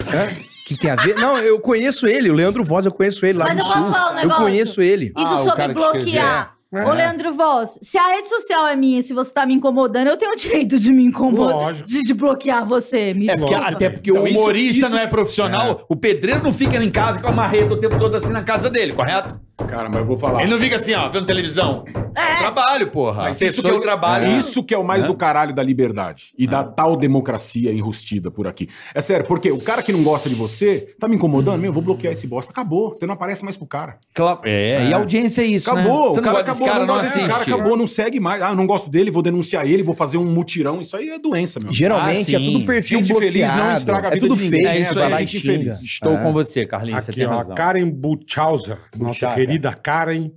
S6: Hã? que tem a ver? Não, eu conheço ele, o Leandro Voz, eu conheço ele lá
S4: Mas
S6: no
S4: eu posso
S6: Sul.
S4: falar um
S6: eu
S4: negócio?
S6: conheço ele.
S4: Isso
S5: Ah, o
S4: sobre
S5: cara que escreveu.
S4: bloquear.
S3: É.
S4: Ô, Leandro Voz, se a rede social é minha, se você tá me incomodando, eu tenho o direito de me incomodar,
S3: Lógico.
S4: de, de bloquear você. Me
S5: É porque,
S4: desculpa.
S5: até porque
S10: Então,
S5: o
S10: isso-
S5: humorista
S10: isso-
S5: não é profissional, o pedreiro não fica em casa com a marreta o tempo todo assim na casa dele, correto?
S10: Cara, mas eu vou falar.
S5: Ele não fica assim, ó, vendo televisão. É, trabalho, porra.
S10: Mas
S5: isso que é o trabalho.
S10: Isso que é o mais do caralho da liberdade e da tal democracia enrustida por aqui. É sério, porque o cara que não gosta de você tá me incomodando, meu, eu vou bloquear esse bosta. Acabou, você não aparece mais pro cara.
S5: Cla- É,
S3: Ah,
S5: e a audiência é isso, né?
S10: Acabou,
S5: Você não
S10: o cara
S5: gosta desse
S10: acabou,
S5: cara,
S10: não
S5: não
S10: gosta desse cara,
S5: assiste.
S10: acabou, não segue mais. Ah, eu não gosto dele, vou denunciar ele, vou fazer um mutirão. Isso aí é doença, meu.
S6: Geralmente
S5: Ah,
S6: é
S5: sim.
S6: tudo perfil
S10: Gente
S6: bloqueado.
S10: feliz não estraga a
S6: é
S10: vida
S6: tudo
S10: de ninguém,
S6: feio,
S10: né?
S6: é
S10: Isso
S6: isso
S10: aí é
S6: aí,
S10: gente
S6: xinga.
S10: feliz.
S5: Estou
S6: É.
S5: com você, Carlinhos, você
S3: Aqui,
S5: tem
S3: ó,
S5: razão.
S3: a Karen Buchhauser, nossa
S5: Buchhauser.
S3: querida Karen.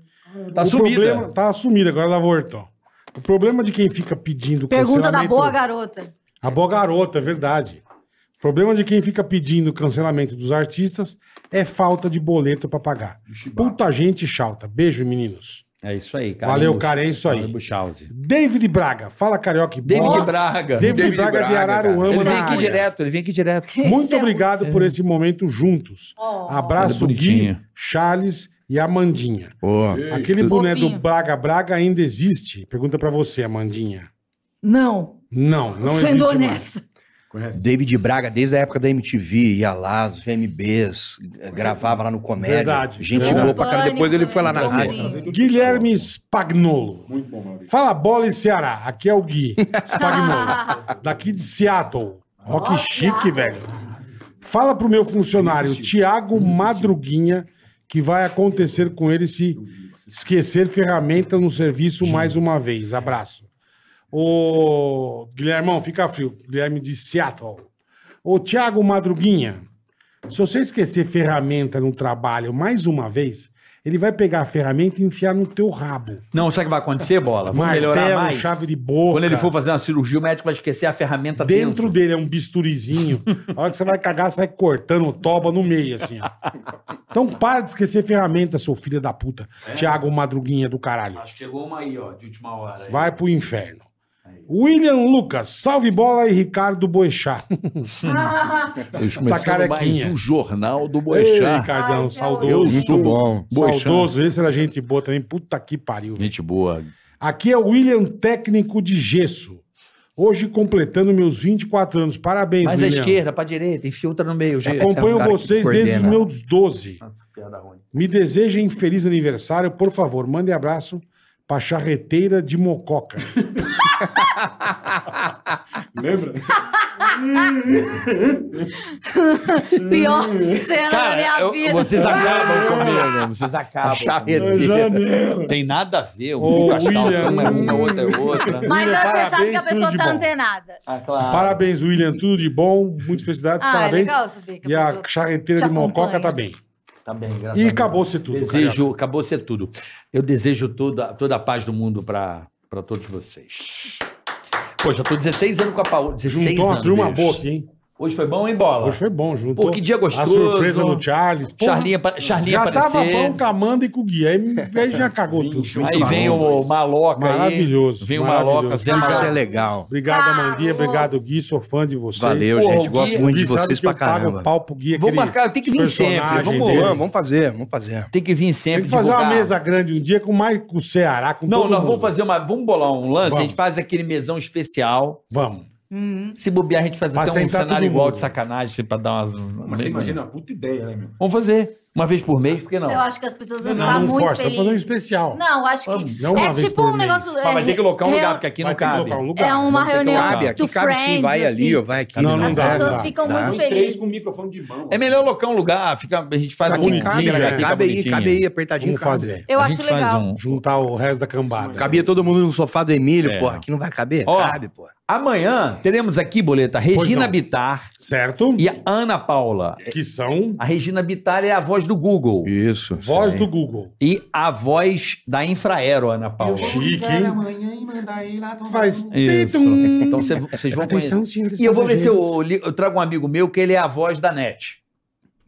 S4: Ah,
S5: Tá
S3: O
S5: sumida.
S3: Problema, tá assumida, agora ela voltou. O problema de quem fica pedindo
S4: Pergunta da
S3: cancelamento-
S4: boa garota.
S3: A boa garota, é verdade. O problema de quem fica pedindo cancelamento dos artistas é falta de boleto pra pagar. Puta gente chata. Beijo, meninos.
S5: É isso aí, cara.
S3: Valeu,
S5: Bush-
S3: cara, é isso aí.
S5: Karen Buchhausen.
S3: David Braga. Fala, carioca. e
S5: David
S3: bola.
S5: Braga.
S3: David, Braga, de Araruama.
S5: Ele
S3: na
S5: vem aqui
S3: área.
S5: direto, ele vem aqui direto.
S3: Muito
S4: Esse é
S3: obrigado por esse momento juntos.
S4: Oh.
S3: Abraço,
S5: Olha,
S3: Gui,
S5: bonitinho.
S3: Charles e Amandinha. É.
S6: Boa.
S3: Aquele boné do
S4: Fofinho.
S3: Braga Braga ainda existe? Pergunta pra você, Amandinha.
S4: Não,
S3: Não, não
S4: sendo
S3: existe. mais.
S4: honesta.
S6: David Braga, desde a época da MTV, ia lá, os VMBs, eh, gravava lá no Comédia.
S3: Verdade,
S6: Gente
S3: verdade.
S6: boa pra cara. Depois ele foi lá na
S4: Pânico, tipo assim.
S6: rádio.
S4: Sim.
S3: Guilherme Spagnolo.
S10: Muito bom, Maurício.
S3: Fala bola e Ceará. Aqui é o Gui Spagnolo. Daqui de Seattle. Ó, que chique, velho. Fala pro meu funcionário, Tiago Madruguinha, que vai acontecer com ele se esquecer ferramenta no serviço mais uma vez. Abraço. Ô, Guilhermão, fica frio. Guilherme de Seattle. Ô, Tiago Madruguinha, se você esquecer ferramenta no trabalho mais uma vez, ele vai pegar a ferramenta e enfiar no teu rabo.
S5: Não, sabe o que vai acontecer, bola? Vamos melhorar
S3: Martelo,
S5: mais.
S3: chave de boca.
S5: Quando ele for fazer uma cirurgia, o médico vai esquecer a ferramenta
S3: Dentro
S5: Tá dentro.
S3: dele é um bisturizinho. A hora que você vai cagar, você vai cortando o toba no meio, assim. ó. Então para de esquecer ferramenta, seu filho da puta. Tiago Madruguinha do caralho.
S5: Acho que chegou uma aí, ó, de última hora.
S3: Vai pro inferno. William Lucas, salve bola e Ricardo Boechat.
S11: Tá
S3: carequinha.
S11: um jornal do
S3: Ei,
S11: Boechat.
S3: Ricardão,
S4: Ai, céu.
S3: saudoso.
S6: Muito bom.
S3: Saudoso, esse era gente boa também. Puta que pariu. velho.
S11: Gente boa.
S3: Aqui é o William Técnico de Gesso. Hoje completando meus 24 anos. Parabéns,
S5: Mas à
S3: William.
S5: esquerda, pra direita, enfia outra no meio. gente.
S3: Acompanho
S6: É um cara que
S3: vocês
S6: coordena.
S3: desde os meus 12.
S5: Nossa, piada ruim.
S3: Me desejem feliz aniversário. Por favor, mande abraço pra charreteira de Mococa.
S10: Lembra?
S4: Pior cena da minha
S5: eu-
S4: vida.
S5: vocês acabam comigo, vocês acabam. comigo. Tem nada a ver.
S3: Ô,
S5: O William.
S3: William.
S5: uma é uma, outra é outra.
S4: Mas
S3: William,
S4: você sabe que
S3: parabéns,
S4: a pessoa
S3: tudo de
S4: tá
S3: bom.
S4: antenada.
S5: Ah, claro.
S3: Parabéns, William. Tudo de bom. Muitas felicidades.
S4: Ah, é
S3: parabéns.
S4: legal saber que
S3: E
S4: a
S3: a
S4: pessoa...
S3: charreteira
S4: te
S3: de Mococa
S4: acompanha.
S3: tá bem.
S5: Tá bem, graças a
S3: E
S5: Deus.
S3: acabou-se tudo.
S5: Desejo, acabou ser tudo. Eu desejo toda, toda a paz do mundo pra pra todos vocês. Poxa, eu tô 16 anos com a Paola.
S3: Caraca.
S5: 16
S3: Juntou uma
S5: anos,
S3: turma
S5: bicho.
S3: boa aqui, hein?
S5: Hoje foi bom, hein, bola?
S3: Hoje foi bom, juntou.
S5: Pô, que dia
S3: A
S5: gostoso.
S3: surpresa do Charles. Porra,
S5: Charlinha, pa- Charlinha
S3: já
S5: aparecer.
S3: tava bom com a Amanda e com o Gui. Aí, aí já cagou tudo.
S5: Aí vem o Maloca
S3: Maravilhoso,
S5: aí. Vem o
S3: maravilhoso.
S5: Maloca, Zé
S3: Obrigado.
S6: Isso é
S5: Maloca.
S6: legal.
S3: Obrigado, Amandinha.
S4: Carlos.
S3: Obrigado, Gui. Sou fã de vocês.
S6: Valeu,
S5: Porra,
S6: gente.
S5: o
S6: Gosto
S5: Gui-
S6: muito
S3: Gui
S6: de
S3: sabe
S6: vocês
S3: que
S6: pra
S3: eu pago
S6: caramba.
S3: o pau pro Gui.
S5: Vou
S3: aquele
S5: marcar, tem que vir sempre,
S3: personagem
S5: vamos
S3: dele.
S6: Vamos, vamos fazer, vamos fazer.
S5: Tem que vir
S3: Tem
S5: sempre.
S3: que fazer uma
S5: divulgar.
S3: mesa grande um dia com o Maico com o Ceará, com
S5: Não,
S3: todo
S5: nós
S3: mundo.
S5: vamos fazer uma. Vamos bolar um lance,
S3: Vamos.
S5: a gente faz aquele mesão especial.
S3: Vamos.
S4: Uhum.
S5: Se bobear, a gente faz
S3: Pra
S5: até um
S3: sentar
S5: cenário
S3: todo
S5: igual
S3: mundo.
S5: de sacanagem, assim, pra dar umas.
S10: Mas você imagina uma puta ideia, né, meu?
S5: Vamos fazer. Uma vez por mês, por que não?
S4: Eu acho que as pessoas
S5: Tá
S4: vão
S3: Não,
S4: ficar
S3: não
S4: muito
S3: força. Vamos fazer um
S4: felizes.
S3: especial.
S4: Não, acho que...
S3: Não uma
S4: é
S3: vez
S4: tipo
S3: por
S4: um
S3: mês.
S4: negócio...
S5: Só vai ter que colocar um
S4: é-
S5: lugar, porque aqui
S3: Vai
S5: não
S3: ter que
S5: cabe.
S3: colocar um lugar.
S4: É uma
S3: Vamos ter que
S4: reunião
S5: colocar.
S6: Cabe aqui,
S4: do
S6: cabe sim,
S4: Friends,
S6: vai ali,
S4: assim.
S6: ó, vai aqui.
S3: Não, não
S4: As
S3: dá,
S4: pessoas
S3: não dá.
S4: ficam
S6: Dá.
S4: muito
S10: Em três
S4: felizes.
S10: com o microfone de mão.
S5: É melhor alocar um lugar, fica, a gente faz
S6: Aqui
S5: bonitinho,
S6: cabe,
S5: aqui
S6: né?
S5: fica
S6: Cabe aí,
S5: bonitinho.
S6: cabe aí, apertadinho.
S3: Vamos
S6: cabe.
S3: fazer.
S4: Eu
S5: A
S4: acho
S5: gente faz
S4: legal.
S5: um.
S3: Juntar o resto da cambada.
S6: Cabia todo mundo no sofá do Emílio,
S5: É.
S6: porra. Aqui não vai caber?
S5: Ó.
S6: Cabe, porra.
S5: Amanhã teremos aqui, Boleta, Regina
S3: não.
S5: Bittar
S3: Certo?
S5: e é- a Ana Paula.
S3: Que são
S5: A Regina Bittar é a voz do Google
S6: Isso.
S3: voz do Google.
S5: e a voz da Infraero, Ana
S2: Eu
S5: Paula.
S2: vou
S3: Chique, um
S2: ligar
S3: hein?
S2: amanhã e mandar ele lá tomar
S3: Faz
S2: no cu.
S5: Isso.
S3: Tum.
S5: Então cê- vocês vão conhecer.
S3: Atenção, senhores
S5: E eu vou ver se
S3: passageiros.
S5: eu, li- eu trago um amigo meu que ele é a voz da NET.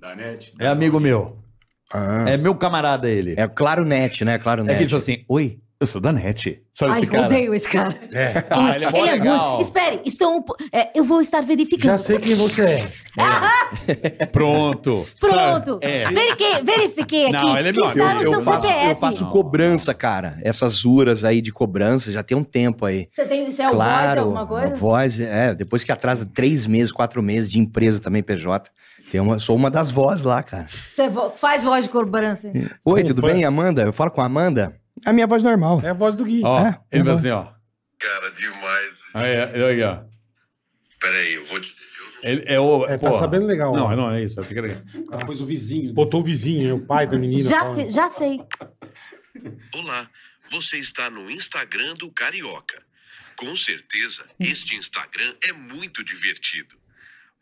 S10: Da net.
S5: É amigo meu.
S6: Ah.
S5: É meu camarada ele. É,
S6: É claro net, né? Claro
S5: que ele
S6: net.
S5: falou assim: Oi, eu sou da NET. Sabe
S4: Ai,
S5: esse cara?
S4: odeio esse cara.
S3: É.
S5: Ah, ele é mó legal.
S4: muito. Espere, estou um... po- é, eu vou estar verificando.
S3: Já sei quem você é.
S5: Pronto.
S4: Pronto.
S5: Sabe? É.
S4: Verifiquei, verifiquei aqui.
S5: Não, ele é
S4: que
S5: meu
S4: está
S5: amigo.
S4: no seu
S6: eu, faço,
S4: CPF.
S6: eu faço cobrança, cara. Essas uras aí de cobrança já tem um tempo aí.
S4: Você tem você é o voz de
S6: claro,
S4: alguma coisa?
S6: voz, é, depois que atrasa três meses, quatro meses de empresa também, PJ. Tem uma, sou uma das vozes lá, cara.
S4: Você é vo- faz voz de cobrança.
S6: Oi, tudo
S3: Opa.
S6: bem, Amanda? Eu falo com a Amanda? A minha voz normal.
S3: É Uhum. a voz do Gui.
S5: Ó,
S6: É,
S5: ele vai assim, ó.
S1: Cara, demais.
S5: Aí, olha aí, ó.
S1: Peraí, eu vou te.
S5: Ele é o.
S3: É, tá
S5: porra.
S3: sabendo legal. ó.
S5: Não, não, é isso. Fica legal.
S10: Ah, Depois o vizinho.
S3: Botou o vizinho, é o pai da menina.
S4: Já,
S3: falando.
S4: fi- já sei.
S1: Olá, você está no Instagram do Carioca. Com certeza, este Instagram é muito divertido.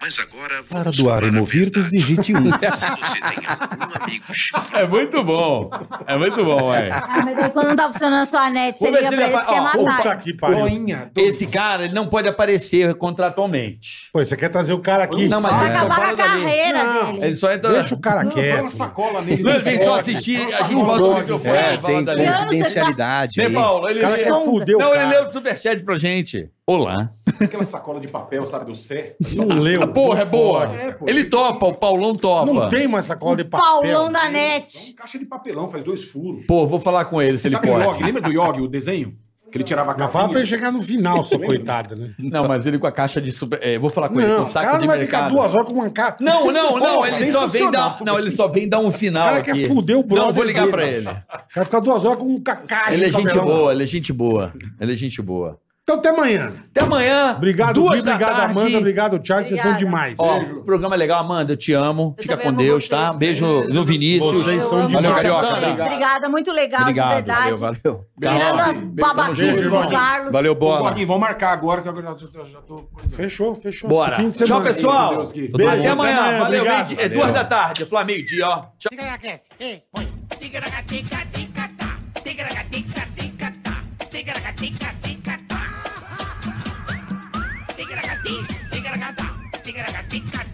S1: Mas agora
S6: Para
S1: vamos
S6: doar
S1: falar a
S6: Hemovirtus,
S1: verdade.
S6: digite um.
S4: É,
S1: Se você tem algum amigo chifrudo,
S5: É muito bom. É muito bom, ué.
S4: Ah, mas daí quando não tá funcionando a sua net, você
S5: Vamos ver
S4: liga
S5: se
S4: pra
S5: ele
S4: eles que
S5: vai-
S4: quer
S5: ó,
S4: matar.
S3: Puta que pariu.
S5: Esse cara, ele não pode aparecer contratualmente.
S3: Pô, você quer trazer o cara aqui?
S5: Não, mas é-
S4: Vai
S5: ele
S4: acabar com a
S5: só fala dali.
S4: carreira
S3: Não,
S4: dele.
S5: Ele só entra.
S3: Deixa o cara quieto.
S10: sacola nele.
S5: Não, ele vem só assistir, a gente bota o microfone
S6: É,
S5: e fala
S6: tem
S5: dali.
S4: Não,
S6: confidencialidade.
S5: Né,
S6: aí.
S5: Paulo? Ele
S3: O cara
S5: lê-
S3: quer fuder o
S5: Não, ele é leu
S3: cara.
S5: o superchat pra gente. Olá.
S10: Aquela sacola de papel, sabe, do Sé.
S3: Não leu.
S5: A porra é boa. Ele topa, o Paulão topa.
S3: Não tem mais sacola de papel.
S4: Paulão da
S10: Então,
S4: net.
S10: caixa de papelão, faz dois furos.
S5: Pô, vou falar com ele se ele
S10: Sabe o Yogi?
S5: pode.
S10: Lembra do Yogi, o desenho? Que ele tirava a
S3: Mas fala pra
S10: casinha.
S3: ele chegar no final, só coitado, né?
S5: Não, mas ele com a caixa de super. é, vou falar com ele, com
S3: Não,
S5: o
S3: o
S5: saco
S3: cara
S5: de
S3: não vai ficar
S5: mercado.
S3: duas horas com uma cara.
S5: Não, não, não,
S3: Porra,
S5: ele só vem dar,
S3: sensacional.
S5: não, ele só vem dar um final
S3: O cara
S5: aqui.
S3: quer fuder o brother
S5: Não, vou ligar
S3: dele,
S5: pra
S3: mano.
S5: ele.
S3: O cara fica duas horas com um cacá.
S5: Ele é
S3: de
S5: gente
S3: papelão.
S5: boa, ele é gente boa. Ele é gente boa.
S3: Então até amanhã.
S5: Até amanhã.
S3: Obrigado,
S5: duas
S3: Gui,
S5: da
S3: obrigado,
S5: tarde.
S3: Amanda, obrigado, Charles, vocês são
S4: Obrigada.
S3: demais.
S5: Ó, programa legal, Amanda, eu te amo.
S4: Eu
S5: Fica
S4: também
S5: com
S4: amo
S5: Deus,
S4: você.
S5: tá? Beijo no Vinícius.
S3: Vocês
S4: Eu
S3: são
S4: amo
S3: demais.
S4: vocês.
S5: Valeu, Carioca.
S4: Obrigada, muito legal,
S5: Obrigado,
S4: de verdade.
S6: Valeu.
S4: Tirando
S5: Da hora.
S4: as babaquices
S3: junto,
S4: do
S3: irmão.
S4: Carlos.
S6: Valeu,
S10: Ô,
S6: bola.
S10: Gordinho, vamos marcar agora que eu já tô. eu Já tô coisando.
S3: Fechou, fechou.
S5: Bora.
S3: Fim de
S5: Tchau,
S3: semana.
S5: pessoal.
S10: Deus, Gui.
S3: Beijo,
S5: Até amanhã. Valeu,
S3: obrigado.
S5: meio-dia- é duas da tarde. Flamengo, dia, ó. Tchau.
S13: Tigra-ga-tica, tigra-ga-tá, tigra-ga-tica,